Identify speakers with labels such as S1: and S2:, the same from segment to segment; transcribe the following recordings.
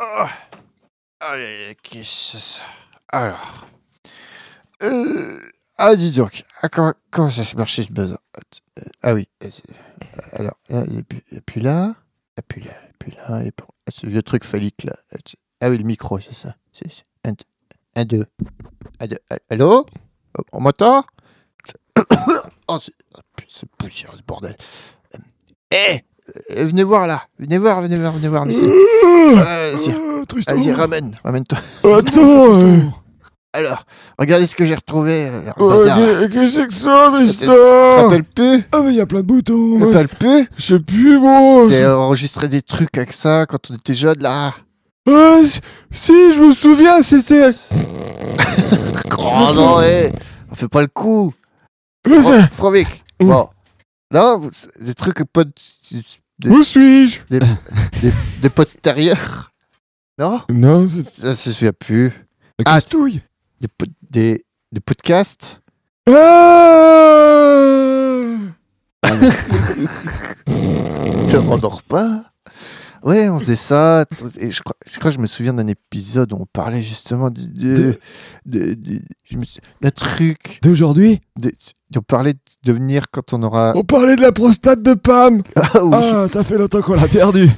S1: Oh. Allez, qu'est-ce que c'est ça Alors. Euh, ah, dis donc. Ah, comment, comment ça se marchait ce bazar Euh, Ah oui. euh, Alors, là, il n'y a, plus- il y a plus là. Il n'y a plus là. il y a plus là. Et bon, ah, ce vieux truc phallique là. Ah oui, le micro, c'est ça. C'est c'est- un, deux. un, deux. Un, deux. Ah, Allô On m'entend Oh, c'est oh, putain, c'est poussière ce bordel. Euh, Hé Euh, Venez voir là. Venez voir, venez voir, venez voir, messieurs. Euh, c'est-
S2: Ah, Tristan.
S1: Vas-y, ramène, ramène-toi.
S2: Attends. euh,
S1: Alors, regardez ce que j'ai retrouvé. euh,
S2: Oh,
S1: dans le bazar, là.
S2: ouais, Qu'est-ce que c'est que ça,
S1: Tu te
S2: Tristan
S1: rappelles plus
S2: Ah, mais y a plein de boutons.
S1: Tu te
S2: moi,
S1: rappelles plus
S2: Je sais plus, moi.
S1: T'as enregistré des trucs avec ça quand on était jeune, là.
S2: Ah, si- si, je me souviens, c'était.
S1: Oh non, hé On fait pas le coup
S2: Ah,
S1: Fro-
S2: ça-
S1: Fromic
S2: Mm.
S1: Bon. Non, vous- des trucs pod- des,
S2: Où suis-je
S1: des postérieurs. Non
S2: Non, c'est.
S1: Ça, se souvient plus.
S2: La
S1: Ah,
S2: castouille.
S1: Des, pod- des, des podcasts
S2: Ah
S1: te rendors pas. Ouais, on faisait ça. Et je, crois, je crois que je me souviens d'un épisode où on parlait justement du- du-
S2: De-
S1: de- du- je me sou- d'un truc.
S2: D'aujourd'hui
S1: de- on parlait de devenir quand on aura.
S2: On parlait de la prostate de Pam
S1: Ah oui.
S2: Oh. Ah, ça fait longtemps qu'on l'a perdue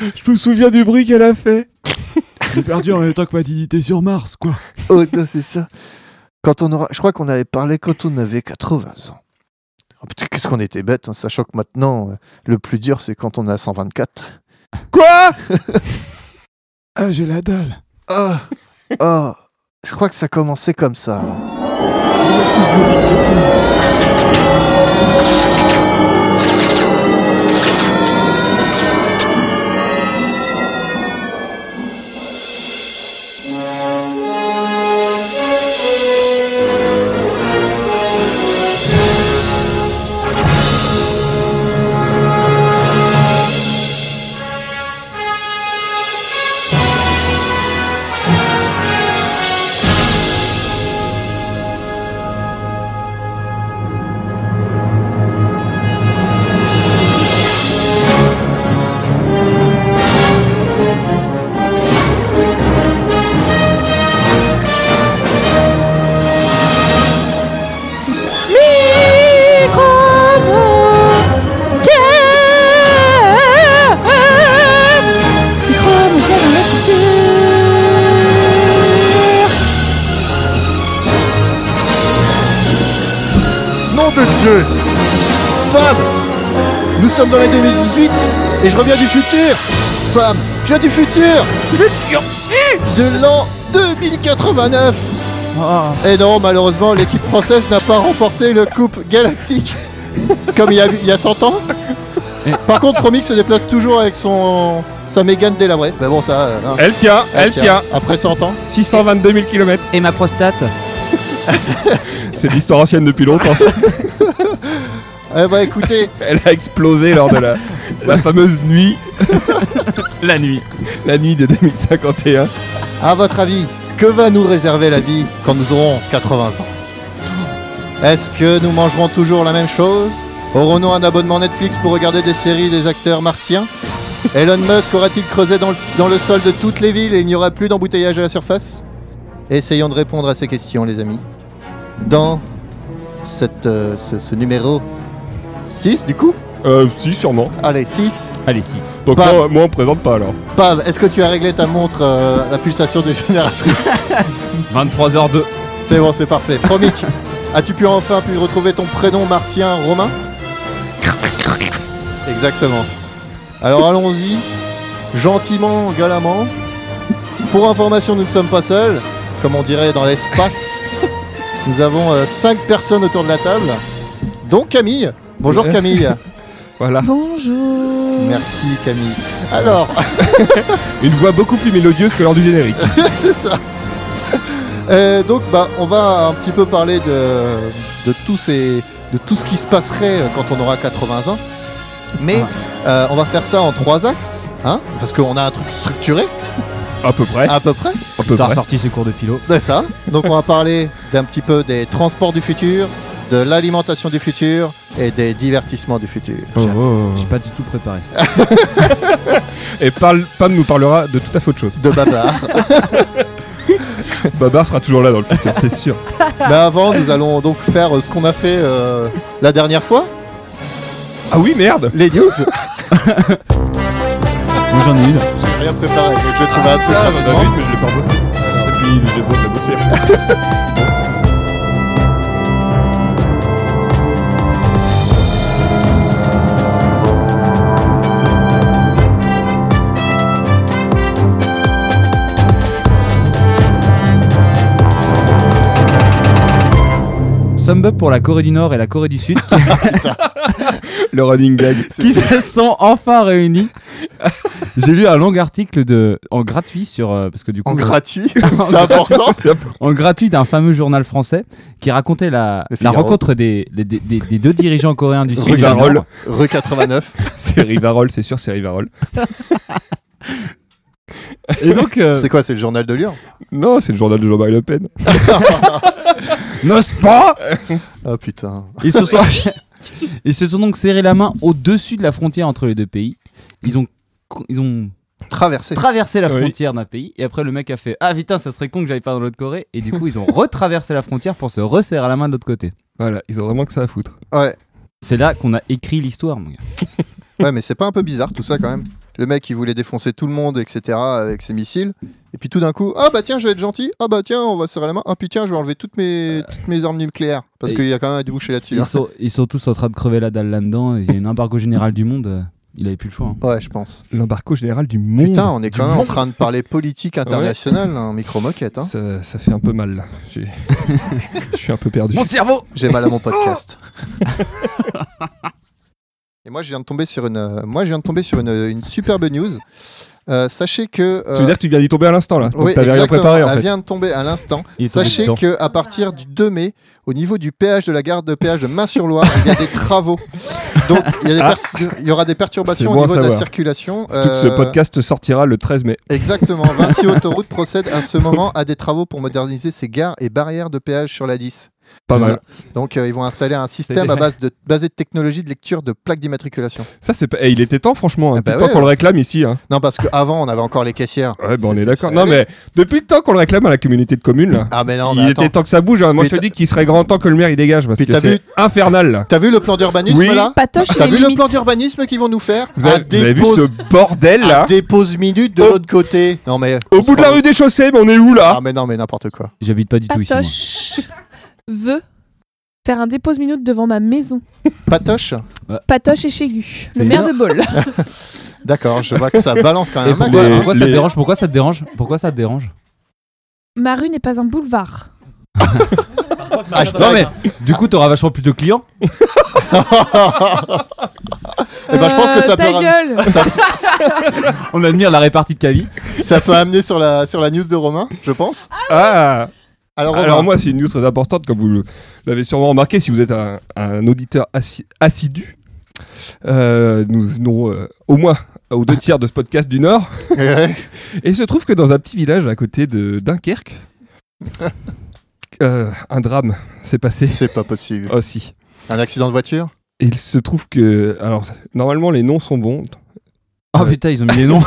S2: Je me souviens du bruit qu'elle a fait J'ai perdu en même temps que ma dignité sur Mars, quoi
S1: Oh, non, c'est ça. Quand on aura, je crois qu'on avait parlé quand on avait 80 ans. Oh, putain, qu'est-ce qu'on était bête, sachant que maintenant, euh, le plus dur, c'est quand on a 124.
S2: Quoi Ah, j'ai la dalle
S1: Ah, ah, je crois que ça commençait comme ça. hein. Nom de Dieu Pam Nous sommes dans l'année 2018 et je reviens du futur Pam Je viens du futur De l'an 2089
S3: Ah.
S1: Et non, malheureusement, l'équipe française n'a pas remporté le Coupe Galactique comme il y a, il y a 100 ans. Par contre, Fromic se déplace toujours avec son sa Mégane délabrée. Mais bon, ça. euh, hein.
S3: Elle tient, elle
S1: Tiens,
S3: tient.
S1: Après 100 ans.
S3: 622 000 km.
S4: Et ma prostate
S3: C'est de l'histoire ancienne depuis longtemps. ça.
S1: Eh bah écoutez,
S3: Elle a explosé lors de la, la fameuse nuit,
S4: La nuit.
S3: la nuit de 2051.
S1: À votre avis, que va nous réserver la vie quand nous aurons 80 ans Est-ce que nous mangerons toujours la même chose Aurons-nous un abonnement Netflix pour regarder des séries des acteurs martiens Elon Musk aura-t-il creusé dans le, dans le sol de toutes les villes et il n'y aura plus d'embouteillage à la surface Essayons de répondre à ces questions, les amis. Dans cette, euh, ce, ce numéro 6, du coup
S3: Euh, si, sûrement.
S1: Allez, 6.
S4: Allez, 6.
S3: Donc
S1: Pas-
S3: moi, moi, on présente pas alors.
S1: Pav, est-ce que tu as réglé ta montre, euh, la pulsation des génératrices
S4: 23h02.
S1: C'est bon, c'est parfait. Promic, as-tu pu enfin pu retrouver ton prénom martien romain Exactement. Alors allons-y, gentiment, galamment. Pour information, nous ne sommes pas seuls, comme on dirait dans l'espace. Nous avons 5 personnes autour de la table, dont Camille. Bonjour
S3: Ouais.
S1: Camille.
S3: Voilà.
S4: Bonjour.
S1: Merci Camille. Alors,
S3: Une voix beaucoup plus mélodieuse que lors du générique.
S1: c'est ça. Euh, donc bah, on va un petit peu parler de, de, tous ces, de tout ce qui se passerait quand on aura 80 ans. Mais
S3: Ah.
S1: euh, on va faire ça en trois axes, hein, parce qu'on a un truc structuré
S3: À peu près.
S1: à peu près.
S3: à peu près.
S4: sorti ce cours de philo.
S1: C'est ça. Donc on va parler d'un petit peu des transports du futur, de l'alimentation du
S3: Oh. Euh.
S1: futur et des divertissements du futur.
S4: J'ai pas du tout préparé ça.
S5: Et parle- Pam nous parlera de tout à fait autre chose.
S1: de Babar.
S5: Babar sera toujours là dans le futur, c'est sûr.
S1: Mais avant, nous allons donc faire euh, ce qu'on a fait euh, la dernière fois,
S5: Ah oui, merde
S1: les news.
S4: Moi j'en ai une.
S1: J'ai rien préparé, donc je vais trouver un truc
S5: Ah, bah
S1: rapidement.
S5: oui, mais je l'ai pas bossé. Et puis, j'ai beau de la bosser.
S4: Sum up pour la Corée du Nord et la Corée du Sud qui,
S5: Le running gag.
S4: qui se sont enfin réunis. J'ai lu un long article de en gratuit sur euh, parce que du coup
S1: En
S4: euh,
S1: gratuit, c'est important.
S4: en gratuit d'un fameux journal français qui racontait la,
S1: Le
S4: la
S1: Figaro.
S4: rencontre des, les- des- des- des deux dirigeants coréens du Sud. et du
S1: Regarde.
S4: Nord.
S1: Re 89.
S5: C'est Rivarol, c'est sûr, c'est Rivarol.
S4: Et donc euh,
S1: C'est quoi, c'est le journal de Lyon
S5: Non, c'est le journal de Jean-Marie Le Pen.
S4: n'ose pas
S1: Ah putain.
S4: Ils se sont, ils se sont donc serrés la main au-dessus de la frontière entre les deux pays. Ils ont, ils ont
S1: Traversé.
S4: traversé la
S5: Oui.
S4: frontière d'un pays et après le mec a fait Ah putain, ça serait con que j'aille pas dans l'autre Corée. Et du coup, ils ont retraversé la frontière pour se resserrer la main de l'autre côté.
S5: Voilà, ils ont vraiment que ça à foutre.
S1: Ouais.
S4: C'est là qu'on a écrit l'histoire, mon gars.
S1: ouais, mais c'est pas un peu bizarre tout ça quand même Le mec, il voulait défoncer tout le monde, etc. avec ses missiles. Et puis tout d'un coup, ah bah tiens, je vais être gentil. Ah bah tiens, on va se serrer la main. Ah puis tiens, je vais enlever toutes mes, toutes mes armes nucléaires. Parce
S4: Et-
S1: qu'il y a quand même du boucher là-dessus. hein.
S4: Ils sont, ils sont tous en train de crever la dalle là-dedans. Il y a une embargo générale du monde. euh, Il avait plus le choix. hein.
S1: hein. Ouais, je pense.
S5: L'embarco général du monde.
S1: Putain, on est
S5: Du
S1: quand même en
S5: monde.
S1: train de parler politique internationale, un micro-moquette. hein.
S5: Ça, ça fait un peu mal là. J'ai- Je suis un peu perdu.
S4: cerveau
S1: J'ai mal à mon podcast. Et moi, je viens de tomber sur une, euh, moi, je viens de tomber sur une, une superbe news. Euh, sachez que. euh,
S5: Tu veux dire que tu viens d'y tomber à l'instant là Donc
S1: oui,
S5: t'avais rien
S1: exactement, Ah,
S5: préparé en
S1: Elle
S5: fait.
S1: vient de tomber à l'instant.
S4: Il est tombé
S1: Sachez
S4: dedans.
S1: que à partir du 2 mai, au niveau du péage de la gare de péage de Main-sur-Loire, il y a des travaux. Donc il y, a des pers- il y aura des perturbations
S5: Ah. C'est
S1: au
S5: bon à
S1: niveau de la
S5: savoir.
S1: circulation.
S5: Surtout que ce
S1: Euh,
S5: podcast sortira le 13 mai.
S1: Exactement. Vinci Autoroute procède à ce moment à des travaux pour moderniser ses gares et barrières de péage sur la 10.
S5: Pas mal.
S1: Donc euh, ils vont installer un système à base de basé de technologie de lecture de plaques d'immatriculation.
S5: Ça c'est pas... eh, il était temps franchement.
S1: Ah
S5: depuis
S1: bah
S5: le temps
S1: ouais.
S5: qu'on le réclame ici. Hein.
S1: Non parce qu'avant on avait encore les caissières.
S5: Ouais bah on
S1: C'était-
S5: est d'accord.
S1: ça
S5: Non
S1: allait.
S5: mais depuis le temps qu'on le réclame à la communauté de communes là.
S1: Ah mais non.
S5: il
S1: Mais attends.
S5: était temps que ça bouge. hein.
S1: Mais
S5: Moi je te
S1: t'as-
S5: dis qu'il serait grand temps que le maire il dégage parce
S1: Puis
S5: que
S1: t'as vu-
S5: c'est infernal là.
S1: T'as vu le plan d'urbanisme
S5: Oui.
S1: là
S6: Patoche, il
S1: T'as
S6: est
S1: vu le
S6: limite.
S1: plan d'urbanisme qu'ils vont nous faire
S5: Vous avez,
S1: À
S5: vous avez vu
S1: dépose-
S5: ce bordel là
S1: à des pauses minutes de
S5: Au-
S1: l'autre côté. Non mais
S5: Au
S1: on se
S5: bout de la
S1: croit-
S5: rue hein. des Chaussées, mais on est où là
S1: Ah mais non mais n'importe quoi.
S4: J'habite pas du tout ici. moi.
S6: Patoche veut faire un dépose minute devant ma maison.
S1: Patoche.
S6: Patoche et Chégu,
S4: C'est
S6: le maire de Bol.
S1: D'accord, je vois que ça balance quand même
S4: Et
S1: un max. hein.
S4: pourquoi,
S5: les-
S4: pourquoi ça te
S5: les-
S4: dérange Pourquoi ça te dérange Pourquoi ça te dérange
S6: ma rue n'est pas un boulevard.
S1: Hashtag.
S4: Non mais du coup t'auras vachement plus de clients.
S1: Eh ben, je pense que
S6: Euh,
S1: ça peut
S6: ta
S1: ram-
S6: gueule
S1: ça,
S4: On admire la répartie de Camille.
S1: ça peut amener sur la, sur la news de Romain, je pense.
S5: Ah
S1: Alors, Romain,
S5: Alors moi, c'est une news très importante, comme vous l'avez sûrement remarqué, si vous êtes un, un auditeur assi- assidu. Euh, nous venons euh, au moins aux deux tiers de ce podcast du Nord.
S1: Eh
S5: Et il se trouve que dans un petit village à côté de Dunkerque, euh, un drame s'est passé
S1: c'est pas possible.
S5: aussi.
S1: Un accident de voiture
S5: Et il se trouve que... Alors, normalement, les noms sont bons.
S4: Oh
S5: Ouais.
S4: putain ils ont mis les noms.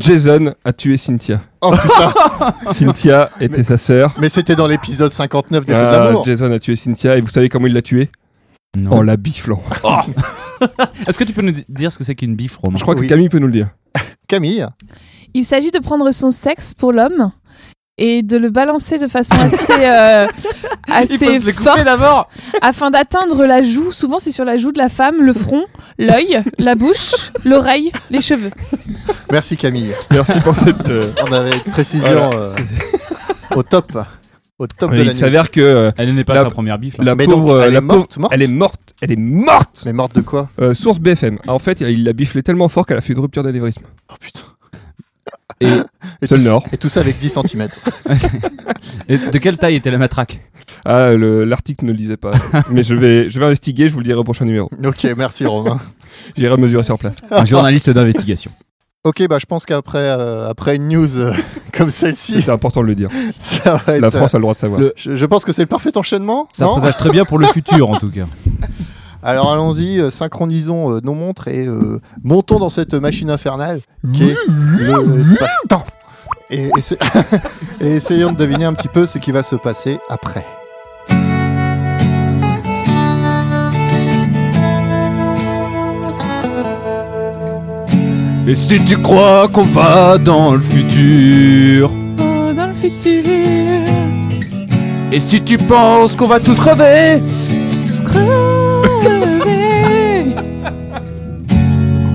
S5: Jason a tué Cynthia.
S1: Oh putain
S5: Cynthia était sa sœur.
S1: Mais c'était dans l'épisode 59 des Feux de
S5: Ah,
S1: l'amour.
S5: Jason a tué Cynthia. Et vous savez comment il l'a tuée En la biflant.
S4: Oh Est-ce que tu peux nous di- dire ce que c'est qu'une bif Romain
S5: Je crois
S1: Oui.
S5: que Camille peut nous le dire.
S1: Camille
S6: Il s'agit de prendre son sexe pour l'homme et de le balancer de façon assez, euh, assez forte afin d'atteindre la joue. Souvent, c'est sur la joue de la femme, le front, l'œil, la bouche, l'oreille, les cheveux.
S1: Merci Camille.
S5: Merci pour cette... euh,
S1: On avait une précision
S5: Voilà,
S1: euh,
S5: c'est-
S1: au top. Au top
S5: Mais
S1: de la
S5: il
S1: news.
S5: s'avère que euh,
S4: Elle n'est pas
S5: La-
S4: sa première bif là.
S5: la
S1: Mais donc,
S5: pauvre, euh,
S1: elle
S5: la
S1: est morte,
S5: pauvre-
S1: morte
S5: elle est morte, elle est morte.
S1: Mais morte de quoi
S5: Euh, source BFM. Ah, En fait, il l'a biflé tellement fort qu'elle a fait une rupture d'anévrisme.
S1: Oh putain.
S4: Et,
S1: Et
S5: C'est
S1: tout,
S5: le
S1: ça-
S5: Nord.
S1: et tout ça avec 10 cm.
S4: et de quelle taille était la matraque
S5: Ah, le- l'article ne le disait pas. Mais je vais, je vais investiguer. Je vous le dirai au prochain numéro.
S1: ok, merci Romain.
S5: J'irai mesurer sur place.
S4: Un journaliste d'investigation.
S1: Ok, bah je pense qu'après euh, après une news euh, comme celle-ci,
S5: C'était important de le dire.
S1: ça va être.
S5: La France a le droit de savoir.
S4: Le-
S1: euh, Je, je pense que c'est le parfait enchaînement.
S4: Ça
S1: non
S4: présage très bien pour le futur en tout cas.
S1: Alors allons-y, euh, synchronisons euh, nos montres et euh, montons dans cette machine infernale qui est le- l'espace-temps. Et, et c'est- et essayons de deviner un petit peu ce qui va se passer après.
S4: Et si tu crois qu'on va dans le futur
S6: Oh, dans le futur,
S4: Et si tu penses qu'on va tous crever
S6: tous crevés.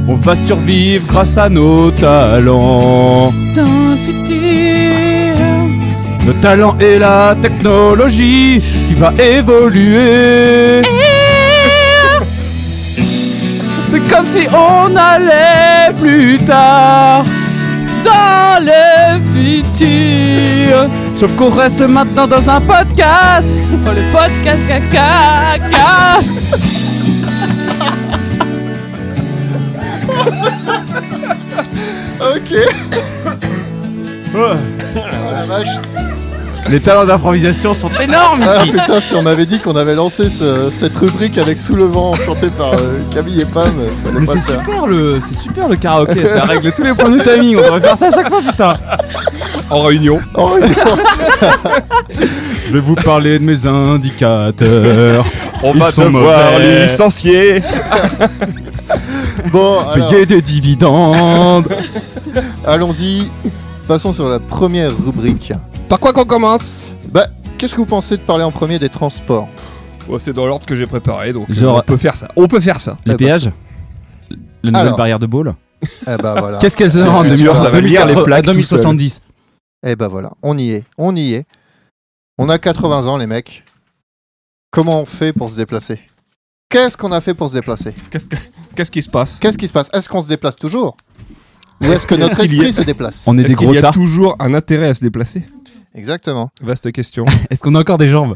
S4: On va survivre grâce à nos talents
S6: dans le futur,
S4: Le talent et la technologie qui va évoluer. C'est comme si on allait plus tard
S6: dans le futur,
S4: Sauf qu'on reste maintenant dans un podcast.
S6: dans le podcast caca, caca.
S1: Ok. Oh la vache.
S4: Les talents d'improvisation sont énormes.
S1: Ah putain, si on m'avait dit qu'on avait lancé ce- cette rubrique avec Sous le vent chanté par euh, Camille et Pam, ça allait
S4: Mais
S1: pas le
S4: c'est
S1: faire.
S4: super le, c'est super le karaoké, ça règle tous les points de timing. On devrait faire ça à chaque fois, putain.
S3: En réunion.
S1: En réunion,
S4: Je vais vous parler de mes indicateurs.
S3: On
S4: Ils
S3: va
S4: sont
S3: devoir
S4: mauvais.
S3: licencier.
S1: Bon, alors,
S4: Payer des dividendes.
S1: allons-y. Passons sur la première rubrique.
S3: Par quoi qu'on commence
S1: Bah, qu'est-ce que vous pensez de parler en premier des transports
S3: Oh, C'est dans l'ordre que j'ai préparé, donc euh,
S4: Genre-
S3: on peut faire ça. On peut faire ça.
S1: Les péages
S4: La
S1: nouvelle Alors.
S4: barrière de boule.
S1: Eh bah voilà.
S4: Qu'est-ce qu'elle sera en
S3: C'est futur, ça va lire les
S4: 2080,
S3: plaques tout
S4: 2070
S1: Eh bah voilà, on y est, on y est. On a 80 ans, les mecs. Comment on fait pour se déplacer Qu'est-ce qu'on a fait pour se déplacer
S3: Qu'est-ce que- qu'est-ce qui se passe
S1: Qu'est-ce qui se passe Est-ce qu'on se déplace toujours Ou est-ce que notre
S3: qu'il y
S1: esprit se déplace
S4: On est des
S3: Est-ce qu'il
S4: gros
S3: y a
S4: tards.
S3: toujours un intérêt à se déplacer
S1: Exactement.
S3: Vaste question.
S4: Est-ce qu'on a encore des jambes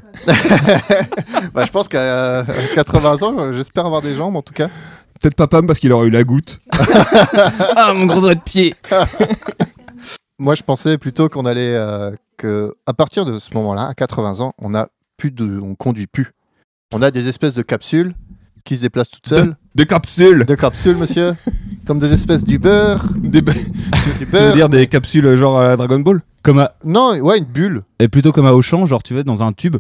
S1: Bah, je pense qu'à euh, 80 ans, euh, j'espère avoir des jambes en tout cas.
S3: Peut-être pas Pam parce qu'il aurait eu la goutte.
S4: Ah, mon gros doigt de pied
S1: Moi, je pensais plutôt qu'on allait euh, que à partir de ce moment-là, à 80 ans, on a plus de, on conduit plus. On a des espèces de capsules qui se déplacent toutes seules.
S3: Des capsules
S1: De capsules, monsieur, comme des espèces du beurre.
S3: Des ba-
S1: Du
S3: Tu veux
S1: beurre.
S3: dire des capsules genre à la Dragon Ball
S4: Comme à,
S1: Euh, Non, ouais, une bulle.
S4: et plutôt comme à Auchan, genre tu vas dans un tube,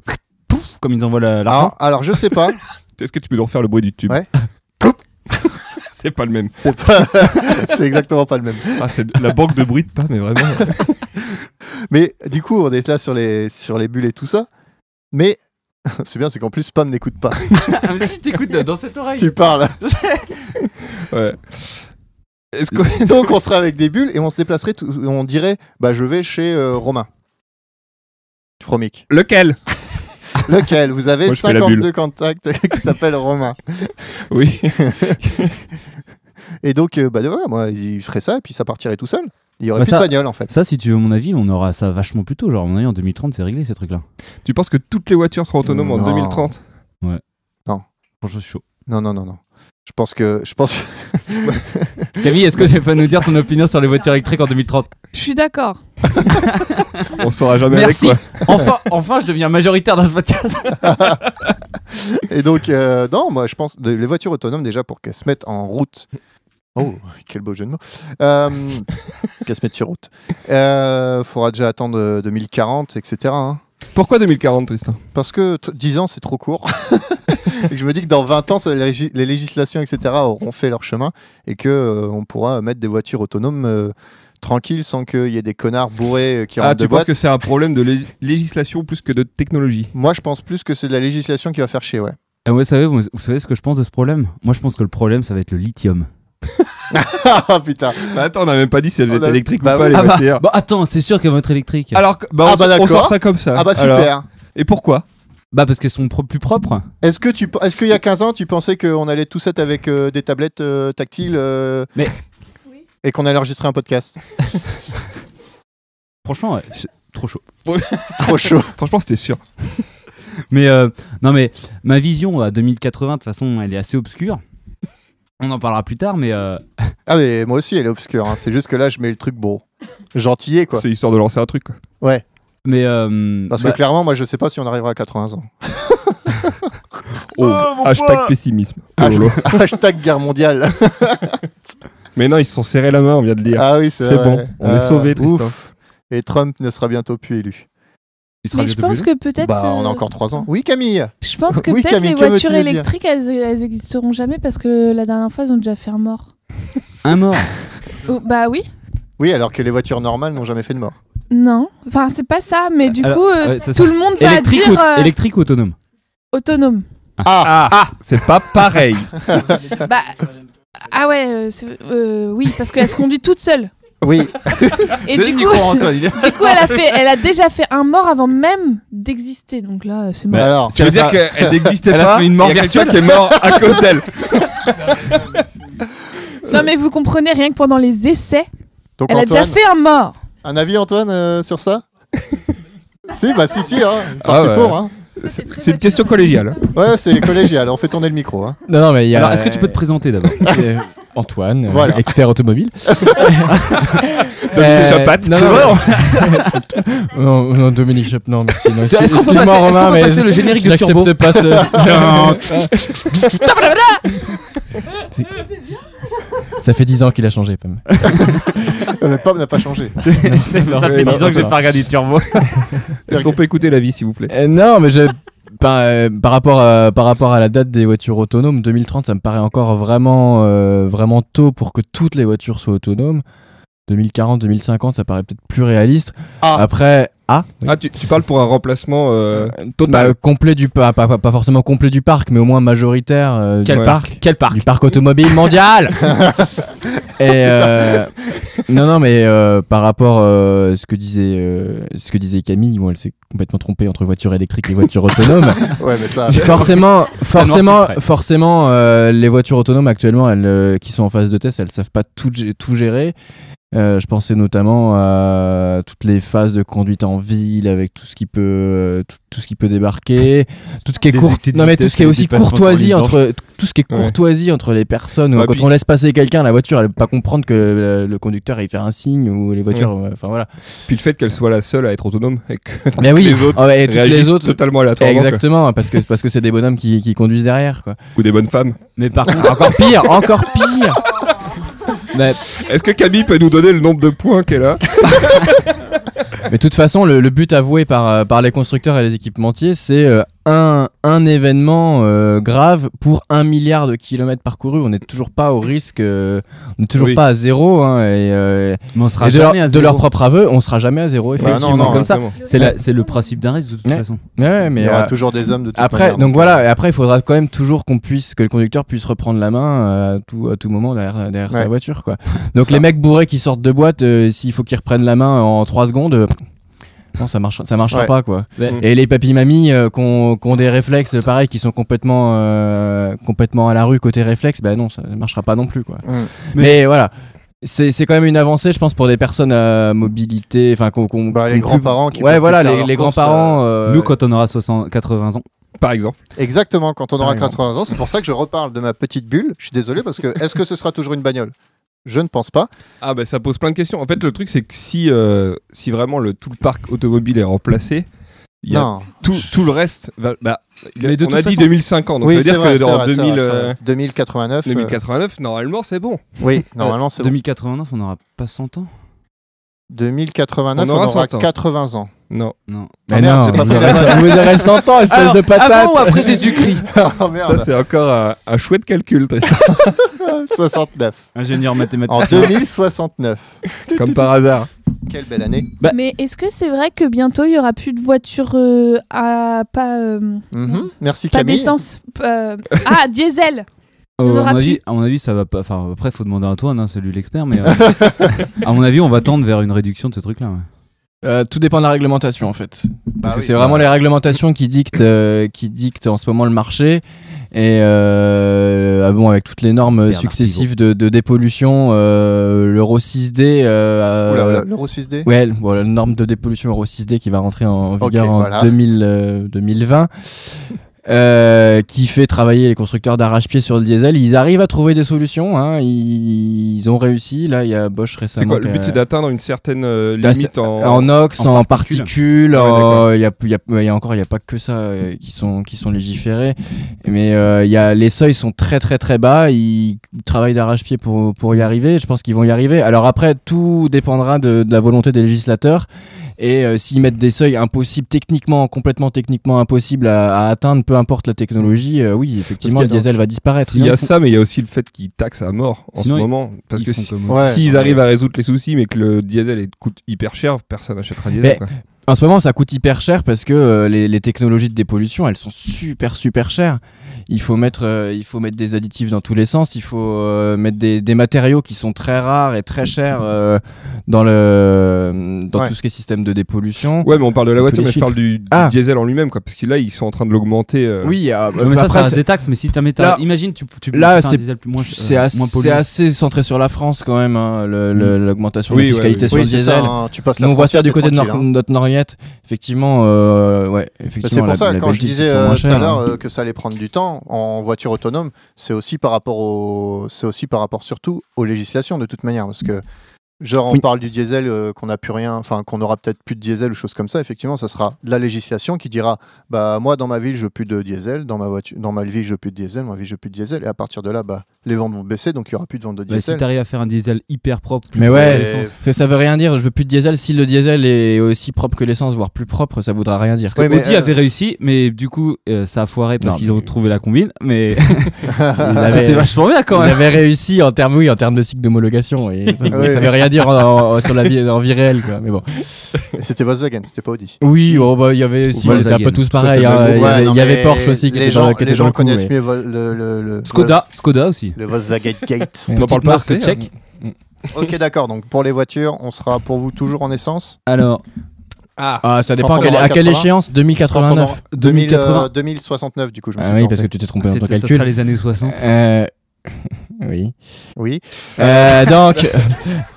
S4: pouf, comme ils envoient la- l'argent.
S1: Alors, alors, je sais pas.
S3: Est-ce que tu peux nous refaire le bruit du tube
S1: Ouais.
S3: C'est pas le même.
S1: C'est pas- c'est exactement pas le même.
S3: Ah, c'est de- la banque de bruit de Pam, mais vraiment.
S1: Mais du coup, on est là sur les, sur les bulles et tout ça. Mais c'est bien, c'est qu'en plus, Pam n'écoute pas.
S4: Ah, mais si, je t'écoute dans cette oreille.
S1: tu parles.
S3: Ouais. Est-ce que.
S1: Donc, on serait avec des bulles et on se déplacerait. tout- on dirait, bah, je vais chez euh, Romain. Fromic.
S3: Lequel
S1: Lequel Vous avez
S3: Moi, je fais la
S1: 52 contacts qui s'appellent Romain.
S3: Oui.
S1: Et donc, euh, bah, voilà, moi, il ferait ça et puis ça partirait tout seul. Il y aurait
S4: Bah,
S1: plus
S4: ça-
S1: de bagnole en fait.
S4: Ça, si tu veux mon avis, on aura ça vachement plus tôt. Genre, à mon avis, en 2030, c'est réglé ces trucs-là.
S3: Tu penses que toutes les voitures seront autonomes en
S1: Non.
S3: 2030
S4: Franchement, je suis chaud.
S1: Non, non, non, non. Je pense que. Je pense...
S4: Camille, est-ce que tu vas nous dire ton opinion sur les voitures électriques en 2030
S6: Je suis d'accord.
S3: On saura jamais
S4: Merci
S3: avec quoi.
S4: enfin, enfin, je deviens majoritaire dans ce podcast.
S1: Et donc, euh, non, moi, je pense. de- les voitures autonomes, déjà, pour qu'elles se mettent en route. Oh, quel beau jeu de mots. Euh, qu'elles se mettent sur route. Euh, faudra déjà attendre euh, 2040, etc. hein.
S3: Pourquoi 2040, Tristan
S1: Parce que t- 10 ans, c'est trop court. et que je me dis que dans 20 ans, ça, les, régi- les législations, etc., auront fait leur chemin et que euh, on pourra mettre des voitures autonomes euh, tranquilles sans qu'il y ait des connards bourrés euh, qui
S3: Ah,
S1: rentrent
S3: tu
S1: de
S3: penses
S1: boîte.
S3: que c'est un problème de lég- législation plus que de technologie
S1: Moi, je pense plus que c'est de la législation qui va faire chier, ouais.
S4: Et vous, savez, vous, vous savez ce que je pense de ce problème Moi, je pense que le problème, ça va être le lithium.
S1: ah putain.
S3: Bah, Attends, on n'a même pas dit si elles
S1: On
S3: étaient
S1: a-
S3: électriques
S1: bah
S3: ou pas,
S1: oui.
S3: les
S4: Ah bah,
S3: voitures.
S4: bah, attends, c'est sûr qu'elles vont être électriques.
S3: Alors, que- bah, on,
S1: Ah bah,
S3: s- on sort
S1: d'accord.
S3: ça comme ça.
S1: Ah bah super.
S3: Alors, et pourquoi
S4: Bah parce qu'elles sont pro- plus propres.
S1: Est-ce que tu est-ce qu'il y a 15 ans tu pensais qu'on allait tous être avec euh, des tablettes euh, tactiles euh,
S4: Mais-
S6: Oui.
S1: et qu'on allait enregistrer un podcast
S4: Franchement, ouais, c'est trop chaud.
S1: Trop chaud.
S3: Franchement, c'était sûr.
S4: Mais euh, non, mais ma vision à 2080, de toute façon, elle est assez obscure. On en parlera plus tard, mais euh,
S1: Ah mais moi aussi elle est obscure. hein. C'est juste que là je mets le truc bon, gentillet quoi.
S3: C'est histoire de lancer un truc. quoi.
S4: mais euh,
S1: Parce
S4: bah,
S1: que clairement moi je sais pas si on arrivera à 80 ans.
S3: Oh,
S2: Oh, mon
S3: hashtag
S2: poids
S3: pessimisme. Oh,
S1: Hasht-
S3: lolo.
S1: Hashtag guerre mondiale.
S3: Mais non, ils se sont serrés la main, on vient de lire.
S1: Ah oui, c'est
S3: C'est
S1: vrai.
S3: bon, on est sauvés,
S1: ouf.
S3: Christophe.
S1: Et Trump ne sera bientôt plus élu.
S4: Il sera
S6: Mais je
S4: bientôt
S6: pense
S4: plus
S6: que peut-être.
S1: Bah, on a
S6: euh,
S1: encore trois ans. Oui, Camille
S6: Je pense que
S1: Oui,
S6: peut-être
S1: Camille,
S6: les
S1: que veux-tu
S6: voitures
S1: nous dire
S6: électriques, elles, elles existeront jamais parce que la dernière fois, ils ont déjà fait un mort.
S4: Un mort.
S6: Oh, bah oui.
S1: Oui, alors que les voitures normales n'ont jamais fait de mort.
S6: Non. Enfin, c'est pas ça, mais du
S4: Alors,
S6: coup, euh,
S4: ouais, ça
S6: tout le monde va
S4: Électrique,
S6: dire
S4: ou-
S6: euh,
S4: électrique ou autonome
S6: autonome.
S3: Ah, C'est pas pareil.
S6: bah, ah ouais, euh, c'est- euh, oui, parce qu'elle se conduit toute seule.
S1: Oui,
S6: Et du coup, du coup, elle a fait, elle a déjà fait un mort avant même d'exister. Donc là, euh, c'est mort.
S1: Bah, alors.
S3: Ça veut dire qu'elle n'existait
S4: elle a
S3: pas.
S4: fait une mort
S3: il y a quelqu'un qui est mort à cause d'elle.
S6: non, mais vous comprenez rien que pendant les essais,
S1: Donc,
S6: elle a
S1: Antoine,
S6: déjà fait un mort.
S1: un avis, Antoine, euh, sur ça Si, bah, si, si, hein.
S3: Ah
S1: Parti
S3: ouais.
S1: pour, hein.
S6: c'est
S3: C'est
S6: très hein.
S3: c'est une question collégiale. hein,
S1: Ouais, c'est collégial. On fait tourner le micro, hein.
S7: Non, non, mais il y a.
S4: Alors, est-ce que tu peux te présenter d'abord
S7: euh, Antoine, euh,
S1: Voilà.
S7: expert automobile. Euh,
S3: C'est Chapat.
S7: Non, non,
S3: vrai.
S7: non, non, Dominique Chap, non, merci. non, excuse-
S4: hein. Est-ce qu'on peut
S7: Excuse-moi,
S4: passer- est-ce qu'on
S7: Romain,
S4: peut
S7: mais
S4: passer le générique
S7: je
S4: de Turbo
S7: n'accepte pas ce. Ça fait 10 ans qu'il a changé, Pam.
S1: Euh, mais Pomme n'a pas changé.
S4: Ça
S3: fait dix ans que j'ai
S4: pas regardé Turbo.
S3: Est-ce qu'on peut écouter la vie, s'il vous plaît
S7: Euh, non, mais je. Par, euh, par rapport à, par rapport à la date des voitures autonomes, 2030, ça me paraît encore vraiment, euh, vraiment tôt pour que toutes les voitures soient autonomes. 2040, 2050, ça paraît peut-être plus réaliste.
S1: Ah.
S7: Après, ah, oui.
S3: Ah, tu, tu parles pour un remplacement. euh,
S7: Bah,
S3: total.
S7: euh, complet du pas, pas, pas- pas forcément complet du parc, mais au moins majoritaire euh,
S4: Quel
S7: du,
S4: parc Quel parc
S7: du parc automobile mondial. Et euh, non, non, mais euh, par rapport euh, à ce que disait euh, ce que disait Camille, où elle s'est complètement trompée entre voitures électriques et voitures autonomes.
S1: Ouais, mais ça.
S3: Ah,
S7: forcément, forcément,
S4: c'est vrai.
S7: forcément, euh, les voitures autonomes actuellement, elles, euh, qui sont en phase de test, elles savent pas tout, gé- tout gérer. Euh, je pensais notamment à toutes les phases de conduite en ville, avec tout ce qui peut, euh, tout, tout ce qui peut débarquer, tout ce qui est
S2: Les
S7: court,
S2: excès de
S7: non mais tout
S2: vitesse
S7: ce qui est
S2: et les
S7: aussi
S2: dépassements sur
S7: courtoisie
S2: ligne
S7: entre tout ce qui est
S3: Ouais.
S7: courtoisie entre les personnes. ou
S3: Ouais,
S7: quand
S3: puis-
S7: on laisse passer quelqu'un, la voiture, elle peut pas comprendre que euh, le conducteur il fait un signe ou les voitures, euh, enfin voilà.
S3: Puis le fait qu'elle soit la seule à être autonome et que
S7: Mais oui,
S3: les autres
S7: ah ouais, et toutes
S3: réagissent
S7: les autres,
S3: totalement aléatoirement. quoi.
S7: exactement, parce que parce que c'est des bonhommes qui, qui conduisent derrière quoi.
S3: Ou des bonnes femmes.
S4: Mais par contre,
S7: Encore pire, encore pire. Mais
S3: Est-ce que Camille peut nous donner le nombre de points qu'elle a
S7: de toute façon, le, le but avoué par, euh, par les constructeurs et les équipementiers, c'est euh, un, un événement euh, grave pour un milliard de kilomètres parcourus. On n'est toujours pas au risque, euh, on n'est toujours
S3: Oui.
S7: pas à zéro. hein, et euh,
S4: mais on sera
S7: et de, leur,
S4: jamais à
S7: de
S4: zéro.
S7: leur propre aveu, on sera jamais à zéro.
S1: Bah
S7: Effectivement.
S1: non, non,
S4: comme ça.
S3: exactement.
S4: C'est la- c'est le principe d'un risque de toute
S7: Ouais.
S4: façon.
S7: Ouais, ouais,
S1: Il
S7: mais
S1: y aura
S7: euh,
S1: toujours des hommes de toute
S7: après,
S1: manière,
S7: donc voilà. Et après, il faudra quand même toujours qu'on puisse, que le conducteur puisse reprendre la main euh, à tout, à tout moment derrière, derrière
S1: Ouais.
S7: sa voiture, quoi. Donc les mecs bourrés qui sortent de boîte, euh, s'il faut qu'ils reprennent la main en 3 secondes. euh, non, ça marche, ça marchera
S1: Ouais. Mm.
S7: pas quoi.
S4: Ouais.
S7: Et les papy mamies euh, qui ont, qui ont des réflexes euh, pareil, qui sont complètement, euh, complètement à la rue côté réflexe, bah non, ça marchera pas non plus quoi.
S1: Mm.
S7: Mais, voilà, c'est c'est quand même une avancée, je pense, pour des personnes à mobilité, enfin qu'on, qu'on-
S1: Bah, les
S7: qu'on plus-
S1: grands-parents qui
S7: Ouais,
S1: peuvent
S7: voilà,
S1: plus faire
S7: les,
S1: leurs
S7: les
S1: courses,
S7: grands-parents. euh,
S4: Nous, quand on aura 60, 80 ans,
S3: Par exemple.
S1: Exactement, quand on aura
S7: Par exemple.
S1: 80 ans, c'est pour ça que je reparle de ma petite bulle. Je suis désolé parce que est-ce que ce sera toujours une bagnole Je ne pense pas.
S3: Ah bah ça pose plein de questions. En fait le truc c'est que si, euh, si vraiment le, tout le parc automobile est remplacé, il y a
S1: Non.
S3: tout, tout le reste... va- bah, il y a-
S2: Mais de
S3: on a
S2: toute
S3: dit
S2: façon-
S3: 2050, donc
S1: oui,
S3: ça veut
S1: c'est
S3: dire
S1: vrai,
S3: que
S1: c'est
S3: en
S1: vrai, c'est
S3: 2000,
S1: vrai, c'est
S3: euh,
S1: vrai. 2089. euh,
S3: 2089, normalement c'est bon.
S1: oui, normalement c'est bon.
S4: 2089, on n'aura pas 100 ans
S1: 2089,
S3: On
S1: on
S3: aura
S1: aura,
S3: 100 ans.
S1: 80 ans.
S3: Non,
S4: Non.
S7: Mais
S1: Ah merde,
S7: non,
S1: j'ai pas
S7: vous
S1: pris la
S7: aurez,
S1: note.
S7: vous aurez 100 ans, espèce
S4: Alors,
S7: de patate.
S4: Avant ou après Jésus-Christ
S1: oh merde,
S3: ça c'est encore un, un chouette calcul, Tristan.
S1: 69.
S4: Ingénieur
S1: En
S4: mathématicien.
S1: 2069.
S3: comme par hasard.
S1: Quelle belle année.
S4: Bah-
S6: Mais est-ce que c'est vrai que bientôt il y aura plus de voitures euh, à pas euh,
S1: Mhm. Merci
S6: pas
S1: Camille.
S6: d'essence euh, ah diesel
S4: Euh, à,
S6: aura
S4: mon avis,
S6: plus.
S4: à mon avis, ça va pas. Enfin, après, faut demander à Antoine, hein, c'est lui l'expert, mais euh, à mon avis, on va tendre vers une réduction de ce truc-là. ouais.
S7: Euh, tout dépend de la réglementation en fait. Parce
S1: Bah
S7: que
S1: oui.
S7: c'est vraiment les réglementations qui dictent, euh, qui dictent en ce moment le marché. Et euh, ah bon, avec toutes les normes
S4: Bernard
S7: successives de, de dépollution, euh, l'Euro 6D. euh,
S1: Oula,
S7: euh,
S1: L'Euro 6D.
S7: Ouais, bon, la norme de dépollution Euro 6D qui va rentrer en
S1: Ok,
S7: vigueur en
S1: voilà.
S7: 2000, euh, 2020. euh, qui fait travailler les constructeurs d'arrache-pied sur le diesel. Ils arrivent à trouver des solutions. hein. Ils, ils ont réussi. Là, il y a Bosch
S3: C'est
S7: récemment.
S3: quoi
S4: euh,
S3: Le but,
S7: qui a-
S3: c'est d'atteindre une certaine euh,
S4: Bah,
S7: T'as-
S3: limite en.
S7: en ox,
S4: en
S7: en,
S4: particules.
S7: particules,
S3: Ah ouais,
S7: en-
S3: d'accord.
S7: il y, a, il y a- il y a encore, il n'y a pas que ça euh, qui sont qui sont légiférés, mais euh, il y a les seuils sont très très très bas. Ils travaillent d'arrache-pied pour pour y arriver. Je pense qu'ils vont y arriver. Alors après, tout dépendra de, de la volonté des législateurs. Et euh, s'ils mettent des seuils impossibles, techniquement, complètement techniquement impossibles à, à atteindre, peu importe la technologie, euh, oui, effectivement,
S3: qu'il
S7: le
S3: y a-
S7: diesel va disparaître. hein.
S3: Il y a
S7: Sinon,
S3: ça, mais il y a aussi le fait qu'ils taxent à mort en
S4: Sinon,
S3: ce
S4: ils-
S3: moment. Parce
S4: Ils
S3: que
S4: font
S3: si-
S4: comme-
S1: Ouais.
S3: s'ils arrivent à résoudre les soucis, mais que le diesel est- coûte hyper cher, personne n'achètera le diesel.
S7: Mais- En ce moment, ça coûte hyper cher parce que euh, les, les technologies de dépollution, elles sont super super chères. Il faut mettre, euh, il faut mettre des additifs dans tous les sens. Il faut euh, mettre des, des matériaux qui sont très rares et très chers euh, dans le, dans
S1: Ouais.
S7: tout ce qui est système de dépollution.
S3: Ouais, mais on parle de la
S7: Tous
S3: voiture,
S7: les
S3: mais je parle du, du
S7: Ah.
S3: diesel en lui-même, quoi. Parce que là, ils sont en train de l'augmenter. euh,
S7: Oui, euh,
S4: Ouais, mais ça,
S7: après,
S4: ça reste
S7: c'est-
S4: des taxes, mais si tu
S7: Là-
S4: imagine, tu, tu
S7: là,
S4: tu fais un
S7: c'est-
S4: diesel plus- moins,
S7: c'est
S4: euh,
S7: assez,
S4: moins polluant.
S7: c'est assez centré sur la France quand même, hein, le- le- l'augmentation
S3: Oui,
S7: de
S3: ouais,
S7: la fiscalité
S3: oui.
S7: sur
S1: Mm. Oui,
S7: le
S1: c'est
S7: diesel.
S1: ça, hein, tu passes la
S7: Nous, on voit
S1: frontière,
S7: ça du
S1: t'es
S7: côté de
S1: tranquille,
S7: Nor-
S1: hein.
S7: notre Noriette. Effectivement, euh, ouais,
S1: Bah,
S7: effectivement.
S1: C'est pour
S7: la-
S1: ça,
S7: la
S1: quand je
S7: Belgique,
S1: disais
S7: c'est moins
S1: euh, tout
S7: cher,
S1: à
S7: hein.
S1: l'heure euh, que ça allait prendre du temps en voiture autonome, c'est aussi par rapport au, c'est aussi par rapport surtout aux législations de toute manière, parce que genre on
S7: Oui.
S1: parle du diesel euh, qu'on n'a plus rien, enfin qu'on aura peut-être plus de diesel ou choses comme ça. Effectivement, ça sera de la législation qui dira, bah moi dans ma ville je veux plus de diesel, dans ma voiture, dans ma ville je veux plus de diesel, dans ma ville je veux plus de diesel, et à partir de là, bah les ventes vont baisser, donc il y aura plus de ventes de
S4: Bah, si
S1: diesel.
S4: t'arrives à faire un diesel hyper propre, plus
S7: Mais
S4: propre
S7: ouais,
S4: que l'essence.
S7: Ça, ça veut rien dire. Je veux plus de diesel. Si le diesel est aussi propre que l'essence, voire plus propre, ça voudra rien dire.
S1: Ouais, mais,
S4: Audi
S1: euh,
S4: avait réussi, mais du coup, euh, ça a foiré parce
S7: Non,
S4: qu'ils ont
S7: mais-
S4: trouvé la combine. Mais
S7: avait-
S4: c'était vachement bien
S7: Il
S4: quand
S1: hein.
S4: même.
S7: avait réussi en termes, oui, en termes de cycle d'homologation. et- mais Ça veut rien dire en- en- sur la vie, en vie réelle, quoi. Mais bon.
S1: C'était Volkswagen, c'était pas Audi.
S7: Oui, oh, bah, il y avait,
S4: Ou
S7: si, ils étaient un
S4: Volkswagen.
S7: peu tous
S4: Ça, c'est
S7: pareils.
S4: le
S7: hein.
S4: même
S7: Il y
S1: Ouais,
S7: avait,
S1: non,
S7: il y avait
S1: mais
S7: Porsche aussi qui
S1: les
S7: était
S1: gens,
S7: dans, qui
S1: les
S7: était dans
S1: gens
S7: le coup.
S1: connaissent
S7: mais-
S1: mieux Vol- le, le- le-
S4: Skoda, Skoda aussi.
S1: le Volkswagen Gate.
S7: Ouais.
S3: On en parle
S4: Petite
S3: pas
S4: marque
S3: assez,
S4: tchèque.
S1: Ok, d'accord. Donc pour les voitures, on sera pour vous toujours en essence
S4: Alors,
S7: Ah, ça dépend
S1: Quand
S7: à
S1: on
S7: quelle,
S1: aura
S7: à quelle
S1: 80,
S7: échéance 2089.
S1: 2000, euh,
S4: 2080.
S1: 2069, du coup, euh, je me suis
S7: Ah oui,
S1: planté.
S7: parce que tu t'es trompé dans ton
S4: c'était- ça sera
S7: calcul.
S4: les années 60.
S7: Euh, Oui.
S1: Oui.
S7: Euh, donc,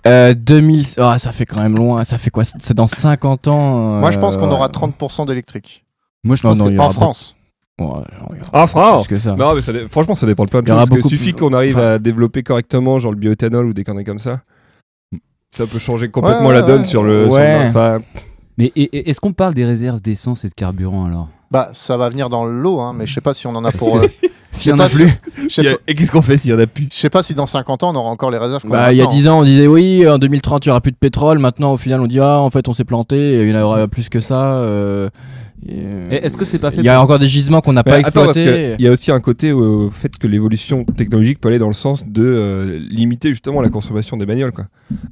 S7: euh, 2000. ah, ça fait quand même loin. Ça fait quoi C'est dans 50 ans. euh,
S1: Moi, je pense qu'on aura 30% d'électrique.
S7: Moi, je
S4: pense
S7: non,
S4: que-
S7: il y aura
S1: En France.
S7: beaucoup- Ouais, non, il y aura
S3: En France
S7: plus que ça.
S3: Oh, Non, mais ça dé- franchement, ça dépend de plein de
S7: Il y aura
S3: choses. parce que
S7: beaucoup
S3: suffit
S7: plus-
S3: qu'on arrive
S7: enfin-
S3: à développer correctement, genre le bioéthanol ou des conneries comme ça. Ça peut changer complètement
S1: Ouais,
S3: la
S1: ouais,
S3: donne
S1: ouais.
S3: sur le. sur
S7: Ouais.
S3: le- enfin,
S4: Mais et- et- est-ce qu'on parle des réserves d'essence et de carburant alors
S1: Bah, ça va venir dans l'eau, hein, mais je sais pas si on en a pour. euh,
S4: S'il
S1: y en a plus. je
S3: s'il y
S1: sais
S3: a-
S1: pas-
S3: Et qu'est-ce qu'on fait s'il y en a plus
S1: je sais pas si dans 50 ans, on aura encore les réserves. qu'on
S7: Bah, il y a
S1: maintenant.
S7: 10 ans, on disait oui, en 2030, il y aura plus de pétrole. Maintenant, au final, on dit ah, en fait, on s'est planté. Il y en aura plus que ça. euh, et, euh,
S4: Et est-ce que c'est pas fait
S7: Il y a encore des gisements qu'on n'a
S3: Mais
S7: pas
S3: attends, parce
S7: exploités.
S3: que il y a aussi un côté au au fait que l'évolution technologique peut aller dans le sens de euh, limiter justement la consommation des bagnoles. Quoi.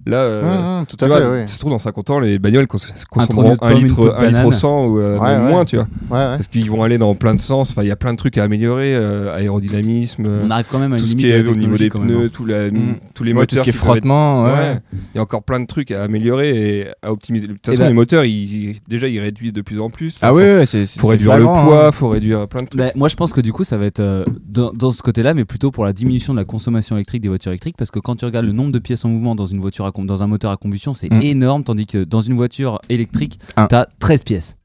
S3: Là, euh,
S1: Hum, hum, tout
S3: tu
S1: à
S3: vois,
S1: fait, oui.
S3: ça se trouve dans 50 ans, les bagnoles cons-
S4: trognon de
S3: consommeront
S4: pommes,
S3: un
S4: une peau
S3: litre,
S4: de
S3: un litre
S4: banane.
S3: au 100 ou euh,
S1: Ouais,
S3: même
S1: ouais.
S3: moins, tu vois.
S1: Ouais, ouais.
S3: Parce qu'ils vont aller dans plein de sens. Enfin, il y a plein de trucs à améliorer, euh, aérodynamisme, euh,
S4: On arrive quand même à une
S3: tout ce
S4: limite
S3: qui
S4: de
S3: est
S4: la
S3: au niveau
S4: technologie,
S3: des
S4: quand même, hein.
S3: pneus, tout la-
S7: Mm.
S3: tous les
S7: Ouais, tout
S3: moteurs
S7: ce qui est
S3: qui peuvent être-
S7: frottement. ouais.
S3: Ouais. Il y a encore plein de trucs à améliorer et à optimiser. De toute façon,
S4: ben-
S3: les moteurs, ils, ils- déjà, ils réduisent de plus en plus.
S7: Ah
S3: Faut-
S7: oui, ouais, c'est. c'est-
S3: faut
S7: c'est
S3: réduire le
S7: flagrant,
S3: poids,
S7: hein.
S3: faut réduire plein de trucs.
S4: Bah, moi, je pense que du coup, ça va être euh, dans, dans ce côté-là, mais plutôt pour la diminution de la consommation électrique des voitures électriques, parce que quand tu regardes le nombre de pièces en mouvement dans une voiture à com- dans un moteur à combustion, c'est
S7: Mm.
S4: énorme, tandis que dans une voiture électrique,
S7: Ah.
S4: t'as 13 pièces.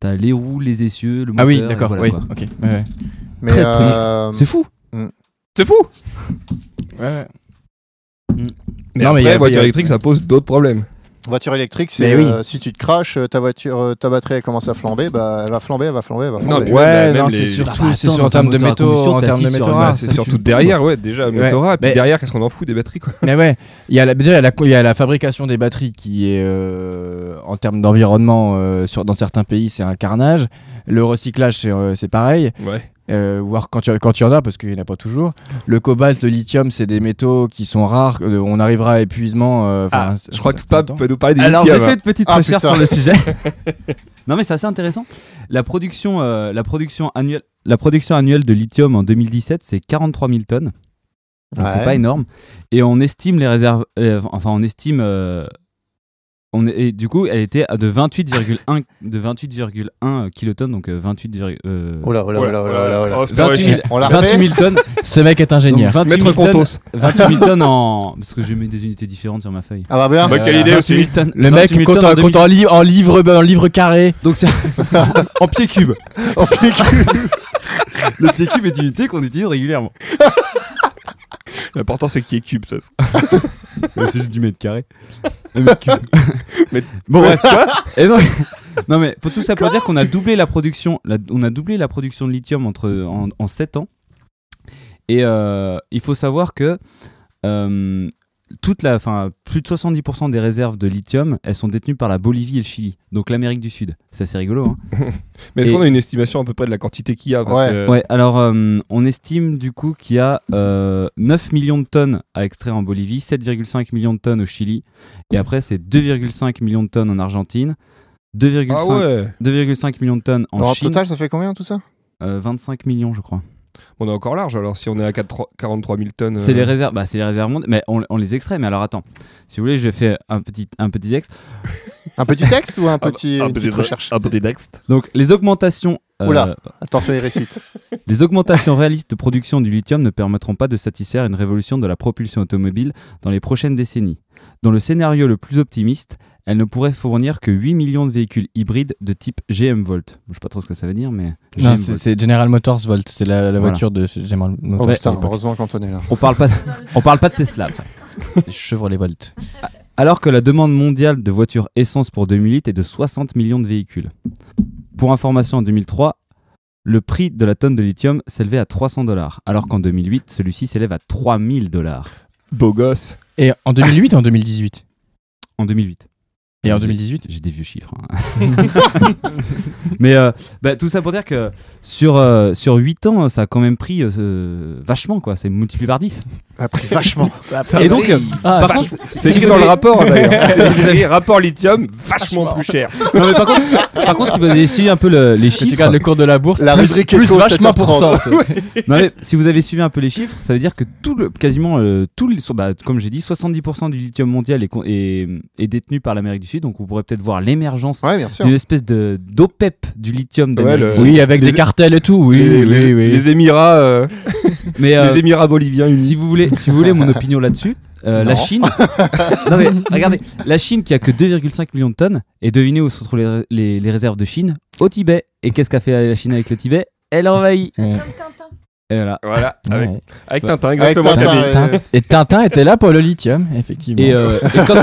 S4: T'as les roues, les essieux, le moteur.
S7: Ah oui,
S4: et
S7: d'accord.
S4: voilà,
S7: oui,
S4: quoi.
S7: ok. Ouais, ouais.
S1: Mais,
S4: Très strict.
S1: euh,
S4: C'est fou.
S3: C'est fou
S7: Ouais,
S3: Mais
S7: Non, mais
S3: après,
S7: il y a- il y
S3: voiture
S7: a-
S3: électrique, ça pose d'autres problèmes.
S1: voiture électrique, c'est
S7: Mais oui.
S1: euh, si tu te craches, euh, ta voiture, euh, ta batterie elle commence à flamber, bah elle va flamber, elle va flamber, elle va
S3: Non,
S1: flamber.
S3: mais- Ouais,
S7: Ouais,
S3: même
S7: non,
S3: les-
S7: c'est
S4: Ah bah
S7: surtout, c'est
S4: attends,
S7: surtout en
S4: dans un
S7: termes de
S4: moteur à
S7: métaux,
S4: combustion,
S7: en
S4: t'es
S7: termes de
S4: assis sur
S7: métaux
S4: une
S7: rares,
S4: Ah,
S3: Bah,
S7: ça
S3: c'est
S7: tue
S3: surtout
S7: tout.
S3: derrière, ouais, déjà, le
S7: Ouais.
S3: motorrad, puis
S7: Mais-
S3: derrière, qu'est-ce qu'on en fout des batteries, quoi.
S7: Mais ouais, il y a la, déjà il y a la, il y a la fabrication des batteries qui est euh, en termes d'environnement euh, sur dans certains pays c'est un carnage. Le recyclage c'est euh, c'est pareil,
S3: Ouais.
S7: euh, voire quand il quand il y en a parce qu'il n'y en a pas toujours. Le cobalt, le lithium c'est des métaux qui sont rares. euh, on arrivera à épuisement. euh, enfin, c'est-
S3: Ah, Je crois
S7: c'est
S3: que Pab
S7: longtemps.
S3: peut nous parler des
S4: Alors, j'ai
S7: bah.
S3: lithium,
S4: fait
S3: hein.
S4: une petite
S1: Ah,
S4: recherche
S1: putain.
S4: sur le sujet. non, mais c'est assez intéressant. La production, euh, la production annuelle. La production annuelle de lithium en 2017, c'est 43 000 tonnes. Donc
S1: Ouais.
S4: c'est pas énorme. Et on estime les réserves. euh, enfin, on estime. euh, on est- et du coup, elle était à de 28,1 de 28,1 kilotonnes, donc euh, 28. virg- euh,
S1: Oh là, oh là, oh là, oh là, oh là, oh là.
S3: Oh, c'est pas
S4: 28
S3: réussi.
S4: 000,
S1: On l'a
S4: 28
S1: refait
S4: 000 tonnes.
S7: Ce mec est
S4: donc
S7: ingénieur.
S4: 28
S3: Maître
S4: 000 tonnes,
S3: Contos.
S4: 28 000 tonnes en. Parce que j'ai mis des unités différentes sur ma feuille.
S1: Ah bah bien.
S3: Bah, quelle idée
S4: 28 000
S3: aussi.
S4: tonnes-
S7: Le
S4: 28
S7: mec
S4: 000
S7: compte
S4: tonnes
S7: en,
S4: en
S7: compte en livre en livre en livre carré.
S4: Donc c'est en pied cube.
S1: Oh, putain.
S4: Le petit cube est une unité qu'on utilise régulièrement.
S3: L'important, c'est qu'il y ait cube, ça.
S4: C'est juste du mètre carré. Un mètre cube. Bon, bref. Et non, non, mais pour tout ça, pour dire qu'on a doublé la production, la- on a doublé la production de lithium entre, en, 7 ans. Et euh, il faut savoir que euh, toute la, enfin, plus de 70% des réserves de lithium, elles sont détenues par la Bolivie et le Chili, donc l'Amérique du Sud. Ça, c'est rigolo. Hein
S3: Mais est-ce
S4: Et-
S3: qu'on a une estimation à peu près de la quantité qu'il y a parce
S1: Ouais.
S3: que-
S4: Ouais, alors euh, on estime du coup qu'il y a euh, 9 millions de tonnes à extraire en Bolivie, 7,5 millions de tonnes au Chili, et après c'est 2,5 millions de tonnes en Argentine, 2,5
S3: Ah ouais,
S4: 2,5 millions de tonnes en
S1: Alors, En
S4: Chine,
S1: total, ça fait combien tout ça
S4: euh, 25 millions je crois.
S3: on est encore large alors si on est à 4 43 000 tonnes. euh,
S4: C'est les réserves, bah, c'est les réserves mondiales, mais on, on les extrait, mais alors attends, si vous voulez je fais un petit, un petit texte.
S1: Un petit texte ou
S4: Ah bah,
S1: un petit, une petite
S3: de-
S1: recherche
S3: un petit texte.
S4: Donc les augmentations... euh,
S1: Oula. Attention, il récite.
S4: Les augmentations réalistes de production du lithium ne permettront pas de satisfaire une révolution de la propulsion automobile dans les prochaines décennies. Dans le scénario le plus optimiste, elle ne pourrait fournir que 8 millions de véhicules hybrides de type GM Volt. Je sais pas trop ce que ça veut dire, mais
S7: Non,
S4: GM
S7: c'est
S4: Volt.
S7: c'est General Motors Volt, c'est la, la
S4: Voilà.
S7: voiture de chez General Motors.
S1: Oh
S4: Ouais.
S3: hein.
S1: putain, heureusement qu'Antoine est là.
S4: on parle pas, de- on parle pas de Tesla. après.
S7: C'est Chevrolet Volt.
S4: Alors que la demande mondiale de voitures essence pour 2008 est de 60 millions de véhicules. Pour information, en 2003, le prix de la tonne de lithium s'élevait à 300 dollars, alors qu'en 2008, celui-ci s'élève à 3000 dollars.
S3: Beau gosse.
S7: Et en 2008 et en 2018
S4: En 2008.
S7: Et
S3: Ah,
S7: en
S4: J'ai-
S7: 2018
S4: J'ai des vieux chiffres. hein. Mais euh, bah, tout ça pour dire que sur, euh, sur 8 ans, ça a quand même pris euh, vachement, quoi. C'est multiplié par 10.
S1: A pris vachement.
S3: Ça
S4: Et donc,
S7: euh,
S3: brille.
S4: Ah, par
S3: vache.
S4: contre,
S3: c'est
S4: si
S3: écrit
S4: vous
S3: dans le
S4: avez-
S3: rapport hein, d'ailleurs. C'est écrit rapport lithium vachement plus cher.
S4: Non, mais par, contre, par contre, si vous avez suivi un peu le- les
S7: Quand tu
S4: chiffres,
S7: regardes le cours de la bourse,
S1: La
S7: plus,
S1: rubrique
S7: plus
S1: éco,
S7: vachement
S1: 7h30.
S7: pourcent.
S4: non, mais si vous avez suivi un peu les chiffres, ça veut dire que tout le, quasiment, euh, tout le- so- bah, comme j'ai dit, 70% du lithium mondial est, con- est, est détenu par l'Amérique du Sud. Donc, vous pourrez peut-être voir l'émergence
S1: Ouais, bien sûr.
S4: d'une espèce de d'OPEP du lithium
S3: Ouais,
S4: d'Amérique
S3: le-
S4: du Sud.
S7: Oui, avec
S3: Les-
S7: des cartels et tout, oui,
S3: les,
S7: oui,
S3: les-
S7: oui.
S3: les Émirats euh,
S4: Mais, euh,
S3: les Émirats boliviens unis.
S4: si vous voulez, si vous voulez mon opinion là-dessus, euh, la
S1: Non.
S4: Chine. non mais regardez, la Chine qui a que 2,5 millions de tonnes. Et devinez où se retrouvent les, les- les réserves de Chine Au Tibet. Et qu'est-ce qu'a fait la Chine avec le Tibet Elle envahit.
S7: Ouais.
S4: Et voilà.
S3: Voilà, avec,
S7: Ah Ouais.
S3: avec Tintin exactement.
S1: Tintin,
S3: Camille.
S1: ouais.
S7: Et Tintin était là pour le lithium, effectivement.
S4: Et, euh, et quand-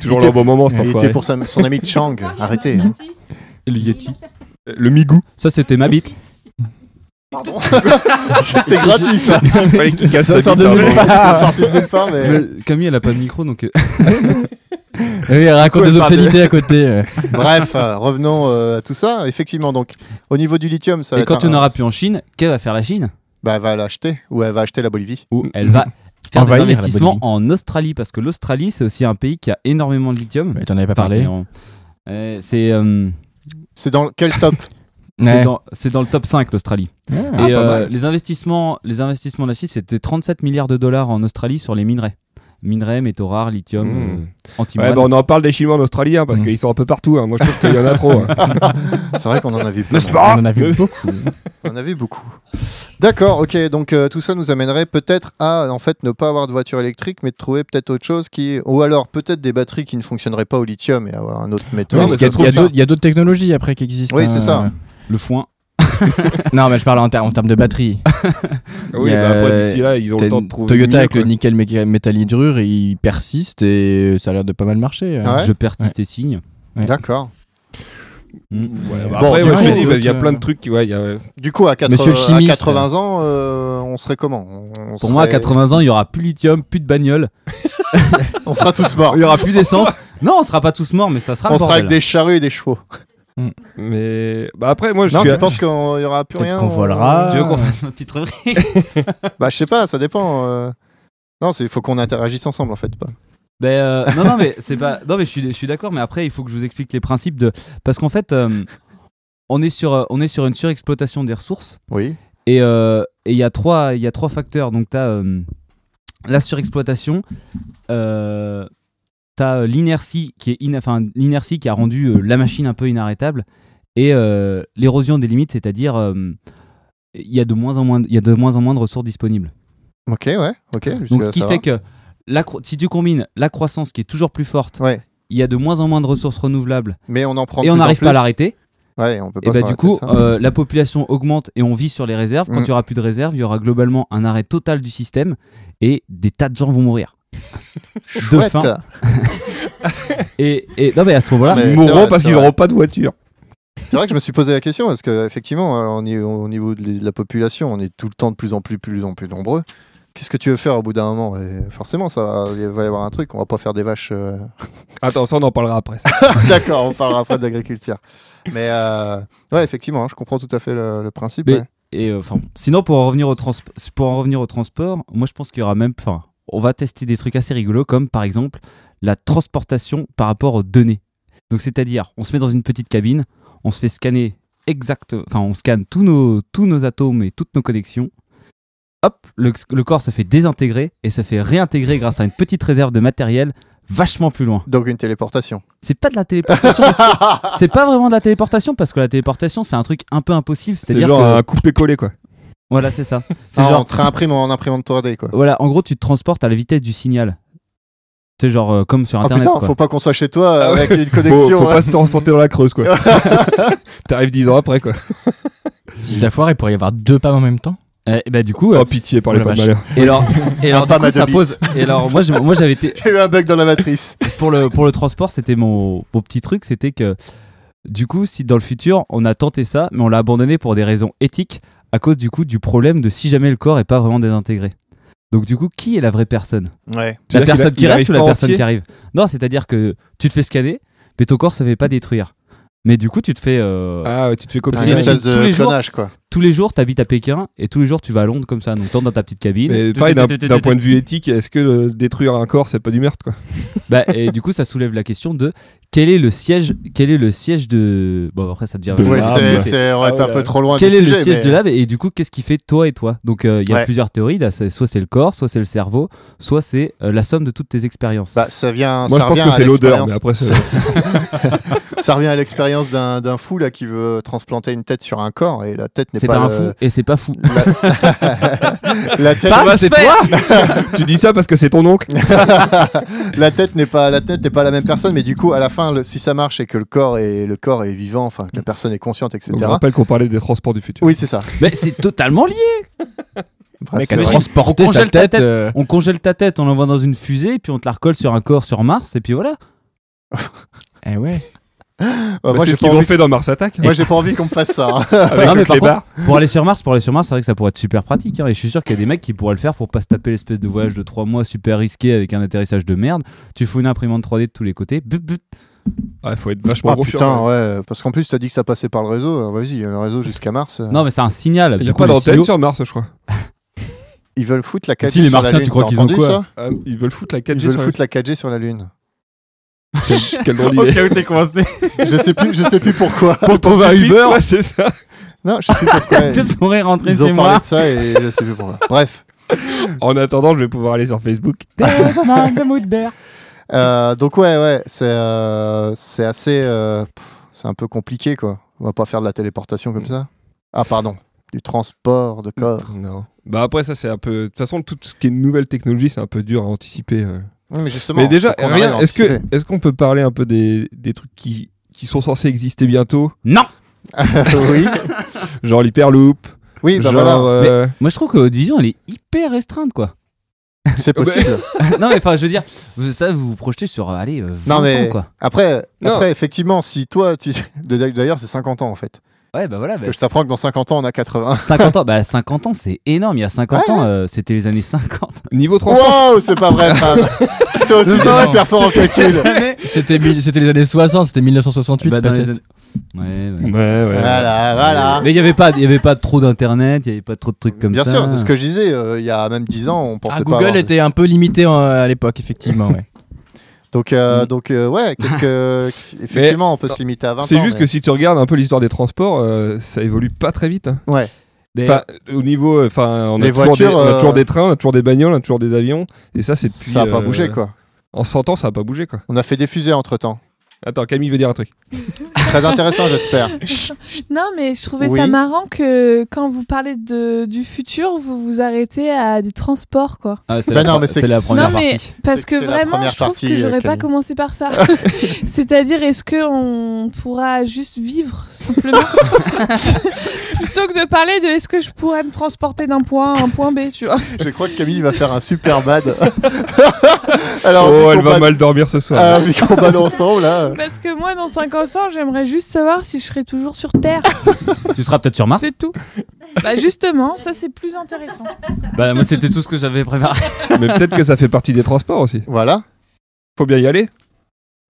S3: Toujours
S1: Il
S3: là au
S1: était-
S3: bon moment cet
S1: Il
S3: enfoiré.
S1: était pour sa- son ami Chang. Arrêtez. hein.
S4: le Yeti.
S3: Le Migou.
S4: Ça c'était ma bite.
S1: C'était gratuit ça.
S3: Fallait qu'il casse
S7: Ça
S3: sa
S7: sort de
S3: guitare.
S7: nulle part.
S1: C'est sorti de nulle part, mais.
S4: Camille elle a pas de micro donc.
S7: Oui, elle raconte
S4: Pourquoi
S7: des
S4: elle parle
S7: obscénités à côté. euh.
S1: Bref, euh, revenons euh, à tout ça. Effectivement, donc, au niveau du lithium, ça va
S4: Et quand
S1: être un-
S4: on aura plus en Chine, qu'elle va faire la Chine
S1: Bah, elle va l'acheter ou elle va acheter la Bolivie.
S4: Ou elle va faire des
S7: Envahir la
S4: investissements
S7: Bolivie.
S4: en Australie parce que l'Australie c'est aussi un pays qui a énormément de lithium.
S7: Mais t'en avais pas parlé.
S4: Enfin, euh, C'est euh,
S1: C'est dans quel top
S4: c'est
S7: Ouais.
S4: dans- c'est dans le top 5 l'Australie.
S7: Ah,
S4: et
S7: pas
S4: euh,
S7: mal.
S4: les investissements, les investissements de la Chine, c'était 37 milliards de dollars en Australie sur les minerais. Minerais, métaux rares, lithium,
S1: Hmm.
S3: Mmh.
S4: euh, antimoine.
S3: Ouais, bah, on en parle des Chinois en Australie hein, parce
S7: Mm.
S3: qu'ils sont un peu partout. hein. Moi je trouve qu'il y en a trop. hein.
S1: C'est vrai qu'on en a vu beaucoup.
S7: On en a
S3: Ah,
S7: vu beaucoup.
S1: On en a vu beaucoup. D'accord, ok. Donc euh, tout ça nous amènerait peut-être à en fait ne pas avoir de voiture électrique, mais de trouver peut-être autre chose qui, ou alors peut-être des batteries qui ne fonctionneraient pas au lithium et avoir un autre méthode.
S3: Non,
S7: Parce
S3: mais
S7: qu'il y a- il y a
S3: ça se trouve,
S7: d'autres- il y a d'autres technologies après qui existent. hein, euh.
S1: Oui, c'est ça.
S4: Le foin.
S7: Non, mais je parle en, ter- en termes de batterie.
S3: Oui,
S7: Il y a-
S3: bah, après d'ici là, ils ont
S7: Euh, T'as
S3: le temps
S7: une
S3: de trouver.
S7: Toyota
S3: mieux,
S7: avec
S3: quoi.
S7: le nickel méca- métallhydrure, il persiste et ça a l'air de pas mal marcher. euh.
S1: Ah ouais
S4: Je persiste et signe.
S1: D'accord.
S3: Ouais, bah,
S1: Bon,
S3: après,
S1: du
S3: ouais, je te
S7: coup,
S3: dis, bah, il y a
S7: euh,
S3: plein de trucs. qui- Ouais, il y a-
S1: Du coup, à, 80
S7: Monsieur le chimiste.
S1: à 80 ans, euh, on serait comment On- on
S4: Pour moi, à
S1: serait-
S4: 80 ans, il y aura plus de lithium, plus de bagnole,
S1: on sera tous morts.
S4: il y aura plus d'essence. non, on sera pas tous morts, mais ça sera
S1: On
S4: le
S1: sera
S4: bordel.
S1: avec des charrues et des chevaux.
S3: Mais bah, après, moi je
S1: non,
S3: suis.
S1: tu penses qu'il n'y aura plus
S7: Peut-être
S1: rien
S7: qu'on
S4: euh,
S1: on-
S7: volera.
S4: Tu veux qu'on fasse ma petite rubrique
S1: Bah, je sais pas, ça dépend. euh. Non, il faut qu'on interagisse ensemble en fait. pas.
S4: Ben, euh, non, non, mais c'est pas. Non, mais je suis, je suis d'accord, mais après, il faut que je vous explique les principes de. Parce qu'en fait, euh, on est sur, euh, on est sur une surexploitation des ressources.
S1: Oui.
S4: Et euh, et il y, a trois- il y a trois facteurs. Donc, tu as la surexploitation, euh, tu as l'inertie qui, est ina- enfin, l'inertie qui a rendu euh, la machine un peu inarrêtable, et euh, l'érosion des limites, c'est-à-dire euh, il y, a de moins en moins de- il y a de moins en moins de ressources disponibles.
S1: Ok, ouais. Ok.
S4: Donc, ce qui fait que la cro- si tu combines la croissance qui est toujours plus forte,
S1: Ouais.
S4: il y a de moins en moins de ressources renouvelables,
S1: Mais on en prend. de
S4: et on
S1: plus en
S4: n'arrive pas à
S1: plus.
S4: l'arrêter.
S1: Ouais, on peut pas
S4: Et bah
S1: s'arrêter
S4: du coup,
S1: de ça.
S4: euh, la population augmente et on vit sur les réserves. Quand
S1: Mm.
S4: il y aura plus de réserves, il y aura globalement un arrêt total du système et des tas de gens vont mourir. de
S1: Chouette.
S4: faim. Et, et non mais à ce moment-là,
S1: Mais
S3: Ils
S1: c'est
S3: mourront
S1: vrai,
S3: parce
S1: c'est
S3: qu'ils
S1: vrai.
S3: n'auront pas de voiture.
S1: C'est vrai que je me suis posé la question parce que effectivement, euh, on est- au niveau de la population, on est tout le temps de plus en plus, plus en plus nombreux. Qu'est-ce que tu veux faire au bout d'un moment Et Forcément, ça va- il va y avoir un truc. On va pas faire des vaches. euh,
S3: Attends, ça on en parlera après. ça.
S1: D'accord, on parlera après de l'agriculture. Mais euh, ouais, effectivement, hein, je comprends tout à fait le, le principe.
S4: Mais-
S1: ouais.
S4: et euh, enfin, sinon pour en revenir au transp- pour en revenir au transport, moi je pense qu'il y aura même, enfin, on va tester des trucs assez rigolos comme par exemple la transportation par rapport aux données. Donc c'est-à-dire, on se met dans une petite cabine, on se fait scanner exact, enfin on scanne tous nos tous nos atomes et toutes nos connexions. Hop, le, le corps se fait désintégrer et se fait réintégrer grâce à une petite réserve de matériel vachement plus loin.
S1: Donc une téléportation.
S4: C'est pas de la téléportation, c'est pas vraiment de la téléportation parce que la téléportation c'est un truc un peu impossible.
S3: C'est
S4: C'est-à-dire
S3: genre
S4: que-
S3: un coupé-collé quoi.
S4: voilà c'est ça. C'est
S1: Ah,
S4: genre
S1: en train imprimant, en imprimante 3D quoi.
S4: Voilà, en gros, tu te transportes à la vitesse du signal. C'est genre euh, comme sur
S1: Oh
S4: Internet.
S1: putain,
S4: quoi.
S1: faut pas qu'on soit chez toi
S3: Ah ouais.
S1: avec une
S3: Faut,
S1: connexion. hein.
S3: faut
S1: ouais.
S3: pas se transporter dans la creuse quoi. T'arrives 10 ans après quoi.
S7: Si ça foire, il pourrait y avoir deux pas en même temps.
S4: Euh, et bah, du coup, euh,
S3: Oh pitié, parlez
S7: Oh la
S3: pas de
S7: vache.
S3: malheur.
S4: et alors, et alors,
S1: Un
S4: du
S1: pas
S4: coup,
S1: mal de
S4: ça
S1: bits.
S4: pose. Et alors, moi, je- moi, j'avais été
S1: J'ai eu un bug dans la matrice.
S4: pour le pour le transport, c'était mon, mon petit truc, c'était que du coup, si dans le futur, on a tenté ça, mais on l'a abandonné pour des raisons éthiques, à cause du coup du problème de si jamais le corps est pas vraiment désintégré. Donc du coup, qui est la vraie personne
S1: Ouais.
S3: Tu
S4: La
S3: veux dire qu'il a-
S4: personne qui
S3: il
S4: reste
S3: arrive
S4: ou la
S3: pas
S4: personne
S3: entier
S4: qui arrive Non, c'est-à-dire que tu te fais scanner, mais ton corps se fait pas détruire. Mais du coup, tu te fais euh,
S3: Ah ouais, tu te
S1: C'est
S3: fais
S1: une
S3: copier.
S4: Parce que-
S1: espèce
S4: imagine tous
S1: de
S4: les jours-
S1: clonage quoi.
S3: Ah,
S4: tous les jours, t'habites à Pékin et tous les jours, tu vas à Londres comme ça. Donc, t'entres dans ta petite cabine.
S3: Mais pareil, d'un d'un point de vue éthique, est-ce que euh, détruire un corps, c'est pas du meurtre quoi
S4: Bah, et du coup, ça soulève la question de quel est le siège, quel est le siège de. Bon, après, ça devient.
S3: De
S1: Ouais,
S3: l'arbre,
S1: c'est,
S3: ouais.
S1: c'est on va être
S3: Ah
S1: un
S3: ouais,
S1: peu
S3: là.
S1: trop loin.
S4: Quel
S1: du
S4: est le
S1: sujet,
S4: siège
S1: mais-
S4: de l'âme Et du coup, qu'est-ce qui fait toi et toi Donc, euh, il y a
S1: Ouais.
S4: plusieurs théories. là, c'est- soit c'est le corps, soit c'est le cerveau, soit c'est euh, la somme de toutes tes expériences.
S1: Bah, ça vient.
S3: Moi
S1: ça
S3: je pense
S1: revient
S3: que
S1: à
S3: c'est l'odeur,
S1: l'expérience-
S3: mais après c'est.
S1: Ça revient à l'expérience d'un, d'un fou là qui veut transplanter une tête sur un corps et la tête n'est
S4: C'est
S1: pas.
S4: pas, un
S1: le-
S4: fou et c'est pas fou.
S1: La tête,
S4: Thomas, c'est toi
S3: tu dis ça parce que c'est ton oncle
S1: la tête n'est pas la tête n'est pas la même personne, mais du coup à la fin, le- si ça marche et que le corps est le corps est vivant, enfin
S4: Mm.
S1: que la personne est consciente, etc.
S3: Donc, Je rappelle qu'on parlait des transports du futur.
S1: Oui, c'est ça.
S4: Mais c'est totalement lié.
S1: Bref,
S7: Mec,
S1: c'est vrai.
S7: transporter
S4: on
S7: sa
S4: congèle ta
S7: tête.
S4: tête.
S7: euh,
S4: On congèle ta tête, on l'envoie dans une fusée, puis on te la recolle sur un corps sur Mars, et puis voilà.
S7: Eh ouais.
S1: Ouais,
S3: Bah,
S1: moi,
S3: c'est
S1: j'ai
S3: ce
S1: pas
S3: qu'ils ont
S1: envie-
S3: fait dans Mars Attack.
S1: moi, j'ai pas envie qu'on me fasse ça. hein.
S3: Avec
S4: Non, mais
S3: le
S4: par
S3: clébard.
S4: Pour aller sur Mars, pour aller sur Mars, c'est vrai que ça pourrait être super pratique. hein. Et je suis sûr qu'il y a des mecs qui pourraient le faire pour pas se taper l'espèce de voyage de 3 mois super risqué avec un atterrissage de merde. Tu fous une imprimante 3D de tous les côtés. But, but.
S3: Ouais, faut être vachement
S1: Ah
S3: confiant.
S1: putain, ouais, parce qu'en plus t'as dit que ça passait par le réseau. Euh, Vas-y, le réseau jusqu'à Mars. euh,
S4: Non, mais c'est un signal.
S3: Il n'y
S4: Du
S3: a
S4: coup,
S3: pas
S4: les
S3: d'antenne
S4: signaux-
S3: sur Mars, je crois.
S1: Ils veulent foutre la 4G
S7: Si, les
S1: sur la
S7: Martiens,
S1: Lune.
S7: tu crois
S1: T'as
S7: qu'ils ont
S1: entendu
S7: quoi
S1: ça
S3: Ah, Ils veulent foutre la 4G
S1: Ils
S3: sur
S1: veulent
S3: la-
S1: foutre la 4G sur la Lune.
S3: Quelle drôle d'idée.
S1: je sais plus, je sais plus pourquoi.
S3: Pour trouver un Uber Ouais, c'est ça.
S1: Non, je sais plus pourquoi.
S4: Tu pourrais rentrer
S1: Ils
S4: chez
S1: ont parlé
S4: moi.
S1: de ça et je sais plus pourquoi. Bref.
S3: En attendant, je vais pouvoir aller sur Facebook.
S1: Euh, donc ouais, ouais, c'est euh, c'est assez, euh, pff, c'est un peu compliqué quoi. On va pas faire de la téléportation comme ça. Ah pardon, du transport de corps.
S3: Non. Bah après ça c'est un peu de toute façon tout ce qui est nouvelle technologie c'est un peu dur à anticiper. euh.
S1: Oui, mais justement.
S3: Mais déjà
S1: faut qu'on
S3: rien
S1: arrive à
S3: est-ce que
S1: anticiper.
S3: est-ce qu'on peut parler un peu des, des trucs qui qui sont censés exister bientôt
S4: Non
S1: oui,
S3: genre l'hyperloop
S1: oui, bah
S3: genre
S1: voilà,
S3: euh,
S4: Moi, je trouve que votre vision, elle est hyper restreinte, quoi.
S1: c'est possible.
S4: non, mais enfin, je veux dire, vous- ça, vous vous projetez sur, euh, allez, euh, 20
S1: Non, mais-
S4: ans, quoi.
S1: Après,
S3: Non.
S1: après effectivement, si toi, tu... de- d'ailleurs, c'est 50 ans en fait.
S4: Ouais, bah voilà.
S1: Parce
S4: bah,
S1: que je t'apprends que dans 50 ans, on a 80.
S4: 50 ans, bah 50 ans, c'est énorme. Il y a 50 ans, euh, c'était les années 50.
S3: niveau transport
S1: Wow, c'est pas vrai, Fab. Toi aussi, t'es
S7: Non.
S1: super fort en calcul.
S7: C'était mille- c'était les années 60, c'était 1968
S4: Bah,
S7: peut-être.
S4: Ouais, ouais.
S3: Ouais ouais.
S1: Voilà, voilà.
S4: Mais il n'y avait, pas- il y avait pas trop d'internet, il n'y avait pas trop de trucs comme
S1: Bien
S4: ça.
S1: sûr, c'est ce que je disais, euh, il y a même 10 ans, on pensait
S7: Ah,
S1: pas avoir
S7: Google
S1: de-
S7: était un peu limité en- à l'époque, effectivement. ouais.
S1: Donc,
S3: Mm.
S1: euh, donc euh, ouais, qu'est-ce que. Effectivement, on peut se limiter à 20 ans.
S3: C'est juste
S1: mais-
S3: que si tu regardes un peu l'histoire des transports, euh, ça évolue pas très vite. hein.
S1: Ouais.
S4: Mais-
S3: Enfin, au niveau, euh, enfin, on, a
S1: Les
S3: toujours
S1: voitures,
S3: des, on a toujours
S1: euh,
S3: des trains, on a toujours des bagnoles, on a toujours des avions, et ça c'est depuis.
S1: Ça a pas
S3: euh,
S1: bougé, quoi.
S3: En 100 ans, ça a pas bougé quoi.
S1: On a fait des fusées entre temps.
S3: Attends, Camille veut dire un truc.
S1: Très intéressant, j'espère.
S6: Non, mais je trouvais
S1: Oui.
S6: ça marrant que quand vous parlez de, du futur, vous vous arrêtez à des transports, quoi.
S4: Ah, c'est
S1: Bah
S4: la,
S1: non,
S4: pre-
S1: mais c'est
S4: c'est la
S1: que-
S4: première
S6: non, mais
S4: partie.
S1: C'est
S6: parce
S1: que
S6: que
S1: c'est la
S6: vraiment,
S1: première
S6: je trouve
S1: partie, euh,
S6: que j'aurais pas
S1: Camille.
S6: commencé par ça. C'est-à-dire, est-ce qu'on pourra juste vivre simplement plutôt que de parler de est-ce que je pourrais me transporter d'un point A à un point B, tu vois
S1: Je crois que Camille va faire un super bad. Alors,
S3: oh,
S1: vu
S3: elle
S1: qu'on
S3: va
S1: bat-
S3: mal dormir ce soir.
S1: Ah, vu qu'on bat ensemble, là.
S6: Parce que moi, dans 50 ans, j'aimerais juste savoir si je serai toujours sur Terre.
S4: Tu seras peut-être sur Mars.
S6: C'est tout. Bah justement, ça c'est plus intéressant.
S4: Bah, moi, c'était tout ce que j'avais préparé.
S3: Mais peut-être que ça fait partie des transports aussi.
S1: Voilà.
S3: Faut bien y aller.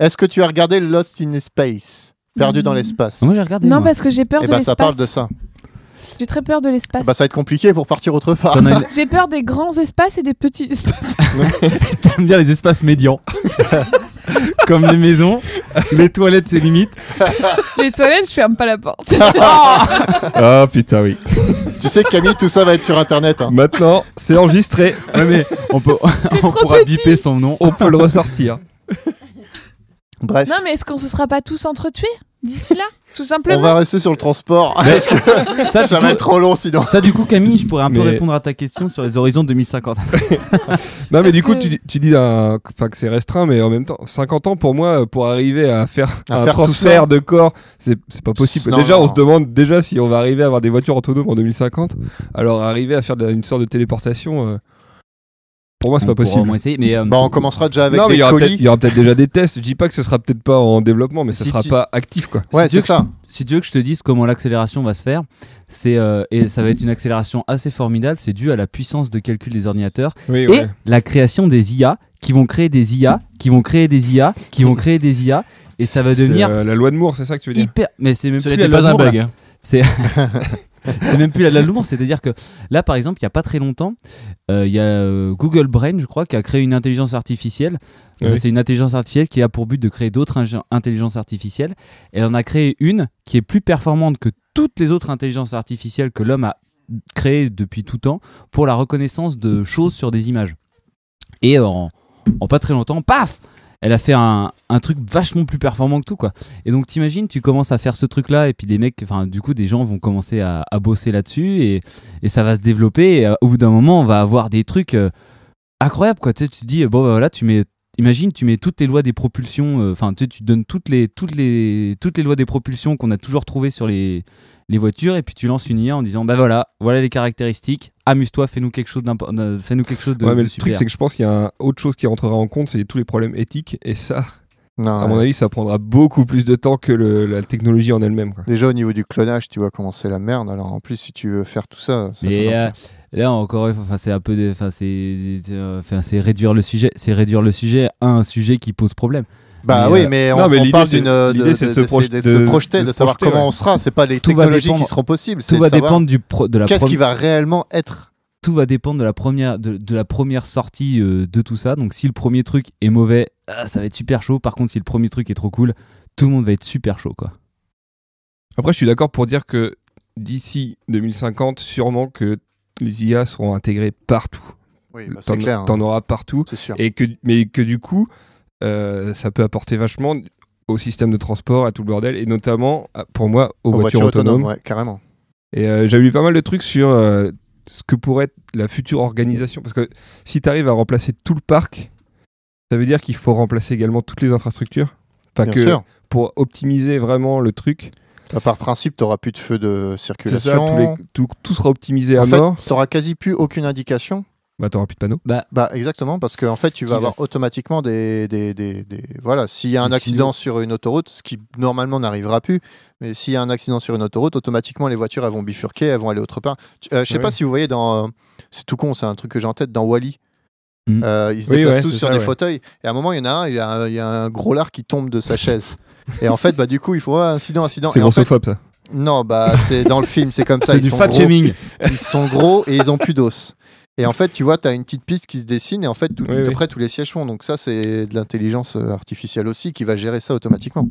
S1: Est-ce que tu as regardé Lost in Space Perdu dans
S6: Mm.
S1: l'espace
S4: Moi, j'ai regardé.
S6: Non,
S4: moi.
S6: parce que j'ai peur
S1: Et
S6: de
S1: bah, ça parle de
S6: l'espace.
S1: ça.
S6: J'ai très peur de l'espace.
S1: Bah, ça va être compliqué pour partir autre part.
S4: T'en as une-
S6: J'ai peur des grands espaces et des petits espaces.
S4: J'aime bien les espaces médians. Comme les maisons, les toilettes, c'est limite.
S6: Les toilettes, je ferme pas la porte.
S3: Ah putain, oui.
S1: tu sais, Camille, tout ça va être sur internet. hein.
S3: Maintenant, c'est enregistré.
S4: Ouais, mais on peut.
S6: C'est
S4: on
S6: trop
S4: pourra
S6: petit.
S4: biper son nom.
S3: On peut le ressortir.
S1: Bref.
S6: Non, mais est-ce qu'on se sera pas tous entretués d'ici là Tout
S1: On
S6: simplement.
S1: va rester sur le transport. Est-ce que ça
S4: Ça, du
S1: va
S4: coup-
S1: être trop long sinon
S4: ça, du coup, Camille, je pourrais un peu
S3: Mais-
S4: répondre à ta question sur les horizons 2050.
S3: Non, mais
S6: Parce
S3: du coup,
S6: que-
S3: tu, dis- tu dis d'un- enfin, que c'est restreint, mais en même temps, 50 ans pour moi, pour arriver à faire
S1: À
S3: un
S1: faire tout ça.
S3: transfert de corps, c'est c'est pas possible.
S1: Non,
S3: déjà,
S1: non.
S3: on se demande déjà si on va arriver à avoir des voitures autonomes en 2050. Alors, arriver à faire de- une sorte de téléportation, euh, pour moi, c'est pas
S4: On pourra au
S3: possible.
S4: moins essayer, mais. euh,
S1: Bah, on commencera déjà avec
S3: non, mais il
S1: des
S3: y aura peut-être il
S1: colis.
S3: y aura peut-être déjà des tests. Je dis pas que ce sera peut-être pas en développement, mais ça
S4: Si
S3: sera
S4: tu-
S3: pas actif, quoi.
S1: Ouais,
S4: si tu
S1: c'est
S4: veux
S1: ça.
S4: que- Si tu veux que je te dise comment l'accélération va se faire, c'est euh, et ça va être une accélération assez formidable. C'est dû à la puissance de calcul des ordinateurs
S3: Oui,
S4: et la création des IA qui vont créer des IA qui vont créer des IA qui vont créer des IA et ça va
S3: C'est
S4: devenir
S3: euh, la loi de Moore, c'est ça que tu veux dire
S4: hyper. Mais c'est même
S7: Ce
S4: plus la
S7: n'était
S4: loi
S7: pas
S4: de
S7: un
S4: Moore,
S7: bug. hein.
S4: C'est même plus la l'amour, c'est-à-dire que là, par exemple, il n'y a pas très longtemps, euh, il y a euh, Google Brain, je crois, qui a créé une intelligence artificielle. Ça,
S3: Oui.
S4: C'est une intelligence artificielle qui a pour but de créer d'autres inge- intelligences artificielles. Elle en a créé une qui est plus performante que toutes les autres intelligences artificielles que l'homme a créées depuis tout temps pour la reconnaissance de choses sur des images. Et en, en pas très longtemps, paf elle a fait un, un truc vachement plus performant que tout quoi. Et donc t'imagines, tu commences à faire ce truc là et puis des mecs, enfin du coup des gens vont commencer à, à bosser là-dessus et, et ça va se développer. Et, euh, au bout d'un moment, on va avoir des trucs euh, incroyables quoi. Tu, sais, tu te dis euh, bon bah, voilà, tu mets, imagine, tu mets toutes les lois des propulsions, euh, enfin tu, sais, tu donnes toutes les toutes les toutes les lois des propulsions qu'on a toujours trouvées sur les les voitures et puis tu lances une IA en disant bah voilà, voilà les caractéristiques, amuse-toi, fais-nous quelque chose d'impo- d'un- fais-nous quelque chose de,
S3: Ouais, mais
S4: de
S3: le
S4: super.
S3: truc, c'est que je pense qu'il y a un- autre chose qui rentrera en compte, c'est tous les problèmes éthiques. Et ça,
S1: Non,
S3: à mon avis, ça prendra beaucoup plus de temps que le- la technologie en elle-même. quoi.
S1: Déjà au niveau du clonage, tu vois comment c'est la merde. Alors en plus, si tu veux faire tout ça, ça
S4: Mais,
S1: te
S4: euh, Là encore, une fois, enfin c'est un peu, des- enfin c'est, euh, enfin, c'est réduire le sujet, c'est réduire le sujet à un sujet qui pose problème.
S1: Bah
S4: mais,
S1: oui,
S4: euh,
S1: mais on,
S3: non, mais
S1: on
S3: l'idée,
S1: parle
S3: c'est-
S1: d'une euh, de,
S3: l'idée, c'est de se
S1: d'essayer de
S3: projeter-
S1: se
S3: de-
S1: projeter, de,
S3: de se
S1: savoir
S3: projeter,
S1: comment
S3: ouais.
S1: on sera. C'est pas les
S4: Tout va
S1: technologies qui
S4: dépendre-
S1: seront possibles,
S4: Tout
S1: c'est
S4: va
S1: savoir
S4: dépendre du pro- de la
S1: qu'est-ce
S4: première-
S1: qui va réellement être.
S4: tout va dépendre de la première, de, de la première sortie euh, de tout ça. Donc si le premier truc est mauvais, ah, ça va être super chaud. Par contre, si le premier truc est trop cool, tout le monde va être super chaud quoi.
S3: Après, je suis d'accord pour dire que d'ici 2050, sûrement que les IA seront intégrées partout.
S1: Oui, bah, c'est
S3: T'en
S1: clair, hein,
S3: t'en auras partout.
S1: c'est sûr.
S3: Et que, mais que du coup, euh, ça peut apporter vachement au système de transport, à tout le bordel, et notamment, à- pour moi, aux,
S1: Aux
S3: voitures, autonomes.
S1: ouais, carrément.
S3: Et euh, j'avais lu pas mal de trucs sur euh, ce que pourrait être la future organisation. Parce que si tu arrives à remplacer tout le parc, ça veut dire qu'il faut remplacer également toutes les infrastructures. Enfin,
S1: Bien
S3: que
S1: sûr.
S3: pour optimiser vraiment le truc,
S1: Bah, par principe, t'auras plus de feu de
S3: c'est
S1: circulation.
S3: ça, tous les- tout, tout sera optimisé à
S1: En
S3: mort.
S1: fait, t'auras quasi plus aucune indication.
S3: Bah, t'auras plus de panneaux.
S1: Bah exactement parce que en fait
S4: Ce
S1: tu
S4: qui
S1: vas avoir
S4: va-
S1: automatiquement des, des, des, des- voilà s'il y a un
S4: Des
S1: accident sur une autoroute ce qui normalement n'arrivera plus mais s'il y a un accident sur une autoroute automatiquement les voitures elles vont bifurquer elles vont aller autre part Tu- euh, je sais
S3: Ouais.
S1: pas si vous voyez dans euh, c'est tout con c'est un truc que j'ai en tête dans Wally ils se
S4: Mm.
S3: Hmm. Oui,
S1: déplacent
S3: ouais,
S1: tous
S3: c'est
S1: sur
S3: ça,
S1: des
S3: ouais.
S1: fauteuils et à un moment il y en a un il y a un, il y a un gros lard qui tombe de sa chaise et en fait bah du coup il faut ah, incident incident
S3: c'est
S1: et en fait,
S3: grossophobe, ça.
S1: non bah c'est dans le film c'est comme ça
S4: C'est
S1: ils
S4: du
S1: sont
S4: fat
S1: gros
S4: shaming.
S1: ils sont gros et ils ont plus d'os. Et en fait, tu vois, tu as une petite piste qui se dessine et en fait, tout,
S3: Oui,
S1: tout-
S3: oui.
S1: après, tous les sièges font. Donc ça, c'est de l'intelligence euh, artificielle aussi qui va gérer ça automatiquement.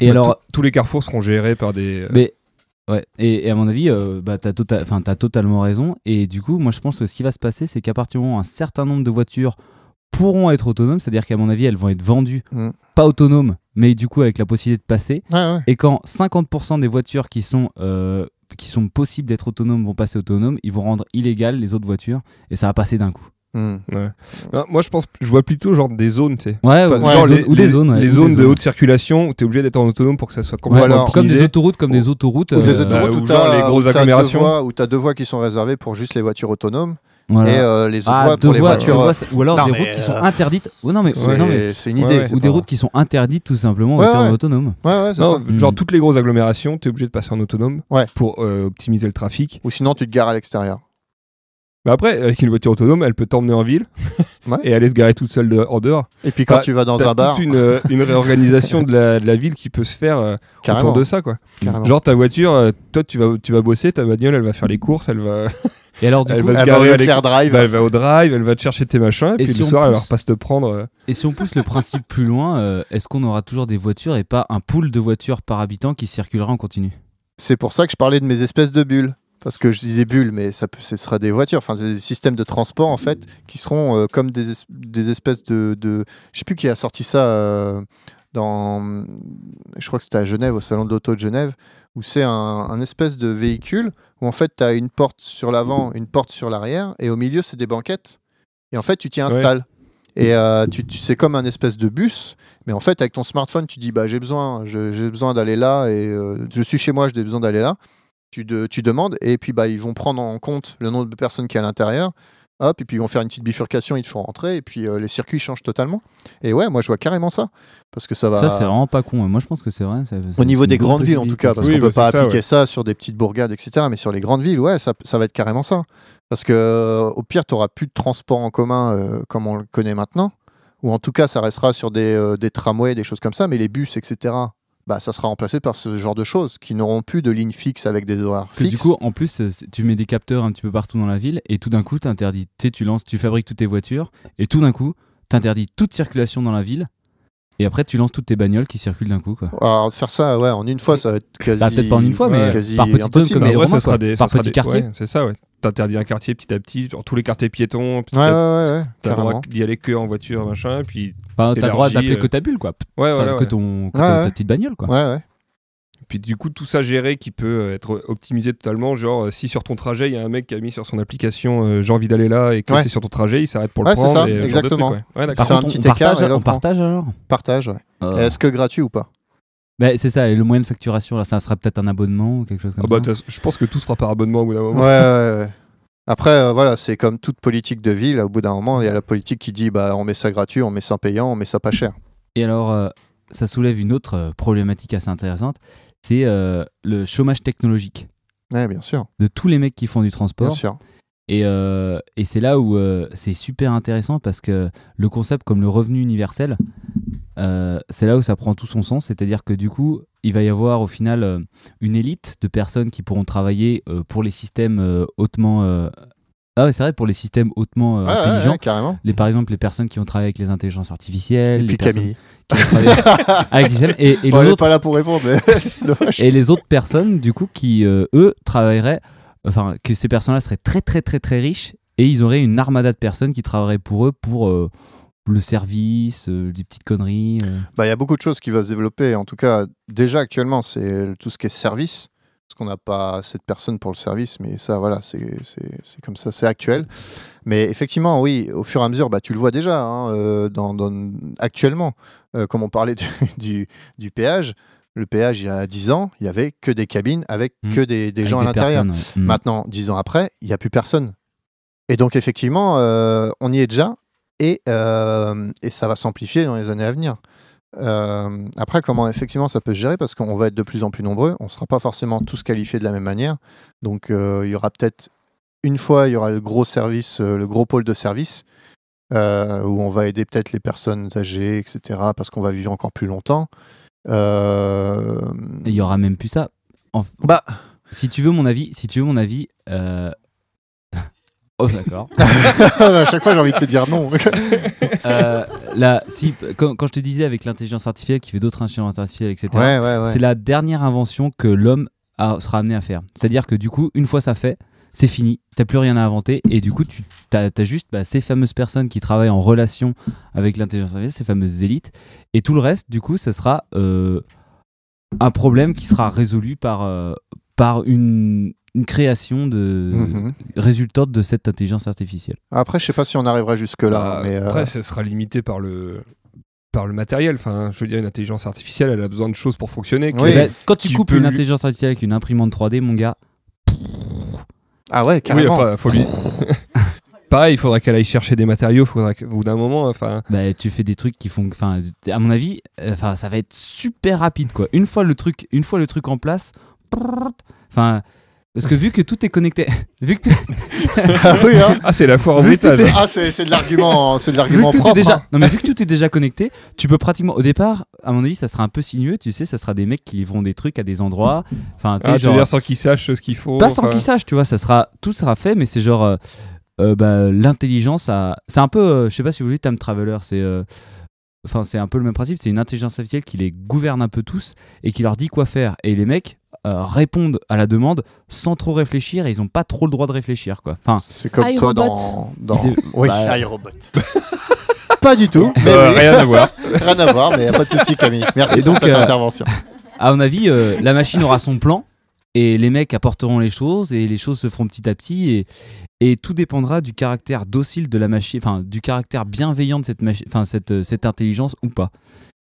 S4: Et
S3: Bah,
S4: alors,
S3: tout- tous les carrefours seront gérés par des. euh,
S4: Mais ouais, et, et à mon avis, euh, bah, t'as tota- enfin, t'as totalement raison. Et du coup, moi je pense que ce qui va se passer, c'est qu'à partir du moment où un certain nombre de voitures pourront être autonomes, c'est-à-dire qu'à mon avis, elles vont être vendues
S1: Mm.
S4: pas autonomes, mais du coup avec la possibilité de passer.
S1: Ah, ouais.
S4: Et quand 50% des voitures qui sont, euh, qui sont possibles d'être autonomes vont passer autonomes, ils vont rendre illégales les autres voitures et ça va passer d'un coup.
S1: Hmm.
S3: Non, moi, je pense, je vois plutôt genre des zones, tu sais.
S4: Ouais,
S3: Enfin,
S4: ou,
S3: genre
S4: des
S3: les-
S4: zones, ou des
S3: les-
S4: zones. ouais,
S3: les
S4: ou
S3: zones
S4: des
S3: de haute circulation où t'es obligé d'être en autonome pour que ça soit
S4: Ouais,
S3: complètement
S1: Voilà.
S4: comme- comme
S3: optimisé.
S4: des autoroutes, comme des autoroutes.
S1: Ou des
S4: euh,
S1: autoroutes
S3: ou
S1: où
S3: genre
S1: t'as-
S3: les grosses
S1: où t'as deux
S3: agglomérations.
S1: voies- Où t'as deux voies qui sont réservées pour juste les voitures autonomes
S4: voilà.
S1: et euh, les autres
S4: Ah,
S1: voies
S4: deux
S1: pour les
S4: voies,
S1: voitures.
S4: deux
S1: euh,
S4: voies, c'est- ou alors
S1: non,
S4: des
S1: mais,
S4: routes qui sont
S1: euh,
S4: interdites. Ou non, mais,
S1: c'est-
S4: non, mais-
S1: C'est une idée.
S3: ouais,
S1: que c'est
S4: ou des
S1: pas-
S4: routes qui sont interdites tout simplement aux
S1: Ouais,
S4: voitures
S1: ouais.
S4: autonomes.
S1: Ouais, ouais, c'est
S3: Non,
S1: ça.
S3: genre
S4: Mm.
S3: toutes les grosses agglomérations, t'es obligé de passer en autonome
S1: Ouais.
S3: pour euh, optimiser le trafic.
S1: Ou sinon, tu te gares à l'extérieur.
S3: Mais Bah après, avec une voiture autonome, elle peut t'emmener en ville
S1: Ouais.
S3: et aller se garer toute seule de- en dehors.
S1: Et puis quand
S3: Bah,
S1: tu vas dans
S3: T'as
S1: un bar,
S3: toute une, euh, une réorganisation de la, de la ville qui peut se faire euh,
S1: carrément.
S3: autour de ça, quoi.
S1: carrément.
S3: Genre ta voiture, euh, toi tu vas, tu vas bosser, ta bagnole, elle va faire les courses, elle va,
S4: Et alors, du
S3: elle
S4: coup,
S3: va se
S1: elle va
S3: garer,
S1: le
S3: à l'éc-
S1: faire drive.
S3: bah, elle va au drive, elle va te chercher tes machins, et,
S4: Et
S3: puis
S4: si
S3: le
S4: on
S3: soir elle
S4: pousse-
S3: va repasse te prendre. euh,
S4: Et si on pousse le principe plus loin, euh, est-ce qu'on aura toujours des voitures et pas un pool de voitures par habitant qui circulera en continu
S1: C'est pour ça que je parlais de mes espèces de bulles. Parce que je disais bulles, mais ça peut- ce sera des voitures, enfin c'est des systèmes de transport en fait, qui seront euh, comme des, es- des espèces de, de- Je sais plus qui a sorti ça euh, dans. Je crois que c'était à Genève, au salon de l'auto de Genève, où c'est un, un espèce de véhicule où en fait tu as une porte sur l'avant, une porte sur l'arrière, et au milieu c'est des banquettes. Et en fait tu t'y installes. Et euh, tu, tu- c'est comme un espèce de bus, mais en fait, avec ton smartphone, tu dis bah, j'ai besoin, je- j'ai besoin d'aller là et euh, je suis chez moi, j'ai besoin d'aller là. Tu, de- tu demandes et puis bah, ils vont prendre en compte le nombre de personnes qui est à l'intérieur. Hop, et puis ils vont faire une petite bifurcation, ils te font rentrer et puis euh, les circuits changent totalement. Et ouais, moi je vois carrément ça parce que ça va.
S4: Ça, c'est vraiment pas con. hein. Moi, je pense que c'est vrai. ça-
S1: au
S4: c'est-
S1: niveau
S4: c'est
S1: des
S4: une bonne
S1: grandes villes en tout
S4: possibilité,
S1: cas,
S4: ça.
S1: parce
S3: Oui,
S1: qu'on
S3: bah,
S1: peut pas
S3: c'est ça,
S1: appliquer
S3: ouais.
S1: ça sur des petites bourgades, etc. Mais sur les grandes villes, ouais, ça, ça va être carrément ça. Parce que euh, au pire, tu n'auras plus de transport en commun euh, comme on le connaît maintenant. Ou en tout cas, ça restera sur des, euh, des tramways, des choses comme ça, mais les bus, etc. Bah, ça sera remplacé par ce genre de choses qui n'auront plus de lignes fixes avec des horaires
S4: Que
S1: fixes.
S4: du coup, en plus, euh, c'est- tu mets des capteurs un petit peu partout dans la ville et tout d'un coup, t'interdis. Tu sais, tu lances, tu fabriques toutes tes voitures et tout d'un coup, t'interdis toute circulation dans la ville et après, tu lances toutes tes bagnoles qui circulent d'un coup. Quoi.
S1: Alors, faire ça, ouais, en une fois, ça va être quasi.
S4: Bah, peut-être pas en une fois, mais
S1: quasi
S4: par petites zones
S1: impossible.
S4: comme
S3: Mais
S4: les-
S3: en vrai, bah, ça
S4: romains,
S3: sera
S4: quoi.
S3: des,
S4: Par
S3: ça sera
S4: petit
S3: des-
S4: quartier.
S3: ouais, c'est ça, ouais. T'interdis un quartier petit à petit, genre tous les quartiers piétons, puis
S1: Ouais, ouais,
S3: t'as-
S1: ouais, ouais,
S3: t'as le droit
S1: carrément.
S3: d'y aller que en voiture, machin, et puis
S4: Enfin, t'as le droit
S3: Élargi,
S4: d'appeler
S3: euh,
S4: que ta bulle, quoi.
S3: ouais,
S4: Enfin,
S3: voilà,
S4: que
S3: ouais.
S4: ton, que
S1: Ouais,
S4: ta-
S1: ouais.
S4: ta petite bagnole, quoi.
S1: Ouais, ouais.
S3: Puis du coup, tout ça géré qui peut euh, être optimisé totalement. Genre, euh, si sur ton trajet, il y a un mec qui a mis sur son application euh, j'ai envie d'aller là et que
S1: Ouais.
S3: c'est sur ton trajet, il s'arrête pour le
S1: Ouais, c'est
S3: prendre.
S1: ça,
S3: et ce genre de
S1: exactement.
S3: truc, ouais. Ouais,
S1: Par
S3: d'accord.
S4: Par
S1: C'est un
S4: contre,
S1: petit
S4: on
S1: écart
S4: partage,
S1: et là,
S4: on
S1: on prend.
S4: partage alors
S1: Partage, ouais.
S3: Ah.
S4: Euh,
S1: Est-ce que gratuit ou pas
S4: bah, C'est ça, et le moyen de facturation, là, ça sera peut-être un abonnement ou quelque chose comme
S3: Ah bah,
S4: ça.
S3: t'as- je pense que tout se fera par abonnement au bout d'un
S1: Ouais,
S3: moment.
S1: ouais, ouais. Après, euh, voilà, c'est comme toute politique de ville. Au bout d'un moment, il y a la politique qui dit bah, on met ça gratuit, on met ça payant, on met ça pas cher.
S4: Et alors, euh, ça soulève une autre euh, problématique assez intéressante, c'est euh, le chômage technologique
S1: Ouais, bien sûr.
S4: de tous les mecs qui font du
S1: Bien
S4: transport.
S1: sûr.
S4: Et, euh, et c'est là où euh, c'est super intéressant parce que le concept comme le revenu universel, euh, c'est là où ça prend tout son sens. C'est-à-dire que du coup, il va y avoir au final euh, une élite de personnes qui pourront travailler euh, pour les systèmes euh, hautement... euh, Ah ouais, c'est vrai, pour les systèmes hautement euh,
S1: Ouais, ouais,
S4: intelligents.
S1: ouais, carrément.
S4: Les, par exemple, les personnes qui ont travaillé avec les intelligences artificielles.
S1: Et
S4: les
S1: puis
S4: personnes
S1: Camille.
S4: qui ont travaillé avec les systèmes. Et, et
S1: Bon,
S4: les
S1: elle est
S4: autres-
S1: pas là pour répondre, mais c'est dommage.
S4: et les autres personnes, du coup, qui, euh, eux, travailleraient, enfin, que ces personnes-là seraient très, très, très, très riches et ils auraient une armada de personnes qui travailleraient pour eux pour euh, le service, euh, des petites conneries. euh.
S1: Bah, Il y a beaucoup de choses qui vont se développer. En tout cas, déjà actuellement, c'est tout ce qui est service. Parce qu'on n'a pas assez de personnes pour le service, mais ça, voilà, c'est c'est- c'est comme ça, c'est actuel. Mais effectivement, oui, au fur et à mesure, bah, tu le vois déjà hein, euh, dans, dans- actuellement. Euh, comme on parlait du, du, du péage, le péage, il y a 10 ans, il n'y avait que des cabines avec
S4: Mm.
S1: que des, des
S4: Avec
S1: gens à l'intérieur.
S4: personnes, ouais. Mm.
S1: Maintenant, dix ans après, il n'y a plus personne. Et donc, effectivement, euh, on y est déjà et, euh, et ça va s'amplifier dans les années à venir. Euh, après, comment effectivement ça peut se gérer Parce qu'on va être de plus en plus nombreux, on ne sera pas forcément tous qualifiés de la même manière. Donc, euh, il y aura peut-être une fois, il y aura le gros service, euh, le gros pôle de service, euh, où on va aider peut-être les personnes âgées, etc., parce qu'on va vivre encore plus longtemps. Euh,
S4: Et Il y aura même plus ça. En-
S1: Bah.
S4: Si tu veux mon avis, si tu veux mon avis, euh, oh d'accord.
S1: à chaque fois, j'ai envie de te dire non.
S4: Euh, là, si quand, quand je te disais avec l'intelligence artificielle qui fait d'autres intelligences artificielles, etc.
S1: ouais, ouais, ouais.
S4: C'est la dernière invention que l'homme a- sera amené à faire. C'est-à-dire que du coup, une fois ça fait, c'est fini, t'as plus rien à inventer. Et du coup, tu as, juste bah, ces fameuses personnes qui travaillent en relation avec l'intelligence artificielle, ces fameuses élites. Et tout le reste, du coup, ça sera euh, un problème qui sera résolu par, euh, par une, une création de
S1: Mhm.
S4: résultante de cette intelligence artificielle.
S1: Après, je sais pas si on arrivera jusque-là.
S3: Bah,
S1: mais, euh,
S3: Après, ça sera limité par le par le matériel. Enfin, je veux dire, une intelligence artificielle, elle a besoin de choses pour fonctionner. que-
S1: Oui.
S4: Et bah, quand tu
S3: Qui
S4: coupes
S3: peut
S4: une
S3: lui-
S4: intelligence artificielle avec une imprimante 3D, mon gars,
S1: Ah ouais,
S3: Oui,
S1: carrément.
S3: enfin, faut lui. Pareil, il faudra qu'elle aille chercher des matériaux. Faudra qu'au bout d'un moment, enfin,
S4: bah, tu fais des trucs qui font enfin à mon avis euh, enfin ça va être super rapide quoi une fois le truc une fois le truc en place prrrt, enfin parce que vu que tout est connecté vu que tout-
S1: Ah oui, hein.
S3: ah, c'est la foire au
S1: Vu que
S3: métal.
S1: c'était- ah, c'est c'est de l'argument, c'est de
S4: vu que
S1: l'argument
S4: tout est
S1: propre.
S4: déjà
S1: hein.
S4: non mais vu que tout est déjà connecté tu peux pratiquement au départ à mon avis ça sera un peu sinueux tu sais ça sera des mecs qui livreront des trucs à des endroits enfin tu sais,
S3: Ah, tu veux
S4: genre-
S3: dire sans qu'ils sachent ce qu'il faut.
S4: pas sans
S3: enfin.
S4: qu'ils sachent, tu vois, ça sera, tout sera fait, mais c'est genre euh, euh, bah, l'intelligence a- C'est un peu, euh, je sais pas si vous voulez, Time Traveler, c'est. euh, Enfin, c'est un peu le même principe, c'est une intelligence artificielle qui les gouverne un peu tous et qui leur dit quoi faire. Et les mecs euh, répondent à la demande sans trop réfléchir et ils ont pas trop le droit de réfléchir, quoi. Enfin,
S1: C'est comme toi
S6: iRobot.
S1: dans, dans...
S4: Des-
S1: oui,
S4: bah-
S1: iRobot. pas du tout, mais
S3: Euh,
S1: oui,
S3: rien à voir.
S1: rien à voir, mais y a pas de souci Camille. Merci
S4: Et donc,
S1: pour cette
S4: euh,
S1: intervention.
S4: à mon avis, euh, la machine aura son plan et les mecs apporteront les choses et les choses se feront petit à petit et, et tout dépendra du caractère docile de la machine, enfin du caractère bienveillant de cette machine, enfin cette, euh, cette intelligence ou pas.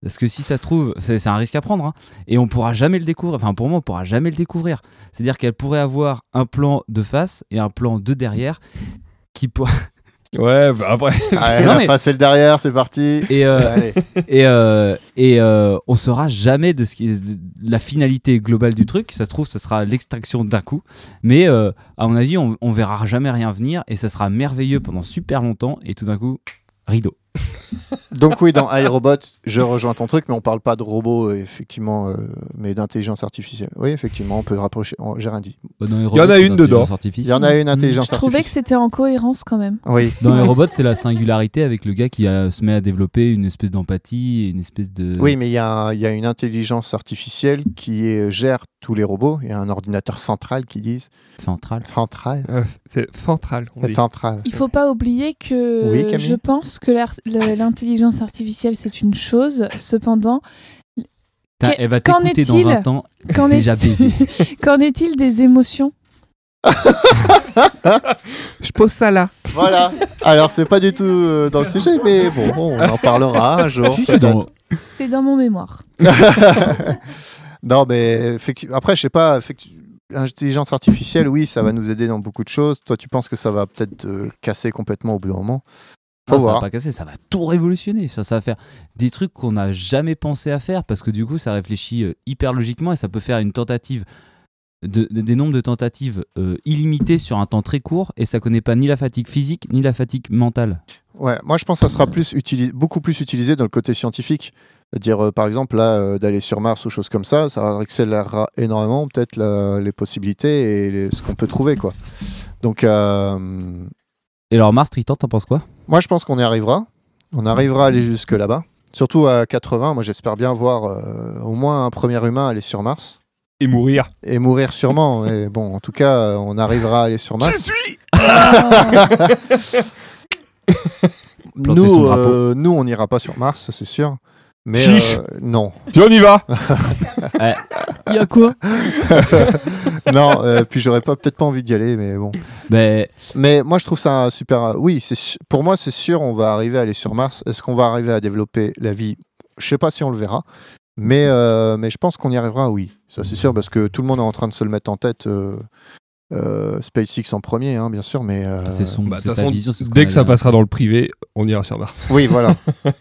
S4: Parce que si ça se trouve, c'est c'est un risque à prendre, hein, et on pourra jamais le découvrir. Enfin, pour moi, on pourra jamais le découvrir. C'est-à-dire qu'elle pourrait avoir un plan de face et un plan de derrière, qui pour...
S3: Ouais, bah, après.
S1: Allez,
S4: Non,
S1: la
S4: mais-
S1: face et le derrière, Ah, c'est parti.
S4: et euh,
S1: Allez.
S4: et, euh, et euh, on saura jamais de ce qui est- de la finalité globale du truc. Ça se trouve, ça sera l'extraction d'un coup. Mais euh, à mon avis, on, on verra jamais rien venir et ça sera merveilleux pendant super longtemps. Et tout d'un coup, rideau.
S1: Donc oui, dans iRobot, je rejoins ton truc, mais on parle pas de robots, euh, effectivement, euh, mais d'intelligence artificielle. Oui, effectivement, on peut rapprocher. oh, J'ai rien dit.
S3: Il y en a une dedans.
S1: Il y en a une intelligence
S6: Je trouvais que
S1: artificielle.
S6: c'était en cohérence quand même.
S1: Oui.
S4: Dans les robots, c'est la singularité avec le gars qui euh, se met à développer une espèce d'empathie, et une espèce de.
S1: Oui, mais il y, a un- il y a une intelligence artificielle qui euh, gère tous les robots. Il y a un ordinateur central qui dit
S4: Centrale.
S1: central,
S3: Euh, c'est central. On dit.
S1: central.
S6: Il faut pas oublier que
S1: Oui, Camille
S6: je pense que l'ar- le- l'intelligence artificielle c'est une chose. Cependant,
S4: Putain,
S6: Qu'est-
S4: Elle va
S6: qu'en
S4: t'écouter dans
S6: est-il
S4: 20 ans.
S6: qu'en est-
S4: Déjà baisé.
S6: qu'en est-il des émotions
S3: Je pose ça là.
S1: Voilà. Alors c'est pas du tout euh, dans le sujet, mais bon, on en parlera un jour.
S4: Si, c'est dans-
S6: C'est dans mon mémoire.
S1: non, mais effectivement. Après, je sais pas. effectu- L'intelligence artificielle, oui, ça va nous aider dans beaucoup de choses. Toi, tu penses que ça va peut-être te casser complètement au bout d'un moment. Faut
S4: Non, Ah, ça va
S1: voir.
S4: pas casser, ça va tout révolutionner. Ça, ça va faire des trucs qu'on n'a jamais pensé à faire parce que du coup, ça réfléchit euh, hyper logiquement et ça peut faire une tentative, de, de- des nombres de tentatives euh, illimitées sur un temps très court et ça connaît pas ni la fatigue physique ni la fatigue mentale.
S1: Ouais, moi je pense que ça sera plus utilisé, beaucoup plus utilisé dans le côté scientifique. Dire euh, par exemple là euh, d'aller sur Mars ou choses comme ça, ça accélérera énormément peut-être la- les possibilités et les- ce qu'on peut trouver quoi. Donc euh,
S4: Et alors, Mars Triton, t'en penses quoi
S1: moi je pense qu'on y arrivera, on arrivera à aller jusque là-bas. Surtout à 80, moi j'espère bien voir euh, au moins un premier humain aller sur Mars
S3: Et mourir.
S1: et mourir sûrement. Mais bon, en tout cas, euh, on arrivera à aller sur Mars.
S3: suis
S4: Planter son
S1: Nous,
S4: drapeau.
S1: euh, nous, on n'ira pas sur Mars, ça c'est sûr. Mais
S3: Chiche.
S1: euh, non,
S3: Puis on y va
S4: Il y a quoi
S1: non, euh, puis j'aurais pas peut-être pas envie d'y aller, mais bon.
S4: Ben,
S1: Mais moi, je trouve ça un super. euh, Oui, c'est su- pour moi, c'est sûr, on va arriver à aller sur Mars. Est-ce qu'on va arriver à développer la vie Je sais pas si on le verra, mais euh, mais je pense qu'on y arrivera. Oui, ça c'est sûr, parce que tout le monde est en train de se le mettre en tête. euh, euh, SpaceX en premier, hein, bien sûr, mais euh,
S4: c'est son,
S3: Bah, de
S4: c'est
S3: toute
S4: sa
S3: façon,
S4: vision. c'est ce qu'on
S3: Dès que ça
S4: avait-
S3: passera dans le privé, on ira sur Mars.
S1: oui, voilà,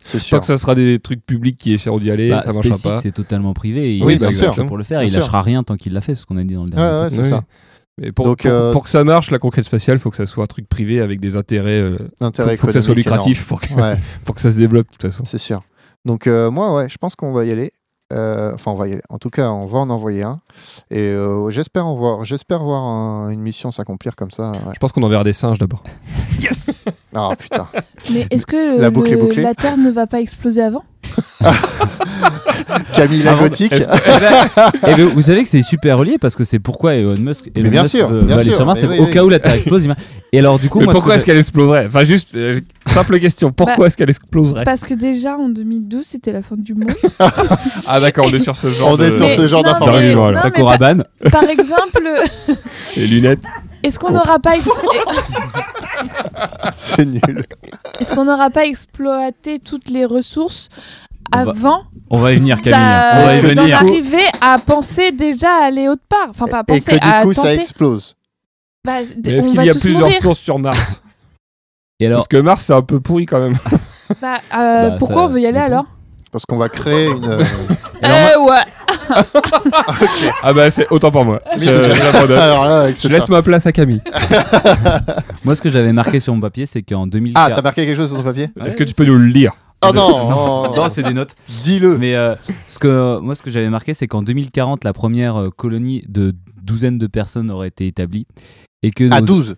S1: c'est sûr.
S3: Tant que ça sera des trucs publics qui essaieront d'y aller,
S4: Bah,
S3: ça marchera
S4: SpaceX,
S3: pas.
S4: c'est totalement privé. et il
S1: Oui,
S4: est
S1: bien
S4: pas
S1: sûr.
S4: fait pour le faire.
S1: Bien
S4: il
S1: sûr.
S4: lâchera rien tant qu'il l'a fait, ce qu'on a dit dans le dernier.
S1: Ouais, ouais, c'est
S3: Oui.
S1: ça.
S3: Mais pour,
S1: Donc,
S3: pour-
S1: euh,
S3: pour que ça marche, la conquête spatiale, faut que ça soit un truc privé avec des intérêts. euh, faut,
S1: L'intérêt
S3: faut que ça soit
S1: économique énorme.
S3: lucratif pour que,
S1: Ouais.
S3: pour que ça se développe, de toute façon.
S1: C'est sûr. Donc euh, moi, ouais, je pense qu'on va y aller. Euh, Enfin, on va y aller. En tout cas, on va en envoyer un. Et euh, j'espère en voir. J'espère voir un- une mission s'accomplir comme ça. ouais.
S3: Je pense qu'on enverra des singes d'abord. Yes
S1: Ah putain.
S6: Mais est-ce que le-
S1: La boucle est
S6: le-
S1: bouclée.
S6: la Terre ne va pas exploser avant
S1: Camille la gothique.
S4: Eh ben, vous savez que c'est super relié parce que c'est pourquoi Elon Musk, Elon
S1: bien
S4: Musk
S1: sûr,
S4: veut-
S1: bien
S4: veut aller
S1: sûr,
S4: sur Mars,
S1: mais
S4: c'est
S1: oui,
S4: au
S1: oui.
S4: cas où la Terre explose. il va- Et alors du coup,
S3: Mais
S4: moi, ce
S3: pourquoi
S4: que
S3: est-ce qu'elle exploserait Enfin, juste, euh, simple
S6: Bah
S3: question, pourquoi est-ce qu'elle exploserait
S6: Parce que déjà en 2012, c'était la fin du monde.
S3: Ah, d'accord, on est sur ce genre
S1: On
S3: de.
S1: est sur
S6: Mais-
S1: ce genre
S6: non,
S1: d'information.
S6: mais-
S3: Voilà.
S6: non,
S4: Pas
S6: mais pa-
S4: Coraban.
S6: par exemple,
S3: Les lunettes.
S6: est-ce qu'on n'aura pas ex-
S1: C'est nul.
S6: est-ce qu'on n'aura pas exploité toutes les ressources
S4: On va-
S6: avant
S4: On va y venir, Camille. hein.
S6: d'a-
S4: On va y
S1: que
S6: d'en
S4: venir.
S6: arriver à penser déjà à aller autre part. Enfin, pas à
S1: Et
S6: penser
S1: que
S6: à
S1: du coup, ça
S6: tenter.
S1: explose.
S6: Bah, d-
S3: Mais est-ce
S6: on
S3: qu'il
S6: va
S3: y a
S6: tous
S3: plusieurs
S6: mourir.
S3: sources sur Mars
S4: Et alors,
S3: Parce que Mars, c'est un peu pourri quand même.
S6: Bah, euh,
S4: Bah, ça
S6: pourquoi on veut y aller
S4: dépend.
S6: alors
S1: Parce qu'on va créer une. euh,
S6: Euh, ouais.
S3: Ah, bah, c'est autant pour moi. Je, je l'abandonne.
S1: Alors là,
S3: Je
S1: etc.
S3: laisse ma place à Camille.
S4: moi, ce que j'avais marqué sur mon papier, c'est qu'en 2004.
S1: Ah, t'as marqué quelque chose sur ton papier
S4: Ouais,
S3: Est-ce que tu peux nous le lire
S1: Oh non, non, non.
S4: Non, c'est des notes.
S1: Dis-le.
S4: Mais euh, ce que, moi, ce que j'avais marqué, c'est qu'en 2040, la première euh, colonie de douzaines de personnes aurait été établie. Et que
S1: À
S4: nos-
S1: 12.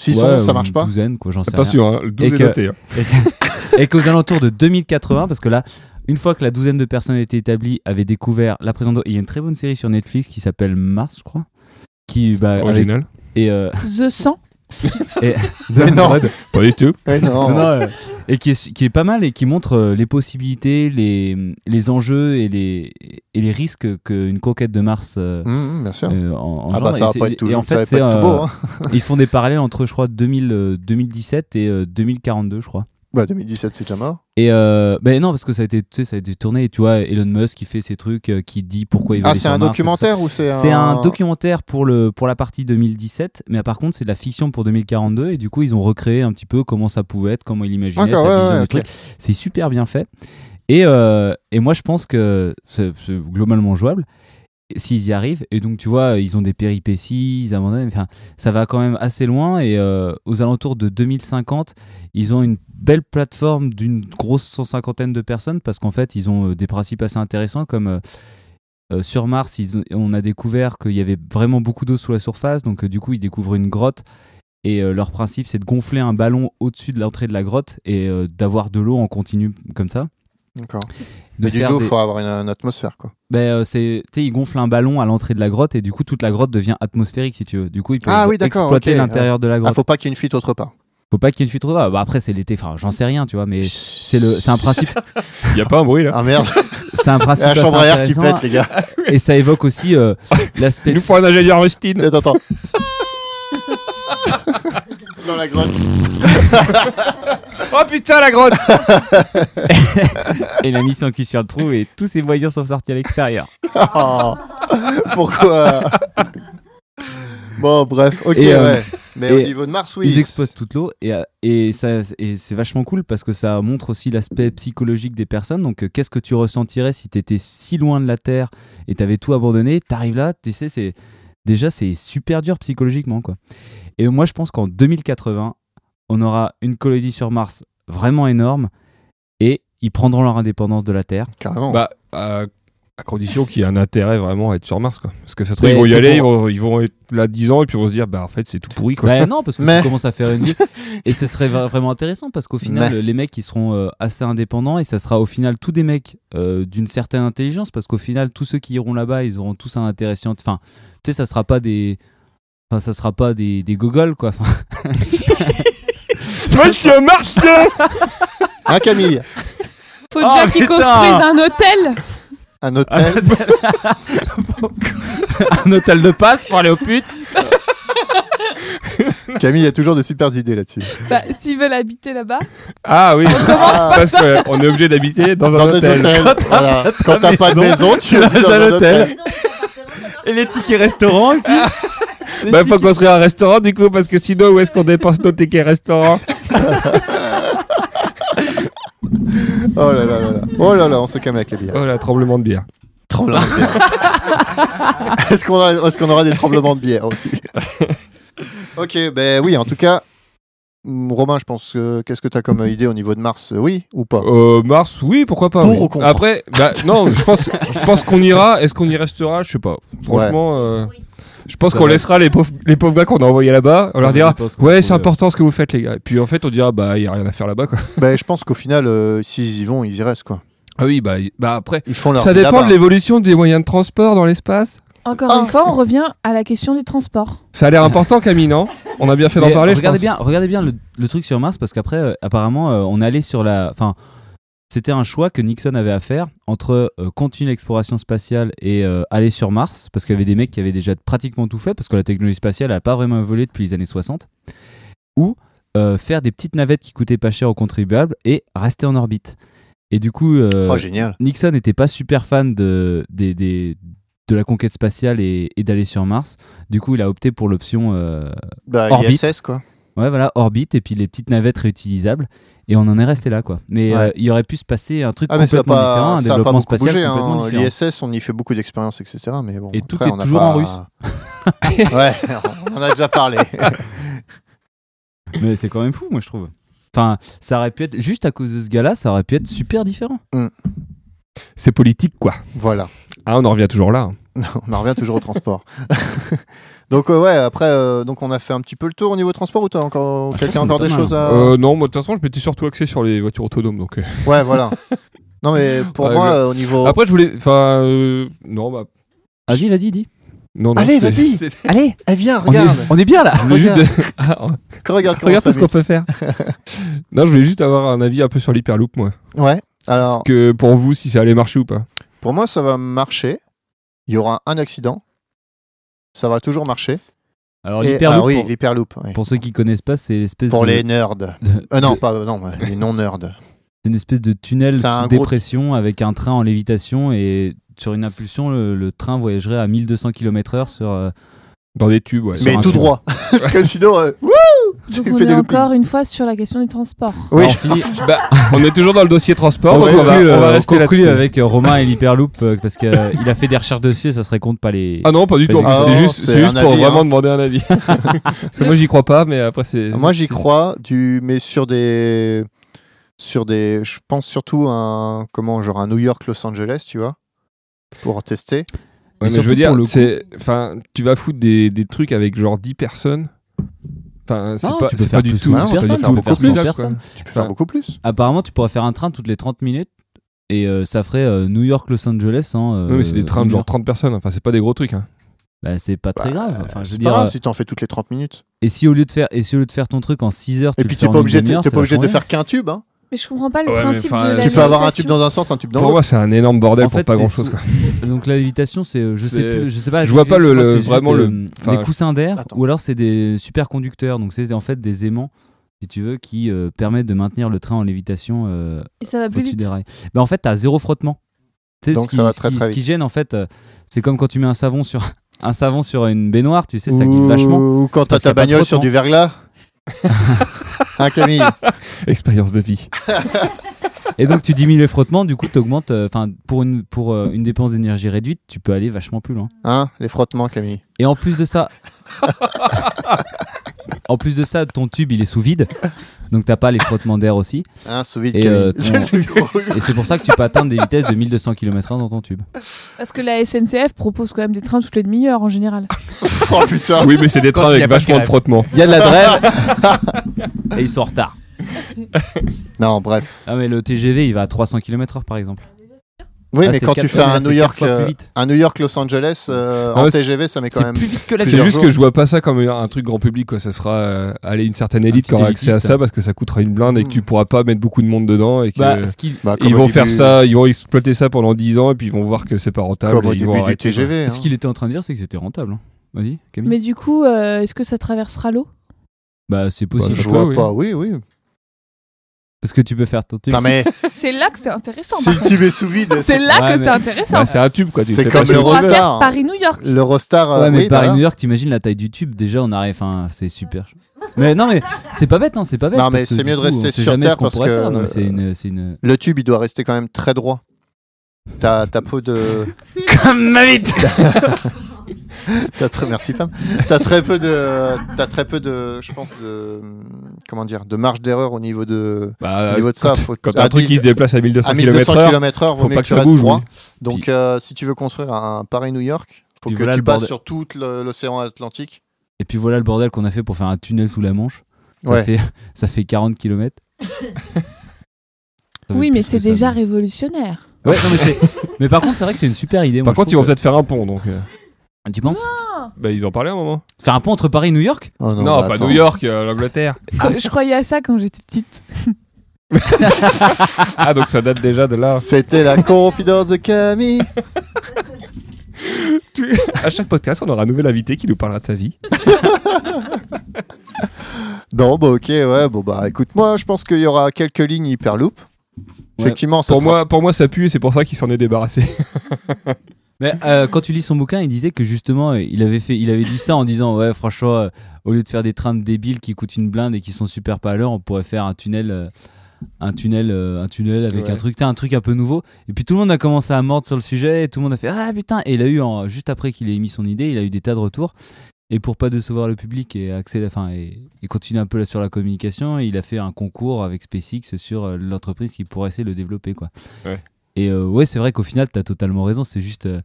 S1: S'ils Ah, sont
S4: Ouais,
S1: 11, ça
S4: ou
S1: marche pas
S4: Douzaine, quoi, j'en sais rien.
S3: Attention, hein, le 12
S4: Et
S3: est
S4: que-
S3: noté. hein.
S4: Et que- et qu'aux alentours de 2080, parce que là, une fois que la douzaine de personnes étaient établies, avait découvert la présence d'eau. Il y a une très bonne série sur Netflix qui s'appelle Mars, je crois. Qui, bah, avec-
S3: Original.
S4: et, euh,
S6: The 100.
S1: Mais non.
S3: Pas du tout.
S1: Mais non.
S4: Non, non, euh, et qui est, qui est pas mal et qui montre euh, les possibilités, les, les enjeux et les, et les risques qu'une conquête de Mars. euh,
S1: Hum, bien sûr.
S4: euh, en, en
S1: Ah bah
S4: genre.
S1: ça
S4: Et
S1: va
S4: c'est-
S1: pas être tout,
S4: et en
S1: ça va
S4: fait,
S1: pas
S4: c'est,
S1: être tout beau.
S4: euh,
S1: Hein.
S4: ils font des parallèles entre, je crois, 2000, euh, 2017 et euh, 2042, je crois.
S1: Bah 2017 c'est déjà mort.
S4: Et euh, ben non, parce que ça a été, tu sais, ça a été tourné. Et tu vois, Elon Musk qui fait ses trucs, euh, qui dit pourquoi il va
S1: Ah
S4: aller
S1: c'est
S4: sur
S1: un
S4: Mars et tout
S1: documentaire ou c'est
S4: ça.
S1: un
S4: C'est un documentaire pour, le, pour la partie 2017, mais par contre, c'est de la fiction pour 2042. Et du coup, ils ont recréé un petit peu comment ça pouvait être, comment il imaginait
S1: D'accord,
S4: sa
S1: ouais,
S4: vision
S1: ouais,
S4: du
S1: ok.
S4: truc. C'est super bien fait. Et, euh, et moi, je pense que c'est c'est globalement jouable s'ils y arrivent. Et donc, tu vois, ils ont des péripéties, ils abandonnent. Enfin, ça va quand même assez loin. Et euh, aux alentours de 2050, ils ont une belle plateforme d'une grosse cent cinquantaine de personnes parce qu'en fait, ils ont euh, des principes assez intéressants comme. euh, euh, sur Mars, ils ont- on a découvert qu'il y avait vraiment beaucoup d'eau sous la surface, donc euh, du coup ils découvrent une grotte et euh, leur principe c'est de gonfler un ballon au-dessus de l'entrée de la grotte et euh, d'avoir de l'eau en continu comme ça.
S1: D'accord.
S4: De
S1: Mais du
S4: faire
S1: jour,
S4: des-
S1: faut avoir une, une atmosphère quoi.
S4: ben, euh, c'est, tu sais, ils gonflent un ballon à l'entrée de la grotte et du coup toute la grotte devient atmosphérique si tu veux. Du coup ils peuvent
S1: Ah oui, d'accord,
S4: exploiter
S1: ok,
S4: l'intérieur de la
S1: Ah,
S4: grotte.
S1: faut pas qu'il y ait une fuite autre part.
S4: Faut pas qu'il y ait une fuite trop bah, après c'est l'été, enfin j'en sais rien tu vois, mais c'est le, c'est un principe,
S3: Il n'y a pas un bruit là.
S1: Ah merde,
S4: c'est un principe
S1: la
S4: assez
S1: chambre à air qui
S4: intéressant
S1: pète les gars.
S4: et ça évoque aussi euh, l'aspect.
S3: Il nous faut un ingénieur Rustine.
S1: Attends, attends. Dans la grotte.
S3: Oh putain, la grotte
S4: et la mission qui se retrouve et tous ces voyageurs sont sortis à l'extérieur.
S1: Oh. Pourquoi Bon bref, ok
S4: Et, euh,
S1: ouais. Mais au
S4: et
S1: niveau de Mars oui.
S4: Ils exposent toute l'eau et, euh, et, ça- et c'est vachement cool parce que ça montre aussi l'aspect psychologique des personnes. Donc, euh, qu'est-ce que tu ressentirais si tu étais si loin de la Terre et tu avais tout abandonné T'arrives là, tu sais, c'est déjà c'est super dur psychologiquement quoi. Et moi, je pense qu'en 2080, on aura une colonie sur Mars vraiment énorme et ils prendront leur indépendance de la Terre.
S1: Carrément.
S3: Bah, euh, à condition qu'il y ait un intérêt vraiment à être sur Mars, quoi. Parce que ça se trouve,
S4: Mais
S3: ils vont y
S4: c'est
S3: aller, ils, vont, ils vont être là 10 ans et puis ils vont se dire, bah en fait, c'est tout pourri, quoi.
S4: Bah non, parce que
S1: Mais-
S4: tu commences à faire une vie. Et ce serait vra- vraiment intéressant parce qu'au final, les mecs, ils seront euh, assez indépendants et ça sera au final tous des mecs euh, d'une certaine intelligence parce qu'au final, tous ceux qui iront là-bas, ils auront tous un intérêt scientifique. Enfin, tu sais, ça sera pas des. Enfin, ça sera pas des, des gogoles, quoi. Enfin,
S3: Monsieur Mars,
S1: Hein Camille
S6: Faut
S4: Oh,
S6: déjà qu'ils
S4: putain.
S6: construisent un hôtel.
S1: Un hôtel
S4: un hôtel de passe pour aller aux putes.
S1: Camille a toujours des super idées là-dessus.
S6: Bah, s'ils veulent habiter là-bas.
S3: Ah oui,
S1: par
S3: parce qu'on est obligé d'habiter dans,
S1: Dans
S3: un
S1: des
S3: hôtel.
S1: hôtels. Voilà. Quand t'as pas de maison, tu es
S4: loge
S1: dans
S4: à
S1: un
S4: l'hôtel.
S1: hôtel.
S4: Et les tickets restaurants aussi.
S3: Bah, faut construire un restaurant, du coup, parce que sinon, où est-ce qu'on dépense nos tickets restaurant
S1: Oh là là là là. Oh là là, on se calme avec la bière.
S3: Oh, la tremblement de bière.
S1: Tremblement de bière. Est-ce qu'on a- est-ce qu'on aura des tremblements de bière aussi Ok, ben oui, en tout cas, hum, Romain, je pense que qu'est-ce que t'as comme idée au niveau de Mars euh, Oui ou
S4: Oh.
S1: pas
S3: Euh, mars, oui, pourquoi pas.
S1: Pour
S3: oui.
S1: ou contre
S3: Après, bah, non, je pense, je pense qu'on ira. Est-ce qu'on y restera Je sais pas. Franchement, euh, je pense
S4: Ça
S3: qu'on
S4: va.
S3: laissera les pauvres, les pauvres gars qu'on a envoyés là-bas. On leur dira. Ouais, c'est
S4: important
S3: important ce que vous faites, les gars. Et puis en fait, on dira, bah, il n'y a rien à faire là-bas, quoi.
S1: Ben je pense qu'au final, euh, s'ils y vont, ils y restent quoi.
S3: Ah oui, bah, bah après,
S1: Ils font leur
S3: ça
S1: vie
S3: dépend
S1: là-bas.
S3: de l'évolution des moyens de transport dans l'espace.
S6: Encore
S1: Ah.
S6: une fois, on revient à la question des transports.
S3: Ça a l'air important, Camille, non On a bien fait d'en
S4: Mais
S3: parler, je
S4: regardez
S3: pense.
S4: bien, regardez bien le, le truc sur Mars parce qu'après, euh, apparemment, euh, on allait sur la. Enfin, c'était un choix que Nixon avait à faire entre euh, continuer l'exploration spatiale et euh, aller sur Mars parce qu'il y avait des mecs qui avaient déjà pratiquement tout fait parce que la technologie spatiale n'a pas vraiment évolué depuis les années 60 ou euh, faire des petites navettes qui coûtaient pas cher aux contribuables et rester en orbite. Et du coup, euh,
S1: Oh, génial.
S4: Nixon n'était pas super fan de, des, des- de la conquête spatiale et, et d'aller sur Mars. Du coup, il a opté pour l'option euh,
S1: Bah,
S4: Orbite.
S1: ISS, quoi.
S4: Ouais, voilà, orbite et puis les petites navettes réutilisables. Et on en est resté là, quoi. Mais
S1: Ouais.
S4: euh, il aurait pu se passer un truc
S1: Ah, mais ça a
S4: complètement différent,
S1: pas,
S4: un
S1: ça a pas
S4: développement
S1: beaucoup
S4: spatial
S1: bougé.
S4: complètement
S1: Hein.
S4: différent.
S1: L'ISS, on y fait beaucoup d'expériences, etc. Mais bon,
S4: Et tout
S1: après,
S4: est
S1: on a
S4: toujours
S1: pas-
S4: en russe.
S1: ouais, on en a déjà parlé.
S4: Mais c'est quand même fou, moi, je trouve. Enfin, ça aurait pu être, juste à cause de ce gars-là, ça aurait pu être super différent.
S3: C'est politique, quoi.
S1: voilà.
S3: Ah, on en revient toujours là.
S1: On en revient toujours au transport. donc, euh, ouais, après, euh, donc on a fait un petit peu le tour au niveau transport ou t'as encore,
S4: je pense
S1: quelqu'un a
S4: qu'on
S1: encore
S4: est
S1: des
S4: pas mal, hein.
S1: choses à.
S3: Euh, non, moi, de toute façon, je m'étais surtout axé sur les voitures autonomes. Donc, euh.
S1: Ouais, voilà. Non, mais pour
S3: Ouais,
S1: moi,
S3: je-
S1: euh, au niveau.
S3: Après, je voulais. Enfin, euh, non, bah.
S4: Vas-y, vas-y, dis.
S3: Non, non,
S1: Allez,
S3: c'est-
S1: vas-y.
S3: c'est-
S4: Allez,
S1: Eh, viens,
S4: on est,
S1: regarde.
S4: on est bien là.
S3: Je voulais juste.
S1: Regarde.
S3: de- Ah,
S1: Regarde, comment
S3: regarde
S1: ça
S3: tout ce qu'on peut faire. non, je voulais juste avoir un avis un peu sur l'hyperloop, moi.
S1: m'est- Ouais. Alors,
S3: Parce que pour vous, si ça allait marcher ou pas.
S1: pour moi, ça va marcher. Il y aura un accident. Ça va toujours marcher.
S4: Alors,
S1: Et-
S4: l'hyperloop,
S1: ah oui,
S4: pour,
S1: l'hyperloop. oui.
S4: pour ceux qui connaissent pas, c'est l'espèce
S1: Pour
S4: de-
S1: les nerds.
S4: de-
S1: Euh, non, pas non, mais les non-nerds.
S4: C'est une espèce de tunnel
S1: C'est
S4: sous
S1: un gros-
S4: dépression avec un train en lévitation et sur une impulsion, le, le train voyagerait à 1200 km/h sur. euh,
S3: Dans des tubes, ouais.
S1: Mais
S4: un
S1: tout
S4: tube.
S1: droit. Parce que sinon. euh, wouh, tu
S6: Donc
S1: fais
S6: on
S1: des
S6: est
S1: loopings.
S6: encore une fois sur la question des transports.
S1: Oui.
S4: Alors, on finit-
S3: Bah, on est toujours dans le dossier transport.
S4: On
S3: donc on, va,
S4: conclut,
S3: on va
S4: euh,
S3: rester
S4: on conclut
S3: là-dessus.
S4: avec euh, Romain et l'Hyperloop euh, parce qu'il a fait des recherches dessus et ça serait compte pas les.
S3: Ah non, pas du tout. en plus,
S1: Ah
S3: c'est
S1: non,
S3: juste,
S1: c'est
S3: c'est juste
S1: un
S3: pour
S1: avis,
S3: vraiment
S1: hein. Ah,
S3: demander un avis. Parce que moi, j'y crois pas, mais après, c'est.
S1: Moi, j'y
S3: c'est-
S1: crois, du, mais sur des. Sur des. Je pense surtout à un. Comment Genre un New York-Los Angeles, tu vois Pour tester.
S3: Ouais,
S4: Et
S3: mais je
S4: surtout
S3: veux dire,
S4: pour le coup-
S3: c'est. Enfin, tu vas foutre des, des trucs avec genre 10 personnes. Enfin, c'est
S4: Non,
S3: pas,
S4: tu peux
S3: c'est
S4: faire
S3: pas du
S4: plus
S3: tout.
S4: ou
S1: moins,
S3: c'est
S1: tu peux faire
S3: pas du tout le
S1: beaucoup
S3: concept,
S1: plus.
S3: quoi.
S4: Personne.
S1: Tu peux
S3: Enfin,
S1: faire beaucoup plus.
S4: Apparemment, tu pourrais faire un train toutes les 30 minutes et euh, ça ferait euh, New York Los Angeles en. euh,
S3: Oui, mais c'est des trains de
S4: une
S3: genre
S4: heure.
S3: 30 personnes. Enfin, c'est pas des gros trucs. hein.
S4: Bah, c'est pas très
S1: Bah,
S4: grave. Enfin, je veux
S1: C'est
S4: dire,
S1: pas grave
S4: euh,
S1: si t'en fais toutes les 30 minutes.
S4: et si au lieu de faire et si au lieu de faire ton truc en 6 heures,
S1: Et
S4: tu
S1: puis, t'es
S4: le fais en
S1: pas
S4: une
S1: obligé, de-
S4: demi-heure,
S1: t'es
S4: ça
S1: pas obligé de
S4: vachement
S1: faire qu'un tube. Hein.
S6: Mais je comprends pas le
S3: Ouais, mais
S6: principe
S3: enfin,
S6: de la
S1: Tu peux avoir un tube
S6: lévitation.
S1: dans un sens, un tube dans
S3: Pour moi,
S1: l'autre.
S3: c'est un énorme bordel
S4: En
S3: pour
S4: fait,
S3: pas
S4: c'est
S3: grand chose.
S4: sous- Donc la lévitation, c'est, euh, je sais
S3: C'est-
S4: plus, je sais pas. la
S3: je vois pas le-
S4: définition,
S3: le-
S4: c'est juste,
S3: vraiment le-
S4: euh,
S3: enfin,
S4: des coussins d'air
S1: Attends.
S4: ou alors c'est des superconducteurs. Donc c'est en fait des aimants, si tu veux, qui euh, permettent de maintenir le train en lévitation euh,
S6: Et ça va plus
S4: au-dessus
S6: vite.
S4: des rails. Mais en fait, t'as zéro frottement. Tu sais,
S1: Donc
S4: ce qui,
S1: ça va
S4: ce
S1: très,
S4: qui-
S1: très
S4: ce qui gêne en fait, euh, c'est comme quand tu mets un savon sur un savon sur une baignoire, tu sais, ça glisse
S1: Ou-
S4: vachement.
S1: Ou quand
S4: C'est
S1: t'as
S4: parce qu'il y
S1: ta
S4: a pas de
S1: bagnole sur du verglas. hein, Camille
S3: Expérience de vie.
S4: Et donc tu diminues les frottements, du coup, t'augmentes. euh, Enfin, pour une pour euh, une dépense d'énergie réduite, tu peux aller vachement plus loin.
S1: Hein Les frottements, Camille.
S4: Et en plus de ça, en plus de ça, ton tube il est sous vide, donc t'as pas les frottements d'air aussi.
S1: Hein, sous vide,
S4: Et,
S1: Camille.
S4: euh, ton- Et c'est pour ça que tu peux atteindre des vitesses de 1200 km/h dans ton tube.
S6: Parce que la SNCF propose quand même des trains toutes les demi-heures en général.
S1: oh
S4: Ah
S1: putain
S3: Oui, mais c'est des
S7: il y a
S3: trains avec
S7: pas de
S3: vachement de
S7: grève.
S3: frottement.
S4: Il y a de la grève et ils sont en retard.
S1: Non, bref.
S4: Ah mais le TGV il va à 300 km/h par exemple.
S1: Oui,
S4: Là,
S1: mais
S4: Ah, c'est
S1: quand
S4: quatre-
S1: tu fais
S4: ouais, mais là,
S1: un
S4: c'est
S1: New
S4: quatre
S1: York,
S4: fois plus
S1: euh,
S4: vite.
S1: un New York Los Angeles euh,
S3: Ah
S1: en
S3: ouais,
S1: TGV, ça met quand
S4: C'est
S1: même.
S4: plus vite que la
S3: C'est
S1: Plusieurs
S3: juste
S1: jours.
S3: que je vois pas ça comme un truc grand public. Quoi. Ça sera euh, aller une certaine élite
S4: petit
S3: qui aura accès à
S4: élitiste. Hmm.
S3: ça parce que ça coûtera une blinde et que tu pourras pas mettre beaucoup de monde dedans. Et que
S4: Bah, ce qui-
S1: Bah, comme
S3: ils
S1: au
S3: vont
S1: début-
S3: faire ça, ils vont exploiter ça pendant 10 ans et puis ils vont voir que c'est pas rentable.
S1: Comme au
S3: et ils vont
S1: début du
S3: arrêter, quoi.
S1: TGV. hein.
S4: ce qu'il était en train de dire, c'est que c'était rentable. hein. Vas-y, Camille.
S6: Mais du coup, euh, est-ce que ça traversera l'eau
S4: Bah c'est possible
S1: Je
S3: ça
S1: vois
S3: peut, oui.
S1: pas, oui, oui.
S4: parce que tu peux faire ton tube.
S1: Non, mais
S6: C'est là que c'est intéressant.
S1: si
S6: par
S1: le tube est sous vide,
S6: contre. C'est
S1: c'est
S6: là
S4: Ouais,
S6: que
S4: mais-
S6: c'est intéressant.
S5: bah,
S3: Ouais, Ah, c'est un tube quoi. tu
S1: c'est
S3: fais
S1: comme
S3: passer
S1: le
S6: on va
S1: Eurostar,
S6: faire
S1: hein.
S6: Paris-New York.
S1: le Rostar. euh,
S4: Ouais, mais
S1: oui, voilà.
S4: Paris-New York, t'imagines la taille du tube, déjà on arrive, enfin, c'est super. Mais non, mais c'est pas bête, hein, c'est pas bête.
S1: Non, mais
S4: parce que
S1: c'est
S4: du
S1: mieux de
S4: coup,
S1: rester
S4: on sait
S1: sur
S4: jamais
S1: Terre
S4: ce qu'on
S1: parce
S4: pourrait
S1: que-
S4: faire. Non, mais c'est une, c'est une.
S1: Le tube, il doit rester quand même très droit. T'as ta peau de.
S4: Comme ma vite
S1: T'as très... Merci, femme. T'as très peu de. T'as très peu de. Je pense de. Comment dire De marge d'erreur au niveau de.
S3: Bah,
S1: Au niveau de ça,
S3: quand,
S1: faut-
S3: quand t'as
S1: à
S3: un truc qui
S4: Ah,
S1: 1000
S3: se déplace à 1200
S1: À 1200
S3: km/h,
S1: km/h, vaut
S3: faut
S1: mieux que
S3: pas
S1: tu
S3: que ça
S1: restes
S3: bouge,
S1: droit.
S3: oui.
S1: Donc,
S3: Puis-
S1: euh, si tu veux construire un Paris-New York, faut
S4: Puis
S1: que
S4: voilà
S1: tu
S4: le
S1: passes
S4: bordel.
S1: sur tout le- l'océan Atlantique.
S4: Et puis voilà le bordel qu'on a fait pour faire un tunnel sous la Manche. Ça,
S1: Ouais.
S4: fait, ça fait 40 km.
S6: Oui, mais c'est déjà révolutionnaire.
S4: Ouais, non, mais, c'est- mais par contre, c'est vrai que c'est une super idée.
S3: Par
S4: moi,
S3: contre,
S4: je
S3: ils vont
S4: trouve
S3: peut-être faire un pont, donc. euh,
S4: que- Tu penses
S3: Bah, ils en parlaient à un moment.
S4: Faire un pont entre Paris et New York
S1: Oh
S3: Non,
S1: bah,
S3: pas
S1: attends.
S3: New York, euh, l'Angleterre.
S6: Co- Je croyais à ça quand j'étais petite.
S3: Ah, donc ça date déjà de là.
S1: C'était la confidence de Camille.
S3: À chaque podcast, on aura un nouvel invité qui nous parlera de sa vie.
S1: Non, bah ok, ouais, bon bah écoute, moi je pense qu'il y aura quelques lignes hyper loop. Effectivement, ça
S3: Pour
S1: sera-
S3: moi, pour moi, ça pue et c'est pour ça qu'il s'en est débarrassé.
S4: Mais euh, quand tu lis son bouquin, il disait que justement, euh, il avait, fait, il avait dit ça en disant Ouais, franchement, euh, au lieu de faire des trains de débiles qui coûtent une blinde et qui sont super pas à l'heure, on pourrait faire un tunnel. euh, un tunnel, euh, un tunnel avec
S3: Ouais.
S4: un truc, t'as un truc un peu nouveau. Et puis tout le monde a commencé à mordre sur le sujet, et tout le monde a fait ah putain. Et il a eu en- juste après qu'il ait émis son idée, il a eu des tas de retours. Et pour pas décevoir le public et accélérer, enfin et, et continuer un peu là sur la communication, il a fait un concours avec SpaceX sur euh, l'entreprise qui pourrait essayer de le développer quoi.
S3: Ouais.
S4: Et euh, ouais, c'est vrai qu'au final, t'as totalement raison. C'est juste euh,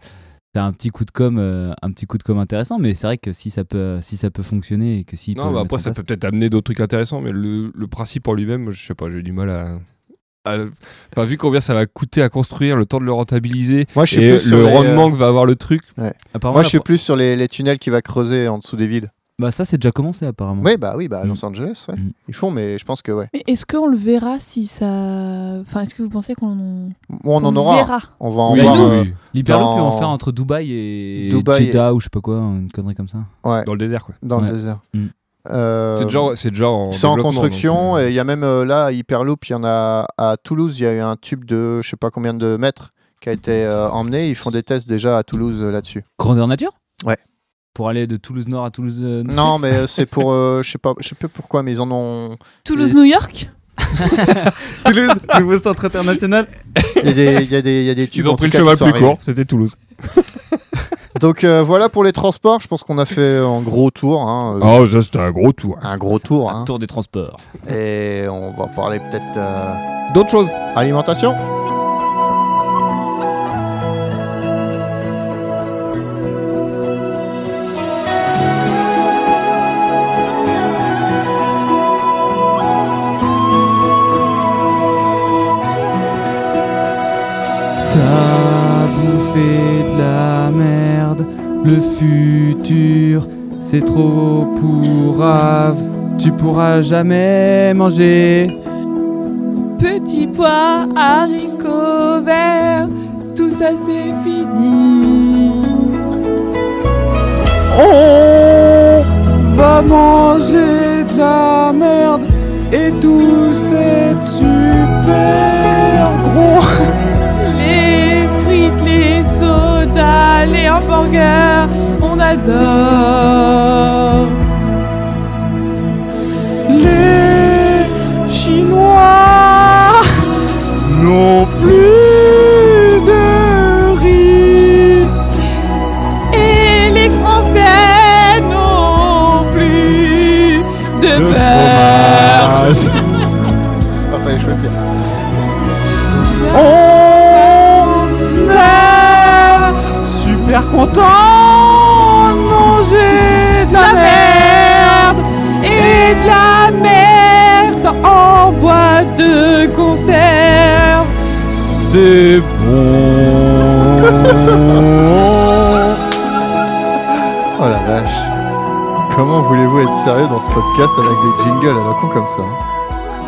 S4: t'as un petit coup de com, euh, un petit coup de com intéressant. Mais c'est vrai que si ça peut, si ça peut fonctionner et que si
S3: Non, bah, après, ça peut peut-être amener d'autres trucs intéressants, mais le, le principe en lui-même, je sais pas, j'ai du mal à. à- Enfin, vu combien ça va coûter à construire, le temps de le rentabiliser
S1: moi je suis
S3: et
S1: plus sur
S3: le
S1: les, euh,
S3: rendement que va avoir le truc.
S1: Moi je suis plus sur les, les tunnels qui va creuser en dessous des villes.
S4: Bah ça c'est déjà commencé apparemment.
S1: Oui, bah oui, bah à
S4: Mm.
S1: Los Angeles, ouais.
S4: Mm.
S1: Ils font, mais je pense que ouais.
S6: Mais est-ce qu'on le verra si ça. Enfin, est-ce que vous pensez qu'on en...
S1: Bon, on en
S6: qu'on
S1: aura.
S6: verra
S1: On va en
S3: Oui,
S1: voir.
S3: nous,
S1: euh,
S3: oui,
S4: L'hyperloop
S1: Dans-
S4: peut en faire entre Dubaï et
S1: Dubaï et-
S4: Jeddah ou je sais pas quoi, une connerie comme ça.
S1: ouais,
S3: dans le désert, quoi.
S1: dans
S4: Ouais.
S1: le désert.
S4: Mm.
S1: Euh,
S3: C'est déjà, c'est déjà en.
S1: c'est en
S3: développement,
S1: construction.
S3: donc, euh,
S1: et Il y a même euh, là, à Hyperloop, il y en a à Toulouse, il y a eu un tube de je sais pas combien de mètres qui a été euh, emmené. Ils font des tests déjà à Toulouse euh, là-dessus.
S4: Grandeur nature
S1: Ouais.
S4: Pour aller de Toulouse Nord à Toulouse. euh, Nord.
S1: Non, mais euh, c'est pour. euh, je sais pas je sais plus pourquoi, mais ils en ont.
S6: Toulouse-New York
S4: Toulouse, nouveau centre international.
S1: Il y a des, il y a des, il y a des tubes.
S3: Ils ont
S1: en
S3: pris le
S1: tout cas, qui
S3: cheval
S1: sont
S3: plus
S1: arrivés.
S3: court, c'était Toulouse.
S1: Donc euh, voilà pour les transports. Je pense qu'on a fait un gros tour. hein, euh,
S3: Oh, ça, c'était un gros tour.
S1: Un gros tour. hein.
S4: Tour des transports.
S1: Et on va parler peut-être euh,
S3: D'autres choses
S1: alimentation.
S4: T'as bouffé de la merde, le futur c'est trop pourrave, tu pourras jamais manger.
S6: Petit pois, haricots verts, tout ça c'est fini.
S4: On va manger de la merde et tout c'est super gros.
S6: Les frites, les sodas, les hamburgers, on adore.
S4: Les Chinois n'ont plus de riz.
S6: Et les Français non plus de beurre.
S1: Ah, fallait choisir.
S4: On est super content de manger de la merde.
S6: Et de la merde en boîte de conserve.
S4: C'est bon.
S1: Oh la vache. Comment voulez-vous être sérieux dans ce podcast avec des jingles à la con comme ça hein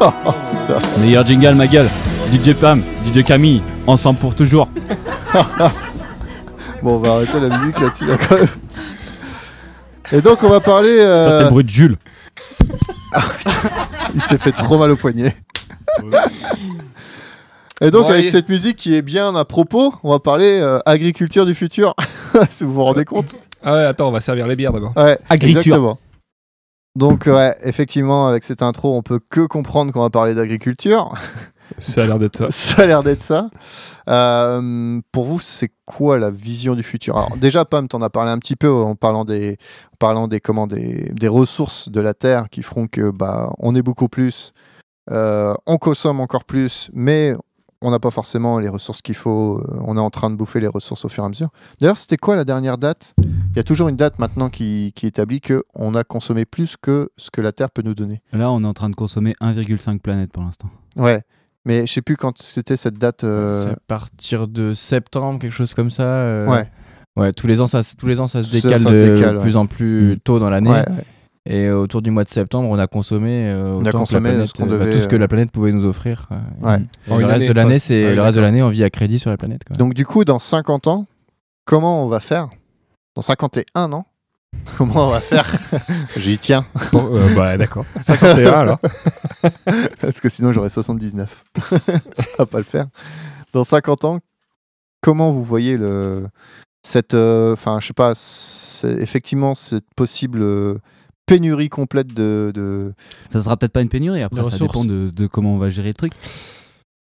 S1: Oh, oh, putain.
S4: Meilleur jingle, ma gueule. DJ Pam, DJ Camille, ensemble pour toujours.
S1: Bon, on va arrêter la musique là, tu l'as quand même. Et donc, on va parler. euh,
S4: bruit de Jules.
S1: il s'est fait trop mal au poignet. Et donc,
S3: Bon,
S1: avec
S3: allez.
S1: cette musique qui est bien à propos, on va parler euh, agriculture du futur. si vous vous rendez compte.
S3: Ah ouais, attends, on va servir les bières d'abord.
S1: Ouais,
S4: Agriture.
S1: exactement. Donc euh, ouais, effectivement, avec cette intro, on peut que comprendre qu'on va parler d'agriculture.
S3: Ça a l'air d'être ça.
S1: Ça a l'air d'être ça. Euh, pour vous, c'est quoi la vision du futur Alors déjà, Pam, t'en as parlé un petit peu en parlant des, en parlant des comment des, des ressources de la terre qui feront que bah on est beaucoup plus, euh, on consomme encore plus, mais on n'a pas forcément les ressources qu'il faut. euh, On est en train de bouffer les ressources au fur et à mesure. D'ailleurs, c'était quoi la dernière date Il y a toujours une date maintenant qui, qui établit que on a consommé plus que ce que la terre peut nous donner.
S4: Là, on est en train de consommer 1,5 planète pour l'instant.
S1: Ouais. Mais je sais plus quand c'était cette date. euh,
S7: C'est à partir de septembre, quelque chose comme ça. euh,
S1: Ouais.
S7: Ouais, tous les ans, ça, se- tous les ans, ça se
S1: Ça-
S7: décale
S1: ça se
S7: de
S1: décale, Mm.
S7: plus en plus tôt dans l'année.
S1: ouais, ouais.
S7: Et autour du mois de septembre, on a consommé, euh,
S1: a
S7: autant que
S1: consommé
S7: la planète,
S1: ce qu'on
S7: euh, bah,
S1: devait,
S7: tout ce que
S1: euh,
S7: la planète pouvait nous offrir. euh,
S1: Ouais.
S7: et
S3: En
S7: le
S3: une
S7: reste
S3: année,
S7: de l'année,
S3: quoi. Ah
S7: c'est
S3: oui,
S7: le reste de l'année, on vit à crédit sur la planète. Quoi.
S1: Donc, du coup, dans 50 ans, comment on va faire Dans 51 ans Comment on va faire J'y tiens.
S3: Bon, euh, bah d'accord. 51 alors.
S1: Parce que sinon, j'aurais 79. Ça va pas le faire. Dans 50 ans, comment vous voyez le. Cette. euh, Enfin, je sais pas. c'est- Effectivement, cette possible euh, pénurie complète de. de-
S4: Ça sera peut-être pas une pénurie après,
S7: Des
S4: ça dépend
S7: ressources.
S4: de, de comment on va gérer le truc.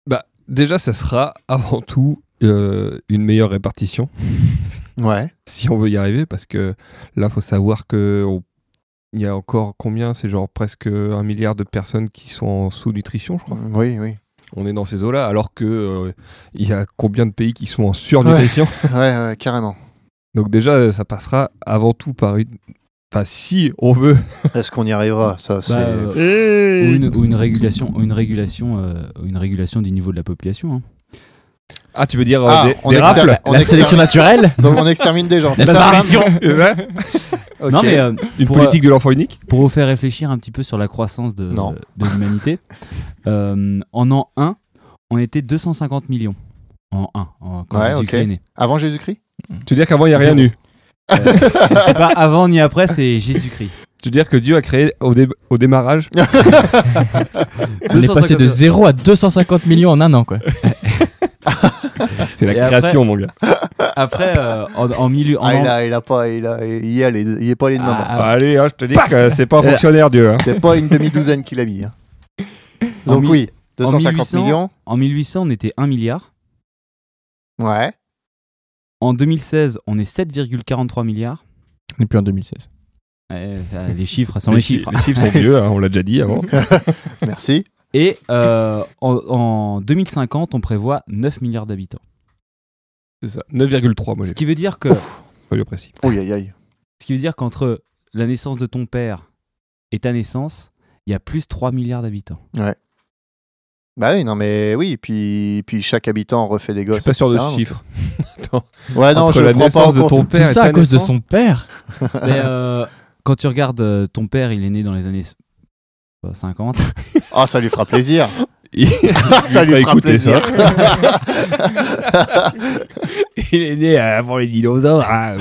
S3: Bah déjà, ça sera avant tout euh, une meilleure répartition
S1: Ouais.
S3: si on veut y arriver, parce que là, faut savoir que on- il y a encore combien C'est genre presque un milliard de personnes qui sont en sous-nutrition, je crois.
S1: Oui, oui.
S3: On est dans ces eaux-là, alors que euh, il y a combien de pays qui sont en surnutrition
S1: Ouais, ouais, carrément.
S3: Donc déjà, ça passera avant tout par une. Enfin, si on veut.
S1: Est-ce qu'on y arrivera Ça, c'est.
S4: Bah, euh, ou, une, ou une régulation, ou une régulation, euh, une régulation du niveau de la population. hein.
S3: Ah, tu veux dire euh,
S1: Ah,
S3: des,
S1: on
S3: des
S1: externe-
S3: rafles
S1: on externe-
S7: naturelle
S1: Donc on extermine des gens. c'est
S4: La
S1: ça,
S4: disparition.
S1: Pam
S3: Ouais.
S1: Ok.
S4: Non mais euh,
S3: Une
S4: pour,
S3: politique de l'enfant unique
S4: pour vous faire réfléchir un petit peu sur la croissance de,
S1: Non.
S4: de l'humanité, euh, en an 1, on était 250 millions. En 1, en, quand
S1: Ouais,
S4: Jésus-Christ
S1: ok.
S4: est né.
S1: Avant Jésus-Christ
S3: Tu veux dire qu'avant, il n'y a rien
S4: Zéro.
S3: eu
S4: C'est euh, pas avant ni après, c'est Jésus-Christ.
S3: Tu veux dire que Dieu a créé au, dé- au démarrage
S7: On est passé de 0 à 250 millions en un an. Quoi.
S3: C'est la
S4: Et après-
S3: création, mon gars.
S4: Après, euh, en, en milieu, en
S1: Ah,
S4: an-
S1: il a, il a pas, il a, il y a les, il est pas allé de maman.
S4: Ah,
S3: Allez, hein, je te dis que c'est pas un fonctionnaire, Dieu. hein.
S1: C'est pas une demi-douzaine qu'il a mis. hein.
S4: En
S1: Donc
S4: mi-
S1: oui,
S4: en
S1: 250
S4: 1800.
S1: millions.
S4: en 1800, on était 1 milliard.
S1: Ouais.
S4: En 2016, on est 7,43 milliards.
S7: On est plus en 2016.
S4: Ouais, euh, les chiffres sont les
S3: chi-
S4: chiffres.
S3: Les chiffres sont vieux, hein, on l'a déjà dit avant.
S1: Merci.
S4: Et euh, en, en 2050, on prévoit 9 milliards d'habitants.
S3: C'est ça. 9,3, moi,
S4: Ce
S3: j'ai
S4: qui veut dire que,
S1: Ouf.
S3: pas le précis.
S1: Oui, aïe, aïe.
S4: ce qui veut dire qu'entre la naissance de ton père et ta naissance, il y a plus 3 milliards d'habitants.
S1: Bah oui, non mais oui, puis, puis chaque habitant refait des
S3: Je
S1: gosses.
S3: suis pas sûr de
S1: etc.,
S3: ce chiffre. Attends.
S1: donc- Ouais, non,
S3: Entre
S1: je le
S3: la
S1: prends pas en
S3: naissance de
S1: compte.
S3: ton
S7: Tout
S3: père et
S7: ça
S3: ta
S7: à cause de
S3: naissance
S7: son père
S1: Ah.
S4: Mais euh, quand tu regardes euh, ton père, il est né dans les années s- euh, 50.
S1: Ah, ça lui fera plaisir.
S3: Il
S1: ça
S3: va
S1: lui fera
S3: écouter
S1: plaisir.
S3: ça. Il est né avant les dinosaures. hein.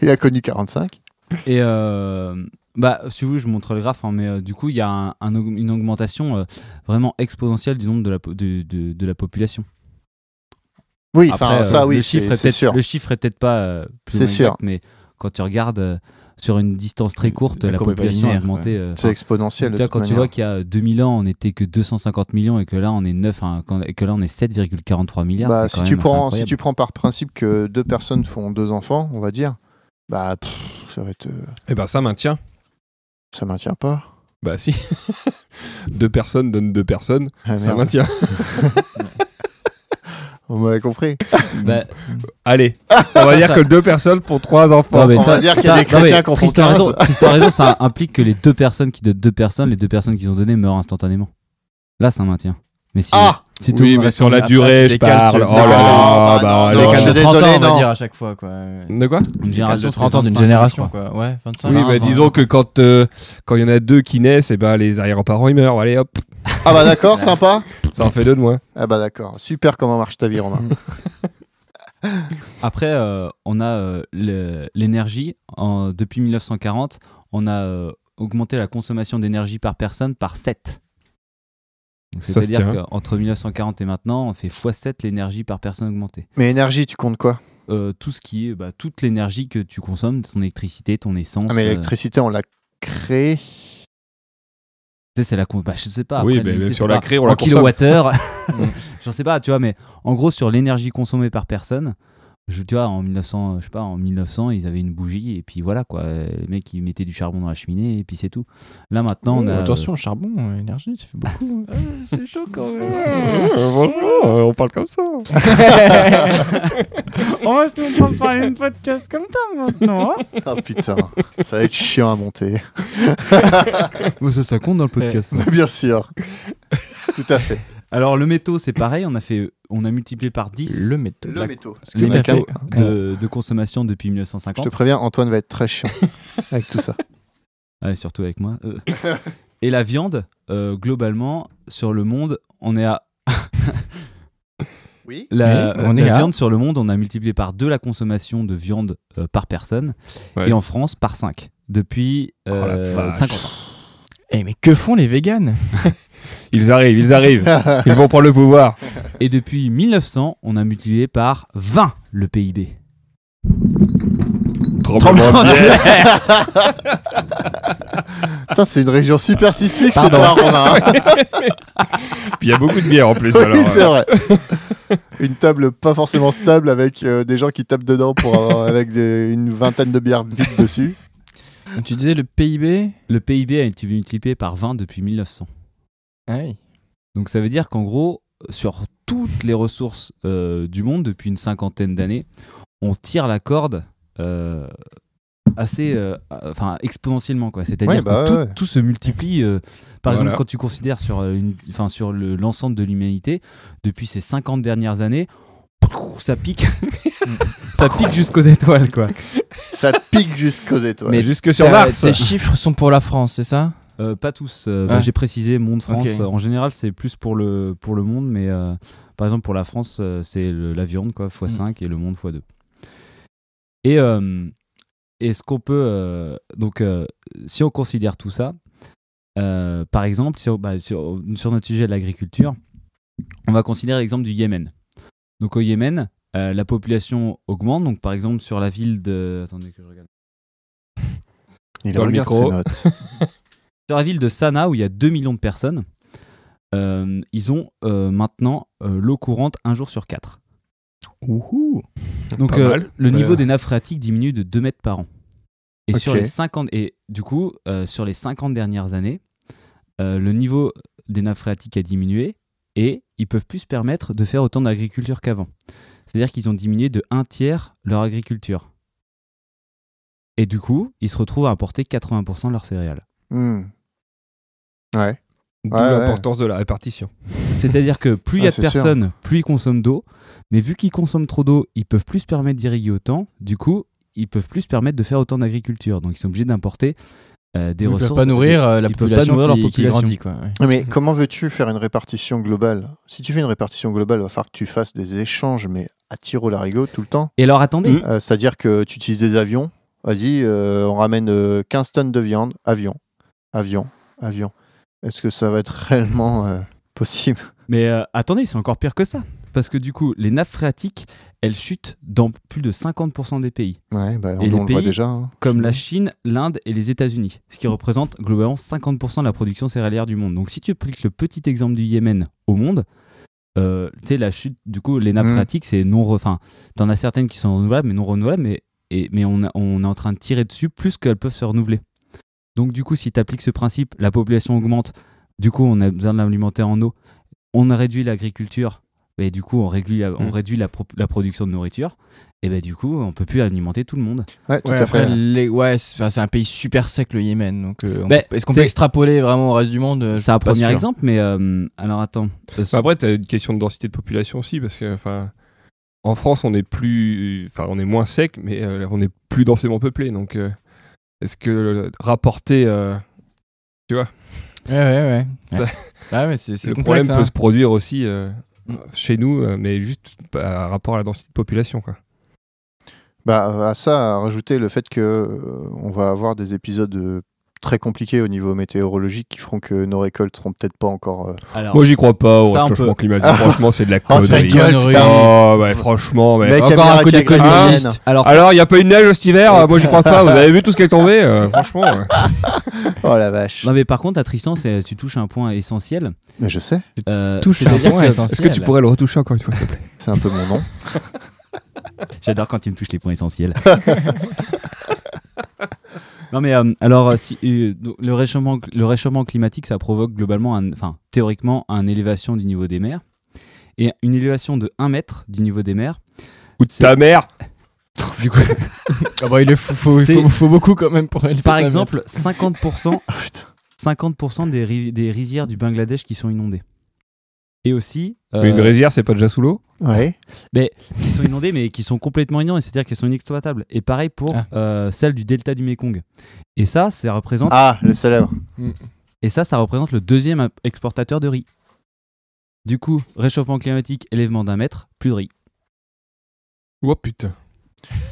S1: il a connu 45.
S4: Et euh, bah, si vous voulez, je vous montre le graphe, hein, mais euh, du coup, il y a un- un aug- une augmentation euh, vraiment exponentielle du nombre de la, po- de- de- de la population.
S1: Oui,
S4: Après,
S1: enfin
S4: euh,
S1: ça,
S4: le
S1: oui,
S4: chiffre
S1: c'est
S4: est,
S1: c'est
S4: peut-être-
S1: sûr.
S4: Le chiffre est peut-être pas euh,
S1: C'est
S4: plus ou moins exact,
S1: sûr.
S4: mais quand tu regardes euh, sur une distance très courte,
S7: La
S4: la
S7: courbe est pas
S4: population a
S7: linéaire,
S4: augmenté. euh,
S1: C'est
S4: enfin,
S1: exponentiel.
S4: tu
S1: de
S4: vois,
S1: toute
S4: quand tu
S1: manière.
S4: vois qu'il y a 2000 ans, on n'était que 250 millions et que là, on est 9, hein, quand- et que là, on est 7,43 milliards.
S1: Bah,
S4: c'est
S1: si,
S4: quand
S1: tu
S4: même assez
S1: prends, si
S4: incroyable.
S1: tu prends par principe que deux personnes font deux enfants, on va dire, bah pff, ça va être, euh,
S3: Eh ben, ça maintient.
S1: ça maintient pas.
S3: Bah si. deux personnes donnent deux personnes,
S1: Ah,
S3: ça
S1: merde,
S3: maintient.
S1: on m'avait compris.
S4: Bah,
S3: Allez, on va
S4: Ça,
S3: dire
S4: ça-
S3: que deux personnes pour trois enfants.
S4: Non, mais
S1: on
S4: ça-
S1: va dire qu'il y a des
S4: ça- non, mais
S1: chrétiens qui en font
S4: Tristan a
S1: 15.
S4: raison, Tristan a raison, ça implique que les deux personnes qui donnent deux personnes, les deux personnes qui ont donné meurent instantanément. Là, ça maintient. Mais si,
S1: Ah
S4: si tout le
S3: oui,
S4: monde
S3: mais
S4: reste en
S3: sur la
S4: vie-
S3: durée,
S7: tu
S3: je
S7: décales
S3: parle.
S7: sur-
S3: Oh là
S7: Non,
S3: là,
S1: bah
S3: bah,
S1: non,
S3: les
S1: non,
S3: gars,
S1: je
S7: de
S1: suis
S7: 30 ans,
S1: désolé,
S7: on va
S1: non.
S7: dire à chaque fois. Quoi. Décale
S3: De quoi
S4: une
S7: de
S4: génération,
S7: 30 ans d'une
S4: 25,
S7: génération.
S4: je crois.
S7: Quoi. Ouais, 25
S3: Oui,
S7: ans.
S3: bah, disons que quand euh, quand il y en a deux qui naissent, et ben les arrière-parents ils meurent. Allez hop,
S1: Ah bah d'accord, sympa.
S3: ça en fait deux de moins.
S1: Ah bah d'accord, super comment marche ta vie Romain.
S4: Après, euh, on a euh, le- l'énergie. En- Depuis 1940, on a euh, augmenté la consommation d'énergie par personne par 7.
S3: Ça se
S4: C'est-à-dire
S3: tient.
S4: qu'entre 1940 et maintenant, on fait x7 l'énergie par personne augmentée.
S1: Mais énergie, tu comptes quoi Ah,
S4: Euh, tout ce qui est, bah, toute l'énergie que tu consommes, ton électricité, ton essence.
S1: Ah mais
S4: euh,
S1: l'électricité, on l'a créée.
S4: tu sais, c'est la con- bah, je sais pas.
S3: oui,
S4: après,
S3: mais
S4: l'unité,
S3: même
S4: c'est
S3: sur la
S4: pas-
S3: crée, on
S4: en
S3: la consomme.
S4: kilowattheure. J'en sais pas, tu vois, mais en gros, sur l'énergie consommée par personne, je, tu vois, en 1900, je sais pas, en 1900, ils avaient une bougie et puis voilà, quoi. Euh, Les mecs, ils mettaient du charbon dans la cheminée et puis c'est tout. Là, maintenant, on a.
S7: Oh, Attention, charbon, énergie, ça fait beaucoup.
S3: C'est chaud quand même. Bonjour, euh, on parle comme ça.
S8: On va se mettre à faire une podcast comme ça maintenant. hein.
S1: Ah putain, ça va être chiant à monter.
S7: Euh,
S2: ça, ça compte dans le podcast.
S1: Bien sûr. Tout à fait.
S4: euh, Alors le métaux, c'est pareil, on a fait, on a multiplié par 10
S7: Le métal.
S1: Le métaux.
S7: Tout
S4: le
S7: à
S4: métaux
S7: fait.
S4: de, de consommation depuis
S1: Je te
S4: 1950,
S1: préviens, Antoine va être très chiant avec tout ça.
S4: Ouais, surtout avec moi. Euh. Et la viande, euh, globalement, sur le monde, on est à
S1: Oui.
S4: la, euh,
S7: Oui, on
S4: la
S7: est à-
S4: viande sur le monde, on a multiplié par deux la consommation de viande euh, par personne,
S3: Ouais.
S4: et en France par 5 depuis
S3: la
S4: euh,
S3: vache.
S4: 50 ans.
S7: Eh, mais que font les véganes
S3: Ils arrivent, ils arrivent. Ils vont prendre le pouvoir.
S4: Et depuis 1900, on a multiplié par 20 le PIB.
S3: Tremblement de terre.
S1: Putain, c'est une région super sismique, ce terrain, Romain. hein.
S3: Puis il y a beaucoup de bière en plus. alors,
S1: Oui,
S3: euh,
S1: c'est vrai. Une table pas forcément stable avec euh, des gens qui tapent dedans pour avoir- euh, avec des- une vingtaine de bières vides dessus.
S7: Tu disais le PIB
S4: Le PIB a été multiplié par 20 depuis 1900.
S7: Ah oui.
S4: Donc ça veut dire qu'en gros, sur toutes les ressources euh, du monde depuis une cinquantaine d'années, on tire la corde euh, assez, euh, euh, enfin exponentiellement quoi. C'est-à-dire
S1: Ouais, bah
S4: que tout,
S1: ouais.
S4: tout se multiplie. euh, par
S3: Voilà.
S4: exemple, quand tu considères sur, euh, une- enfin sur le- l'ensemble de l'humanité, depuis ces 50 dernières années, ça pique, ça pique jusqu'aux étoiles quoi.
S1: Ça pique jusqu'aux étoiles.
S7: Mais
S3: Jusque sur
S7: Ça,
S3: Mars.
S7: Ces chiffres sont pour la France, c'est ça
S4: Euh, pas tous. euh, bah,
S7: Ah.
S4: J'ai précisé Monde France.
S7: Ok.
S4: Euh, En général, c'est plus pour le, pour le monde, mais euh, par exemple, pour la France, euh, c'est le- la viande, quoi,
S7: Mm.
S4: x5 et le monde x2. Et, euh, et ce qu'on peut. euh, donc, euh, si on considère tout ça, euh, par exemple, sur, bah, sur, sur notre sujet de l'agriculture, on va considérer l'exemple du Yémen. Donc, au Yémen, euh, la population augmente. Donc, par exemple, sur la ville de. Attendez que je regarde.
S1: Il
S3: Dans le
S1: regarde
S3: micro.
S1: ses notes.
S4: Sur la ville de Sanaa, où il y a 2 millions de personnes, euh, ils ont euh, maintenant euh, l'eau courante un jour sur 4.
S7: Ouhou
S4: Donc
S3: Pas
S4: euh,
S3: mal.
S4: le
S3: Ouais.
S4: niveau des nappes phréatiques diminue de 2 mètres par an. Et,
S1: Ok.
S4: sur les 50, et du coup, euh, sur les 50 dernières années, euh, le niveau des nappes phréatiques a diminué et ils peuvent plus se permettre de faire autant d'agriculture qu'avant. C'est-à-dire qu'ils ont diminué de un tiers leur agriculture. Et du coup, ils se retrouvent à importer 80% de leurs céréales.
S1: Hmm. Ouais.
S3: D'où
S1: Ouais, ouais.
S3: l'importance de la répartition.
S4: C'est-à-dire que plus il y
S1: Ah,
S4: a de
S1: c'est sûr.
S4: personnes, plus ils consomment d'eau. Mais vu qu'ils consomment trop d'eau, ils peuvent plus se permettre d'irriguer autant. Du coup, ils peuvent plus se permettre de faire autant d'agriculture. Donc, ils sont obligés d'importer euh, des
S7: Ils
S4: ressources.
S7: peuvent pas nourrir euh, la
S4: ils peuvent pas
S7: population
S4: nourrir leur
S7: qui, qui
S4: population.
S7: grandit, quoi. ouais.
S1: Mais comment veux-tu faire une répartition globale Si tu fais une répartition globale, il va falloir que tu fasses des échanges, mais à tir au larigot tout le temps.
S4: Et alors, attendez.
S3: Mm.
S1: Euh, C'est-à-dire que tu utilises des avions. Vas-y, euh, on ramène euh, 15 tonnes de viande. Avion, avion, avion. Est-ce que ça va être réellement euh, possible
S4: Mais euh, attendez, c'est encore pire que ça. Parce que du coup, les nappes phréatiques, elles chutent dans plus de 50% des pays,
S1: Ouais, bah, on,
S4: Et les
S1: on le voit
S4: pays
S1: déjà. hein.
S4: comme la Chine, l'Inde et les États-Unis, ce qui représente globalement 50% de la production céréalière du monde. Donc, si tu appliques le petit exemple du Yémen au monde, euh, tu sais, la chute, du coup, les nappes
S7: Mmh.
S1: Mhm.
S4: phréatiques, c'est non. re- Enfin, t'en as certaines qui sont renouvelables, mais non renouvelables, mais, et, mais on, a- on est en train de tirer dessus plus qu'elles peuvent se renouveler. Donc, du coup, si tu appliques ce principe, la population augmente, du coup, on a besoin de l'alimenter en eau, on a réduit l'agriculture, et du coup, on réduit la, on
S7: Mhm.
S4: réduit la, pro- la production de nourriture, et ben du coup, on peut plus alimenter tout le monde.
S1: Ouais, tout
S7: Ouais,
S1: à
S7: après,
S1: fait.
S7: les- ouais, c'est enfin, c'est un pays super sec, le Yémen. Donc, euh, on-
S4: Ben,
S7: est-ce qu'on
S4: c'est-
S7: peut extrapoler vraiment au reste du monde Euh, je
S4: C'est un
S7: suis pas
S4: premier
S7: sûr.
S4: exemple, mais euh, alors attends. Euh,
S3: Bah après, t'as une question de densité de population aussi, parce que, enfin, en France, on est plus, enfin, on est moins sec, mais euh, on est plus densément peuplé. Donc, euh, est-ce que euh, rapporter euh,
S7: Ouais, ouais, ouais.
S3: Ça-
S7: ouais. Ah, mais c'est c'est
S3: le
S7: complexe.
S3: problème peut
S7: hein.
S3: se produire aussi euh,
S7: Mm.
S3: chez nous, euh, mais juste par rapport à la densité de population, quoi.
S1: Bah, à ça, à rajouter le fait que euh, on va avoir des épisodes euh, très compliqués au niveau météorologique qui feront que nos récoltes seront peut-être pas encore. euh,
S4: alors,
S3: Moi, j'y crois pas au
S4: ça, on peut-
S3: réchauffement climatique. franchement, c'est de la
S7: Ah,
S1: Oh, ta
S3: connerie.
S1: gueule,
S7: Connerie.
S1: putain.
S3: Oh, ouais, franchement, mais.
S1: Mec,
S7: Encore
S1: Amira
S7: un coup
S1: qui a
S7: d'école
S1: grillé
S3: de
S1: la
S7: liste.
S1: mienne.
S4: alors,
S3: Alors, il n'y a pas eu de neige cet hiver, euh, moi j'y crois pas, vous avez vu tout ce qui est tombé, euh, franchement. euh.
S1: Oh la vache.
S4: non mais par contre, à Tristan, c'est- tu touches un point essentiel.
S1: Mais je sais,
S4: Euh,
S7: Touche
S4: c'est-à-dire
S7: un point
S4: que-
S7: essentiel.
S3: Est-ce que tu pourrais le retoucher encore une fois, s'il te plaît
S1: c'est un peu mon nom.
S4: J'adore quand il me touche les points essentiels. non mais euh, alors, euh, si, euh, donc, le réchauffement, le réchauffement climatique, ça provoque globalement, un- enfin théoriquement, une élévation du niveau des mers et une élévation de 1 mètre du niveau des mers.
S3: Ou de ta mère
S7: Ah bah, il est fou, faut,
S4: C'est-
S7: faut- faut beaucoup quand même pour élever
S4: Par
S7: sa Oh,
S4: exemple, 50%,
S1: Ah, putain.
S4: 50% des, ri- des rizières du Bangladesh qui sont inondées. et aussi euh,
S3: Mais une rizière, c'est pas déjà sous l'eau
S1: Ouais.
S4: qui sont inondées, mais qui sont complètement inondées, c'est-à-dire qu'elles sont inexploitables. Et pareil pour
S7: Ah.
S4: euh, celle du delta du Mékong. Et ça, ça représente,
S1: Ah, le célèbre.
S7: Mm. Ah.
S4: et ça, ça représente le deuxième exportateur de riz. Du coup, réchauffement climatique, élèvement d'un mètre, plus de riz.
S3: Oh putain.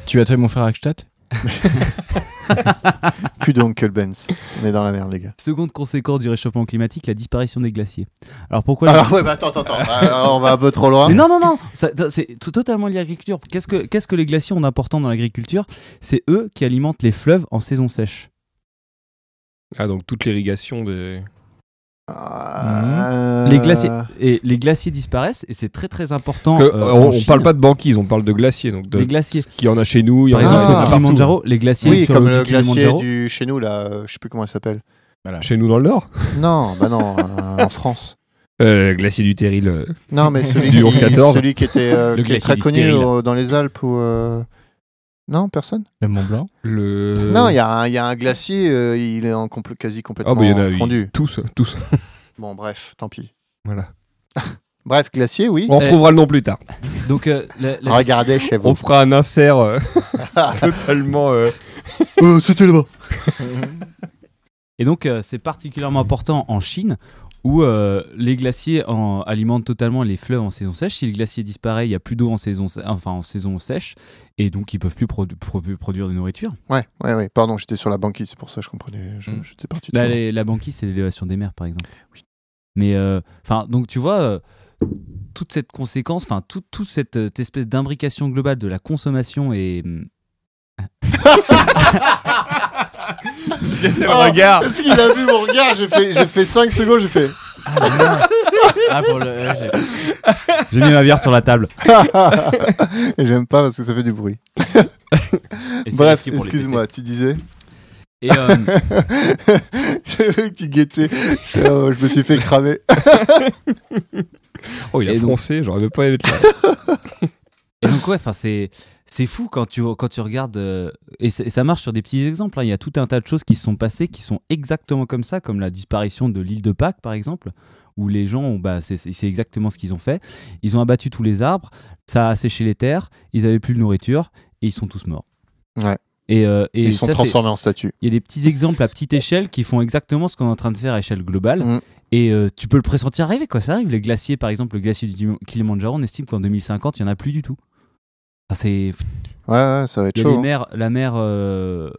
S7: Tu as tué mon frère Akstadt
S1: Cul d'Uncle Benz. On est dans la merde, les gars.
S4: Seconde conséquence du réchauffement climatique, la disparition des glaciers. Alors pourquoi la-
S1: Alors, ouais, bah attends, attends, attends. Alors, on va un peu trop loin.
S4: Mais non, non, non, ça- c'est tout- totalement lié à l'agriculture. Qu'est-ce que, qu'est-ce que les glaciers ont d'important dans l'agriculture C'est eux qui alimentent les fleuves en saison sèche.
S3: Ah, donc toute l'irrigation des.
S1: Euh,
S4: Les glaciers et les glaciers disparaissent et c'est très très important.
S3: Parce que,
S4: euh,
S3: euh,
S4: en
S3: on, on
S4: Chine.
S3: parle pas de banquise, on parle de glaciers. Donc de
S7: Euh,
S4: Les glaciers.
S3: Ce qu'il y en a chez nous, il y en
S4: Par
S3: a il y en
S4: exemple,
S3: a
S1: Ah.
S4: le
S3: partout.
S4: Kilimanjaro, les glaciers
S1: Oui,
S4: sur
S1: comme
S4: le,
S1: le
S4: pic
S1: glacier
S4: Kilimanjaro.
S1: du chez nous, là, euh, je sais plus comment il s'appelle.
S3: Chez nous dans le Nord
S1: Non, bah non, euh, en France.
S3: euh, Glacier du Terril. euh,
S1: Non, mais celui,
S3: Du
S1: qui,
S3: 11-14.
S1: celui qui était euh,
S4: Le
S1: qui est
S4: glacier
S1: très
S4: du
S1: connu
S4: stérile.
S1: euh, dans les Alpes ou. euh, Non, personne
S7: Le Mont Blanc
S3: Le...
S1: Non, il y, a un- il y a un glacier, euh, il est en compl- quasi complètement
S3: Ah, bah, il y en a
S1: fondu.
S3: oui, tous, tous.
S1: Bon, bref, tant pis.
S3: Voilà. Oh.
S1: Bref, glacier, oui.
S3: On retrouvera le nom plus tard.
S4: Donc euh, la- la-
S1: Regardez chez
S3: On
S1: vous.
S3: fera un insert euh, totalement. euh,
S1: Euh, C'était là-bas.
S4: et donc euh, c'est particulièrement important en Chine où euh, les glaciers en- alimentent totalement les fleuves en saison sèche. Si le glacier disparaît, il y a plus d'eau en saison, sè- enfin en saison sèche et donc ils peuvent plus produ- pro- produire de nourriture.
S1: Ouais, ouais, ouais. Pardon, j'étais sur la banquise, c'est pour ça que je comprenais. je-
S4: Mm.
S1: J'étais parti. de
S4: Bah,
S1: loin.
S4: les- la banquise, c'est l'élévation des mers, par exemple. Mais euh, enfin, donc tu vois euh, toute cette conséquence, enfin toute toute cette, euh, espèce d'imbrication globale de la consommation et hum,
S1: Oh, Parce qu'il a vu mon regard, j'ai fait, j'ai fait 5 secondes, j'ai fait.
S7: Ah, pour le.
S4: j'ai mis ma bière sur la table.
S1: Et j'aime pas parce que ça fait du bruit.
S4: Et c'est
S1: Bref,
S4: risqué pour les
S1: excuse-moi, tu disais.
S4: PC. Et, euh,
S1: J'ai vu que tu guettais. Je, oh, je me suis fait cramer.
S3: Oh, il a
S4: Et donc-
S3: français, j'aurais même pas aimé être là.
S4: et donc ouais, enfin c'est c'est fou quand tu quand tu regardes euh, et, c'est- et ça marche sur des petits exemples. hein. Il y a tout un tas de choses qui se sont passées qui sont exactement comme ça, comme la disparition de l'île de Pâques par exemple, où les gens ont bah c'est- c'est c'est exactement ce qu'ils ont fait. Ils ont abattu tous les arbres, ça a asséché les terres, ils avaient plus de nourriture et ils sont tous morts.
S1: Ouais.
S4: Et, euh, et
S1: Ils sont
S4: ça, c'est-
S1: transformés en statues.
S4: Il y a des petits exemples à petite échelle qui font exactement ce qu'on est en train de faire à échelle globale.
S1: Mm.
S4: Et euh, tu peux le pressentir arriver, quoi. Ça arrive. Les glaciers, par exemple, le glacier du Kilimanjaro, on estime qu'en 2050, il n'y en a plus du tout. Enfin, c'est.
S1: Ouais, ouais, ça va être
S4: Il y a les
S1: chaud. hein.
S4: mers, la mer. euh,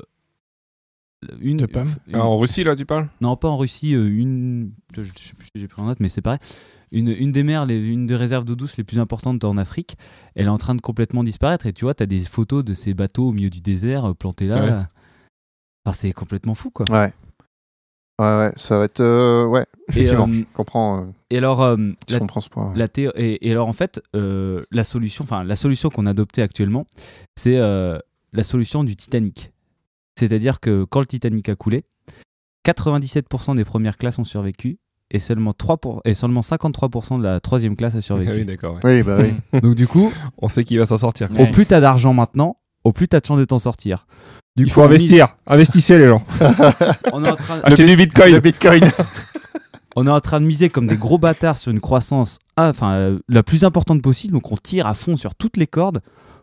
S4: Une,
S7: De pommes
S4: une-
S3: Ah, en Russie, là, tu parles
S4: non, pas en Russie, euh, une. Je je sais plus si j'ai pris en note, mais c'est pareil. Une, une des mers, les- une des réserves d'eau douce les plus importantes en Afrique, elle est en train de complètement disparaître. Et tu vois, tu as des photos de ces bateaux au milieu du désert euh, plantés là.
S3: Ouais.
S4: Enfin, c'est complètement fou, quoi.
S1: Ouais. Ouais, ouais, ça va être. euh, ouais,
S4: Et,
S1: effectivement.
S4: euh,
S1: Je comprends, euh,
S4: Et alors, euh,
S1: je
S4: la,
S1: comprends ce point. ouais.
S4: la théo- et, et alors en fait, euh, la solution, enfin la solution qu'on a adoptée actuellement, c'est euh, la solution du Titanic. C'est-à-dire que quand le Titanic a coulé, 97% des premières classes ont survécu et seulement 3 pour- et seulement 53% de la troisième classe a
S3: Ah oui,
S4: survécu.
S3: d'accord. ouais.
S1: Oui, bah oui.
S4: Donc du coup,
S3: On sait qu'il va s'en sortir. Oh,
S4: au plus t'as d'argent maintenant, au plus t'as de chance de t'en sortir. Du
S3: Il
S4: coup,
S3: faut
S4: on mise-
S3: investir. Investissez, les
S4: Ah,
S3: gens.
S4: on est en train-
S3: Achetez du bitcoin.
S1: Le bitcoin.
S4: On est en train de miser comme des gros bâtards sur une croissance ah, enfin, euh, la plus importante possible, donc on tire à fond sur toutes les cordes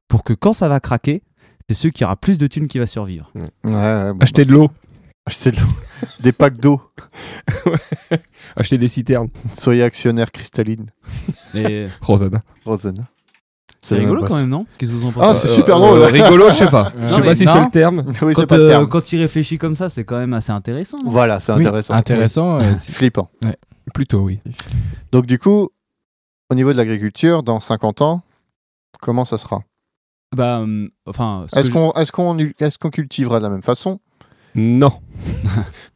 S4: pour que quand ça va craquer, c'est ceux qui aura plus de thunes qui va survivre.
S1: Ouais, ouais, bon,
S3: Achetez
S1: bah,
S3: de l'eau.
S1: Achetez de l'eau. Des packs d'eau.
S3: Achetez des citernes.
S1: Soyez actionnaire cristalline.
S4: Et
S3: Rosanna.
S1: Rosanna.
S4: c'est rigolo quand même, non Qu'est-ce que vous en
S1: Ah,
S4: pensez
S1: c'est super drôle.
S3: Euh, rigolo, je sais pas.
S7: Non,
S3: je sais
S4: mais
S3: pas si
S4: non.
S3: c'est le terme.
S1: Oui, c'est
S4: quand,
S1: pas le
S4: euh,
S1: terme.
S4: quand il réfléchit comme ça, c'est quand même assez intéressant. hein.
S1: Voilà, c'est intéressant.
S7: Intéressant. euh,
S1: C'est Flippant.
S3: Plutôt, oui.
S1: Donc, du coup, au niveau de l'agriculture, dans 50 ans, comment ça sera
S4: Bah, hum, enfin, ce
S1: Est-ce
S4: que
S1: qu'on est-ce qu'on est-ce qu'on cultivera de la même façon
S3: Non.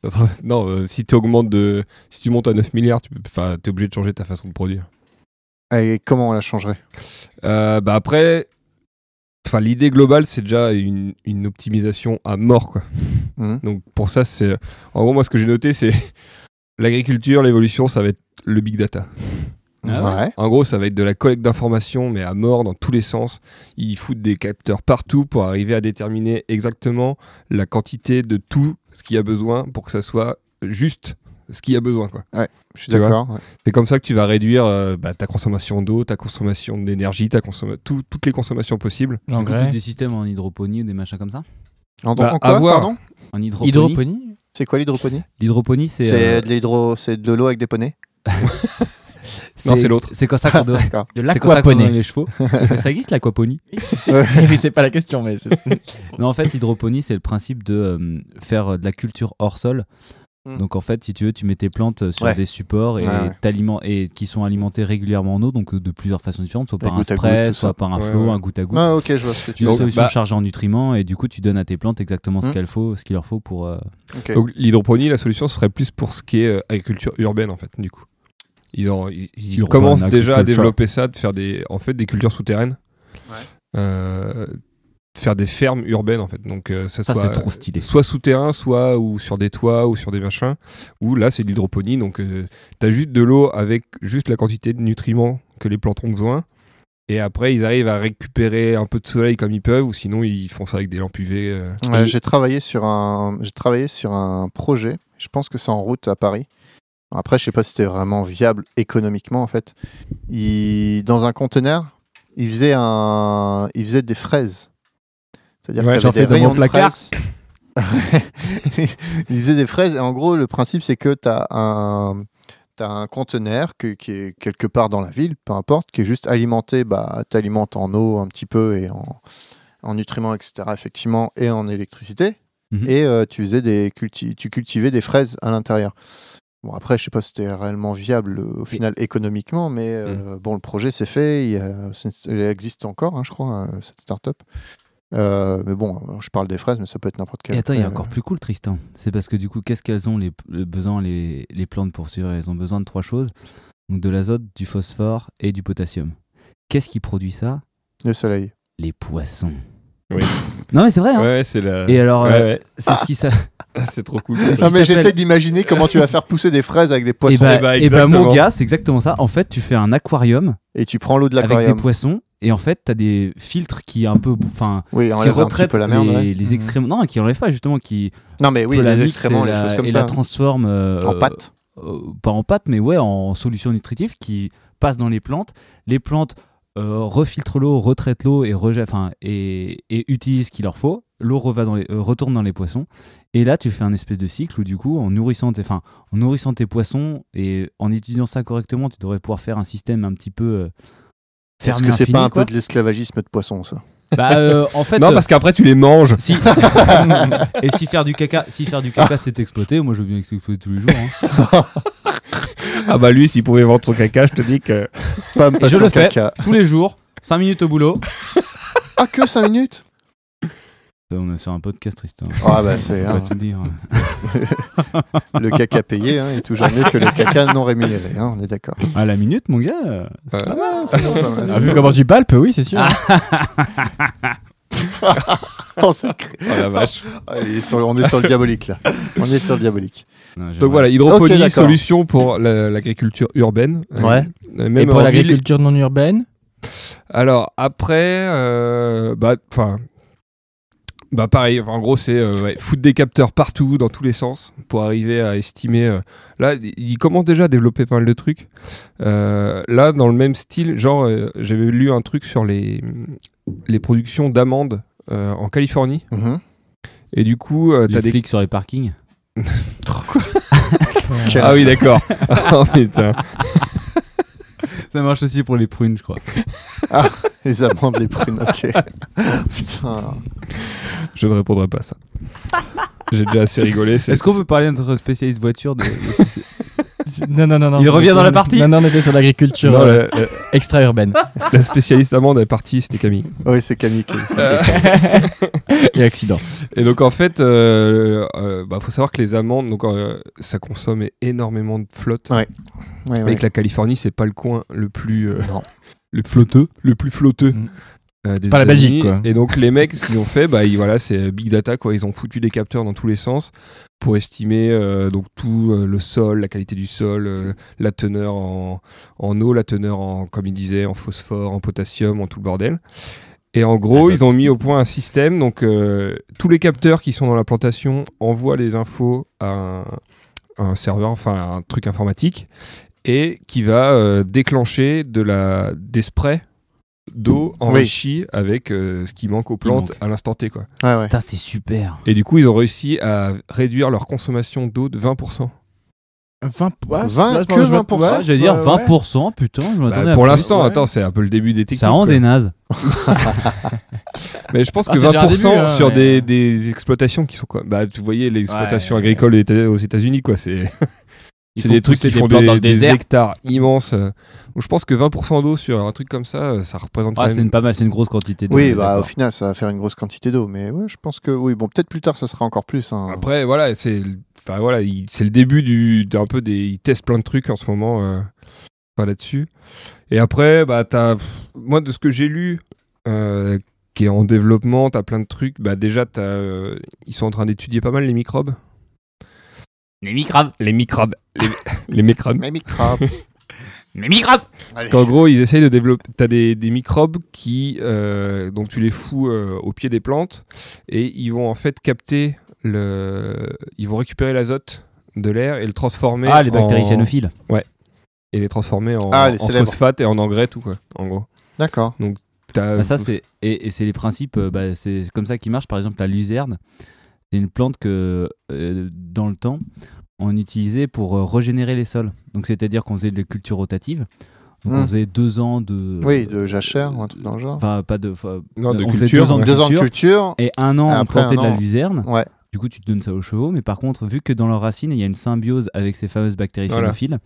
S3: non, euh, si tu augmentes de. Si tu montes à 9 milliards, tu peux- enfin, t'es obligé de changer ta façon de produire.
S1: Et comment on la changerait
S3: Euh, bah après. Enfin, l'idée globale, c'est déjà une, une optimisation à mort, quoi.
S1: Mhm.
S3: Donc pour ça, c'est. En gros, moi, ce que j'ai noté, c'est l'agriculture, l'évolution, ça va être le big data.
S4: Ah
S1: ouais.
S3: En gros, ça va être de la collecte d'informations, mais à mort dans tous les sens. Ils foutent des capteurs partout pour arriver à déterminer exactement la quantité de tout ce qu'il y a besoin pour que ça soit juste. ce qu'il y a besoin. Quoi.
S1: Je suis
S3: Tu vois.
S1: d'accord. ouais.
S3: C'est comme ça que tu vas réduire euh, bah, ta consommation d'eau, ta consommation d'énergie, ta consomm- tout- toutes les consommations possibles.
S7: Engrais.
S4: Des systèmes en hydroponie, des machins comme ça.
S1: En,
S3: Bah,
S1: en quoi,
S3: à voir.
S1: pardon
S4: En hydroponie.
S7: Hydroponie
S1: C'est quoi l'hydroponie
S4: L'hydroponie, c'est.
S1: C'est
S4: euh,
S1: de l'hydro, c'est de l'eau avec des poneys.
S3: Non, c'est l'autre.
S4: C'est comme ça qu'on doit.
S1: D'accord.
S7: De
S4: C'est comme ça qu'on donne
S7: l'aquaponie.
S4: les chevaux. Mais ça existe l'aquaponie
S7: Mais c'est pas la question, mais c'est.
S4: Non, en fait, l'hydroponie, c'est le principe de euh, faire de la culture hors sol.
S1: Hmm.
S4: Donc, en fait, si tu veux, tu mets tes plantes euh, sur
S1: Ouais.
S4: des supports et,
S1: Ouais, ouais.
S4: t'aliments- et qui sont alimentées régulièrement en eau, donc euh, de plusieurs façons différentes, soit
S1: Des
S4: par un
S1: gouttes à
S4: spray,
S1: gouttes, tout ça.
S4: soit par un
S3: Ouais,
S4: flot,
S3: ouais.
S4: un goutte à goutte.
S1: Ah, ok, je vois ce que tu
S4: Une
S1: veux
S3: Donc,
S4: solution
S3: bah-
S4: chargée en nutriments et du coup, tu donnes à tes plantes exactement
S1: Hmm.
S4: ce qu'elles faut, ce qu'il leur faut pour. euh,
S1: Ok.
S3: Donc l'hydroponie, la solution serait plus pour ce qui est euh, agriculture urbaine en fait, du coup. Ils, ont- ils- ils
S4: Urban
S3: commencent déjà à
S4: agriculture.
S3: développer ça, de faire des, en fait, des cultures souterraines, Euh, de faire des fermes urbaines en fait. Donc euh, ça,
S4: Ça,
S3: soit,
S4: c'est trop stylé.
S3: soit souterrain, soit ou sur des toits ou sur des machins. Ou là, c'est de l'hydroponie, donc euh, t'as juste de l'eau avec juste la quantité de nutriments que les plantes ont besoin. Et après, ils arrivent à récupérer un peu de soleil comme ils peuvent, ou sinon ils font ça avec des lampes UV. euh.
S1: Ouais,
S3: Et-
S1: j'ai travaillé sur un j'ai travaillé sur un projet. Je pense que c'est en route à Paris. Après, je sais pas si c'était vraiment viable économiquement en fait. Il, dans un conteneur, il faisait un il faisait des fraises. C'est-à-dire
S3: Ouais,
S1: que
S7: j'en
S1: t'avais
S7: fais
S1: des
S7: dans
S1: rayons
S7: mon
S1: de
S7: placard.
S1: fraises. il faisait des fraises et en gros le principe c'est que t'as un t'as un conteneur que- qui est quelque part dans la ville, peu importe, qui est juste alimenté. Bah t'alimentes en eau un petit peu et en en nutriments, etc., effectivement, et en électricité.
S4: Mhm.
S1: Et euh, tu, faisais des culti- tu cultivais des fraises à l'intérieur. Bon, après, je sais pas si c'était réellement viable euh, au final économiquement, mais
S4: Mhm.
S1: euh, bon, le projet s'est fait. Il, y a- c'est une- elle existe encore, hein, je crois, euh, cette start-up. Euh, mais bon, alors, je parle des fraises, mais ça peut être n'importe quel.
S4: Et attends, il y a
S1: euh,
S4: encore plus cool, Tristan. C'est parce que du coup, qu'est-ce qu'elles ont les, le besoin, les, les plantes pour survivre Elles ont besoin de trois choses donc de l'azote, du phosphore et du potassium. Qu'est-ce qui produit ça
S1: euh, Le soleil.
S4: Les poissons.
S3: Oui.
S4: non, mais c'est vrai. hein.
S3: Ouais, c'est la...
S4: Et alors,
S3: Ouais,
S4: euh,
S3: ouais. Ah,
S4: c'est ce qui ça.
S3: c'est trop cool.
S1: Non, mais
S4: s'appelle-
S1: j'essaie d'imaginer comment tu vas faire pousser des fraises avec des
S4: Et
S1: poissons.
S4: bah,
S3: eh bah,
S4: eh bah,
S3: exactement.
S4: mon gars, c'est exactement ça. En fait, tu fais un aquarium
S1: Et tu prends l'eau de
S4: avec des
S1: l'aquarium.
S4: poissons et en fait, t'as des filtres qui un peu, enfin,
S1: Oui,
S4: qui
S1: enlève un petit
S4: retraitent
S1: peu la merde.
S4: les,
S1: ouais. Mmh.
S3: Mmh.
S4: les excréments. Non, qui enlèvent pas justement, qui
S1: Non, mais oui,
S4: peut la
S1: les
S4: mixent
S1: excréments,
S4: et
S1: les
S4: la-
S1: choses comme
S4: et
S1: ça. hein.
S4: la transforme euh,
S1: En pâte.
S4: euh, pas en pâte, mais ouais, en solution nutritive qui passe dans les plantes. Les plantes euh, refiltrent l'eau, retraitent l'eau et, rejettent- enfin, et, et utilisent ce qu'il leur faut. L'eau reva dans les- euh, retourne dans les poissons. Et là, tu fais un espèce de cycle où, du coup, en nourrissant tes, enfin, en nourrissant tes poissons et en étudiant ça correctement, tu devrais pouvoir faire un système un petit peu. euh,
S1: Est-ce
S4: fermé
S1: que c'est
S4: infini,
S1: pas un
S4: quoi.
S1: peu de l'esclavagisme de poissons, ça
S4: Bah, euh, en fait,
S3: Non, parce qu'après tu les manges.
S4: si et si faire du caca, si faire du caca, c'est exploité, moi je veux bien que c'est exploité tous les jours. hein.
S3: Ah bah lui, s'il pouvait vendre son caca, je te dis que.
S1: Pas me
S4: Et je
S1: passer
S4: le
S1: en
S4: fais.
S1: caca.
S4: Tous les jours, 5 minutes au boulot.
S1: Ah, que 5 minutes
S4: On est sur un podcast, Tristan.
S1: Ah bah c'est
S4: On va
S1: hein,
S4: tout dire.
S1: le caca payé hein, est toujours mieux que le caca non rémunéré, hein, on est d'accord.
S4: À la minute, mon gars. c'est pas
S3: Ouais.
S4: mal.
S7: Ah, vu comment tu palpes, oui, c'est sûr.
S1: On s'est cru-
S3: Oh la vache.
S1: Ah, il est sur le- on est sur le diabolique là. On est sur le diabolique.
S4: Non, j'ai
S3: Donc
S4: mal.
S3: voilà, hydroponie,
S1: Ok, d'accord.
S3: solution pour la- l'agriculture urbaine. Euh,
S1: Ouais.
S3: euh, même
S7: Et pour
S3: en ville.
S7: l'agriculture non urbaine
S3: Alors après, euh, bah, enfin. Bah pareil, enfin, en gros c'est euh, ouais, foutre des capteurs partout, dans tous les sens, pour arriver à estimer. euh, là, ils commencent déjà à développer pas mal de trucs. Euh, là, dans le même style, genre, euh, j'avais lu un truc sur les, les productions d'amandes euh, en Californie.
S1: Mhm.
S3: Et du coup, euh,
S4: Les
S3: t'as des
S4: flics sur les parkings.
S1: Quel-
S3: Ah oui, d'accord. oh putain.
S4: Ça marche aussi pour les prunes, je crois.
S1: Les amandes, les prunes, ok. Putain.
S3: Je ne répondrai pas à ça. J'ai déjà assez rigolé. c'est-
S4: Est-ce qu'on peut parler de notre spécialiste voiture de...
S7: Non, non, non, non.
S4: Il revient
S7: On
S4: dans la
S7: était-
S4: partie.
S7: Non, non, on était sur l'agriculture
S3: Non,
S7: euh,
S3: la, la-
S7: extra-urbaine
S3: la spécialiste amende est partie, c'était Camille.
S1: Oui, c'est Camille. qui-
S7: et accident.
S3: Et donc en fait, euh, euh, bah, faut savoir que les amandes, donc euh, ça consomme énormément de flotte.
S1: Ouais,
S3: Et
S1: ouais.
S3: que la Californie, c'est pas le coin le plus euh,
S1: Non.
S3: le flotteux, le plus flotteux.
S7: Mm.
S3: euh, des
S7: Pas la
S3: États-Unis.
S7: Belgique, quoi.
S3: Et donc les mecs, ce qu'ils ont fait, bah ils- voilà, c'est big data quoi. Ils ont foutu des capteurs dans tous les sens pour estimer euh, donc tout euh, le sol, la qualité du sol, euh, la teneur en, en eau, la teneur en comme ils disaient en phosphore, en potassium, en tout le bordel. Et en gros,
S4: Azote.
S3: ils ont mis au point un système. Donc, euh, tous les capteurs qui sont dans la plantation envoient les infos à un, un serveur, enfin un truc informatique, et qui va euh, déclencher de la, des sprays d'eau enrichie avec euh, ce qui manque aux plantes
S4: manque.
S3: à l'instant T. Quoi.
S1: Ouais, ouais.
S4: Putain, c'est super.
S3: Et du coup, ils ont réussi à réduire leur consommation d'eau de 20%.
S7: 20,
S1: ouais, là, je pense que je vais-
S7: pour
S1: ouais,
S4: je veux dire 20%, putain, je
S3: Bah,
S4: m'attendais à
S3: pour
S4: plus.
S3: l'instant,
S7: ouais.
S3: attends, c'est un peu le début des techniques.
S4: Ça rend
S3: quoi.
S4: des nazes.
S3: Mais je pense que
S7: Ah, c'est déjà un
S3: 20%
S7: début, hein,
S3: sur
S7: mais-
S3: des, des exploitations qui sont quoi Bah, tu voyez les exploitations
S7: ouais, ouais.
S3: agricoles des Éta- aux États-Unis, quoi. C'est
S4: Ils
S3: c'est
S4: font
S3: des trucs
S4: pousser
S3: qui
S4: des
S3: font
S4: plantes
S3: des,
S4: dans le
S3: des
S4: désert.
S3: hectares immenses. euh, Donc, je pense que 20% d'eau sur un truc comme ça, euh, ça représente
S4: Ah,
S3: quand
S4: c'est
S3: même.
S4: une pas mal, c'est une grosse quantité. de-
S1: Oui, bah, au
S4: d'accord.
S1: final, ça va faire une grosse quantité d'eau. Mais ouais, je pense que oui. Bon, peut-être plus tard, ça sera encore plus. hein.
S8: Ah,
S3: Après, voilà, c'est le- enfin voilà, il- c'est le début du d'un peu des ils testent plein de trucs en ce moment euh, enfin, là-dessus. Et après, bah t'as pff, moi de ce que j'ai lu euh, qui est en développement, t'as plein de trucs. Bah déjà, t'as, euh, ils sont en train d'étudier pas mal les microbes.
S8: Les microbes,
S3: Les microbes. Les, les microbes.
S1: Mais microbes.
S8: les microbes.
S1: Allez.
S3: Parce qu'en gros, ils essayent de développer. T'as des, des microbes qui. euh, donc, tu les fous euh, au pied des plantes et ils vont en fait capter le. Ils vont récupérer l'azote de l'air et le transformer.
S4: Ah, les bactéries
S3: en-
S4: cyanophiles.
S3: Et les transformer en,
S1: Ah, les
S3: en
S1: célèbres.
S3: phosphate et en engrais, tout quoi. En gros.
S1: D'accord.
S3: T'as-
S4: Bah, ça, c'est, et, et c'est les principes, euh, bah, c'est comme ça qui marche. Par exemple, la luzerne, c'est une plante que, euh, dans le temps, on utilisait pour euh, régénérer les sols. Donc, c'est-à-dire qu'on faisait des cultures rotatives. Donc,
S1: Hmm.
S4: on faisait deux ans de.
S3: euh,
S1: Oui, de jachère ou un truc dans le genre.
S4: Enfin, pas de. enfin,
S3: Non, de
S4: on faisait
S3: culture,
S4: deux ans de
S1: Deux ans de culture.
S4: culture. Et un an, on
S1: Après,
S4: plantait
S1: un
S4: de la
S1: an.
S4: luzerne.
S1: Ouais.
S4: Du coup, tu te donnes ça aux chevaux. Mais par contre, vu que dans leurs racines, il y a une symbiose avec ces fameuses bactéries
S3: Voilà.
S4: cyanophiles,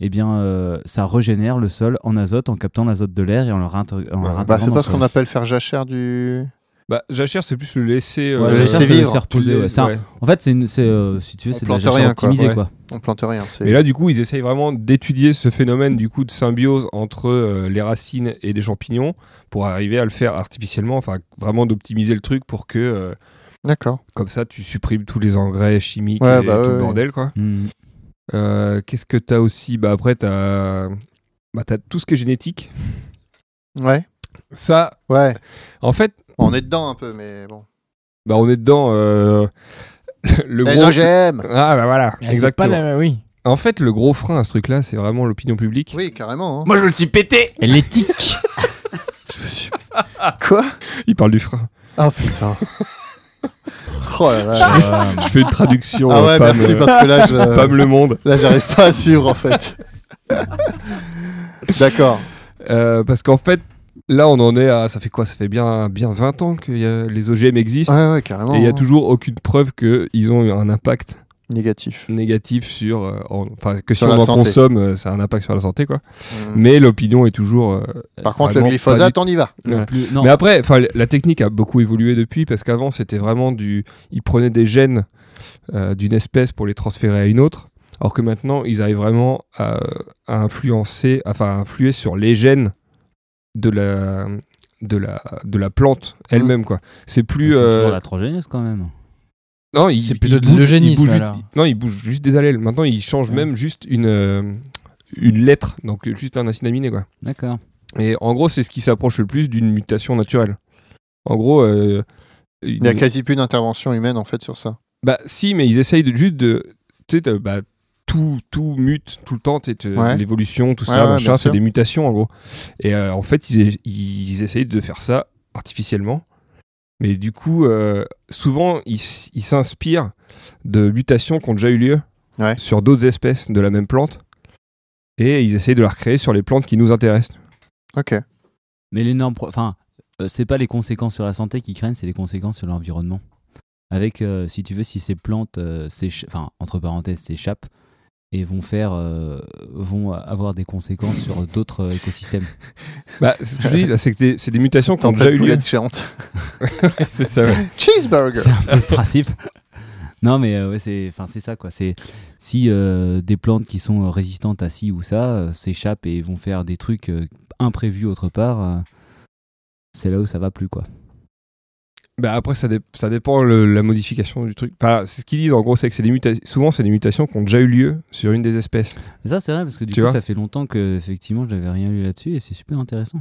S4: eh bien, euh, ça régénère le sol en azote en captant l'azote de l'air et en le réintégr- en le
S3: Bah,
S4: réintégrant.
S1: Bah, c'est
S4: dans
S1: pas
S4: le
S1: ce
S4: sol.
S1: qu'on appelle faire jachère du.
S3: Bah, jachère, c'est plus le laisser.
S1: Euh,
S4: Ouais, j'allais dire,
S1: laisser
S4: c'est le
S1: vivre.
S4: faire
S3: tu
S4: poser,
S3: le-
S4: ouais. C'est un-
S3: ouais.
S4: En fait, c'est une, c'est, euh, si tu veux,
S1: On
S4: c'est de la
S1: plante
S4: gestion
S1: rien, quoi.
S4: optimisée,
S3: Ouais.
S4: quoi.
S1: On plante rien. c'est-
S3: Mais là, du coup, ils essayent vraiment d'étudier ce phénomène du coup de symbiose entre euh, les racines et des champignons pour arriver à le faire artificiellement, enfin vraiment d'optimiser le truc pour que euh,
S1: D'accord.
S3: comme ça tu supprimes tous les engrais chimiques
S1: Ouais,
S3: et
S1: bah
S3: tout
S1: ouais,
S3: le
S1: ouais.
S3: bordel quoi.
S4: Mm.
S3: Euh, Qu'est-ce que t'as aussi Bah après t'as bah, t'as tout ce qui est génétique.
S1: Ouais.
S3: Ça,
S1: Ouais.
S3: en fait,
S1: On est dedans un peu, mais bon.
S3: bah on est dedans. euh, le
S1: Les
S3: gros.
S1: OGM.
S3: Ah bah voilà, exactement.
S7: oui.
S3: En fait, le gros frein à ce truc-là, c'est vraiment l'opinion publique.
S1: Oui, carrément. hein.
S8: Moi, je me le suis pété.
S7: L'éthique.
S1: Quoi
S3: Il parle du frein.
S1: Ah putain. oh là là.
S3: Je fais une traduction.
S1: Ah
S3: euh,
S1: ouais,
S3: Pam,
S1: merci
S3: euh,
S1: parce que là, je,
S3: Pam le monde.
S1: là, j'arrive pas à suivre en fait. D'accord.
S3: Euh, parce qu'en fait, là, on en est à. Ça fait quoi Ça fait bien, bien 20 ans que y a- les OGM existent.
S1: Ouais, ouais, carrément.
S3: Et il n'y a
S1: hein.
S3: toujours aucune preuve qu'ils ont eu un impact
S1: Négatif.
S3: négatif sur. euh, en- Enfin, que si
S1: Sur la
S3: on en
S1: santé.
S3: consomme, euh, ça a un impact sur la santé, quoi.
S1: Mm.
S3: Mais l'opinion est toujours. euh,
S1: Par contre, le
S3: vraiment
S1: glyphosate, on y va.
S3: pas du- Voilà.
S4: Plus- non,
S3: Mais après, enfin, la technique a beaucoup évolué depuis, parce qu'avant, c'était vraiment du. Ils prenaient des gènes euh, d'une espèce pour les transférer à une autre. Alors que maintenant, ils arrivent vraiment à, à influencer, enfin, à influer sur les gènes de la, de la, de la plante elle-même, quoi. C'est
S4: c'est
S3: plus.
S4: toujours
S3: euh,
S4: la transgénèse quand même.
S3: Non, ils-
S7: C'est
S3: ils
S7: plutôt de
S3: bougent- ils
S7: l'eugénisme,
S3: bougent juste-
S7: alors.
S3: Non, ils bougent juste des allèles. Maintenant, ils changent
S7: Ouais.
S3: même juste une, euh, une lettre, donc euh, juste un acide aminé, quoi.
S4: D'accord.
S3: Et en gros, c'est ce qui s'approche le plus d'une mutation naturelle. En gros, euh,
S1: Il n'y a quasi plus d'intervention humaine en fait sur ça.
S3: bah si, mais ils essayent de, juste de, tu sais, t'as- bah, tout, tout mute tout le temps, tu sais, te-
S1: Ouais.
S3: l'évolution, tout
S1: Ouais,
S3: ça,
S1: ouais, bien
S3: machin, c'est
S1: sûr.
S3: des mutations en gros. Et euh, en fait, ils, e- ils essayent de faire ça artificiellement. Mais du coup, euh, souvent, ils s- ils s'inspirent de mutations qui ont déjà eu lieu
S1: Ouais.
S3: sur d'autres espèces de la même plante. Et ils essayent de la recréer sur les plantes qui nous intéressent.
S1: Ok.
S4: Mais l'énorme, pro- enfin, euh, c'est pas les conséquences sur la santé qui craignent, c'est les conséquences sur l'environnement. Avec, euh, si tu veux, si ces plantes, euh, s'écha- enfin entre parenthèses, s'échappent et vont faire, euh, vont avoir des conséquences sur d'autres euh, écosystèmes.
S3: Bah, c'est ce que je dis, là, c'est que des- c'est des mutations qui ont déjà
S1: Tempête
S3: eu lieu.
S1: poulette géante.
S3: C'est ça, ouais.
S1: Cheeseburger.
S4: C'est un peu le principe. Non, mais euh, ouais, c'est, enfin, c'est ça quoi. C'est si euh, des plantes qui sont euh, résistantes à ci ou ça euh, s'échappent et vont faire des trucs euh, imprévus autre part, euh, c'est là où ça va plus quoi.
S3: Bah après, ça, dé- ça dépend le- la modification du truc. Enfin, c'est ce qu'ils disent en gros, c'est que c'est des muta- souvent, c'est des mutations qui ont déjà eu lieu sur une des espèces.
S4: Mais ça c'est vrai parce que du
S3: Tu
S4: coup
S3: vois
S4: ça fait longtemps que effectivement j'avais rien lu là-dessus et c'est super intéressant.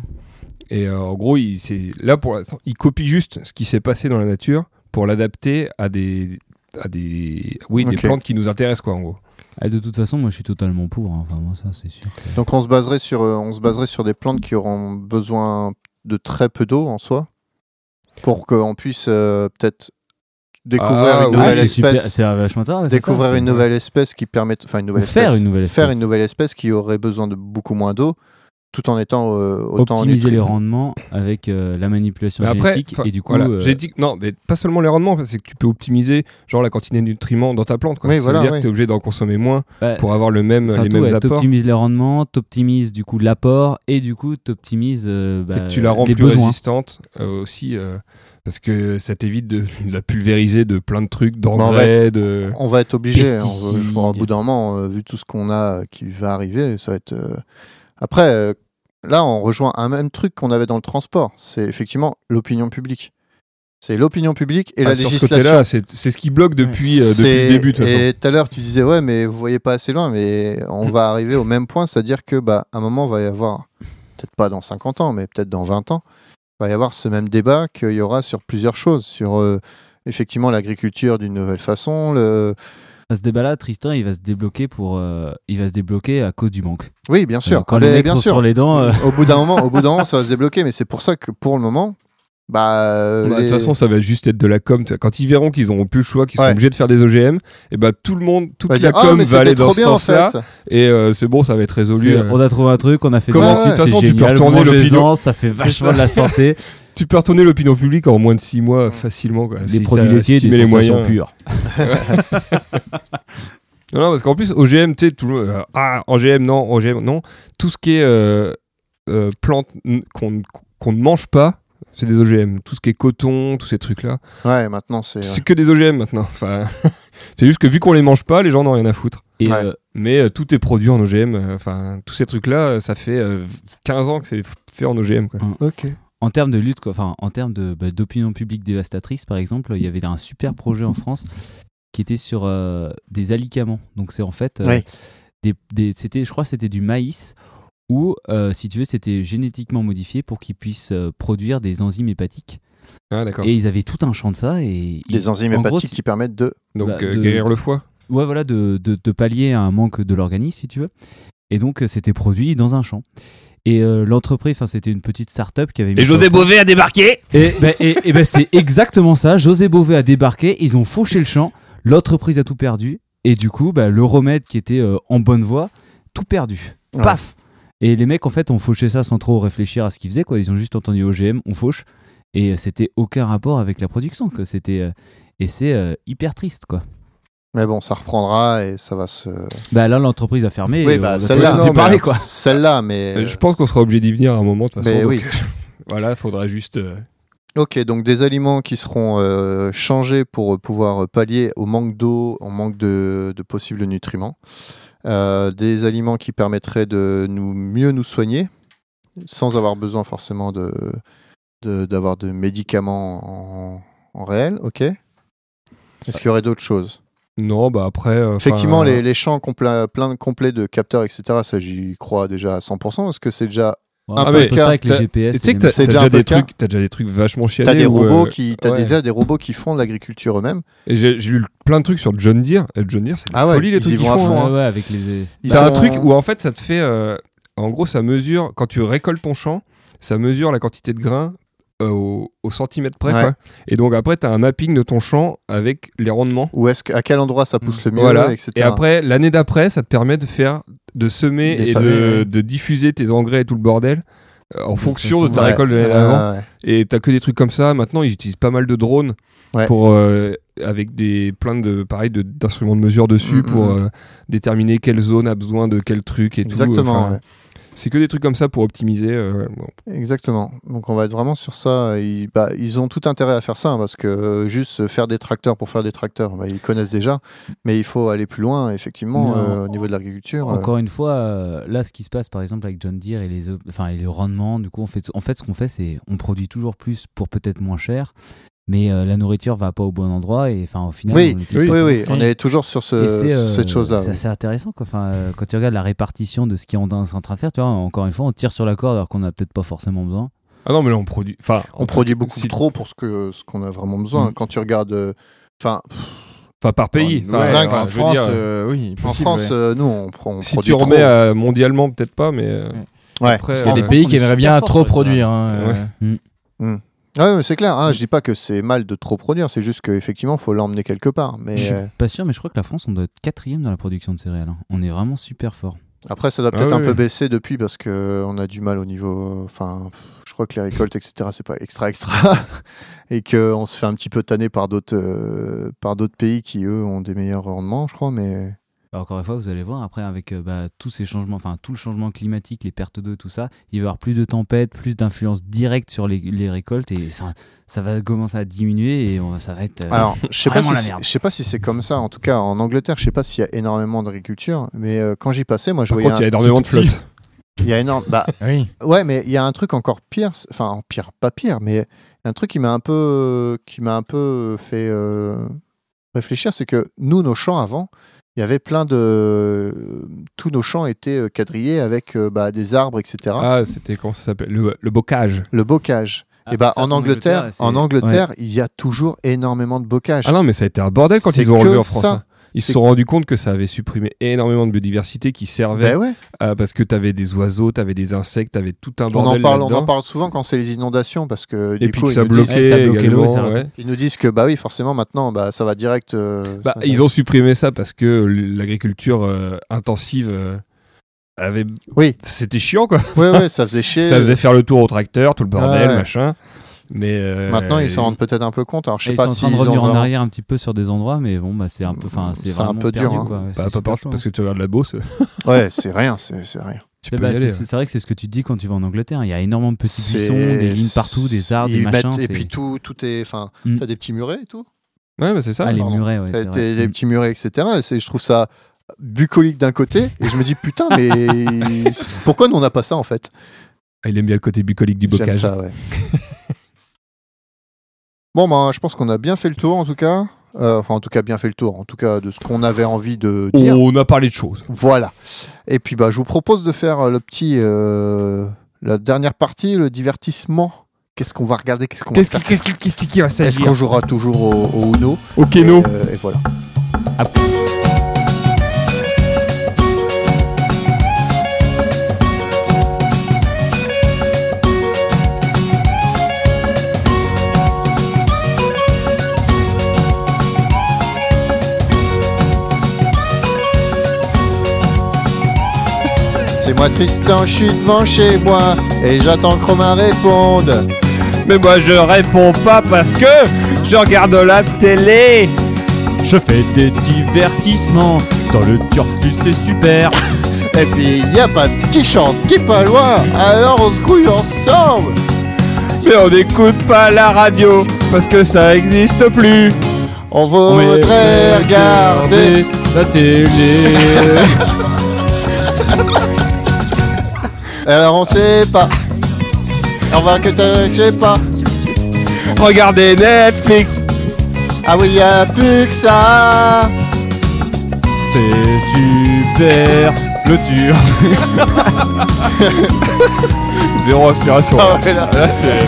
S3: Et euh, en gros, ils, c'est- là, pour l'instant, ils copient juste ce qui s'est passé dans la nature pour l'adapter à des, à des, oui,
S1: Ok.
S3: des plantes qui nous intéressent, quoi, en gros.
S4: Ah, de toute façon, moi je suis totalement pour. hein. Enfin, moi, ça, c'est sûr. que-
S1: Donc on se baserait sur, euh, on se baserait sur des plantes qui auront besoin de très peu d'eau en soi, pour qu'on puisse euh, peut-être découvrir
S3: Ah,
S1: une
S3: ouais,
S4: Ah,
S1: nouvelle
S4: c'est super,
S1: espèce,
S4: c'est vachement tard. mais c'est
S1: découvrir
S4: ça, c'est-
S1: une nouvelle espèce qui permette, enfin une nouvelle
S4: Ou faire
S1: espèce,
S4: une nouvelle
S1: faire
S4: espèce.
S1: une nouvelle espèce qui aurait besoin de beaucoup moins d'eau, tout en étant euh, autant
S4: Optimiser
S1: nutri-
S4: les rendements avec euh, la manipulation
S3: Mais après,
S4: génétique
S3: enfin,
S4: et du coup.
S3: Voilà,
S4: euh,
S3: génétique, non, mais pas seulement les rendements, c'est que tu peux optimiser genre la quantité de nutriments dans ta plante. Quoi.
S1: Oui,
S3: Ça veut
S1: voilà,
S3: dire
S1: oui.
S3: que tu es obligé d'en consommer moins
S4: bah,
S3: pour avoir le même, les
S4: Surtout,
S3: mêmes
S4: ouais,
S3: apports.
S4: t'optimises les rendements, t'optimises du coup l'apport et du coup t'optimises euh, bah,
S3: Et tu la rends
S4: les
S3: plus
S4: besoins.
S3: résistante euh, aussi, euh, parce que ça t'évite de, de la pulvériser de plein de trucs,
S1: Bah, en fait,
S3: d'engrais, de.
S1: On va être obligé, hein, on va-
S4: Pesticides.
S1: bon, au bout d'un moment, euh, vu tout ce qu'on a euh, qui va arriver, ça va être. euh, Après, euh, là, on rejoint un même truc qu'on avait dans le transport. C'est effectivement l'opinion publique. C'est l'opinion publique et
S3: Ah,
S1: la
S3: sur ce
S1: législation.
S3: côté-là, c'est c'est ce qui bloque depuis, euh, depuis
S1: C'est-
S3: le début de toute façon. Mm.
S1: Et tout à l'heure, tu disais, ouais, mais vous voyez pas assez loin, mais on va arriver au même point, c'est-à-dire que, bah, à un moment, il va y avoir, peut-être pas dans 50 ans, mais peut-être dans 20 ans, il va y avoir ce même débat qu'il y aura sur plusieurs choses, sur euh, effectivement l'agriculture d'une nouvelle façon, le...
S4: À ce débat-là, Tristan, il va se débloquer pour, euh, il va se débloquer à cause du manque.
S1: Oui, bien sûr.
S4: Euh, quand
S1: Mais
S4: les mecs
S1: bien
S4: sont
S1: sûr.
S4: sur les dents, euh,
S1: Au bout d'un moment, au bout d'un moment, ça va se débloquer, mais c'est pour ça que pour le moment, bah, euh,
S3: Bah, De
S1: les-
S3: toute façon, ça va juste être de la com. Quand ils verront qu'ils auront plus le choix, qu'ils
S1: Ouais.
S3: sont obligés de faire des OGM, et bah tout le monde, toute
S1: on va
S3: la
S1: dire, ah,
S3: com
S1: mais
S3: va
S1: c'était
S3: aller
S1: trop
S3: dans ce
S1: bien, en
S3: sens-là.
S1: fait.
S3: Et euh, c'est bon, ça va être résolu.
S4: c'est-
S3: euh.
S4: on a trouvé un truc, on a fait
S3: Comment-
S4: des
S1: de toute
S4: études, c'est
S3: façon, tu peux
S4: génial,
S3: retourner
S4: mangez-en,
S3: l'opinion.
S4: ça fait vachement de la santé,
S3: Tu peux retourner l'opinion publique en moins de 6 mois facilement. Quoi,
S4: des
S3: si
S4: produits
S3: ça-
S4: laitiers,
S3: si tu
S4: des
S3: mets les
S4: sensations
S3: moyens.
S4: pures.
S3: Non, non, parce qu'en plus, OGM, tu sais, tout le monde. euh, ah, OGM, non, OGM, non. Tout ce qui est euh, euh, plantes n- qu'on ne- qu'on ne mange pas, c'est des OGM. Tout ce qui est coton, tous ces trucs-là.
S1: Ouais, maintenant, c'est.
S3: C'est que des OGM maintenant. Enfin, c'est juste que vu qu'on les mange pas, les gens n'ont rien à foutre.
S4: Et,
S1: Ouais.
S4: euh,
S3: Mais euh, tout est produit en OGM. euh, Enfin, tous ces trucs-là, euh, ça fait euh, 15 ans que c'est f- fait en OGM. Quoi.
S1: Ok.
S4: en termes de lutte, quoi, enfin en termes de bah, d'opinion publique dévastatrice, par exemple, il y avait un super projet en France qui était sur euh, des alicaments. Donc c'est en fait, euh,
S1: Ouais.
S4: des, des- c'était, je crois, que c'était du maïs où, euh, si tu veux, c'était génétiquement modifié pour qu'ils puissent euh, produire des enzymes hépatiques.
S3: Ah, d'accord.
S4: Et ils avaient tout un champ de ça et
S1: Des
S4: ils-
S1: enzymes
S4: en
S1: hépatiques
S4: gros,
S1: qui permettent de.
S3: Donc,
S4: bah,
S3: euh,
S4: de-
S3: guérir le foie.
S4: Ouais, voilà, de, de, de pallier à un manque de l'organisme, si tu veux. Et donc, euh, c'était produit dans un champ. Et euh, l'entreprise, enfin, c'était une petite start-up qui avait. mis-
S3: Beauvais a débarqué
S4: Et, ben, et- et ben, c'est exactement ça. José Bové a débarqué, ils ont fauché le champ, l'entreprise a tout perdu. Et du coup, bah, le remède qui était euh, en bonne voie, tout perdu.
S1: Ouais.
S4: Paf Et les mecs, en fait, ont fauché ça sans trop réfléchir à ce qu'ils faisaient. Quoi. Ils ont juste entendu OGM, on fauche. Et euh, c'était aucun rapport avec la production. Quoi. C'était, euh, et c'est euh, hyper triste. quoi.
S1: Mais bon, ça reprendra et ça va se.
S4: Bah, là, l'entreprise a fermé.
S1: Oui,
S4: et
S1: bah,
S4: on a
S1: celle-là.
S4: pas entendu
S3: Non, mais
S4: parler,
S3: alors,
S4: quoi.
S1: Celle-là, mais.
S3: Euh, Je pense qu'on sera obligé d'y venir à un moment, de toute façon.
S1: Mais
S3: donc,
S1: Ben oui.
S3: Voilà, faudra juste. euh,
S1: Ok, donc des aliments qui seront euh, changés pour pouvoir euh, pallier au manque d'eau, au manque de, de possibles nutriments. Euh, des aliments qui permettraient de nous mieux nous soigner, sans avoir besoin forcément de de- d'avoir de, médicaments en, en réel. Ok. Est-ce qu'il y aurait d'autres choses
S3: Non, bah après. euh,
S1: Effectivement,
S3: enfin,
S1: les, les champs compla- plein complets de capteurs, etc. Ça, j'y crois déjà à 100% parce que c'est déjà
S4: Ouais,
S1: Ah,
S4: c'est
S3: mais
S4: un peu ça avec les
S3: t'as-
S4: GPS.
S3: Tu
S4: et
S3: sais que
S4: les
S3: t'as
S1: C'est
S3: t'as
S1: déjà un
S3: déjà,
S1: peu
S3: des
S1: le cas.
S3: trucs, t'as déjà des trucs vachement chialés.
S1: T'as des
S3: où, euh,
S1: robots qui, t'as
S3: ouais.
S1: déjà des robots qui font de l'agriculture eux-mêmes.
S3: et J'ai j'ai lu plein de trucs sur John Deere. Et John Deere, c'est de la
S1: Ah ouais,
S3: folie les
S1: ils
S3: trucs
S1: y
S3: qu'ils
S1: vont à
S3: font.
S1: fond,
S3: hein.
S4: machins.
S1: hein.
S4: Ouais, ouais, avec les.
S1: Ils
S3: T'as un
S1: sont-
S3: truc où en fait ça te fait. euh, en gros, ça mesure. Quand tu récoltes ton champ, ça mesure la quantité de grains euh, au, au centimètre près.
S1: Ouais.
S3: quoi. Et donc après, t'as un mapping de ton champ avec les rendements.
S1: Où est-ce que- à quel endroit ça pousse le mieux,
S3: Mm. Voilà.
S1: etc.
S3: Et après, l'année d'après, ça te permet de faire, de semer
S1: Des
S3: et
S1: semis,
S3: de,
S1: ouais.
S3: de diffuser tes engrais et tout le bordel euh, en fonction de
S4: façon,
S3: ta
S1: Ouais,
S3: récolte de l'année
S1: ouais,
S3: d'avant.
S1: ouais.
S3: Et t'as que des trucs comme ça. Maintenant, ils utilisent pas mal de drones
S1: Ouais.
S3: pour euh, avec des plein de pareil de- d'instruments de mesure dessus
S1: Mm,
S3: pour
S1: mm.
S3: euh, déterminer quelle zone a besoin de quel truc et tout.
S1: Exactement.
S3: Enfin,
S1: ouais.
S3: C'est que des trucs comme ça pour optimiser. euh, ouais, bon.
S1: Exactement. Donc on va être vraiment sur ça. Ils, bah, ils ont tout intérêt à faire ça hein, parce que euh, juste euh, faire des tracteurs pour faire des tracteurs, bah, ils connaissent déjà. Mais il faut aller plus loin, effectivement,
S4: Non.
S1: euh, au niveau de l'agriculture. euh.
S4: Encore une fois, euh, là, ce qui se passe par exemple avec John Deere et les, ob- enfin, et les rendements, du coup, on fait, en fait, ce qu'on fait, c'est on produit toujours plus pour peut-être moins cher, mais euh, la nourriture va pas au bon endroit et enfin, au final,
S1: Oui,
S4: on utilise
S1: Oui,
S4: pas
S1: oui,
S4: tout.
S1: on est toujours sur, ce-
S4: Et c'est,
S1: sur
S4: euh,
S1: cette chose-là.
S4: C'est assez intéressant quoi. Enfin, euh, quand tu regardes la répartition de ce qu'on est en train de faire, tu vois, encore une fois, on tire sur la corde alors qu'on a peut-être pas forcément besoin.
S3: Ah non, mais là on produit. Enfin,
S1: On produit beaucoup
S3: si-
S1: trop pour ce que ce qu'on a vraiment besoin.
S4: Mm.
S1: Quand tu regardes, euh, enfin, pff,
S3: Enfin, par pays.
S7: Ouais,
S3: Enfin,
S1: ouais,
S3: alors,
S1: en
S3: je veux
S1: France,
S3: dire,
S7: euh, oui,
S1: En
S7: possible,
S1: France,
S7: ouais.
S1: euh, nous, on prend. on
S3: si
S1: produit
S3: tu
S1: trop. Eh,
S3: remets euh, mondialement, peut-être pas, mais euh,
S1: Ouais.
S3: après,
S7: Parce qu'il y a
S3: euh,
S7: des
S4: France,
S7: pays
S4: on
S7: qui
S4: est
S7: aimeraient bien
S4: super fort
S7: trop
S4: sur le
S7: produire. hein,
S3: Ouais.
S7: euh,
S1: Ouais, mais c'est clair.
S3: Mm.
S1: Hein, je dis pas que c'est mal de trop produire. C'est juste qu'effectivement, faut l'emmener quelque part. Mais
S4: Je suis
S1: euh,
S4: pas sûr, mais je crois que la France, on doit être quatrième dans la production de céréales. hein. On est vraiment super fort.
S1: après, ça doit peut-être
S3: Ah
S1: un
S3: oui.
S1: peu baisser depuis parce que euh, on a du mal au niveau. Enfin, je crois que les récoltes, etc. C'est pas extra extra et que on se fait un petit peu tanner par d'autres euh, par d'autres pays qui eux ont des meilleurs rendements, je crois. Mais
S4: Bah, encore une fois, vous allez voir, après, avec euh, bah, tous ces changements, enfin, tout le changement climatique, les pertes d'eau, tout ça, il va y avoir plus de tempêtes, plus d'influence directe sur les, les récoltes et ça, ça va commencer à diminuer et on, va- ça va être. euh,
S1: Alors, je sais pas
S4: Vraiment
S1: si
S4: la
S1: c'est-
S4: merde.
S1: je sais pas si c'est comme ça. En tout cas, en Angleterre, je sais pas s'il y a énormément d'agriculture, mais euh, quand j'y passais, moi, je
S3: par
S1: voyais.
S3: contre, il y
S1: un
S3: a énormément de
S1: tout petit-
S3: flotte.
S1: Il y a énorme. Bah,
S7: Oui.
S1: ouais, mais il y a un truc encore pire. c'est- Enfin, pire, pas pire, mais un truc qui m'a un peu, qui m'a un peu fait euh, réfléchir, c'est que nous, nos champs avant, il y avait plein de, tous nos champs étaient euh, quadrillés avec euh, bah, des arbres, etc.
S3: Ah, c'était comment ça s'appelle le, le bocage.
S1: Le bocage.
S4: Ah,
S1: et bah,
S4: ça,
S1: en Angleterre,
S4: c'est-
S1: en Angleterre, il y a toujours énormément de bocage.
S3: Ah non, mais ça a été un bordel quand
S1: C'est
S3: ils ont enlevé
S1: que
S3: en France.
S1: ça.
S3: hein. Ils se
S1: C'est-
S3: sont rendus compte que ça avait supprimé énormément de biodiversité qui servait
S1: Ben ouais.
S3: à- Ah, parce que t'avais des oiseaux, t'avais des insectes, t'avais tout un
S1: On en,
S3: bordel.
S1: parle, on
S3: là-dedans.
S1: en parle souvent quand c'est les inondations parce que
S3: Et
S1: du
S3: puis
S1: coup
S3: que
S1: ils,
S3: ça
S1: nous disent,
S3: bloquait,
S4: ça bloquait l'eau,
S3: également,
S4: ça-
S3: ouais.
S1: ils nous disent que bah oui forcément maintenant bah, ça va direct. euh,
S3: Bah,
S1: ça va-
S3: ils ont supprimé ça parce que l'agriculture euh, intensive euh, avait.
S1: Oui.
S3: C'était chiant quoi.
S1: Ouais ouais ça faisait chier.
S3: Ça faisait faire le tour au tracteur, tout le bordel,
S1: Ah ouais.
S3: machin. Mais euh,
S1: Maintenant ils s'en rendent peut-être un peu compte. Alors je
S4: Et
S1: sais
S4: ils
S1: pas
S4: sont en
S1: si
S4: train de
S1: ils ont
S4: revenir en
S1: vraiment-
S4: arrière un petit peu sur des endroits, mais bon, bah, c'est un peu, enfin, c'est
S1: C'est un
S4: vraiment
S1: peu dur,
S4: perdu,
S1: hein.
S4: quoi. Ouais,
S3: Bah,
S4: c'est
S3: pas
S4: super
S3: partout
S4: chaud,
S3: parce que tu regardes la Beauce,
S1: Ouais c'est rien c'est c'est rien.
S3: tu
S4: Bah,
S3: peux y
S4: c'est
S3: aller.
S4: c'est vrai que c'est ce que tu te dis quand tu vas en Angleterre. hein. Il y a énormément de petits
S1: C'est-
S4: buissons, des lignes partout, des arbres, des
S1: ils
S4: machins.
S1: mettent- Et
S4: c'est-
S1: puis tout tout est enfin
S4: Mm.
S1: t'as des petits murets et tout.
S3: Ouais, bah, c'est ça.
S4: Ah, les
S1: pardon.
S4: murets, ouais,
S1: T'as
S4: c'est
S1: des,
S4: vrai.
S1: des petits murets etc. Et c'est- je trouve ça bucolique d'un côté et je me dis putain mais pourquoi nous on n'a pas ça en fait.
S3: Ah, il aime bien le côté bucolique du
S1: J'aime
S3: bocage.
S1: ça, ouais. bon, ben, je pense qu'on a bien fait le tour, en tout cas. Euh, enfin, en tout cas, bien fait le tour. En tout cas, de ce qu'on avait envie de dire.
S3: Oh, on a parlé de choses.
S1: Voilà. Et puis, bah, je vous propose de faire euh, le petit, euh, la dernière partie, le divertissement. Qu'est-ce qu'on va regarder Qu'est-ce qu'on va
S3: Qu'est-ce
S1: faire
S3: qui, qu'est-ce qui, qu'est-ce qui- qui va
S1: Est-ce
S3: s'agir
S1: qu'on jouera toujours au, au Uno
S3: Au Keno.
S1: et, euh, et voilà. C'est moi Tristan, je suis devant chez moi et j'attends que Romain réponde.
S3: Mais moi je réponds pas parce que je regarde la télé.
S4: Je fais des divertissements dans le turfus, c'est super.
S1: Et puis y a pas qui chante, qui pas loin, alors on se couille ensemble
S3: Mais on n'écoute pas la radio parce que ça existe plus.
S1: On voudrait regarder
S4: la télé.
S1: Alors on sait pas On va que t'as- je sais pas
S3: Regardez Netflix,
S1: Ah oui y a plus que ça
S4: c'est super. Le dur.
S3: zéro inspiration.
S1: Ah ouais, là, là, c'est...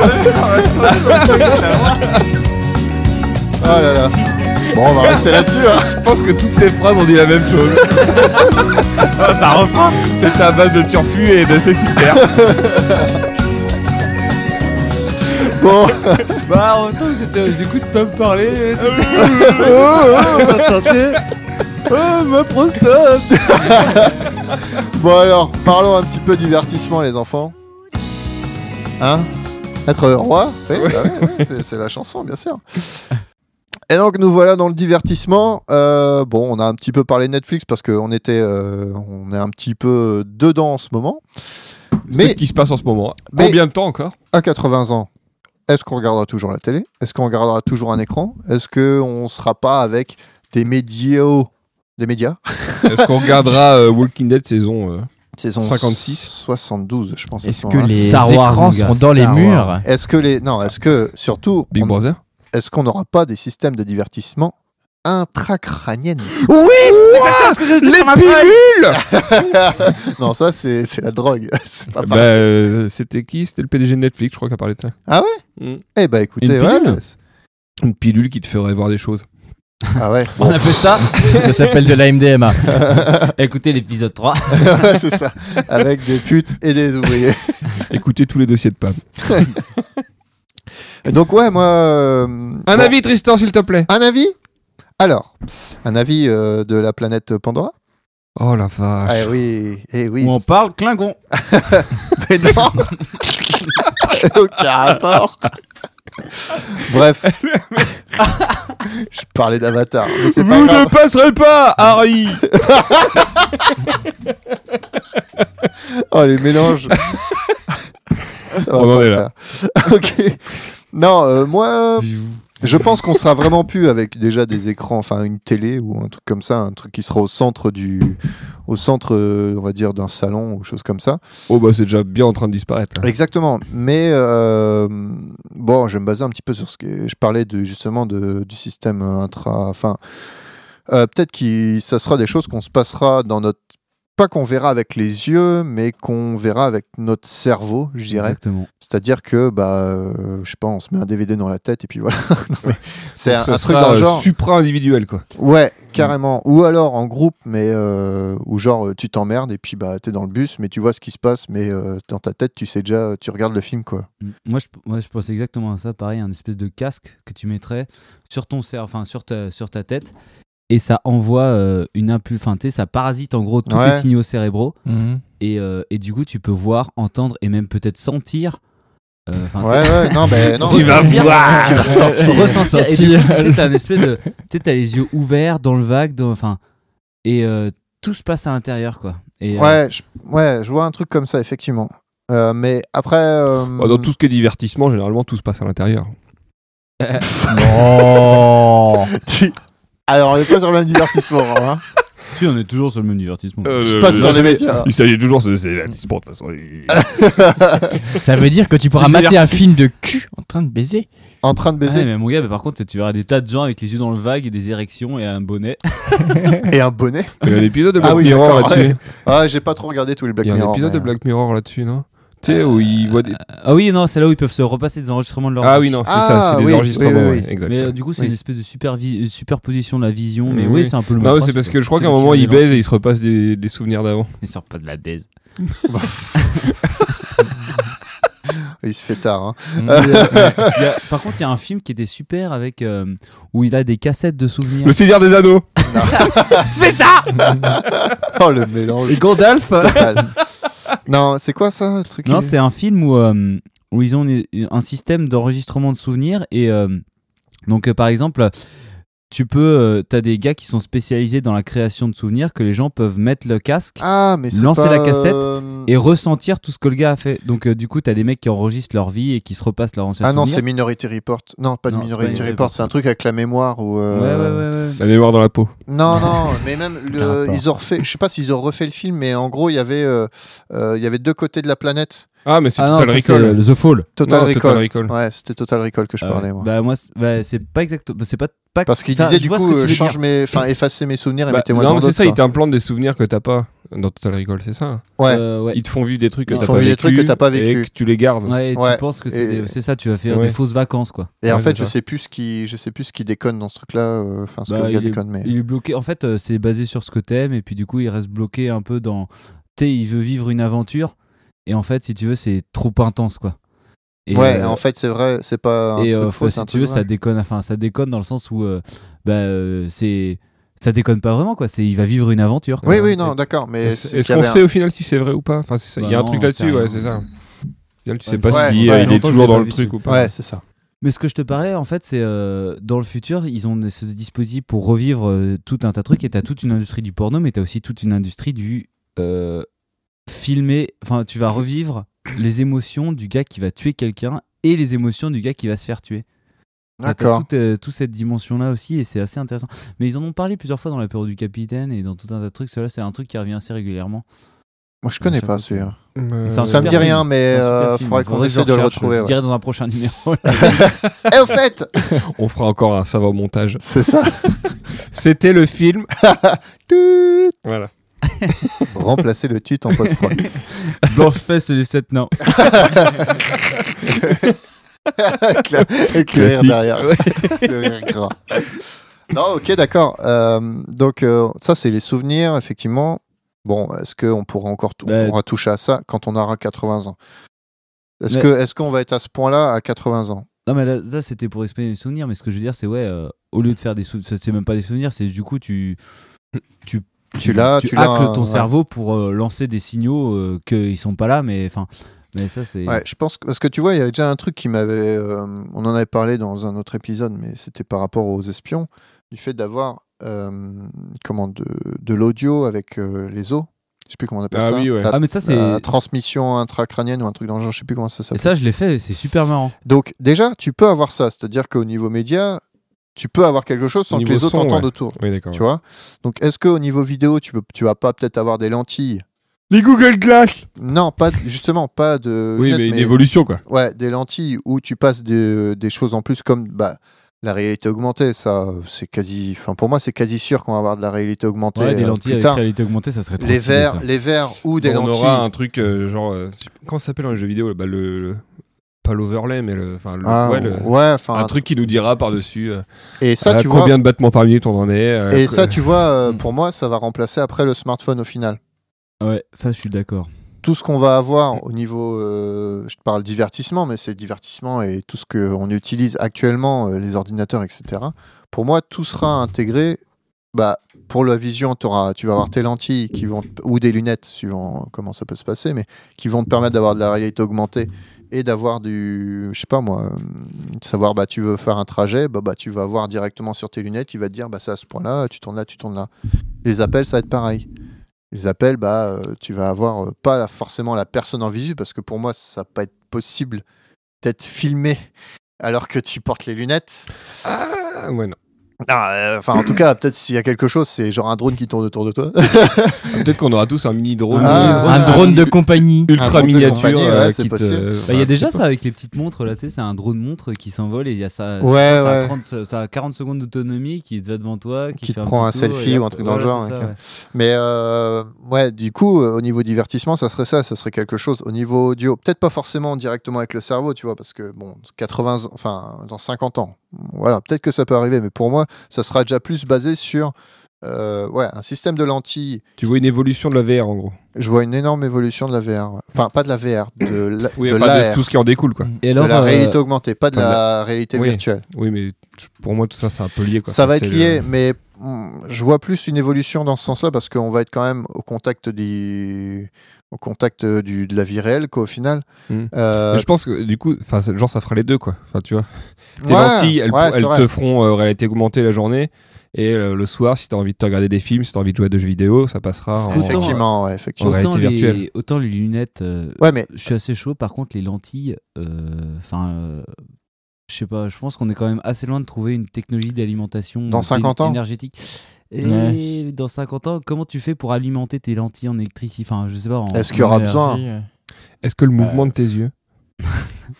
S1: Oh là là Bon on va rester là-dessus hein.
S3: Je pense que toutes tes phrases ont dit la même chose. ça reprend. C'est à base de turfu et de c'est super.
S1: Bon
S4: Bah, en même temps, vous êtes, euh, j'écoute pas me parler. euh,
S2: Oh, ma prostate
S1: Bon alors parlons un petit peu divertissement les enfants Hein Être roi Oui, bah ouais, ouais, c'est- c'est la chanson bien sûr Et donc nous voilà dans le divertissement. Euh, bon, on a un petit peu parlé de Netflix parce qu'on était, euh, on est un petit peu dedans en ce moment.
S3: C'est
S1: Mais-
S3: ce qui se passe en ce moment.
S1: mais-
S3: Combien de temps encore
S1: À 80 ans, est-ce qu'on regardera toujours la télé Est-ce qu'on regardera toujours un écran Est-ce qu'on sera pas avec des médias Des médias
S3: Est-ce qu'on regardera euh, Walking Dead saison euh,
S1: Saison
S3: 56.
S1: 72, je pense. à ce
S7: Est-ce que
S1: moment-là.
S7: les
S4: Ah, Star Wars,
S7: écrans
S4: mon gars,
S7: sont dans les
S4: Star
S7: murs
S1: Est-ce que les non Est-ce que surtout
S3: Big
S1: on-
S3: Brother
S1: est-ce qu'on n'aura pas des systèmes de divertissement intracrâniennes
S3: Oui Les pilules
S1: Non, ça c'est c'est la drogue. c'est pas
S3: Bah,
S1: pareil.
S3: euh, C'était qui C'était le PDG de Netflix, je crois, qui a parlé de ça.
S1: Ah ouais Eh bah écoutez,
S3: ben, Une pilule.
S1: ouais,
S3: Une pilule qui te ferait voir des choses.
S1: Ah ouais.
S4: On appelle ça
S7: Ça s'appelle de la MDMA.
S4: Écoutez l'épisode 3.
S1: Ouais, c'est ça. Avec des putes et des ouvriers.
S3: Écoutez tous les dossiers de PAM.
S1: Et donc ouais, moi. euh,
S3: Un
S1: bon.
S3: avis, Tristan, s'il te plaît.
S1: Un avis. Alors, un avis euh, de la planète Pandora.
S3: Oh la vache.
S1: Ah oui, eh oui.
S4: Où on parle Klingon.
S1: Mais non. Aucun rapport. Bref. Je parlais d'Avatar. mais c'est pas
S3: Vous
S1: grave.
S3: ne passerez pas, Harry
S1: Oh, les mélanges. Ça va
S3: On en
S1: pas
S3: est
S1: le
S3: là.
S1: faire. ok. Non, euh, moi, euh, je pense qu'on sera vraiment plus avec déjà des écrans, enfin une télé ou un truc comme ça, un truc qui sera au centre du, au centre, euh, on va dire, d'un salon ou chose comme ça.
S3: Oh bah c'est déjà bien en train de disparaître. hein.
S1: Exactement. Mais euh, bon, je vais me baser un petit peu sur ce que je parlais de, justement de, du système intra. Enfin, euh, peut-être que ça sera des choses qu'on se passera dans notre. Pas qu'on verra avec les yeux, mais qu'on verra avec notre cerveau, je dirais.
S4: Exactement.
S1: C'est-à-dire que, bah, euh, je sais pas, on se met un DVD dans la tête et puis voilà. Non, mais c'est
S3: Donc
S1: un,
S3: ça
S1: un truc
S3: sera,
S1: dans le
S3: euh,
S1: genre.
S3: supra-individuel quoi.
S1: Ouais, carrément. Ou alors en groupe, mais euh, ou genre euh, tu t'emmerdes et puis bah t'es dans le bus, mais tu vois ce qui se passe, mais euh, dans ta tête tu sais déjà, euh, tu regardes le film quoi.
S4: Mm. Moi je, moi, je pense exactement à ça. Pareil, un espèce de casque que tu mettrais sur ton cerf, enfin sur ta, sur ta tête. Et ça envoie euh, une impulsion. Enfin, tu sais, ça parasite en gros tous
S1: Ouais.
S4: tes signaux cérébraux.
S7: Mm.
S4: Et, euh, et du coup, tu peux voir, entendre et même peut-être sentir. euh, enfin,
S1: Ouais, ouais, non, mais non.
S4: Tu vas
S1: voir. Tu vas
S4: tu sais,
S1: sortir.
S4: ressentir. Et du coup, tu sais, t'as un espèce de. Tu sais, t'as les yeux ouverts dans le vague. dans- Enfin. Et euh, tout se passe à l'intérieur, quoi. Et, euh,
S1: Ouais, je, ouais, je vois un truc comme ça, effectivement. Euh, mais après. euh,
S3: Bah, dans tout ce qui est divertissement, généralement tout se passe à l'intérieur.
S1: tu- Alors, on n'est pas sur le même divertissement. hein.
S4: Si, on est toujours sur le même divertissement.
S3: Euh,
S1: Je passe sur les médias.
S3: Il s'agit toujours de ces divertissements de toute façon.
S7: Ça veut dire que tu pourras
S4: C'est
S7: mater un
S4: diverti.
S7: film de cul en train de baiser.
S1: en train de
S4: Ah ouais,
S1: baiser.
S4: mais mon gars, bah, par contre, tu verras des tas de gens avec les yeux dans le vague et des érections et un bonnet.
S1: Et un bonnet.
S3: Il y a un épisode de Black
S1: Ah oui,
S3: Mirror
S1: d'accord.
S3: là-dessus.
S1: Ouais. Ah, j'ai pas trop regardé tous les Black
S3: Il y a
S1: Mirror.
S3: un épisode
S1: mais- euh,
S3: de Black Mirror là-dessus, non Tu sais, où ils voient des.
S4: Ah oui, non, c'est là où ils peuvent se repasser des enregistrements de leur
S3: Ah
S4: vie.
S3: oui, non, c'est
S1: Ah,
S3: ça, c'est
S1: oui,
S3: des enregistrements.
S1: oui, oui,
S3: ouais, exact.
S4: Mais euh, du coup, c'est
S1: Oui.
S4: une espèce de supervi- euh, superposition de la vision. Mais
S3: Mm,
S4: oui,
S3: oui.
S4: c'est un peu le
S3: Non,
S4: même
S3: mais c'est parce
S4: principe.
S3: que je crois
S4: C'est
S3: qu'à un
S4: le
S3: moment, ils
S4: cinéma.
S3: baisent et ils se repassent des, des souvenirs d'avant.
S4: Ils sortent pas de la baise.
S1: Il se fait tard. hein.
S4: Il y a- par contre, il y a un film qui était super avec. euh, où il a des cassettes de souvenirs.
S3: Le Seigneur des Anneaux
S4: C'est ça
S1: Oh, le mélange.
S4: Gandalf
S1: total. non, c'est quoi ça, le truc
S4: Non,
S1: qui-
S4: c'est un film où, euh, où ils ont une- un système d'enregistrement de souvenirs et euh, donc euh, par exemple tu peux euh, t'as des gars qui sont spécialisés dans la création de souvenirs que les gens peuvent mettre le casque
S1: Ah, mais c'est
S4: Lancer
S1: pas,
S4: la cassette
S1: euh,
S4: et ressentir tout ce que le gars a fait donc euh, du coup t'as des mecs qui enregistrent leur vie et qui se repassent leur ancien
S1: Ah non, c'est
S4: souvenir
S1: Minority Report. Non, pas de
S4: Non, c'est pas
S1: Minority
S4: Minority
S1: Report, c'est un truc avec la mémoire ou. euh,
S4: ouais ouais ouais ouais
S3: La mémoire dans la peau.
S1: Non, non, mais même le-
S7: rapport.
S1: ils ont refait. Je sais pas s'ils ont refait le film, mais en gros, il y avait, euh, euh, il y avait deux côtés de la planète.
S3: Ah, mais c'est
S4: ah non,
S3: Total
S4: ça, c'est,
S3: Recall.
S4: euh, The Fall
S1: Total
S3: Non,
S1: Recall.
S3: Total Recall.
S1: Ouais, c'était Total Recall que je
S4: Ah
S1: parlais
S4: ouais.
S1: moi.
S4: bah moi c'est- bah, c'est pas exactement c'est pas pas
S1: Parce qu'il
S4: enfin,
S1: disait
S4: je
S1: du
S4: vois ce
S1: coup,
S4: que tu
S1: euh,
S4: veux
S1: change
S4: dire.
S1: mes, enfin, effacer mes souvenirs et
S3: Bah,
S1: mettez-moi dans
S3: non, mais c'est
S1: d'autres,
S3: ça, ils
S1: quoi.
S3: t'implantent des souvenirs que t'as pas dans Total Recall, c'est ça hein
S1: Ouais.
S4: Euh, ouais.
S3: Ils te font vivre des trucs que
S1: Ils
S3: t'as
S1: te font
S3: pas,
S1: vivre des trucs que t'as pas vécu.
S3: Et que tu les gardes.
S4: Ouais, et
S1: Ouais.
S4: tu penses que c'est
S1: Et-
S4: des- c'est ça tu vas faire
S3: Ouais.
S4: des fausses vacances quoi
S1: Et en
S3: Ouais,
S1: fait,
S3: c'est
S1: je
S3: ça.
S1: sais plus ce qui, je sais plus ce qui déconne dans ce truc-là. euh, Enfin, ce que
S4: Bah,
S1: le gars
S4: il est-
S1: déconne, mais.
S4: Il est bloqué. En fait, euh, c'est basé sur ce que t'aimes, et puis du coup, il reste bloqué un peu dans. Tu sais, il veut vivre une aventure, et en fait, si tu veux, c'est trop intense, quoi. Et,
S1: ouais,
S4: euh,
S1: en fait, c'est vrai, c'est pas. Un
S4: et
S1: truc
S4: euh,
S1: faux, c'est
S4: si
S1: un
S4: tu
S1: truc
S4: veux,
S1: vrai.
S4: ça déconne. Enfin, ça déconne dans le sens où, euh, bah, euh, c'est. Ça déconne pas vraiment, quoi. C'est, il va vivre une aventure. quoi.
S1: Oui, oui, non, d'accord, mais
S3: Est-ce
S1: c'est qu'il
S3: est-ce
S1: y
S3: qu'on
S1: avait un-
S3: sait au final si c'est vrai ou pas Enfin, c'est ça, il y a
S4: Bah
S3: un truc
S4: non, on sait
S3: là-dessus, ouais,
S4: rien.
S3: c'est ça. Au final, Tu sais
S4: Ouais,
S3: pas
S1: ça fait
S3: si
S1: longtemps que
S3: euh, il
S4: je
S3: est
S4: l'ai
S3: toujours
S4: pas
S3: dans
S4: vu,
S3: le truc
S4: ce
S3: ou pas.
S1: Ouais, c'est ça.
S4: Mais ce que je te parlais, en fait, c'est euh, dans le futur, ils ont ce dispositif pour revivre euh, tout un tas de trucs. Et t'as toute une industrie du porno, mais t'as aussi toute une industrie du euh, filmer. Enfin, tu vas revivre les émotions du gars qui va tuer quelqu'un et les émotions du gars qui va se faire tuer. T'as- t'as
S1: D'accord.
S4: Toute, euh, toute cette dimension-là aussi, et c'est assez intéressant. Mais ils en ont parlé plusieurs fois dans la période du capitaine et dans tout un tas de trucs. Cela, c'est un truc qui revient assez régulièrement.
S1: Moi, je connais
S4: Ça
S1: pas
S4: me-
S1: celui-là.
S3: Euh,
S4: C'est un
S1: Ça me dit
S4: super
S1: rien,
S4: film.
S1: mais
S4: C'est un super
S1: euh,
S4: film.
S1: faudrait qu'on
S4: que je
S1: essaye de le
S4: recherche, je
S1: retrouver.
S4: le
S1: ouais.
S4: dirai dans un prochain numéro.
S1: Eh, au fait
S3: On fera encore un savant montage.
S1: C'est ça.
S3: C'était le film.
S1: Tut.
S3: Voilà.
S1: Remplacer le titre en post-pro.
S4: Blanche fesse les 7 nains.
S1: avec, la- avec le rire
S4: Classique.
S1: derrière. le rire gras. Non, ok, d'accord. Euh, donc, euh, ça, c'est les souvenirs, effectivement. Bon, est-ce qu'on pourra encore tou- on
S7: Bah,
S1: pourra toucher à ça quand on aura 80 ans Est-ce
S7: Mais-
S1: que est-ce qu'on va être à ce point-là à 80 ans
S4: Non, mais là, là, c'était pour exprimer les souvenirs, mais ce que je veux dire, c'est ouais, euh, au lieu de faire des souvenirs, c'est même pas des souvenirs, c'est du coup, tu. Tu,
S1: Tu l'as, tu l'as,
S4: hackles ton
S1: ouais.
S4: cerveau pour euh, lancer des signaux euh, qu'ils sont pas là, mais enfin. Mais ça, c'est.
S1: Ouais, je pense que, parce que tu vois, il y avait déjà un truc qui m'avait, euh, on en avait parlé dans un autre épisode, mais c'était par rapport aux espions, du fait d'avoir euh, comment de, de l'audio avec euh, les os. Je sais plus comment on appelle
S3: Ah
S1: ça.
S3: oui, ouais.
S1: La,
S4: Ah, mais ça, c'est.
S1: la Euh, transmission intracrânienne ou un truc dans le genre, je sais plus comment ça
S4: Et
S1: s'appelle.
S4: ça, je l'ai fait, c'est super marrant.
S1: Donc déjà, tu peux avoir ça, c'est-à-dire qu'au niveau média, tu peux avoir quelque chose sans que
S3: Niveau
S1: les autres
S3: son,
S1: entendent
S3: ouais.
S1: autour.
S3: Oui, d'accord.
S1: Tu vois Donc est-ce qu'au niveau vidéo, tu, peux, tu vas pas peut-être avoir des lentilles
S3: Les Google Glass
S1: Non, pas justement, pas de.
S3: Oui,
S1: lunettes,
S3: mais une évolution, quoi.
S1: Ouais, des lentilles où tu passes des, des choses en plus comme bah, la réalité augmentée. Ça, c'est quasi. Enfin, pour moi, c'est quasi sûr qu'on va avoir de la réalité augmentée.
S4: Ouais, des
S1: euh,
S4: lentilles
S1: plus
S4: avec
S1: tard.
S4: réalité augmentée, ça serait trop
S1: Les
S4: stylé,
S1: verres,
S4: ça.
S1: les verres ou des
S3: on
S1: lentilles.
S3: aura un truc euh, genre. euh, je sais pas- comment ça s'appelle dans les jeux vidéo bah, le, le- Pas l'overlay, mais le. Enfin, le,
S1: Ah,
S3: ouais, le-
S1: ouais, enfin.
S3: un truc qui nous dira par-dessus euh,
S1: Et ça,
S3: euh,
S1: tu vois.
S3: combien de battements par minute on en est. euh,
S1: Et
S3: que-
S1: ça, tu vois, euh,
S4: Hmm.
S1: pour moi, ça va remplacer après le smartphone au final.
S4: Ouais, ça, je suis d'accord.
S1: Tout ce qu'on va avoir au niveau, euh, je te parle divertissement, mais c'est divertissement et tout ce qu'on utilise actuellement, euh, les ordinateurs, etc. Pour moi, tout sera intégré. Bah, pour la vision, t'auras- tu vas avoir tes lentilles qui vont, te- ou des lunettes, suivant comment ça peut se passer, mais qui vont te permettre d'avoir de la réalité augmentée et d'avoir du, je sais pas moi, euh, de savoir, bah, tu veux faire un trajet, bah, bah, tu vas voir directement sur tes lunettes, il va te dire, bah, c'est à ce point-là, tu tournes là, tu tournes là. Les appels, ça va être pareil. Les appels, bah, euh, tu vas avoir euh, pas la- forcément la personne en visu, parce que pour moi, ça va pas être possible d'être filmé alors que tu portes les lunettes.
S3: Ah, ouais, non.
S1: Ah, euh, Enfin, en tout cas, peut-être s'il y a quelque chose, c'est genre un drone qui tourne autour de toi.
S3: Ah, Peut-être qu'on aura tous un mini drone.
S1: Ah,
S3: euh,
S1: ah,
S7: un drone de compagnie.
S3: Ultra
S1: drone de
S3: miniature.
S1: compagnie,
S3: euh,
S1: ouais, c'est
S3: qui te-
S1: possible.
S3: euh,
S4: Bah, Il y a
S3: bah,
S4: déjà
S3: je sais
S4: ça avec les petites montres, là, tu sais, c'est un drone montre qui s'envole et il y a ça,
S1: Ouais,
S4: ça, ça a
S1: ouais.
S4: 30 se- ça a 40 secondes d'autonomie qui va devant toi, qui,
S1: Qui
S4: fait
S1: te prend
S4: petit
S1: un
S4: tour,
S1: selfie
S4: et
S1: ou un
S4: après-
S1: truc dans le
S4: voilà,
S1: genre,
S4: c'est
S1: ok.
S4: ça, ouais.
S1: Mais euh, ouais, du coup, euh, au niveau divertissement, ça serait ça, ça serait quelque chose. Au niveau audio, peut-être pas forcément directement avec le cerveau, tu vois, parce que bon, 80, ans- enfin, dans 50 ans, voilà, peut-être que ça peut arriver, mais pour moi, ça sera déjà plus basé sur euh, ouais, un système de lentilles.
S3: pas. Tu vois une évolution de la VR, en gros.
S1: Je vois une énorme évolution de la VR, ouais. enfin, pas de la VR, de la, Mm.
S3: Oui,
S1: de
S3: enfin, de
S1: l'AR,
S3: tout ce qui en découle, quoi.
S1: de
S4: Et alors,
S1: la
S4: euh,
S1: réalité augmentée, pas de
S3: enfin, de
S1: la réalité
S3: Oui.
S1: virtuelle.
S3: Oui, mais tu- pour moi, tout ça, c'est un peu lié, quoi.
S1: Ça va
S3: Enfin,
S1: être
S3: c'est
S1: lié, euh,
S3: le-
S1: mais mm, je vois plus une évolution dans ce sens-là parce qu'on va être quand même au contact des au contact euh, du, de la vie réelle qu'au final.
S3: Mm.
S1: Euh,
S3: Mais je pense que du coup, enfin, c'est- genre, ça fera les deux, quoi. Enfin, tu vois, tes
S1: ouais,
S3: lentilles, elles,
S1: ouais,
S3: elles
S1: c'est vrai.
S3: te feront euh, réalité augmentée la journée. Et euh, le soir, si t'as envie de te regarder des films, si t'as envie de jouer à des jeux vidéo, ça passera
S4: Parce que
S3: en...
S4: t'en-
S1: Effectivement, ouais, effectivement.
S3: Ouais.
S4: autant,
S3: réalité virtuelle.
S4: les, autant les lunettes, euh,
S1: Ouais, mais
S4: je suis assez chaud, par contre, les lentilles, euh, enfin, euh, je sais pas, je pense qu'on est quand même assez loin de trouver une technologie d'alimentation
S1: Dans
S4: euh,
S1: 50 ans.
S4: énergétique. Et
S7: Ouais.
S4: dans 50 ans, comment tu fais pour alimenter tes lentilles en électricité Enfin, je sais pas, en-
S1: est-ce qu'il y aura besoin
S3: Est-ce que le mouvement de tes yeux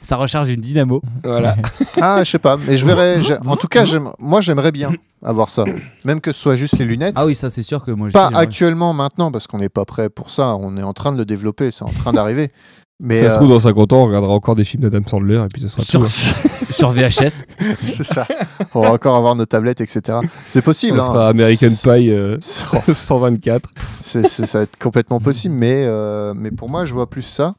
S4: ça recharge une dynamo.
S3: Voilà.
S1: Ah, je sais pas, mais je verrai. j'ai- En tout cas, j'aime- moi, j'aimerais bien avoir ça, même que ce soit juste les lunettes.
S4: Ah oui, ça c'est sûr que moi je
S1: pas
S4: sais, j'aimerais-
S1: actuellement, maintenant, parce qu'on n'est pas prêt pour ça. On est en train de le développer, c'est en train d'arriver. Mais
S3: ça se
S1: euh,
S3: trouve, dans 50 ans, on regardera encore des films d'Adam Sandler et puis ce sera
S4: sur,
S3: tout. hein.
S4: sur VHS.
S1: c'est ça. On va encore avoir nos tablettes, etc. C'est possible.
S3: On
S1: hein.
S3: sera American Pie euh, 124.
S1: c'est, c'est- ça va être complètement possible, mais, euh, mais pour moi, je vois plus ça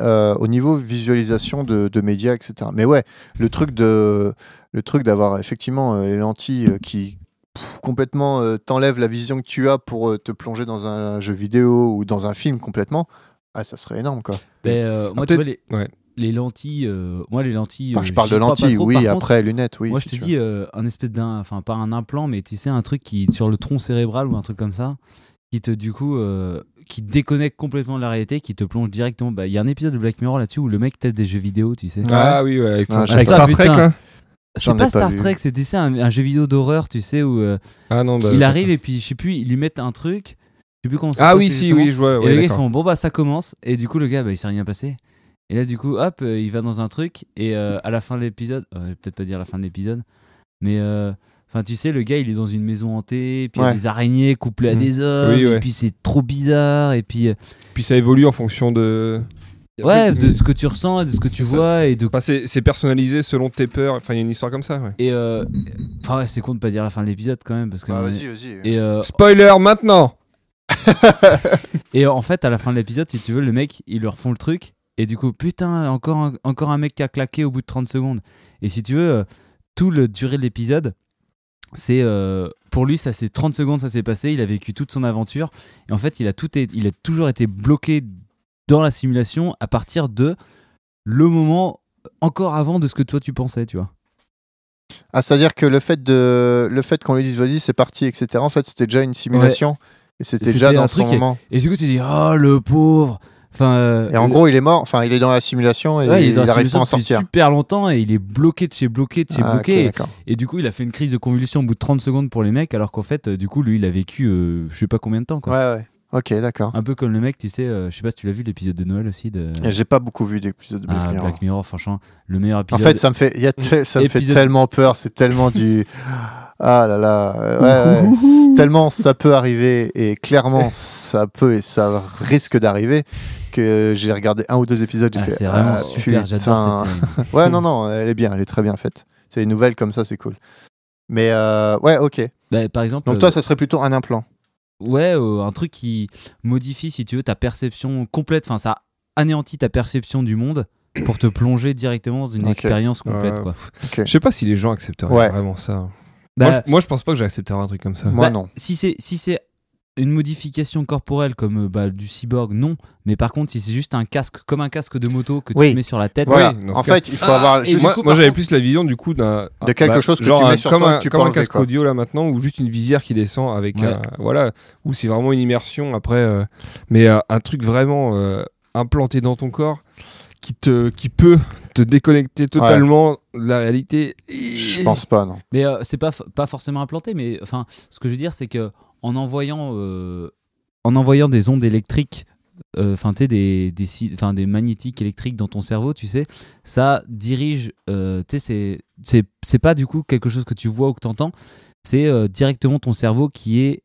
S1: euh, au niveau visualisation de, de médias, etc. Mais ouais, le truc, de, le truc d'avoir effectivement euh, les lentilles euh, qui pff, complètement euh, t'enlèvent la vision que tu as pour euh, te plonger dans un jeu vidéo ou dans un film complètement, ah, ça serait énorme quoi.
S4: Mais, euh, moi, tu
S3: peut-être-
S4: vois, les,
S3: ouais.
S4: les lentilles. euh, moi, les lentilles.
S1: Enfin,
S4: euh,
S1: je parle
S4: j'y
S1: de
S4: crois pas
S1: lentilles,
S4: trop.
S1: oui,
S4: Par contre,
S1: après lunettes, oui.
S4: moi,
S1: si
S4: je te
S1: tu veux.
S4: dis euh, un espèce d'un. Enfin, pas un implant, mais tu sais, un truc qui sur le tronc cérébral ou un truc comme ça, qui te, du coup. euh, qui déconnecte complètement de la réalité, qui te plonge directement. Bah, Il y a un épisode de Black Mirror là-dessus où le mec teste des jeux vidéo, tu sais.
S1: Ouais.
S3: Ah oui, ouais, avec,
S1: Ah, j'ai
S3: avec
S4: ça,
S3: Star
S4: putain.
S3: Trek, hein. là.
S1: j'en
S4: C'est
S1: ai
S4: pas
S1: pas
S4: Star
S1: vu.
S4: Trek, c'est tu sais, un, un jeu vidéo d'horreur, tu sais, où euh,
S3: Ah non, bah,
S4: il
S3: d'accord.
S4: arrive et puis, je sais plus, ils lui mettent un truc. Je sais plus comment ça
S3: Ah
S4: se
S3: oui,
S4: passe
S3: si,
S4: exactement.
S3: oui, je vois.
S4: et
S3: ouais,
S4: les gars, ils
S3: d'accord.
S4: font bon, bah ça commence. Et du coup, le gars, bah, il s'est rien passé. Et là, du coup, hop, euh, il va dans un truc. Et euh, à la fin de l'épisode, euh, je vais peut-être pas dire la fin de l'épisode, mais euh, enfin, tu sais, le gars, il est dans une maison hantée. Et puis il y a
S1: Ouais.
S4: des araignées couplées à
S3: Mhm.
S4: des hommes.
S3: Oui, ouais.
S4: Et puis c'est trop bizarre. Et puis, euh,
S3: Puis ça évolue en fonction de. Il y a un
S4: Ouais,
S3: truc,
S4: de
S3: mais-
S4: ce que tu ressens, et de ce que
S3: C'est
S4: tu
S3: ça.
S4: vois et de.
S3: Enfin, c'est c'est personnalisé selon tes peurs. Enfin, il y a une histoire comme ça. ouais.
S4: Et euh, Enfin, ouais, c'est con de pas dire la fin de l'épisode quand même. Parce que
S1: Bah, vas-y, vas-y.
S4: Et, euh,
S3: Spoiler maintenant.
S4: et en fait, à la fin de l'épisode, si tu veux, le mec, ils leur font le truc. Et du coup, putain, encore un, encore un mec qui a claqué au bout de 30 secondes. Et si tu veux, euh, tout le durée de l'épisode, c'est. euh, pour lui, ça c'est 30 secondes, ça s'est passé. Il a vécu toute son aventure. Et en fait, il a, tout é- il a toujours été bloqué dans la simulation à partir de le moment euh, encore avant de ce que toi tu pensais, tu vois.
S1: Ah, c'est-à-dire que le fait, de... le fait qu'on lui dise vas-y, c'est parti, etc., en fait, c'était déjà une simulation. Et c'était
S4: C'était
S1: déjà
S4: un
S1: dans son
S4: truc et-
S1: moment.
S4: Et du coup, tu dis, oh le pauvre. Enfin, euh,
S1: Et en
S4: le-
S1: gros, il est mort. Enfin, il est dans la simulation et
S4: ouais,
S1: il,
S4: dans la
S1: arrive pas à en
S4: simulation depuis
S1: sortir.
S4: super longtemps et il est bloqué de chez bloqué de chez
S1: Ah, ok,
S4: bloqué.
S1: d'accord.
S4: Et, et du coup, il a fait une crise de convulsion au bout de 30 secondes pour les mecs, alors qu'en fait, euh, du coup, lui, il a vécu euh, je sais pas combien de temps.
S1: Ouais,
S4: Quoi.
S1: ouais. Ok, d'accord.
S4: Un peu comme le mec, tu sais, euh, je sais pas si tu l'as vu l'épisode de Noël aussi de
S1: Et J'ai pas beaucoup vu d'épisodes de
S4: Ah,
S1: Black Mirror.
S4: Black Mirror, franchement, le meilleur
S1: En
S4: épisode. Mm.
S1: fait, ça me fait, il y a te- ça me fait
S4: Épisode-
S1: tellement peur. C'est tellement du. Ah là là. euh, ouais, ouais. C'est tellement ça peut arriver et clairement ça peut et ça risque d'arriver que j'ai regardé un ou deux épisodes. j'ai
S4: Ah,
S1: fait,
S4: c'est vraiment
S1: ah,
S4: super, j'adore
S1: putain.
S4: cette série.
S1: Ouais, non, non, elle est bien, elle est très bien faite. C'est des nouvelles comme ça, c'est cool. Mais euh, ouais, ok.
S4: Bah, par exemple,
S1: Donc
S4: euh,
S1: toi, ça serait plutôt un implant.
S4: Ouais, euh, un truc qui modifie, si tu veux, ta perception complète. Enfin, ça anéantit ta perception du monde pour te plonger directement dans une
S1: Ok.
S4: expérience complète.
S3: Ouais.
S4: Quoi.
S3: Je sais pas si les gens accepteraient
S1: Ouais.
S3: vraiment ça.
S4: Bah,
S3: moi, je, moi, je pense pas que j'accepterais un truc comme ça.
S1: Moi
S4: bah,
S1: non.
S4: Si c'est si c'est une modification corporelle comme euh, bah, du cyborg, non. Mais par contre, si c'est juste un casque, comme un casque de moto que tu
S1: Oui.
S4: mets sur la tête,
S1: Voilà.
S3: dans ce
S1: en
S3: cas-
S1: fait, il faut
S4: Ah,
S1: avoir
S4: et
S1: juste
S4: du
S3: moi,
S4: coup,
S3: moi,
S4: par
S3: j'avais
S4: contre-
S3: plus la vision du coup d'un
S1: De quelque chose que
S3: bah, genre
S1: tu
S3: un-
S1: mets sur
S3: comme
S1: toi et
S3: un,
S1: que tu peux
S3: comme un
S1: enlever,
S3: casque
S1: quoi.
S3: audio là maintenant ou juste une visière qui descend avec
S4: Ouais.
S3: un- voilà ou c'est vraiment une immersion après euh, mais euh, un truc vraiment euh, implanté dans ton corps qui te qui peut te déconnecter totalement de la réalité
S1: Je pense pas, non.
S4: Mais euh, c'est pas, f- pas forcément implanté, mais enfin, ce que je veux dire, c'est que en envoyant, euh, en envoyant des ondes électriques, euh, enfin, tu sais, des, des, si- enfin, des magnétiques électriques dans ton cerveau, tu sais, ça dirige, euh, tu sais, c'est- c'est- c'est pas du coup quelque chose que tu vois ou que t'entends, c'est euh, directement ton cerveau qui est.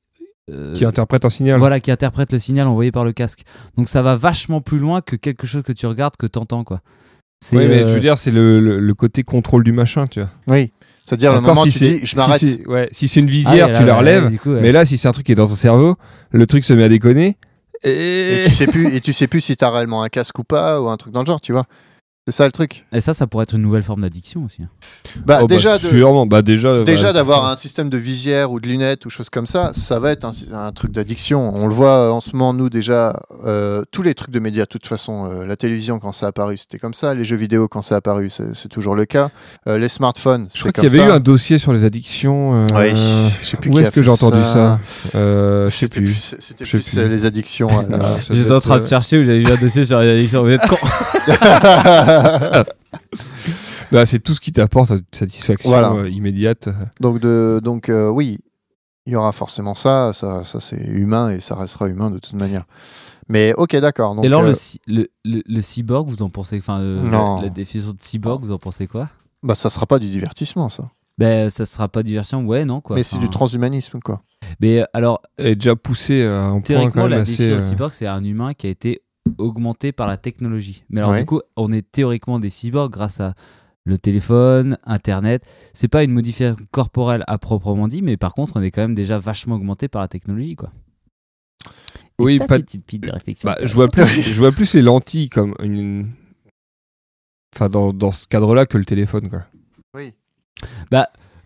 S4: euh,
S3: qui interprète un signal
S4: voilà, qui interprète le signal envoyé par le casque. Donc ça va vachement plus loin que quelque chose que tu regardes, que t'entends, quoi. C'est,
S3: Oui, mais je
S4: euh,
S3: veux dire, c'est le, le- le côté contrôle du machin, tu vois.
S1: Oui. C'est-à-dire le
S3: Encore
S1: moment où
S3: si
S1: tu
S3: c'est-
S1: dis, je
S3: si
S1: m'arrête.
S3: c'est- ouais, si c'est une
S4: ah ouais,
S3: visière,
S4: là,
S3: tu la
S4: ouais,
S3: relèves.
S4: ouais, du coup, ouais.
S3: Mais là, si c'est un truc qui est dans ton cerveau, le truc se met à déconner.
S1: et
S3: Et...
S1: tu sais plus et tu sais plus si t'as réellement un casque ou pas ou un truc dans le genre tu vois c'est ça le truc
S4: Et ça, ça pourrait être une nouvelle forme d'addiction aussi. hein.
S1: bah
S3: Oh, bah,
S1: déjà de-
S3: sûrement. Bah, déjà, bah,
S1: déjà
S3: c'est-
S1: d'avoir un système de visière ou de lunettes ou choses comme ça ça va être un, un truc d'addiction on le voit euh, en ce moment nous déjà euh, tous les trucs de médias de toute façon euh, la télévision quand ça a apparu c'était comme ça les jeux vidéo quand ça a apparu c'est c'est toujours le cas Euh, les smartphones
S3: Je
S1: c'est
S3: crois
S1: comme
S3: qu'il y avait
S1: ça
S3: eu un dossier sur les addictions. euh,
S1: oui je sais plus
S3: Où
S1: qui
S3: est-ce
S1: a
S3: que
S1: fait
S3: j'ai entendu ça, Euh, Je sais
S1: C'était
S3: plus.
S1: plus- c'était
S3: Je sais
S1: plus, euh,
S3: plus.
S1: les addictions à la-
S3: Ça doit être, euh,
S4: chercher où j'avais vu un dossier sur les addictions. Vous êtes con.
S3: bah, c'est tout ce qui t'apporte une satisfaction
S1: Voilà.
S3: euh, immédiate.
S1: Donc, de, donc euh, oui, il y aura forcément ça, ça, ça c'est humain et ça restera humain de toute manière. Mais ok, d'accord. donc,
S4: Et alors,
S1: euh,
S4: le, ci- le, le- le cyborg, vous en pensez Enfin, euh,
S1: Non.
S4: la, la définition de cyborg, vous en pensez quoi
S1: bah, ça sera pas du divertissement, ça.
S4: Ben, ça sera pas diversion, ouais, non, quoi.
S1: Mais c'est
S4: Enfin,
S1: du transhumanisme, quoi.
S4: Mais euh, alors,
S3: Et déjà poussé à un point
S4: théoriquement,
S3: quand même
S4: la
S3: assez.
S4: définition de
S3: euh,
S4: cyborg, c'est un humain qui a été augmenté par la technologie. Mais alors,
S1: Ouais.
S4: du coup, on est théoriquement des cyborgs grâce à le téléphone, Internet. C'est pas une modification corporelle à proprement dit, mais par contre, on est quand même déjà vachement augmenté par la technologie, quoi.
S3: Oui,
S8: Ça,
S3: pas-
S8: c'est une petite réflexion.
S3: Bah, je vois plus, je vois plus les lentilles comme une. Enfin, dans, dans ce cadre-là que le téléphone, quoi.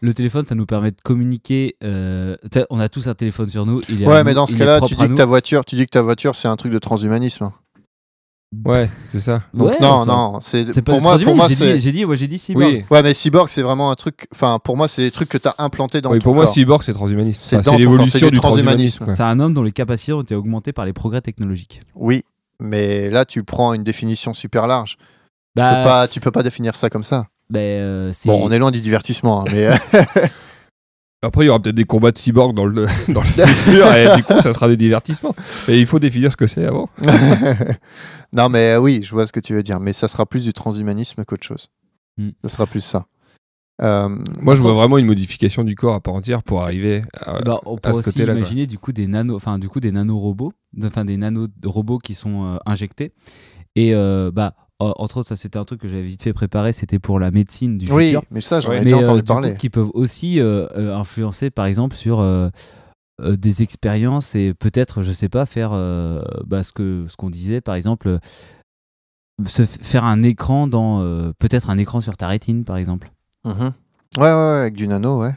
S4: Le téléphone, ça nous permet de communiquer. euh, tu sais, on a tous un téléphone sur nous. Il est à
S1: Ouais,
S4: nous,
S1: mais dans ce
S4: il est
S1: cas-là, tu
S4: propre à
S1: dis que
S4: nous.
S1: ta voiture, tu dis que ta voiture, c'est un truc de transhumanisme.
S3: Ouais, c'est ça.
S1: Donc,
S4: Ouais,
S1: non,
S4: enfin,
S1: non, c'est
S4: C'est pas
S1: pour
S4: du
S1: moi, pour
S4: transhumanisme,
S1: moi,
S4: j'ai
S1: c'est.
S4: dit, j'ai dit, ouais, j'ai dit cyborg.
S3: Oui.
S1: Ouais, mais cyborg, c'est vraiment un truc. Enfin, pour moi, c'est des trucs que t'as implanté dans
S3: Oui,
S1: ton
S3: pour moi,
S1: corps.
S3: cyborg, c'est transhumaniste.
S1: C'est
S3: Enfin,
S1: dans ton corps, c'est
S3: C'est l'évolution
S1: du
S3: du
S1: transhumanisme.
S3: transhumanisme. quoi.
S4: C'est un homme dont les capacités ont été augmentées par les progrès technologiques.
S1: Oui, mais là, tu prends une définition super large. Tu,
S4: Ah,
S1: peux pas, tu peux pas définir ça comme ça.
S4: ben, Bah, euh, c'est-
S1: Bon, on est loin du divertissement, hein, mais.
S3: Après, il y aura peut-être des combats de cyborg dans le, dans le futur, et du coup, ça sera des divertissements. Mais il faut définir ce que c'est avant.
S1: non, mais euh, oui, je vois ce que tu veux dire. Mais ça sera plus du transhumanisme qu'autre chose.
S4: Mm.
S1: Ça sera plus ça. Euh,
S3: Moi, je vois vraiment une modification du corps à part entière pour arriver à.
S4: bah,
S1: euh,
S4: on
S3: à
S4: pourrait
S3: ce
S4: aussi
S3: côté-là, quoi.
S4: imaginer du coup des nano, enfin du coup des nanorobots, enfin des nanorobots qui sont euh, injectés Et euh, bah, en- entre autres, ça c'était un truc que j'avais vite fait préparer, c'était pour la médecine du
S1: Oui,
S4: futur.
S1: mais ça, j'en ai
S4: Mais,
S1: déjà
S4: euh,
S1: entendu
S4: du
S1: parler.
S4: coup, qui peuvent aussi euh, euh, influencer, par exemple, sur euh, euh, des expériences et peut-être, je sais pas, faire euh, bah, ce que ce qu'on disait, par exemple, euh, se f- faire un écran dans euh, peut-être un écran sur ta rétine, par exemple.
S1: Mhm. Ouais, ouais, ouais, avec du nano, ouais.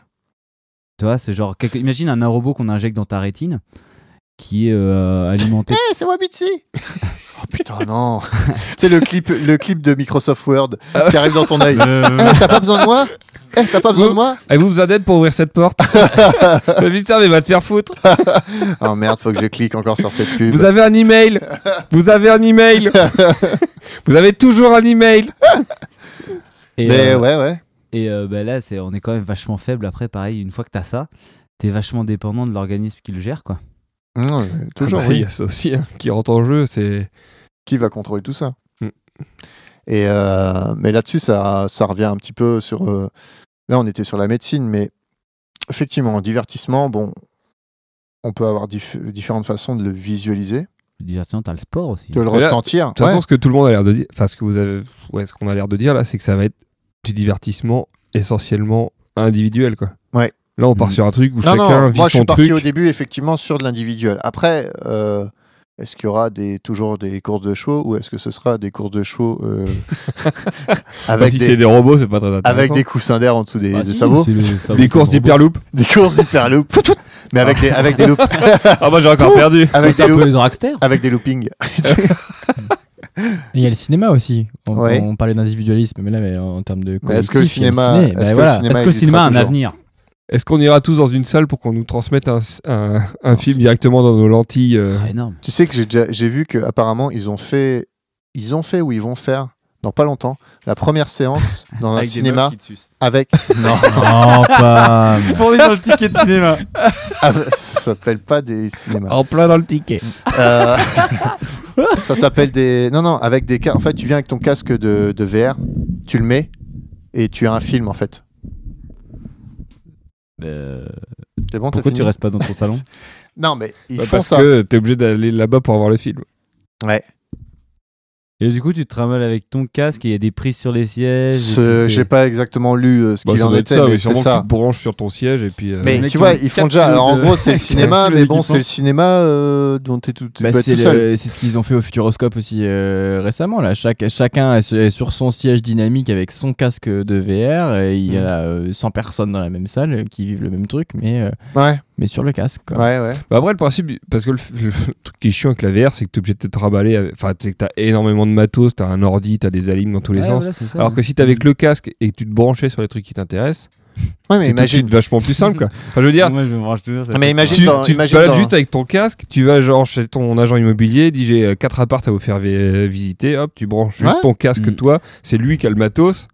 S4: Tu vois, c'est genre, quelque- imagine un robot qu'on injecte dans ta rétine qui est euh, alimenté.
S1: Eh, c'est Wabitsi Oh putain, non C'est le clip, le clip de Microsoft Word qui arrive dans ton œil. Eh, t'as pas besoin de moi Eh, t'as pas besoin de moi
S3: Avez-vous besoin d'aide pour ouvrir cette porte Mais Putain, mais va te faire foutre.
S1: Oh merde, faut que je clique encore sur cette pub.
S3: Vous avez un email. Vous avez un email. Vous avez toujours un email.
S4: Et,
S1: Mais
S4: euh,
S1: ouais, ouais.
S4: Et euh, bah là, c'est, on est quand même vachement faible. Après, pareil, une fois que t'as ça, t'es vachement dépendant de l'organisme qui le gère, quoi.
S1: Non, mais toujours,
S3: Ah bah, Il
S1: oui.
S3: y a ça aussi hein, qui rentre en jeu. C'est
S1: Qui va contrôler tout ça
S3: Mm.
S1: Et euh, Mais là-dessus, ça, ça revient un petit peu sur. euh, là, on était sur la médecine, mais effectivement, en divertissement, bon, on peut avoir diff- différentes façons de le visualiser,
S4: Le divertissement, t'as le sport aussi.
S1: de le
S3: Mais là,
S1: ressentir.
S3: De toute façon,
S1: Ouais.
S3: ce que tout le monde a l'air de dire, enfin, ce que vous avez, ouais, ce qu'on a l'air de dire là, c'est que ça va être du divertissement essentiellement individuel, quoi.
S1: Ouais.
S3: Là, on part
S4: Mhm.
S3: sur un truc où
S1: Non,
S3: chacun
S1: non,
S3: vit
S1: moi je
S3: son
S1: suis parti
S3: truc.
S1: au début effectivement sur de l'individuel. Après, euh, est-ce qu'il y aura des, toujours des courses de chevaux ou est-ce que ce sera des courses de chevaux euh,
S3: Enfin,
S1: avec,
S3: Bah, si
S1: des,
S3: c'est des robots, c'est pas très intéressant.
S1: avec des coussins d'air en dessous des,
S4: Ah,
S1: des
S4: si,
S1: sabots
S4: c'est le fameux
S3: Des courses
S4: robot.
S3: d'hyperloop.
S1: Des courses d'hyperloop, mais avec des, avec des, loop-
S3: Ah, bah, j'ai encore
S1: Ouh.
S3: perdu.
S1: avec
S4: C'est
S1: des,
S4: un peu
S1: loop-
S4: les rockstars.
S1: avec des loopings.
S7: Et Il y a le cinéma aussi. On,
S1: Ouais.
S7: on parlait d'individualisme, mais là, mais en termes de.
S1: Mais est-ce
S7: collectif,
S1: que le
S7: il y a
S1: cinéma-
S7: ciné.
S1: est-ce
S7: Bah
S1: que le
S7: voilà.
S1: cinéma-
S4: Est-ce que le cinéma a un
S1: existera
S4: avenir
S3: Est-ce qu'on ira tous dans une salle pour qu'on nous transmette un, un- un film directement dans nos lentilles euh,
S4: Ce serait énorme.
S1: Tu sais que j'ai déjà- j'ai vu que apparemment ils ont fait ils ont fait ou ils vont faire dans pas longtemps la première séance dans un cinéma avec non
S7: Non,
S3: Oh,
S7: pas.
S4: Fourni dans le ticket de cinéma.
S1: ah, ça s'appelle pas des cinémas.
S3: En plein dans le ticket.
S1: Euh, ça s'appelle des. Non, non, avec des. ca- En fait, tu viens avec ton casque de, de VR, tu le mets et tu as un film en fait.
S4: Ben, euh,
S1: C'est bon, t'as
S4: pourquoi
S1: fini
S4: tu restes pas dans ton salon
S1: Non, mais ils
S3: Bah,
S1: font
S3: parce
S1: ça.
S3: que t'es obligé d'aller là-bas pour avoir le film.
S4: Et du coup, tu te ramèles avec ton casque et il y a des prises sur les sièges. et
S1: Ce-
S4: puis c'est-
S1: J'ai pas exactement lu euh, ce
S3: Eh, Bah,
S1: qu'il
S3: ça
S1: en
S3: doit être
S1: était,
S3: ça,
S1: mais
S3: oui,
S1: c'est
S3: sûrement que
S1: ça.
S3: tu te branches sur ton siège et puis. euh,
S1: Mais
S4: mecs
S1: tu
S4: qui
S1: vois,
S4: ont
S1: ils
S4: quatre
S1: font déjà.
S4: kilos
S1: Alors en
S4: de-
S1: gros, c'est le cinéma,
S4: tous les
S1: mais bon,
S4: équipements.
S1: c'est le cinéma euh, dont t'es tout, tu
S7: Bah,
S1: peux être
S7: c'est
S1: tout
S7: le-
S1: seul.
S7: c'est ce qu'ils ont fait au Futuroscope aussi euh, récemment. Là. Chaque, chacun est su- est sur son siège dynamique avec son casque de VR. Et il y
S1: Mm.
S7: a euh, 100 personnes dans la même salle euh, qui vivent le même truc, mais, euh,
S1: Ouais,
S7: mais sur le casque. quoi.
S1: ouais, ouais.
S3: Bah après, le principe, parce que le, f- le truc qui est chiant avec la VR, c'est que t'es obligé de te trimballer. avec- Enfin, c'est que t'as énormément de matos, t'as un ordi, t'as des alignes dans tous les
S4: Ouais,
S3: sens.
S4: voilà, c'est ça.
S3: Alors que si t'es avec le casque et que tu te branchais sur les trucs qui t'intéressent,
S1: Ouais, mais
S3: c'est tout de
S1: imagine.
S3: suite vachement plus simple, quoi. Enfin, je veux dire,
S4: Moi, je me branche toujours. ça
S1: Mais
S4: fait
S1: imagine
S3: tu,
S1: dans-
S3: tu te
S1: imagine
S3: balades
S1: dans-
S3: juste avec ton casque, tu vas genre chez ton agent immobilier, dis j'ai euh, quatre apparts à vous faire vi- euh, visiter, hop, tu branches juste
S1: Ouais.
S3: ton casque,
S4: Mm.
S3: toi, c'est lui qui a le matos.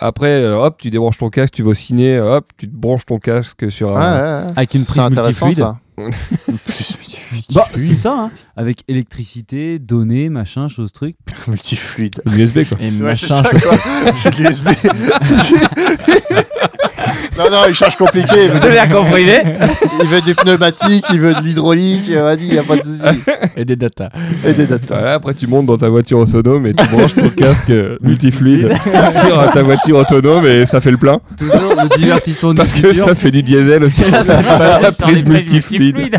S3: Après, euh, hop, tu débranches ton casque, tu vas au ciné, euh, hop, tu te branches ton casque sur.
S1: Ouais,
S3: un-
S7: Ah,
S1: ouais, ouais.
S4: peur. Avec une
S1: C'est
S4: prise
S1: intéressant
S4: multifluide.
S1: ça. Multifluide.
S4: Bah, c'est ça, hein. Avec électricité, données, machin, chose, truc.
S1: Multifluide.
S3: USB, quoi.
S7: Et
S1: Ouais,
S7: machin,
S1: c'est ça, quoi. C'est de l'USB. non, non, il charge compliqué. Il veut, du- il veut du pneumatique, il veut de l'hydraulique. euh, Vas-y, y a pas de souci.
S7: et des datas.
S1: Et des dates.
S3: Voilà, après, tu montes dans ta voiture autonome et tu branches ton casque euh, multifluide sur euh, ta voiture autonome et ça fait le plein.
S4: Toujours le divertissement
S3: Parce que ça fait du diesel aussi. la Ah, prise multifluide.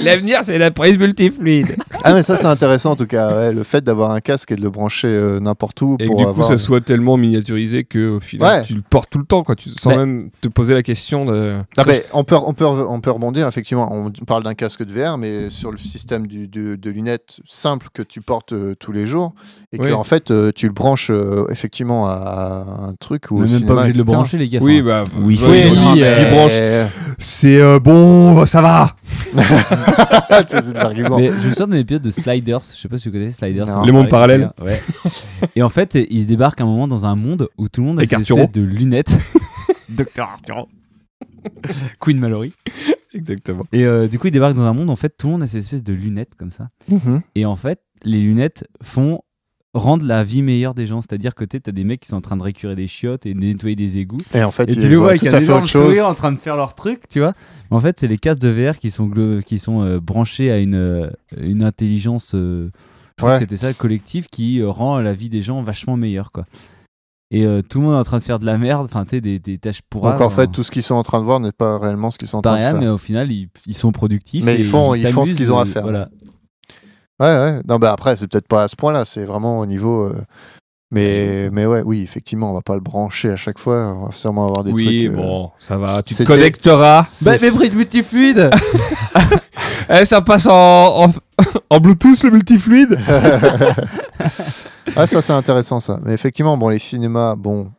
S3: L'avenir, c'est la prise multifluide.
S1: Ah, mais ça, c'est intéressant en tout cas. ouais, le fait d'avoir un casque et de le brancher euh, n'importe où.
S3: Et que
S1: pour
S3: du coup,
S1: avoir...
S3: ça soit tellement miniaturisé que au final,
S1: Ouais.
S3: tu le portes tout le temps, quoi. Tu, sans
S4: Mais-
S3: même te poser la question de.
S1: Ah, mais on, peut, on, peut, on peut rebondir, effectivement. On parle d'un casque de VR, mais sur le système du- de, de lunettes simple que tu portes euh, tous les jours. Et
S3: Oui.
S1: que, en fait, euh, tu le branches euh, effectivement à un truc ou
S4: On
S1: au
S4: est même pas
S1: cinéma,
S4: obligé de le
S1: etc.
S4: brancher, les gars.
S3: Oui, bah.
S4: Oui. euh,
S3: bah,
S1: Oui,
S3: je
S1: non,
S3: dis,
S1: mais-
S3: je dis branche. C'est euh, bon, ça va.
S1: Ah, ça, c'est de l'argument.
S4: Mais je me souviens d'un épisode de Sliders, je sais pas si vous connaissez Sliders.
S1: Non.
S4: c'est un
S3: Les mondes
S4: parallèle. Ouais. Et en fait, ils se débarquent à un moment dans un monde où tout le monde a
S3: Avec
S4: des
S3: Arturo.
S4: espèces de lunettes. Docteur Arturo. Queen Mallory.
S3: Exactement.
S4: Et euh, du coup, ils débarquent dans un monde, en fait, tout le monde a ces espèces de lunettes comme ça.
S1: Mhm.
S4: Et en fait, les lunettes font rendre la vie meilleure des gens. C'est-à-dire que tu as des mecs qui sont en train de récurer des chiottes et de nettoyer des égouts.
S1: Et en fait,
S4: Et
S1: il
S4: tu les vois avec
S1: tout
S4: un
S1: à fait
S4: énorme
S1: autre chose.
S4: sourire en train de faire leur truc, tu vois. Mais en fait, c'est les casques de VR qui sont, glo- qui sont euh, branchés à une, euh, une intelligence, euh, Je crois
S1: Ouais.
S4: que c'était ça le collectif qui euh, rend la vie des gens vachement meilleure quoi. Et euh, tout le monde est en train de faire de la merde, enfin tu sais des, des tâches pour
S1: Donc en fait, tout ce qu'ils sont en train de voir n'est pas réellement ce qu'ils sont en train de
S4: rien,
S1: faire.
S4: mais au final ils, ils sont productifs.
S1: Mais
S4: et
S1: ils font- ils font ce
S4: s'amusent,
S1: qu'ils ont à
S4: euh,
S1: faire.
S4: Voilà.
S1: Ouais, ouais. Non, bah après, c'est peut-être pas à ce point-là, c'est vraiment au niveau. euh, Mais, mais ouais, oui, effectivement, on va pas le brancher à chaque fois. On va sûrement avoir des
S3: oui,
S1: trucs. euh,
S3: bon, ça va, tu te
S1: c'était-
S3: connecteras.
S1: c'est-
S4: Bah, mais bridge multifluide
S3: Eh, ça passe en, en, en Bluetooth le multifluide
S1: ah, ça, c'est intéressant, ça. Mais effectivement, bon, les cinémas, bon.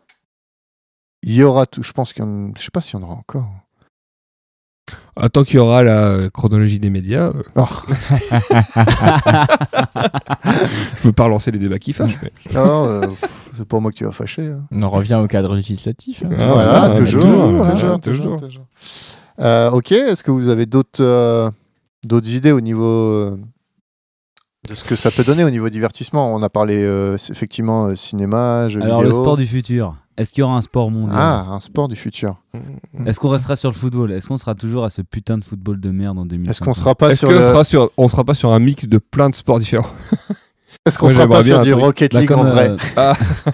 S1: Il y aura tout. Je pense qu'il y en- Je sais pas s'il y en aura encore.
S3: Ah, Tant qu'il y aura la euh, chronologie des médias, euh,
S1: Oh,
S3: je veux pas lancer les débats qui fâchent. mais-
S1: non, euh, pff, c'est pas moi que tu vas fâcher. hein.
S7: On en revient au cadre législatif. hein.
S3: Ah,
S1: voilà,
S3: ah,
S1: toujours,
S3: toujours,
S1: toujours,
S3: toujours, toujours.
S1: toujours. Euh, ok, est-ce que vous avez d'autres euh, d'autres idées au niveau euh, de ce que ça peut donner au niveau divertissement On a parlé euh, c- effectivement euh, cinéma, jeux
S4: Alors le
S1: vidéo.
S4: sport du futur, est-ce qu'il y aura un sport mondial
S1: Ah, un sport du futur.
S4: Est-ce qu'on restera sur le football Est-ce qu'on sera toujours à ce putain de football de merde en 2000
S1: Est-ce qu'on sera pas
S3: Est-ce
S1: sur
S3: qu'on
S1: le-
S3: sera sur, on sera pas sur un mix de plein de sports différents
S1: Est-ce qu'on
S3: Moi,
S1: sera
S3: j'aimerais
S1: pas
S3: bien
S1: sur
S3: un
S1: du
S3: truc.
S4: Bah,
S3: euh,
S1: Rocket League en
S4: euh,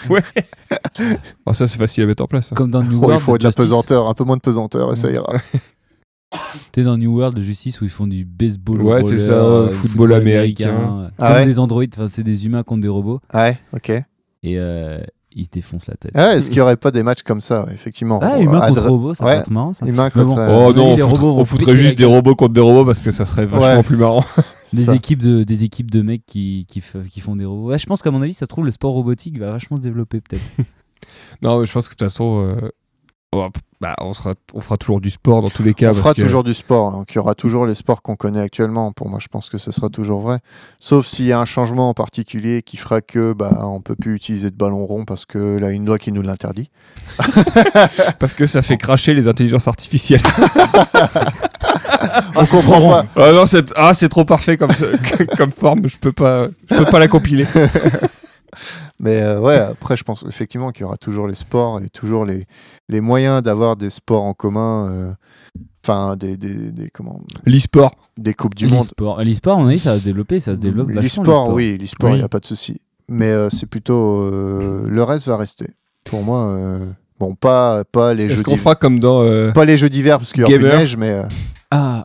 S1: vrai
S3: Ah, ça, c'est facile à mettre en place. ça.
S4: Comme dans New
S1: Oh, Il
S4: World,
S1: faut de la
S4: Justice.
S1: pesanteur, un peu moins de pesanteur et ça ira.
S4: T'es dans New World de justice où ils font du baseball,
S3: Ouais,
S4: roller,
S3: c'est ça,
S4: euh,
S3: football américain.
S4: euh,
S1: Ah
S4: comme
S1: ouais
S4: des androïdes, enfin c'est des humains contre des robots
S1: Ouais, ok.
S4: et euh, ils se défoncent la tête.
S1: Ah, Est-ce qu'il y aurait pas des matchs comme ça ouais, Effectivement.
S4: Ah,
S1: On-
S4: humains
S1: Adre-
S4: contre Ah, robots, ça
S1: Eh, oh, ouais.
S4: peut être marrant ça.
S1: Humains
S4: Mais
S1: contre.
S4: bon.
S1: euh,
S3: Oh
S4: oui,
S3: non, on,
S4: les
S3: foutrait-
S4: robots vont
S3: on foutrait
S4: péter la
S3: juste des
S4: gueule.
S3: robots contre des robots parce que ça serait vachement
S1: Ouais.
S3: plus marrant.
S4: Des
S1: ça.
S4: équipes de des équipes de mecs qui qui, f- qui font des robots. Ouais, je pense qu'à mon avis ça se trouve le sport robotique va vachement se développer peut-être.
S3: Non, mais je pense que de toute façon, euh, on, va- bah, on, sera, on fera toujours du sport dans tous les cas.
S1: on
S3: parce
S1: fera
S3: que-
S1: toujours du sport, hein. donc il y aura toujours les sports qu'on connaît actuellement. Pour moi, je pense que ce sera toujours vrai. Sauf s'il y a un changement en particulier qui fera que bah on peut plus utiliser de ballon rond parce que là une loi qui nous l'interdit.
S3: Parce que ça fait
S1: Oh.
S3: cracher les intelligences artificielles.
S1: On comprend pas.
S3: ah non, c'est ah, c'est trop parfait comme, ça- comme forme, je peux pas, je peux pas la compiler.
S1: Mais euh, ouais, après je pense effectivement qu'il y aura toujours les sports et toujours les les moyens d'avoir des sports en commun. euh, Enfin des, des, des comment
S3: L'e-sport.
S1: des coupes du monde.
S4: L'e-sport, Euh, l'e-sport, à mon avis ça va se développer, ça se développe vachement.
S1: L'e-sport, oui, l'e-sport, il
S4: Oui.
S1: n'y a pas de souci. Mais euh, c'est plutôt euh, le reste va rester. Pour moi, euh, bon pas pas les
S3: Est-ce
S1: jeux
S3: qu'on
S1: d'hiver.
S3: fera comme dans. euh,
S1: Pas les jeux d'hiver parce qu'il y aura plus de
S3: Gamer.
S1: neige, mais euh,
S4: Ah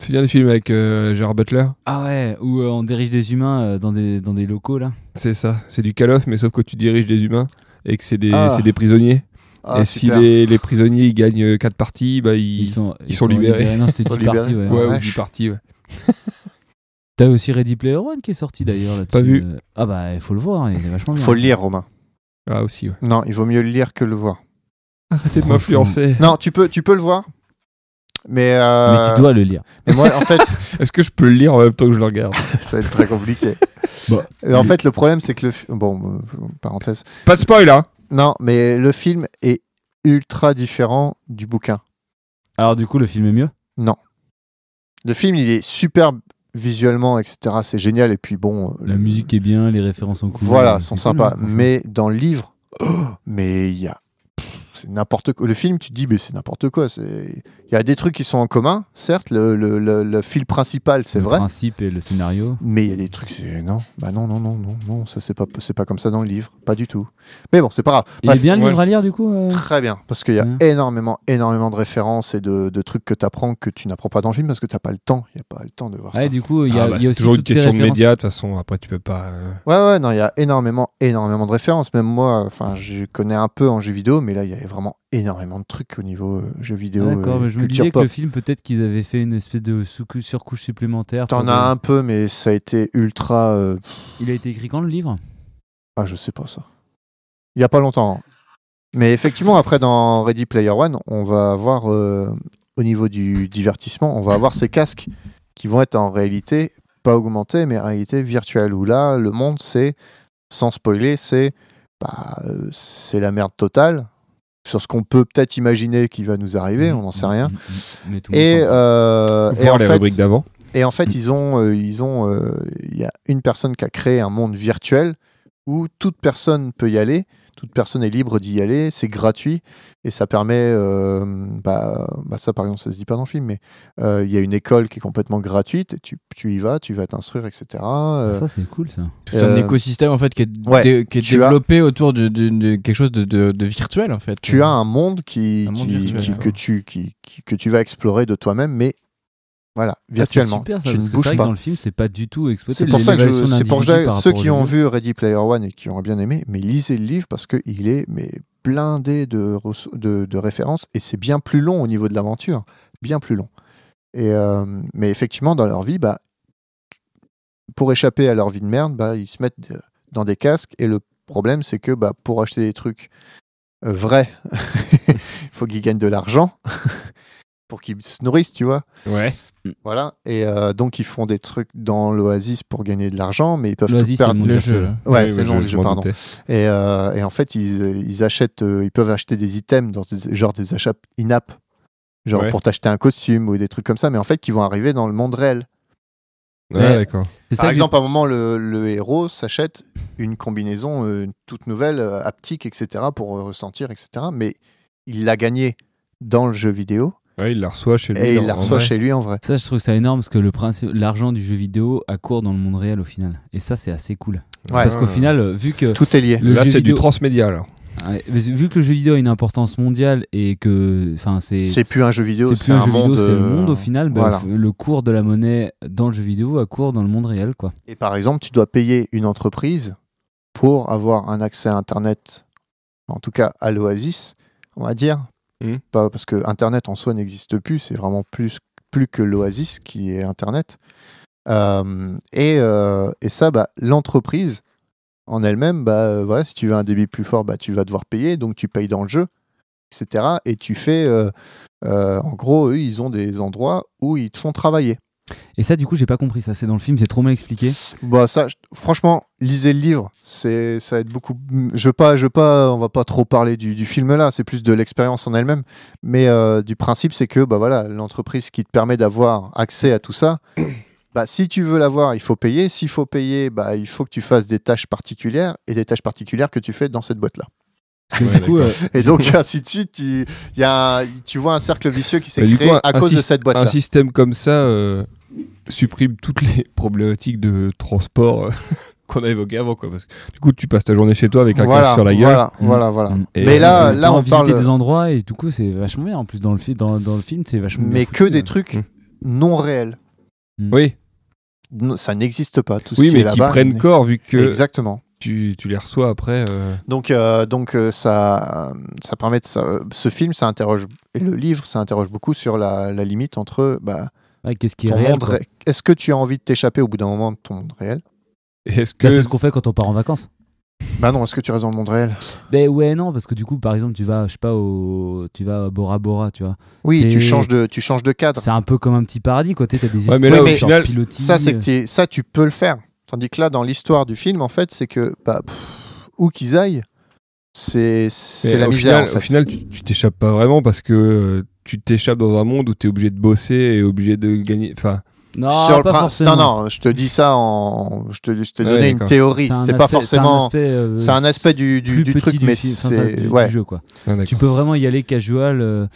S3: c'est bien les films avec euh, Gérard Butler
S4: ah ouais, où euh, on dirige des humains euh, dans des dans des locaux là.
S3: C'est ça, c'est du call-off, mais sauf que tu diriges des humains et que c'est des,
S1: Ah.
S3: c'est des prisonniers.
S1: ah,
S3: et si
S1: super.
S3: les, les prisonniers ils gagnent 4 parties, bah, ils,
S4: Ils sont
S3: ils sont libérés.
S4: Non, c'était
S1: Ils sont
S4: 10 parties,
S1: libérés.
S4: ouais.
S3: Ouais, ou
S1: vache.
S3: 10 parties, ouais.
S4: T'as aussi Ready Player One qui est sorti d'ailleurs là-dessus.
S3: Pas vu.
S4: Euh, Ah bah il faut le voir, il est vachement bien.
S1: Faut le lire, Romain.
S3: Ah, aussi, ouais.
S1: Non, il vaut mieux le lire que le voir.
S3: Arrêtez de
S4: Franchement.
S3: m'influencer.
S1: Non, tu peux, tu peux le voir. Mais, euh,
S4: Mais tu dois le lire.
S1: mais moi, en fait,
S3: Est-ce que je peux le lire en même temps que je le regarde
S1: ça va être très compliqué.
S4: Bah,
S1: Et en fait, le problème, c'est que le fi- bon, euh, parenthèse.
S3: Pas de spoil, hein
S1: Non, mais le film est ultra différent du bouquin.
S4: Alors du coup le film est mieux.
S1: Le film, il est superbe visuellement, etc. C'est génial. Et puis bon,
S4: La
S1: euh,
S4: musique est bien, les références sont cool.
S1: Voilà,
S4: euh,
S1: sont
S4: c'est cool,
S1: sympas.
S4: hein, franchement.
S1: mais dans le livre, oh, mais il y a. pff, C'est n'importe quoi. Le film, tu te dis, mais c'est n'importe quoi. c'est- Il y a des trucs qui sont en commun, certes. Le, le- le- le fil principal, c'est
S4: Le
S1: vrai.
S4: principe et le scénario.
S1: Mais il y a des trucs, c'est. Non, bah non, non, non, non, non. Ça, c'est pas, c'est pas comme ça dans le livre. Pas du tout. Mais bon, c'est pas grave.
S4: Il
S1: Bref,
S4: est bien le
S3: ouais.
S4: livre à lire du coup. euh
S1: Très bien. Parce qu'il y a
S4: Ouais.
S1: énormément, énormément de références et de, de trucs que tu apprends que tu n'apprends pas dans le film parce que t'as pas le temps. Il n'y a pas le temps de voir ça.
S4: Ouais, du coup il y a,
S3: Ah, bah,
S4: il y a
S3: C'est
S4: aussi
S3: toujours une
S4: toutes ces
S3: question de
S4: références.
S3: médias, de toute façon. Après, tu peux pas. euh,
S1: Ouais, ouais, non, il y a énormément, énormément de références. Même moi, enfin, je connais un peu en jeu vidéo, mais là, il y avait vraiment énormément de trucs au niveau euh, jeux vidéo.
S4: Ah, D'accord,
S1: euh,
S4: mais je me
S1: culture
S4: disais que
S1: pop.
S4: le film peut-être qu'ils avaient fait une espèce de sous- surcouche supplémentaire.
S1: T'en
S4: pour- euh,
S1: as un peu, mais ça a été ultra. euh, pff,
S4: Il a été écrit quand le livre
S1: Ah, je sais pas ça. Il y a pas longtemps. hein. Mais effectivement, après, dans Ready Player One, on va avoir, euh, au niveau du divertissement, on va avoir ces casques qui vont être en réalité, pas augmentés, mais en réalité virtuelle. Où là, le monde, c'est, sans spoiler, c'est bah, euh, c'est la merde totale sur ce qu'on peut peut-être imaginer qui va nous arriver, on n'en sait rien.
S4: Mm, mm, mm, mais tout le
S1: Et,
S4: monde s'en-
S1: euh, et
S3: Voir
S1: en
S3: les
S1: fait,
S3: rubriques d'avant.
S1: et en fait, ils ont, euh, ils ont, euh, il y a une personne qui a créé un monde virtuel où toute personne peut y aller. Toute personne est libre d'y aller, c'est gratuit et ça permet, euh, bah, bah ça par exemple, ça se dit pas dans le film, mais euh, il y a une école qui est complètement gratuite, et tu, tu y vas, tu vas t'instruire, etc. Euh,
S4: Ah, Ça, c'est cool, ça.
S7: Tout un
S1: euh,
S7: écosystème en fait qui est,
S1: ouais,
S7: dé- qui est
S1: tu as-
S7: développé autour de, de- de quelque chose de, de- de virtuel en fait.
S1: tu as un monde qui,
S7: Un monde
S1: qui-
S7: virtuel,
S1: qui-
S7: d'accord.
S1: que tu qui, qui- que tu vas explorer de toi-même, mais voilà, virtuellement.
S4: Ah, C'est super, ça,
S1: tu
S4: parce
S1: ne
S4: que c'est
S1: bouges
S4: vrai que
S1: pas.
S4: dans le film, c'est pas du tout exploité.
S1: C'est pour ça que je-
S4: l'élévation
S1: c'est pour ça
S4: d'individu
S1: que
S4: par
S1: ceux
S4: rapport au
S1: qui
S4: jeu.
S1: ont vu Ready Player One et qui ont bien aimé, mais lisez le livre parce qu'il est mais blindé de, reço- de, de références et c'est bien plus long au niveau de l'aventure, bien plus long. Et euh, mais effectivement, dans leur vie, bah, pour échapper à leur vie de merde, bah, ils se mettent euh, dans des casques et le problème c'est que bah, pour acheter des trucs euh, vrais, il faut qu'ils gagnent de l'argent pour qu'ils se nourrissent, tu vois.
S3: Ouais.
S1: Voilà, et euh, donc ils font des trucs dans l'Oasis pour gagner de l'argent, mais ils peuvent tout
S4: L'Oasis, c'est le
S1: perdre.
S4: monde
S7: le hein.
S4: virtuel.
S7: jeu. là.
S1: Ouais, c'est le nom
S3: je-
S1: du
S3: je
S1: jeu,
S3: m'en
S1: pardon.
S3: doutais.
S1: Et, euh, et en fait, ils, ils achètent, euh, ils peuvent acheter des items dans des, genre des achats in-app, genre
S3: Ouais.
S1: pour t'acheter un costume ou des trucs comme ça, mais en fait, qui vont arriver dans le monde réel.
S3: Ouais, d'accord.
S4: C'est ça
S1: Par
S4: que-
S1: exemple, à un moment, le, le héros s'achète une combinaison euh, toute nouvelle, euh, haptique, etc., pour euh, ressentir, etc., mais il l'a gagné dans le jeu vidéo
S3: Ouais, il la reçoit chez lui.
S1: et
S3: en-
S1: il la
S3: en
S1: reçoit
S3: vrai.
S1: chez lui en vrai.
S4: Ça, je trouve ça énorme parce que le principe, l'argent du jeu vidéo accourt dans le monde réel au final. Et ça, c'est assez cool.
S1: Ouais.
S4: Parce qu'au final, euh, vu que
S1: Tout est lié.
S4: le
S3: Là,
S4: jeu
S3: c'est du
S4: vidéo,
S3: transmédia, alors.
S4: Ouais, mais vu que le jeu vidéo a une importance mondiale et que, enfin, c'est
S1: C'est plus un jeu vidéo,
S4: c'est
S1: c'est
S4: plus un,
S1: un
S4: jeu
S1: monde.
S4: vidéo, c'est le
S1: euh,
S4: monde au final. bah,
S1: voilà.
S4: f- Le cours de la monnaie dans le jeu vidéo accourt dans le monde réel, quoi.
S1: Et par exemple, tu dois payer une entreprise pour avoir un accès à Internet, en tout cas à l'Oasis, on va dire.
S3: Mhm.
S1: Pas, parce que Internet en soi n'existe plus, c'est vraiment plus, plus que l'Oasis qui est Internet. Euh, et, euh, et ça, bah, l'entreprise en elle-même, bah, euh, voilà, si tu veux un débit plus fort, bah, tu vas devoir payer, donc tu payes dans le jeu, etc. Et tu fais, euh, euh, en gros, eux, ils ont des endroits où ils te font travailler.
S4: Et ça, du coup, j'ai pas compris. Ça, c'est dans le film, c'est trop mal expliqué.
S1: Bah ça, je- franchement, lisez le livre. C'est, ça va être beaucoup. Je veux pas, je veux pas. On va pas trop parler du, du film là. C'est plus de l'expérience en elle-même. Mais euh, du principe, c'est que bah voilà, l'entreprise qui te permet d'avoir accès à tout ça. Bah, si tu veux l'avoir, il faut payer. S'il faut payer, bah, il faut que tu fasses des tâches particulières et des tâches particulières que tu fais dans cette boîte-là.
S4: Parce que du coup, euh,
S1: Et donc, ainsi de suite, il y a, un- tu vois un cercle vicieux qui s'est
S3: Bah, du
S1: créé
S3: coup, un-
S1: à
S3: un
S1: cause de
S3: syst-
S1: cette
S3: Un
S1: boîte-là.
S3: système comme ça euh, supprime toutes les problématiques de transport euh, qu'on a évoquées avant, quoi. Parce que du coup, tu passes ta journée chez toi avec un
S1: Voilà,
S3: casque sur la gueule.
S1: voilà,
S4: Mm.
S1: voilà, voilà.
S4: Mm.
S3: Et
S1: Mais là,
S4: le
S1: là,
S4: temps
S1: on
S4: à visiter
S1: parle.
S4: des endroits et du coup, c'est vachement bien. En plus, dans le film, dans, dans le film, c'est vachement. bien
S1: mais que
S4: foutu,
S1: des
S4: hein.
S1: trucs
S3: Mm.
S1: non réels. Hmm.
S3: Oui,
S1: Non, ça n'existe pas tout ce
S3: oui,
S1: qui est
S3: mais qui
S1: là-bas.
S3: prennent
S1: n'est-
S3: corps vu que
S1: Exactement.
S3: tu, tu les reçois après. euh,
S1: Donc, euh, donc euh, ça, euh, ça permet de ça- ce film, ça interroge et le livre, ça interroge beaucoup sur la, la limite entre bah,
S4: Ouais, Qu'est-ce qui est
S1: ton
S4: réel
S1: monde.
S4: quoi.
S1: ré- Est-ce que tu as envie de t'échapper au bout d'un moment de ton monde réel
S3: et Est-ce que
S4: Là, Bah, c'est ce qu'on fait quand on part en vacances.
S1: Bah non, est-ce que tu restes dans le monde réel
S4: Ben ouais, non, parce que du coup, par exemple, tu vas, je sais pas, au, tu vas à Bora Bora, tu vois.
S1: Oui,
S4: C'est-
S1: tu changes de, tu changes de cadre.
S4: C'est un peu comme un petit paradis, quoi. Tu sais, T'as des
S3: Ouais,
S4: histoires
S3: mais euh. là, au
S4: genre
S3: final,
S4: Pilotis,
S1: Ça, c'est que t'es- ça, tu peux le faire. Tandis que là, dans l'histoire du film, en fait, c'est que bah, pff, où qu'ils aillent, c'est c'est
S3: mais
S1: la
S3: au
S1: misère.
S3: Final,
S1: en fait.
S3: Au final, tu tu t'échappes pas vraiment parce que euh, tu t'échappes dans un monde où tu es obligé de bosser et obligé de gagner. Enfin,
S1: Ah,
S4: Non,
S1: Sur le
S4: Ah, pas
S1: prin-
S4: forcément.
S1: Non, non, je te dis ça en. Je te, je t'ai
S3: Ah Ouais,
S1: donné une
S3: d'accord.
S1: théorie.
S4: un
S1: C'est pas
S4: aspect-
S1: forcément.
S4: C'est un aspect, euh,
S1: C'est un aspect du, du,
S4: plus
S1: du
S4: petit
S1: truc, mais
S4: film, enfin, ça, du-
S1: c'est.
S4: du
S1: Ouais.
S4: jeu, quoi.
S3: ah, d'accord.
S4: Tu peux vraiment y aller casual euh,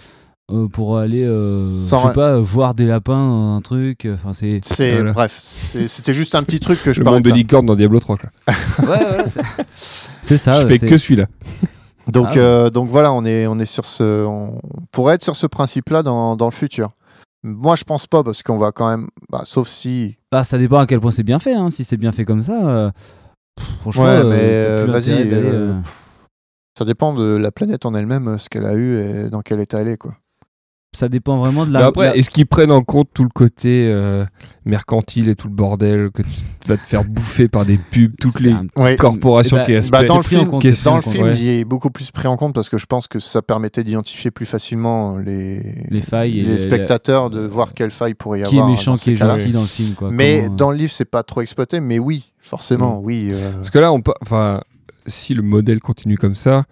S4: euh, pour aller, euh,
S1: Sans
S4: je
S1: ra-
S4: sais pas, euh, voir des lapins dans un truc. euh, Enfin, c'est.
S1: C'est
S3: Voilà.
S1: bref, c'est- c'était juste un petit truc que je
S3: le monde
S1: parlais. de
S3: des
S1: ça.
S3: licornes dans Diablo 3. Quoi.
S4: C'est
S1: Ah,
S4: ça.
S3: je
S4: ouais,
S3: fais
S4: c'est-
S3: que celui-là.
S1: Donc
S4: Ah ouais.
S1: euh, donc voilà, on est on est sur ce on pourrait être sur ce principe-là dans, dans le futur. Moi, je pense pas parce qu'on va quand même bah, sauf si
S4: Ah, ça dépend à quel point c'est bien fait. hein. Si c'est bien fait comme ça, euh, pff, franchement.
S1: Ouais,
S4: euh,
S1: mais,
S4: t'as plus
S1: euh, vas-y,
S4: intérêt d'aller,
S1: euh,
S4: euh,
S1: ça dépend de la planète en elle-même euh, ce qu'elle a eu et dans quel état elle est quoi.
S4: Ça dépend vraiment de
S3: Mais
S4: la.
S3: après,
S4: la-
S3: est-ce qu'ils prennent en compte tout le côté euh, mercantile et tout le bordel que tu vas te faire bouffer par des pubs, toutes
S4: c'est
S3: les
S4: un petit-
S1: Ouais.
S3: corporations
S4: Eh ben,
S3: qui
S4: eh
S3: aspectent
S1: Bah,
S4: Ouais,
S1: dans le
S4: c'est pris en
S1: film,
S4: compte,
S3: qu'est-ce-
S1: dans le
S4: c'est
S1: film,
S3: ouais.
S1: il est beaucoup plus pris en compte parce que je pense que ça permettait d'identifier plus facilement les,
S4: Les failles et
S1: les
S4: le-
S1: spectateurs de voir quelles failles pourrait y
S4: qui est
S1: avoir.
S4: méchant,
S1: dans ces
S4: qui est
S1: cas-là.
S4: gentil dans le film. Quoi.
S1: Mais
S4: Comment, euh, Mm.
S1: dans le livre, c'est pas trop exploité, mais oui, forcément, oui. euh,
S3: Parce que là, on peut- enfin, si le modèle continue comme ça,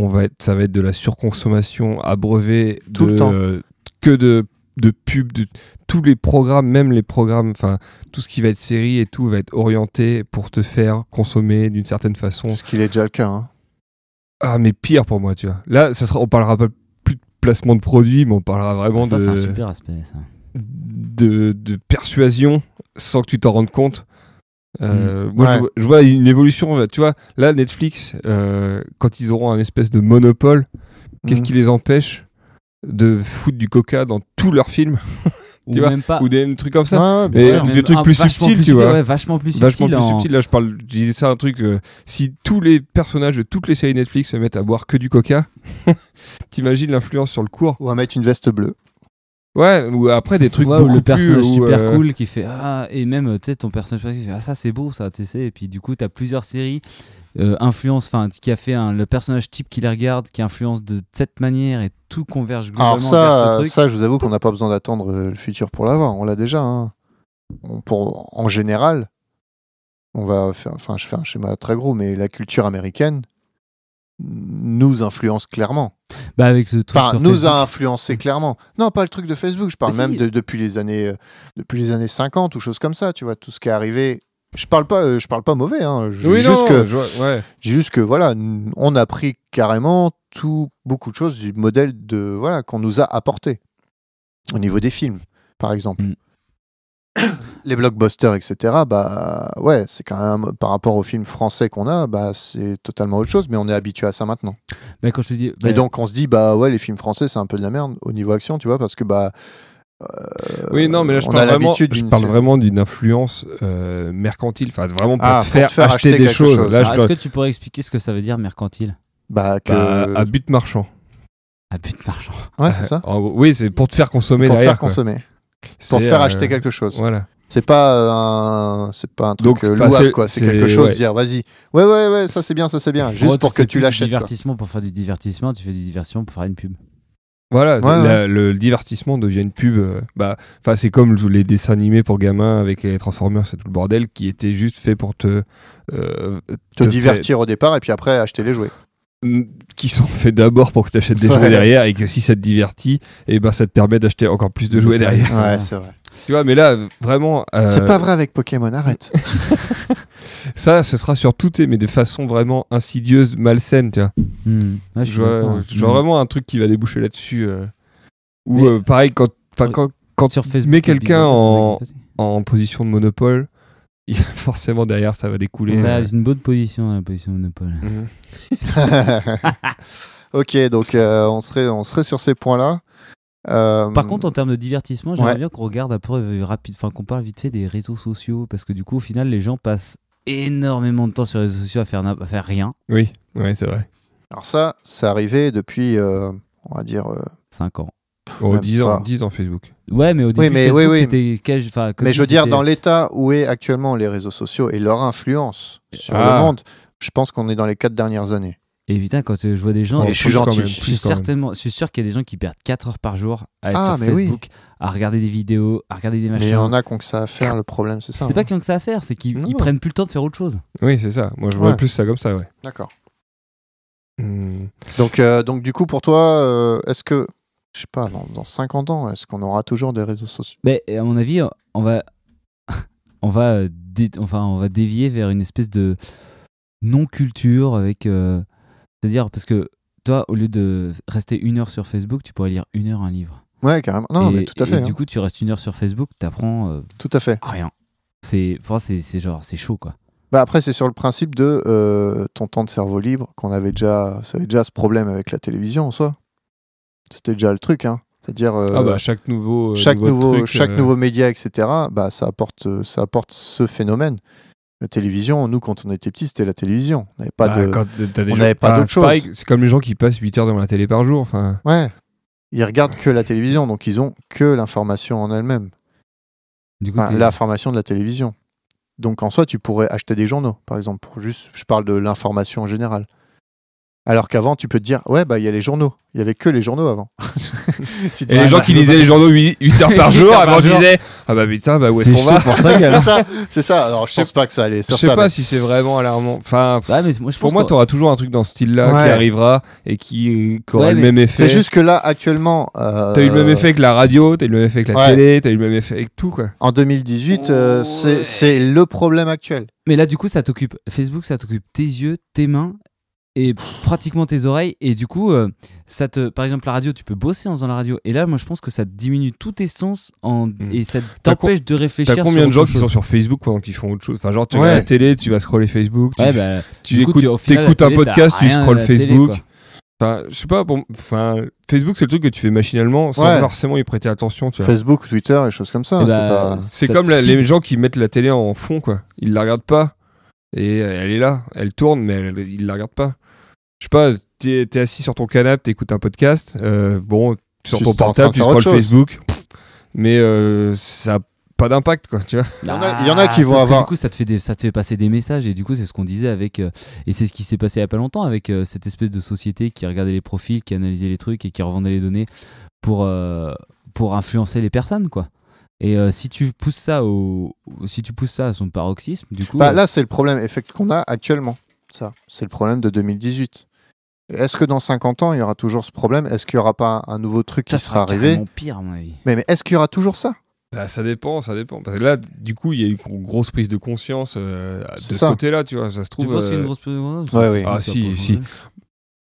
S3: on va être, ça va être de la surconsommation abreuvée
S1: Tout
S3: de-
S1: le temps.
S3: euh, que de de pubs, de tous les programmes, même les programmes, enfin tout ce qui va être série et tout va être orienté pour te faire consommer d'une certaine façon.
S1: ce qu'il est déjà le cas. hein.
S3: Ah, mais pire pour moi, tu vois. Là, ça sera, on parlera pas plus de placement de produit, mais on parlera vraiment
S4: Ça,
S3: Ah de,
S4: c'est un super aspect, ça.
S3: de, de persuasion sans que tu t'en rendes compte.
S4: Hmm.
S3: Euh, moi,
S1: Ouais.
S3: je vois- je, vois une évolution. Tu vois, là, Netflix, euh, quand ils auront un espèce de monopole, qu'est-ce
S4: Hmm.
S1: Mm.
S3: qui les empêche de foutre du coca dans tous leurs films
S4: Ah. ou
S3: Tu vois,
S4: même pas.
S3: ou des trucs comme ça
S1: Ouais, bien
S3: Et-
S1: sûr.
S3: ou des
S4: même-
S3: trucs
S4: ah,
S3: plus
S4: vachement
S3: subtils, tu vois.
S4: ouais, vachement plus subtil. hein.
S3: Vachement plus
S4: en-
S3: subtil. Là, je parle, je disais ça un truc. euh, si tous les personnages de toutes les séries Netflix se mettent à boire que du coca, t'imagines l'influence sur le cours
S1: Ou à mettre une veste bleue.
S3: Ouais, ou après des trucs
S4: Ouais, ou
S3: beaucoup
S4: le personnage
S3: plus, ou,
S4: super
S3: euh,
S4: cool qui fait ah et même tu sais ton personnage qui fait ah ça c'est beau ça tu sais et puis du coup t'as plusieurs séries euh, influence enfin qui a fait un- le personnage type qui les regarde qui influence de cette manière et tout converge globalement
S1: Alors ça, euh,
S4: vers ce truc
S1: ça, je vous avoue qu'on n'a pas besoin d'attendre euh, le futur pour l'avoir. On l'a déjà. hein. On- pour, en général, on va faire. Enfin, je fais un schéma très gros, mais la culture américaine nous influence clairement.
S4: bah avec ce truc
S1: Enfin,
S4: sur
S1: nous
S4: Facebook.
S1: a influencé clairement. Non, pas le truc de Facebook. Je parle
S4: Mais si.
S1: même de- depuis les années, euh, depuis les années 50 ou choses comme ça. Tu vois, tout ce qui est arrivé. Je parle pas, euh, je parle pas mauvais. Hein. Je
S3: Oui,
S1: dis juste
S3: non,
S1: que
S3: je vois- ouais.
S1: je dis juste que voilà, n- on a pris carrément tout, beaucoup de choses du modèle de voilà qu'on nous a apporté au niveau des films, par exemple.
S4: Mm.
S1: Les blockbusters, etc. Bah ouais, c'est quand même par rapport aux films français qu'on a, bah c'est totalement autre chose. Mais on est habitué à ça maintenant.
S4: Bah, quand je te dis bah,
S1: Et donc on se dit bah ouais les films français c'est un peu de la merde au niveau action tu vois parce que bah euh,
S3: Oui, non, mais là, je
S1: on
S3: parle
S1: a
S3: vraiment,
S1: l'habitude
S3: je
S1: d'une-
S3: parle vraiment d'une influence euh, mercantile. Enfin, vraiment pour
S1: Ah,
S3: te
S1: pour
S3: faire,
S1: te faire
S3: acheter,
S1: acheter
S3: des
S1: quelque
S3: choses.
S1: chose. Ah,
S3: Là,
S4: alors,
S3: je
S4: est-ce
S3: dois-
S4: que tu pourrais expliquer ce que ça veut dire mercantile Ah,
S1: bah que
S3: bah, à but marchand.
S4: à but d'argent
S1: ouais c'est ça
S3: En gros, oui, c'est pour te faire consommer
S1: pour te
S3: derrière.
S1: faire
S3: quoi.
S1: consommer pour
S3: C'est,
S1: te faire
S3: euh,
S1: acheter quelque chose
S3: Voilà.
S1: C'est pas euh, un, c'est pas un truc
S3: Donc,
S1: euh,
S3: enfin, c'est-
S1: louable quoi. C'est
S3: c'est-
S1: quelque chose
S3: ouais.
S1: dire vas-y. Ouais ouais ouais, ça c'est bien, ça c'est bien. Ah, Juste
S4: En gros,
S1: pour que
S4: fais
S1: tu
S4: plus du
S1: l'achètes. quoi.
S4: divertissement pour faire du divertissement tu fais du divertissement pour faire une pub
S3: Voilà, c'est-
S1: ouais.
S3: la- le divertissement devient une pub. euh, bah, enfin, c'est comme les dessins animés pour gamins avec les Transformers, c'est tout le bordel, qui était juste fait pour te, euh,
S1: Te
S3: fait-
S1: divertir au départ et puis après acheter les jouets.
S3: qui sont faits d'abord pour que tu achètes des
S1: Ouais.
S3: jouets derrière et que si ça te divertit, et ben ça te permet d'acheter encore plus de jouets derrière.
S4: Ouais.
S1: Ouais, c'est vrai.
S3: Tu vois, mais là vraiment, euh,
S1: C'est pas vrai avec Pokémon, arrête.
S3: ça, ce sera sur tout, mais de façon vraiment insidieuse, malsaine, tu vois.
S1: Ah,
S4: Hmm. Ouais, je
S3: je
S4: suis
S3: vois,
S4: d'accord.
S3: je vois vraiment un truc qui va déboucher là-dessus. euh, Ou
S4: Mais-
S3: euh, pareil, quand, enfin, quand, quand
S4: sur Facebook
S3: mets quelqu'un
S4: Big Brother,
S3: en-
S4: c'est ça qui s'est passé.
S3: en position de monopole, il- forcément derrière ça va découler.
S4: on
S3: euh,
S4: a une bonne position la position monopole
S3: mhm.
S1: ok, donc euh, on serait, on serait sur ces points-là. Euh,
S4: Par contre, en termes de divertissement, j'aimerais
S1: Ouais.
S4: bien qu'on regarde après euh, rapide, enfin qu'on parle vite fait des réseaux sociaux, parce que du coup, au final, les gens passent énormément de temps sur les réseaux sociaux à faire, na- à faire rien.
S3: Oui, ouais, c'est vrai.
S1: alors ça, c'est arrivé depuis, euh, on va dire. euh,
S4: 5 ans.
S3: Oh,
S1: Même
S3: 10
S1: pas.
S3: ans, 10 ans Facebook.
S4: Ouais, mais au début,
S1: mais-
S4: Facebook,
S1: oui, oui.
S4: c'était cage- enfin, comme
S1: mais
S4: dit,
S1: je veux dire,
S4: c'était-
S1: dans l'état où est actuellement les réseaux sociaux et leur influence sur
S3: Ah.
S1: le monde, je pense qu'on est dans les quatre dernières années.
S4: Et putain, quand euh, je vois des gens,
S1: Et
S4: je,
S1: je suis
S3: Plus Oh, quand
S1: gentil.
S3: même,
S4: je suis
S3: plus quand même.
S4: certainement, je suis sûr qu'il y a des gens qui perdent 4 heures par jour à être
S1: Ah,
S4: sur
S1: mais oui.
S4: Facebook, à regarder des vidéos, à regarder des
S1: Mais il y en
S4: machins.
S1: a qu'on que ça à faire. Le problème, c'est ça.
S4: C'est
S1: hein.
S4: pas qu'ils ont que ça à faire, c'est qu'ils
S3: Non.
S4: ils prennent plus le temps de faire autre chose.
S3: Oui, c'est ça. Moi, je vois
S1: Ouais.
S3: plus ça comme ça, ouais.
S1: D'accord.
S3: Hmm.
S1: Donc, euh, donc du coup, pour toi, euh, est-ce que, je sais pas, dans, dans 50 ans, est-ce qu'on aura toujours des réseaux sociaux
S4: Mais à mon avis, on va, on va, euh, dé- enfin, on va dévier vers une espèce de non-culture avec, euh, c'est-à-dire parce que toi, au lieu de rester une heure sur Facebook, tu pourrais lire une heure un livre.
S1: Ouais, carrément. Non,
S4: et,
S1: mais tout à
S4: et
S1: fait. hein.
S4: du coup, tu restes une heure sur Facebook, t'apprends euh,
S1: Tout à fait.
S4: rien. C'est, enfin, c'est, c'est genre, c'est chaud quoi.
S1: Bah après, c'est sur le principe de euh, ton temps de cerveau libre qu'on avait déjà, ça avait déjà ce problème avec la télévision en soi. C'était déjà le truc, hein. C'est-à-dire euh,
S3: ah bah chaque nouveau, euh,
S1: chaque nouveau,
S3: truc,
S1: chaque
S3: euh,
S1: nouveau média, etc. Bah ça apporte, euh, ça apporte ce phénomène. La télévision, nous quand on était petits, c'était la télévision. On n'avait pas
S3: bah,
S1: de,
S3: quand t'as des
S1: on
S3: gens-
S1: n'avait pas
S3: enfin,
S1: d'autre
S3: c'est pareil,
S1: chose.
S3: C'est comme les gens qui passent 8 heures devant la télé par jour. Enfin,
S1: ouais. Ils regardent que la télévision, donc ils ont que l'information en elle-même.
S4: Du coup,
S1: Enfin,
S4: t'es-
S1: l'information de la télévision. Donc en soi, tu pourrais acheter des journaux, par exemple. Pour juste, je parle de l'information en général. Alors qu'avant, tu peux te dire, ouais, bah il y a les journaux. Il y avait que les journaux avant. Tu te dis,
S3: et
S1: ah,
S3: les gens
S1: bah,
S3: qui lisaient les journaux 8, heures par jour, avant ils disaient Ah bah putain, bah où est-ce qu'on va
S1: c'est ça, c'est ça. Alors je pense pas que ça allait.
S3: hein. Je
S1: sur
S3: sais
S1: ça, bah.
S3: pas
S1: mais-
S3: si c'est vraiment alarmant. Enfin,
S4: Ouais, Bah, mais moi, je
S3: pour
S4: pense
S3: moi,
S4: qu'on-
S3: t'auras toujours un truc dans ce style-là
S1: Ouais.
S3: qui arrivera et qui, qui aura
S4: Ouais,
S3: le
S4: mais
S3: même effet.
S1: C'est juste que là, actuellement, euh,
S3: T'as eu le même effet que la radio, t'as eu le même effet que la
S1: Ouais.
S3: télé, t'as eu le même effet avec tout quoi.
S1: en 2018, euh, c'est- c'est le problème actuel.
S4: Mais là, du coup, ça t'occupe Facebook, ça t'occupe tes yeux, tes mains
S5: et pratiquement tes oreilles. Et du coup, euh, ça te, par exemple, la radio, tu peux bosser en faisant la radio. Et là, moi, je pense que ça te diminue tous tes sens en, et ça
S3: Hmm. T'as com-
S5: t'empêche de réfléchir.
S3: T'as combien
S5: sur
S3: de gens
S5: autre
S3: qui sont
S5: chose.
S3: sur Facebook pendant qu'ils font autre chose Enfin, genre, tu
S1: Ouais.
S3: regardes la télé, tu vas scroller Facebook, tu,
S5: Ouais, bah,
S3: tu
S5: du coup,
S3: écoutes,
S5: tu- au final,
S3: t'écoutes
S5: la
S3: un
S5: télé,
S3: podcast,
S5: t'as
S3: tu
S5: rien à
S3: scrolles
S5: la télé,
S3: Facebook.
S5: quoi.
S3: Enfin, je sais pas, bon, enfin, Facebook, c'est le truc que tu fais machinalement sans
S1: Ouais.
S3: forcément y prêter attention, tu vois.
S1: Facebook, Twitter, et choses comme ça. hein,
S5: Eh
S1: c'est
S5: bah,
S1: pas-
S3: C'est
S5: ça
S3: comme
S5: te
S3: la-
S5: file-
S3: les gens qui mettent la télé en fond, quoi. Ils la regardent pas. Et euh, elle est là. Elle tourne, mais elle- ils la regardent pas. Je sais pas, t'es t'es assis sur ton canapé, t'écoutes un podcast. euh, bon, sur
S1: Tu-
S3: ton
S1: t'es en
S3: portable,
S1: train de
S3: tu
S1: faire autre
S3: scrolles Facebook. pff, Mais euh, ça a pas d'impact, quoi, tu vois.
S1: Il y en a- il y en a qui
S5: Ah,
S1: vont
S5: sauf que
S1: avoir-
S5: Du coup, ça te fait des, ça te fait passer des messages et du coup, c'est ce qu'on disait avec euh, et c'est ce qui s'est passé il y a pas longtemps avec euh, cette espèce de société qui regardait les profils, qui analysait les trucs et qui revendait les données pour euh, pour influencer les personnes, quoi. Et euh, si tu pousses ça au, si tu pousses ça à son paroxysme, du coup,
S1: Bah,
S5: euh,
S1: là, c'est le problème effect qu'on a actuellement. Ça, c'est le problème de 2018. Est-ce que dans 50 ans, il y aura toujours ce problème Est-ce qu'il n'y aura pas un nouveau truc qui
S5: ça
S1: sera arrivé
S5: carrément pire, à mon avis.
S1: mais, mais est-ce qu'il y aura toujours ça
S3: Bah, ça dépend, ça dépend. Parce que là, du coup, il y a eu une grosse prise de conscience euh, de
S1: C'est
S3: ce
S1: ça.
S3: côté-là, tu vois. Ça
S5: Tu
S3: se trouve.
S5: penses qu'il y a
S3: euh,
S5: une grosse prise
S1: Ouais, oui.
S3: Ah, si, si.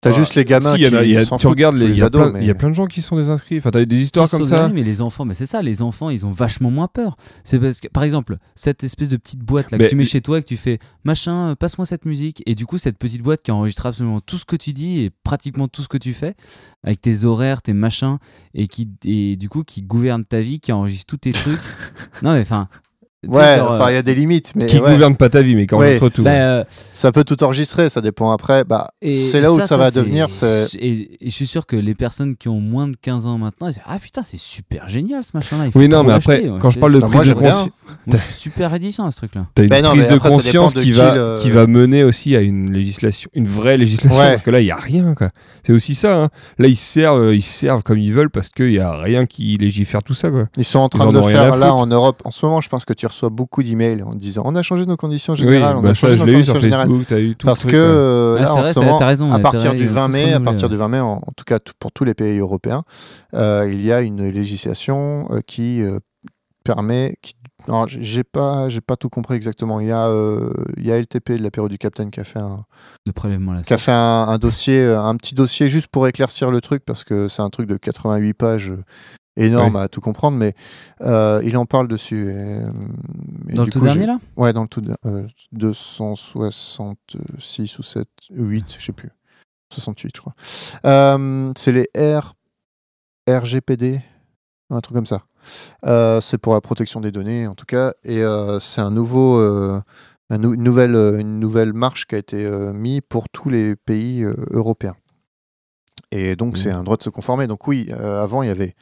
S1: T'as
S3: Ah,
S1: juste les gamins
S3: si, il y en a- il y a-
S1: qui s'en
S3: tu
S1: foutent,
S3: regardes, les-
S1: tous
S3: il
S1: les
S3: y, a
S1: ados,
S3: plein-
S1: mais-
S3: il y a plein de gens qui sont désinscrits. Enfin, t'as des histoires
S5: Qui
S3: comme
S5: sont
S3: ça.
S5: dingues, mais les enfants, mais c'est ça, les enfants, ils ont vachement moins peur. C'est parce que, par exemple, cette espèce de petite boîte là
S3: Mais-
S5: que tu mets chez toi et que tu fais machin, euh, passe-moi cette musique, et du coup, cette petite boîte qui enregistre absolument tout ce que tu dis et pratiquement tout ce que tu fais, avec tes horaires, tes machins, et qui, et du coup, qui gouverne ta vie, qui enregistre tous tes trucs. non, mais enfin. tu sais,
S1: Ouais,
S5: genre, euh,
S1: enfin, il y a des limites. Mais
S3: Qui
S1: ouais,
S3: gouverne pas ta vie, mais qui
S1: Ouais.
S3: enregistre tout.
S5: bah, euh,
S1: Ça peut tout enregistrer, ça dépend après. Bah,
S5: Et-
S1: c'est
S5: et
S1: là où ça,
S5: toi,
S1: va
S5: c'est-
S1: devenir. c'est-
S5: Et, et je suis sûr que les personnes qui ont moins de 15 ans maintenant, ils disent Ah putain, c'est super génial ce machin-là. il faut
S3: Oui, non,
S5: trop
S3: mais après,
S5: l'acheter.
S3: quand je parle de
S1: Bah, moi,
S3: prise de
S1: j'aimerais bien.
S3: conscience,
S5: Moi, je suis super réticent à ce truc-là.
S3: t'as une
S1: Ben non,
S3: prise
S1: mais
S3: de
S1: après, ça dépend
S3: conscience
S1: de qui
S3: qui, va,
S1: le-
S3: qui va mener aussi à une législation, une vraie législation,
S1: Ouais.
S3: parce que là, il n'y a rien, quoi. C'est aussi ça, hein. Là, ils servent, ils servent comme ils veulent parce qu'il n'y a rien qui légifère tout ça, quoi.
S1: Ils sont en train
S3: en
S1: de le
S3: ont rien à
S1: faire là
S3: foutre.
S1: en Europe. En ce moment, je pense que tu reçois beaucoup d'emails en disant on a changé nos conditions
S3: Oui,
S1: générales, on
S3: bah
S1: a
S3: ça,
S1: changé
S3: je
S1: nos
S3: l'ai eu
S1: conditions
S3: sur
S1: générales.
S3: Facebook, t'as eu tout
S1: Parce
S3: le truc,
S1: que
S3: quoi.
S1: euh,
S5: Ah,
S1: là,
S5: c'est
S1: en
S5: vrai,
S1: ce
S5: c'est vrai,
S1: moment,
S5: t'as raison,
S1: à
S5: ouais, t'as
S1: partir
S5: raison,
S1: du
S5: ils ont
S1: 20
S5: tous
S1: mai, à
S5: renouvelé,
S1: partir
S5: ouais.
S1: du 20 mai en, en tout cas tout- pour tous les pays européens, euh, il y a une législation euh, qui euh, permet. Qui, alors, j'ai- j'ai pas, j'ai pas tout compris exactement. Il y a, euh, il y a LTP de l'apéro du Capitaine qui a fait un,
S5: Le prélèvement là.
S1: qui a fait un, un dossier, euh, un petit dossier juste pour éclaircir le truc parce que c'est un truc de 88 pages euh, énorme à tout comprendre, mais euh, il en parle dessus. et, euh, et
S5: Dans
S1: du
S5: le tout
S1: coup, j'ai-
S5: dernier là
S1: Ouais, dans le tout de- euh, 266 ou 7, 8, je sais plus. 68, je crois. Euh, c'est les R, RGPD, un truc comme ça. Euh, c'est pour la protection des données, en tout cas. Et euh, c'est un nouveau, euh, un nou- une, nouvelle, euh, une nouvelle marche qui a été euh, mise pour tous les pays euh, européens. Et donc,
S3: Mmh.
S1: c'est un droit de se conformer. Donc, oui, euh, avant, il y avait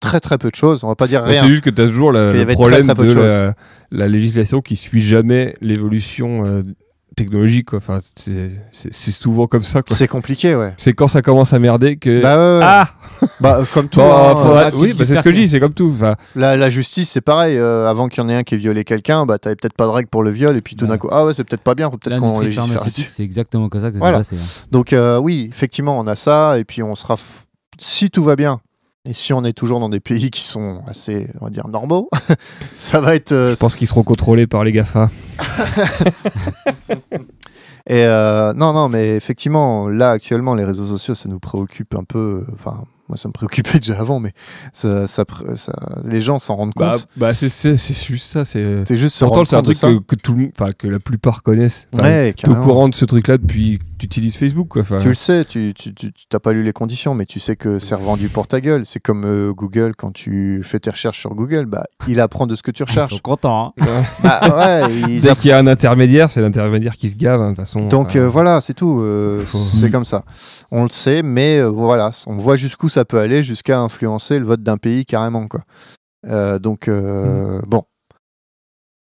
S1: très très peu de choses. On va pas dire
S3: Mais Bah, C'est
S1: rien.
S3: juste que t'as toujours la-
S1: qu'il y
S3: le
S1: avait
S3: problème
S1: très, très peu de
S3: de la, la législation qui suit jamais l'évolution euh, technologique, quoi. Enfin, c'est c'est- c'est souvent comme ça, quoi.
S1: C'est compliqué, ouais.
S3: C'est quand ça commence à merder que.
S1: Bah, ouais, ouais.
S3: ah
S1: Bah, euh, comme tout.
S3: Bon,
S1: hein,
S3: faudra-
S1: euh,
S3: oui, bah, c'est ce que je dis, c'est comme tout. Enfin,
S1: La, la justice, c'est pareil. euh, avant qu'il y en ait un qui ait violé quelqu'un, bah, t'avais peut-être pas de règles pour le viol, et puis tout d'un
S5: Ouais.
S1: coup, ah ouais, c'est peut-être pas bien, faut peut-être qu'on
S5: L'industrie
S1: légifère
S5: pharmaceutique,
S1: là-dessus.
S5: c'est exactement comme ça que ça
S1: Voilà.
S5: s'est passé. hein.
S1: Donc, euh, oui, effectivement, on a ça, et puis on sera. f- Si tout va bien, et si on est toujours dans des pays qui sont assez, on va dire, normaux, ça va être. euh,
S3: je pense qu'ils seront contrôlés par les GAFA.
S1: Et euh, non, non, mais effectivement, là actuellement, les réseaux sociaux, ça nous préoccupe un peu. euh, Enfin, moi, ça me préoccupait déjà avant, mais ça, ça, pr- ça- les gens s'en rendent
S3: Bah,
S1: compte.
S3: bah, c'est- c'est c'est juste ça. C'est
S1: c'est juste se
S3: pourtant
S1: rendre
S3: c'est un
S1: compte de
S3: truc
S1: ça.
S3: que, que tout le monde- enfin que la plupart connaissent. Enfin,
S1: Ouais,
S3: T'es au
S1: carrément.
S3: courant de ce truc-là depuis que tu utilises Facebook, quoi. Enfin,
S1: Tu le sais, tu tu- tu- tu- t'as pas lu les conditions, mais tu sais que c'est revendu pour ta gueule. C'est comme euh, Google, quand tu fais tes recherches sur Google, bah, il apprend de ce que tu
S5: Ah, Ils sont
S1: recherches.
S5: contents. hein.
S1: Bah, ouais, ils
S3: dès qu'il y a un intermédiaire, c'est l'intermédiaire qui se gave, hein, de toute façon.
S1: Donc
S3: Enfin,
S1: euh, voilà, c'est tout. euh,
S3: Faut-
S1: c'est comme ça. On le sait, mais euh, voilà, on voit jusqu'où ça peut aller, jusqu'à influencer le vote d'un pays carrément. Quoi. Euh, donc
S3: Mm.
S1: euh, bon.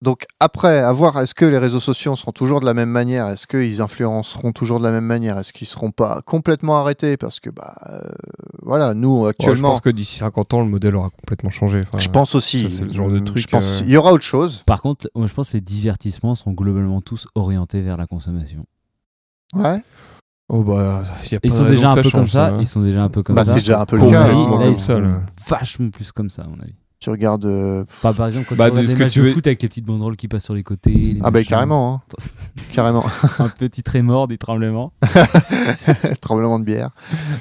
S1: Donc après, à voir, est-ce que les réseaux sociaux seront toujours de la même manière Est-ce qu'ils influenceront toujours de la même manière Est-ce qu'ils seront pas complètement arrêtés Parce que bah euh, voilà, nous
S3: ouais, je
S1: actuellement,
S3: pense que d'ici 50 ans, le modèle aura complètement changé. Enfin,
S1: je pense aussi.
S3: ça, c'est le genre de truc,
S1: Je pense,
S3: euh,
S1: il y aura autre chose.
S5: Par contre, moi, je pense que les divertissements sont globalement tous orientés vers la consommation.
S1: Ouais.
S3: Oh bah, il y a pas
S5: Ils
S3: de
S5: sont
S3: raison
S5: déjà
S3: que
S5: un
S3: ça
S5: peu
S3: change,
S5: comme ça.
S3: hein.
S5: Ils sont déjà un peu comme
S1: Bah,
S5: ça.
S1: c'est déjà un peu
S3: Pour
S1: le cas.
S3: moi,
S1: hein.
S3: moi,
S5: Là,
S3: comme
S5: ils
S3: ça,
S5: sont
S3: là.
S5: vachement plus comme ça, à mon avis.
S1: Tu regardes. euh,
S5: Enfin, par exemple, quand
S3: Bah,
S5: tu
S3: de
S5: regardes
S3: ce
S5: les
S3: que
S5: matchs
S3: tu
S5: de
S3: veux-
S5: foot avec les petites banderoles qui passent sur les côtés. les
S1: Ah, bah
S5: machins,
S1: carrément, hein. carrément.
S5: Un petit trémor, des tremblements.
S1: Tremblement de bière.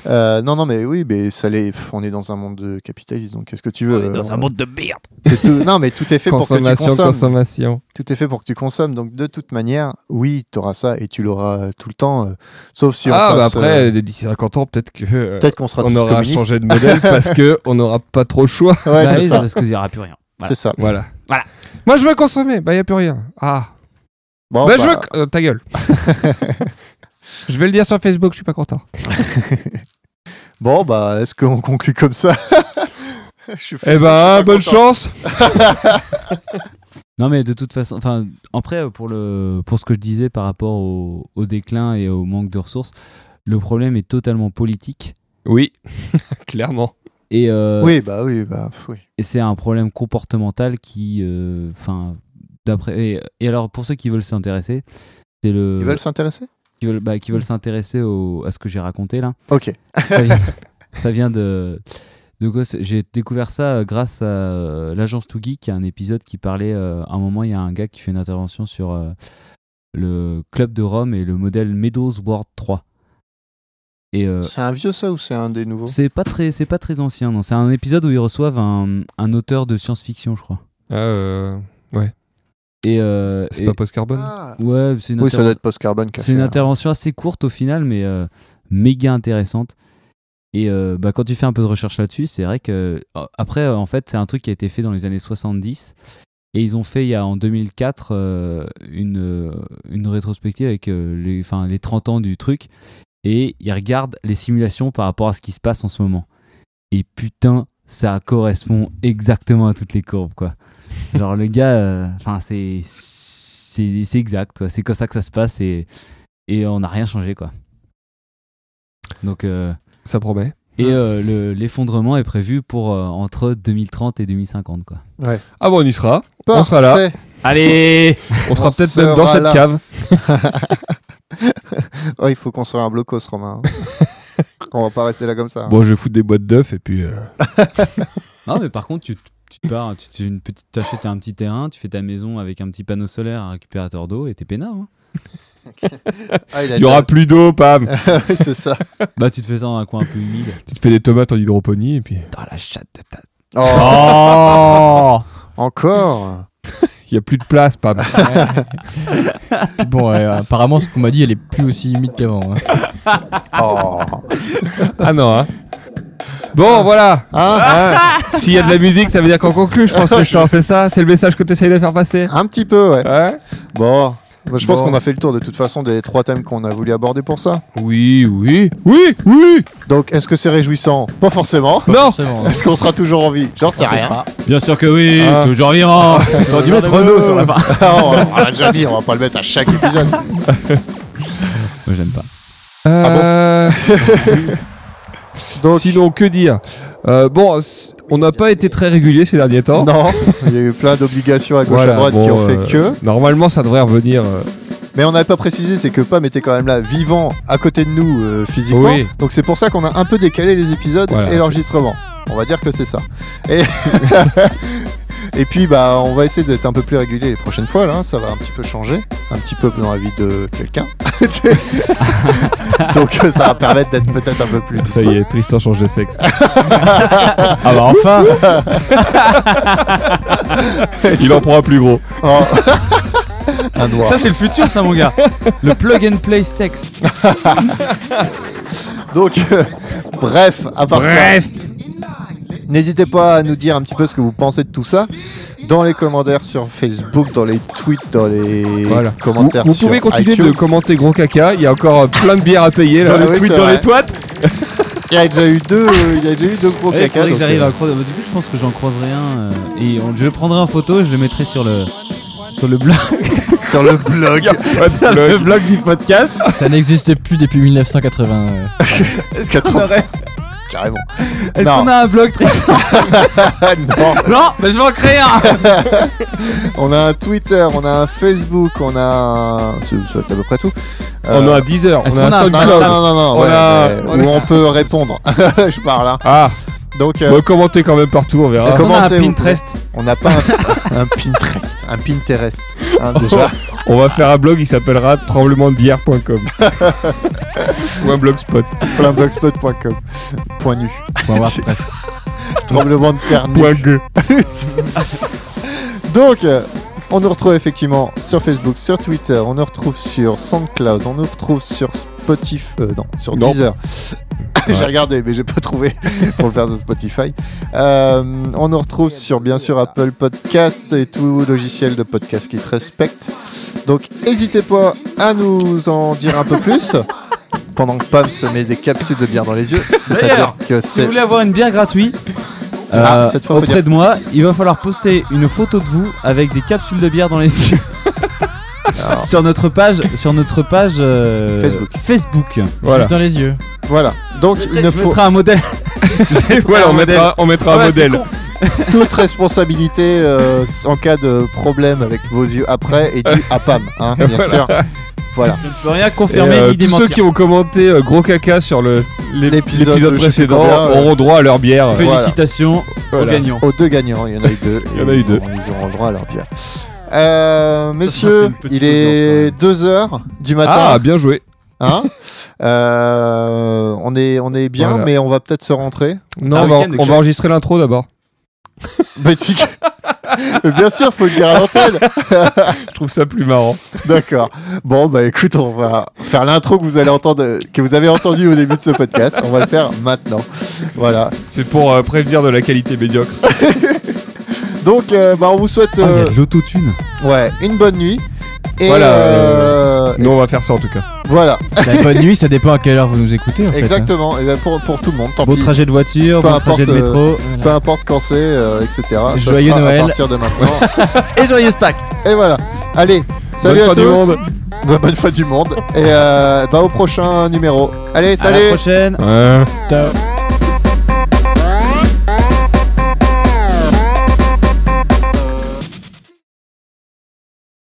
S1: Euh, non, non, mais oui, mais ça les... pff, on est dans un monde de capitalisme, donc qu'est-ce que tu veux euh, on-
S5: de merde.
S1: c'est tout... Non, mais tout est fait pour que tu
S3: Consommation,
S1: consommes.
S3: consommation.
S1: Tout est fait pour que tu consommes, donc de toute manière, oui, tu auras ça et tu l'auras euh, tout le temps, euh, sauf si on
S3: ah, bah
S1: passe, euh,
S3: après, d'ici 50 ans, peut-être que. euh,
S1: peut-être qu'on sera
S3: on
S1: tous
S3: aura
S1: communistes.
S3: changé de modèle parce que on n'aura pas trop le choix.
S1: Ouais,
S5: Bah
S1: c'est
S5: oui,
S1: ça.
S5: Parce qu'il n'y aura plus rien.
S1: C'est ça.
S3: Voilà.
S5: Voilà.
S3: Moi, je veux consommer. Bah, y a plus rien. Ah.
S1: Bon,
S3: bah,
S1: bah,
S3: je veux. que- euh, ta gueule. je vais le dire sur Facebook, je suis pas content.
S1: bon, bah, est-ce qu'on conclut comme ça Je suis
S3: Eh
S1: fatigué, je
S3: ben,
S1: suis pas
S3: bonne
S1: content.
S3: chance.
S5: Non, mais de toute façon, enfin, après, euh, pour, le, pour ce que je disais par rapport au, au déclin et au manque de ressources, le problème est totalement politique.
S3: Oui, clairement.
S5: Et, euh,
S1: Oui, bah oui, bah pff, oui.
S5: et c'est un problème comportemental qui. euh, Enfin, d'après. Et, et alors, pour ceux qui veulent s'intéresser, c'est le.
S3: Euh,
S1: Ils veulent s'intéresser
S5: qui veulent, bah, qui veulent s'intéresser au- à ce que j'ai raconté là.
S1: Ok.
S5: Ça vient, ça vient de. de Goss. J'ai découvert ça euh, grâce à euh, l'agence Too Geek, qui a un épisode qui parlait. euh, à un moment, il y a un gars qui fait une intervention sur euh, le club de Rome et le modèle Meadows World 3. Et euh,
S1: C'est un vieux ça ou c'est un des nouveaux
S5: c'est pas très, c'est pas très ancien. Non, c'est un épisode où ils reçoivent un, un auteur de science-fiction, je crois.
S3: Euh,
S5: Et, euh,
S3: c'est
S5: et-
S3: pas post-carbone.
S1: Ah.
S5: ouais, c'est une
S1: Oui, ça
S5: intervention-
S1: doit être post-carbone. qu'a
S5: C'est une
S1: fait, hein.
S5: intervention assez courte au final, mais euh, méga intéressante. Et euh, bah, quand tu fais un peu de recherche là-dessus, c'est vrai que. euh, Après, euh, en fait, c'est un truc qui a été fait dans les années 70. Et ils ont fait, il y a, en 2004, euh, une, euh, une rétrospective avec euh, les, enfin, les 30 ans du truc. Et ils regardent les simulations par rapport à ce qui se passe en ce moment. Et putain, ça correspond exactement à toutes les courbes, quoi. Genre le gars, euh, enfin c'est c'est c'est exact, quoi. C'est comme ça que ça se passe et et on n'a rien changé, quoi. Donc euh,
S3: Ça promet.
S5: et euh, le- l'effondrement est prévu pour euh, entre 2030 et 2050, quoi.
S3: Ah bon, on y sera.
S1: hein. Parfait.
S3: On sera là.
S5: Allez,
S3: On sera
S1: On
S3: peut-être
S1: sera
S3: même dans cette
S1: là.
S3: cave.
S1: Oh, il faut construire un blocos, Romain. hein. On va pas rester là comme ça. hein.
S3: Bon, je vais foutre des boîtes d'œufs et puis. euh,
S5: non mais par contre tu tu te pars, tu tu- une petite- t'achètes un petit terrain, tu fais ta maison avec un petit panneau solaire, un récupérateur d'eau et t'es peinard. hein.
S1: Ah, a
S3: Il y aura plus d'eau, Pam.
S1: déjà- Oui, c'est ça.
S5: Bah tu te fais ça dans un coin un peu humide.
S3: tu te fais des tomates en hydroponie et puis.
S5: Dans la chatte de ta
S1: Oh Encore
S3: Il y a plus de place, Pam.
S7: Bon, ouais, apparemment, ce qu'on m'a dit, elle est plus aussi humide qu'avant. hein.
S1: Oh
S3: ah non. Hein. Bon, voilà.
S1: Hein, hein,
S3: Ah. S'il y a de la musique, ça veut dire qu'on conclut. Je pense que je c'est ça. C'est le message que tu de faire passer.
S1: Un petit peu, ouais.
S3: Ouais.
S1: Bon. Bah, je pense
S3: Bon.
S1: qu'on a fait le tour de toute façon des trois thèmes qu'on a voulu aborder pour ça.
S3: Oui, oui, oui, oui.
S1: Donc, est-ce que c'est réjouissant Pas forcément.
S3: Non.
S7: Forcément. hein.
S1: Est-ce qu'on sera toujours en vie J'en sais rien.
S5: Bien sûr que oui,
S3: Ah.
S5: toujours vivant.
S1: On dû mettre Renault sur la Euh, on l'a déjà dit, on va pas le mettre à chaque épisode.
S5: Moi j'aime pas.
S3: Euh,
S1: Donc,
S3: Sinon, que dire Euh, Bon, c- on n'a pas été très régulier ces derniers temps.
S1: non, il y a eu plein d'obligations à gauche
S3: Voilà,
S1: à droite qui
S3: bon,
S1: ont fait
S3: euh,
S1: que.
S3: Normalement, ça devrait revenir. euh,
S1: Mais on n'avait pas précisé, c'est que Pam était quand même là, vivant, à côté de nous, euh, physiquement.
S3: Oui.
S1: Donc c'est pour ça qu'on a un peu décalé les épisodes
S3: Voilà,
S1: et l'enregistrement. On va dire que c'est ça. Et... et puis bah on va essayer d'être un peu plus régulier les prochaines fois là, hein. ça va un petit peu changer, un petit peu dans la vie de quelqu'un. Donc euh, ça va permettre d'être peut-être un peu plus.
S3: ça y est, Tristan change de sexe.
S7: Ah bah enfin
S3: Il en prend un plus gros.
S1: Oh. un doigt.
S4: Ça, c'est le futur, ça, mon gars. Le plug and play sexe.
S1: Donc, euh, bref, à part ça, n'hésitez pas à nous dire un petit peu ce que vous pensez de tout ça dans les commentaires sur Facebook, dans les tweets, dans les
S3: Voilà. Vous,
S1: commentaires
S3: vous
S1: sur
S3: pouvez continuer de
S1: iTunes.
S3: commenter gros caca. Il y a encore euh, plein de bières à payer là.
S1: Dans les Ah oui, tweets, c'est dans vrai. les
S3: toites.
S1: Il y a déjà eu deux, euh, il y a déjà eu deux gros
S5: Ouais,
S1: caca.
S5: Eh, faudrait que
S1: donc,
S5: j'arrive
S1: euh,
S5: à croiser. Bah, du coup, je pense que j'en croiserai un euh, et on- je le prendrai en photo et je le mettrai sur le sur le blog.
S1: sur le blog.
S4: Le blog du podcast.
S7: Ça n'existait plus depuis 1980. ouais.
S1: Est-ce qu'on aurait Carrément.
S4: Est-ce
S1: Non.
S4: qu'on a un blog, Tristan
S1: Ah, non.
S4: Non, mais je vais en créer un.
S1: On a un Twitter, on a un Facebook, on a un... C'est c'est à peu près tout. Euh,
S3: On a 10 heures. On
S4: Est-ce
S3: a un
S4: qu'on a un
S1: Non, non,
S3: SoundCloud.
S1: non, non, non,
S3: On
S1: ouais,
S3: a-
S1: mais
S3: on
S1: où on peut répondre. Je parle là.
S3: Ah,
S1: Donc, euh,
S3: Bon, commentez quand même partout, on verra.
S1: Est-ce qu'on a un Commentez, vous Pinterest
S5: Pinterest
S1: on n'a pas un, un Pinterest. Un Pinterest. hein, déjà.
S3: On va faire un blog, il s'appellera tremblementdebière.com ou un blogspot.
S1: Flamblogspot.com. Point nu.
S7: Point WordPress.
S1: Tremblement de terre nu.
S3: Point gueux.
S1: Donc, euh, on nous retrouve effectivement sur Facebook, sur Twitter, on nous retrouve sur SoundCloud, on nous retrouve sur Spotify, euh, non, sur
S3: Non.
S1: Deezer. j'ai regardé, mais j'ai pas trouvé pour le faire de Spotify. Euh, on nous retrouve sur, bien sûr, Apple Podcast et tout logiciel de podcast qui se respecte. Donc, n'hésitez pas à nous en dire un peu plus. Pendant que Pam se met des capsules de bière dans les yeux, c'est-à-dire
S5: D'ailleurs,
S1: que
S5: Si vous
S1: c'est
S5: voulez avoir une bière gratuite
S1: Ah,
S5: euh,
S1: cette fois, faut
S5: auprès de moi, il va falloir poster une photo de vous avec des capsules de bière dans les yeux.
S1: Alors.
S5: sur notre page, sur notre page euh,
S1: Facebook.
S5: Facebook.
S3: Voilà.
S7: dans les yeux.
S1: voilà. Donc il ne
S5: Je
S1: faut
S5: mettrai un modèle.
S3: Voilà, Ah, on
S5: Un modèle.
S3: mettra, on mettra un
S5: Ouais, c'est
S3: modèle.
S1: toute responsabilité euh, en cas de problème avec vos yeux après et due à Pam, hein, bien sûr. Voilà.
S5: Je ne peux rien
S3: Et,
S5: confirmer
S3: euh,
S5: ni
S3: tous ceux
S5: démentir.
S3: qui ont commenté euh, gros caca sur le- l'ép-
S1: L'épisode
S3: l'épisode
S1: de je sais pas
S3: précédent
S1: combien, euh,
S3: auront droit à leur bière.
S1: Fait-
S5: Félicitations
S3: Voilà.
S5: aux gagnants.
S1: Aux deux gagnants, il y en a eu deux.
S3: Il y
S1: et
S3: en a eu
S1: ils
S3: deux.
S1: auront- Ils auront le droit à leur bière. Euh, messieurs,
S2: une petite
S1: il est 2h du
S3: Ah,
S1: matin.
S3: bien joué.
S1: hein Euh, on, est, on est bien,
S3: Voilà.
S1: mais on va peut-être se rentrer.
S3: Non,
S5: un
S3: on va-
S5: week-end de
S3: on va
S5: chef.
S3: enregistrer l'intro d'abord.
S1: Petit- bien sûr, faut le dire à l'antenne.
S3: Je trouve ça plus marrant.
S1: D'accord. Bon, bah écoute, on va faire l'intro que vous allez entendre, que vous avez entendu au début de ce podcast. On va le faire maintenant. Voilà.
S3: C'est pour euh, prévenir de la qualité médiocre.
S1: Donc, euh, bah, on vous souhaite
S4: Ah, il y
S1: euh,
S4: a de l'autotune.
S1: ouais, une bonne nuit. Et
S3: Voilà,
S1: euh,
S3: Nous, on va faire ça en tout cas.
S1: voilà,
S7: La bonne nuit, ça dépend à quelle heure vous nous écoutez en fait. hein.
S1: exactement. Et ben pour, pour tout le monde, tant
S5: Beau
S1: pis.
S5: trajet de voiture,
S1: Peu
S5: beau trajet de
S1: importe, euh,
S5: métro.
S1: Peu importe quand c'est, euh, etc. Ça
S7: Joyeux
S1: sera
S7: Noël.
S1: À partir de maintenant.
S5: Et joyeux Pâques
S1: et voilà. Allez, salut
S3: Bonne
S1: à
S3: fin
S1: tous.
S3: du monde.
S1: Bah, bonne fin du monde. Et euh, bah, au prochain numéro. Allez,
S5: À
S1: salut.
S5: la prochaine.
S3: Ouais.
S7: Ciao.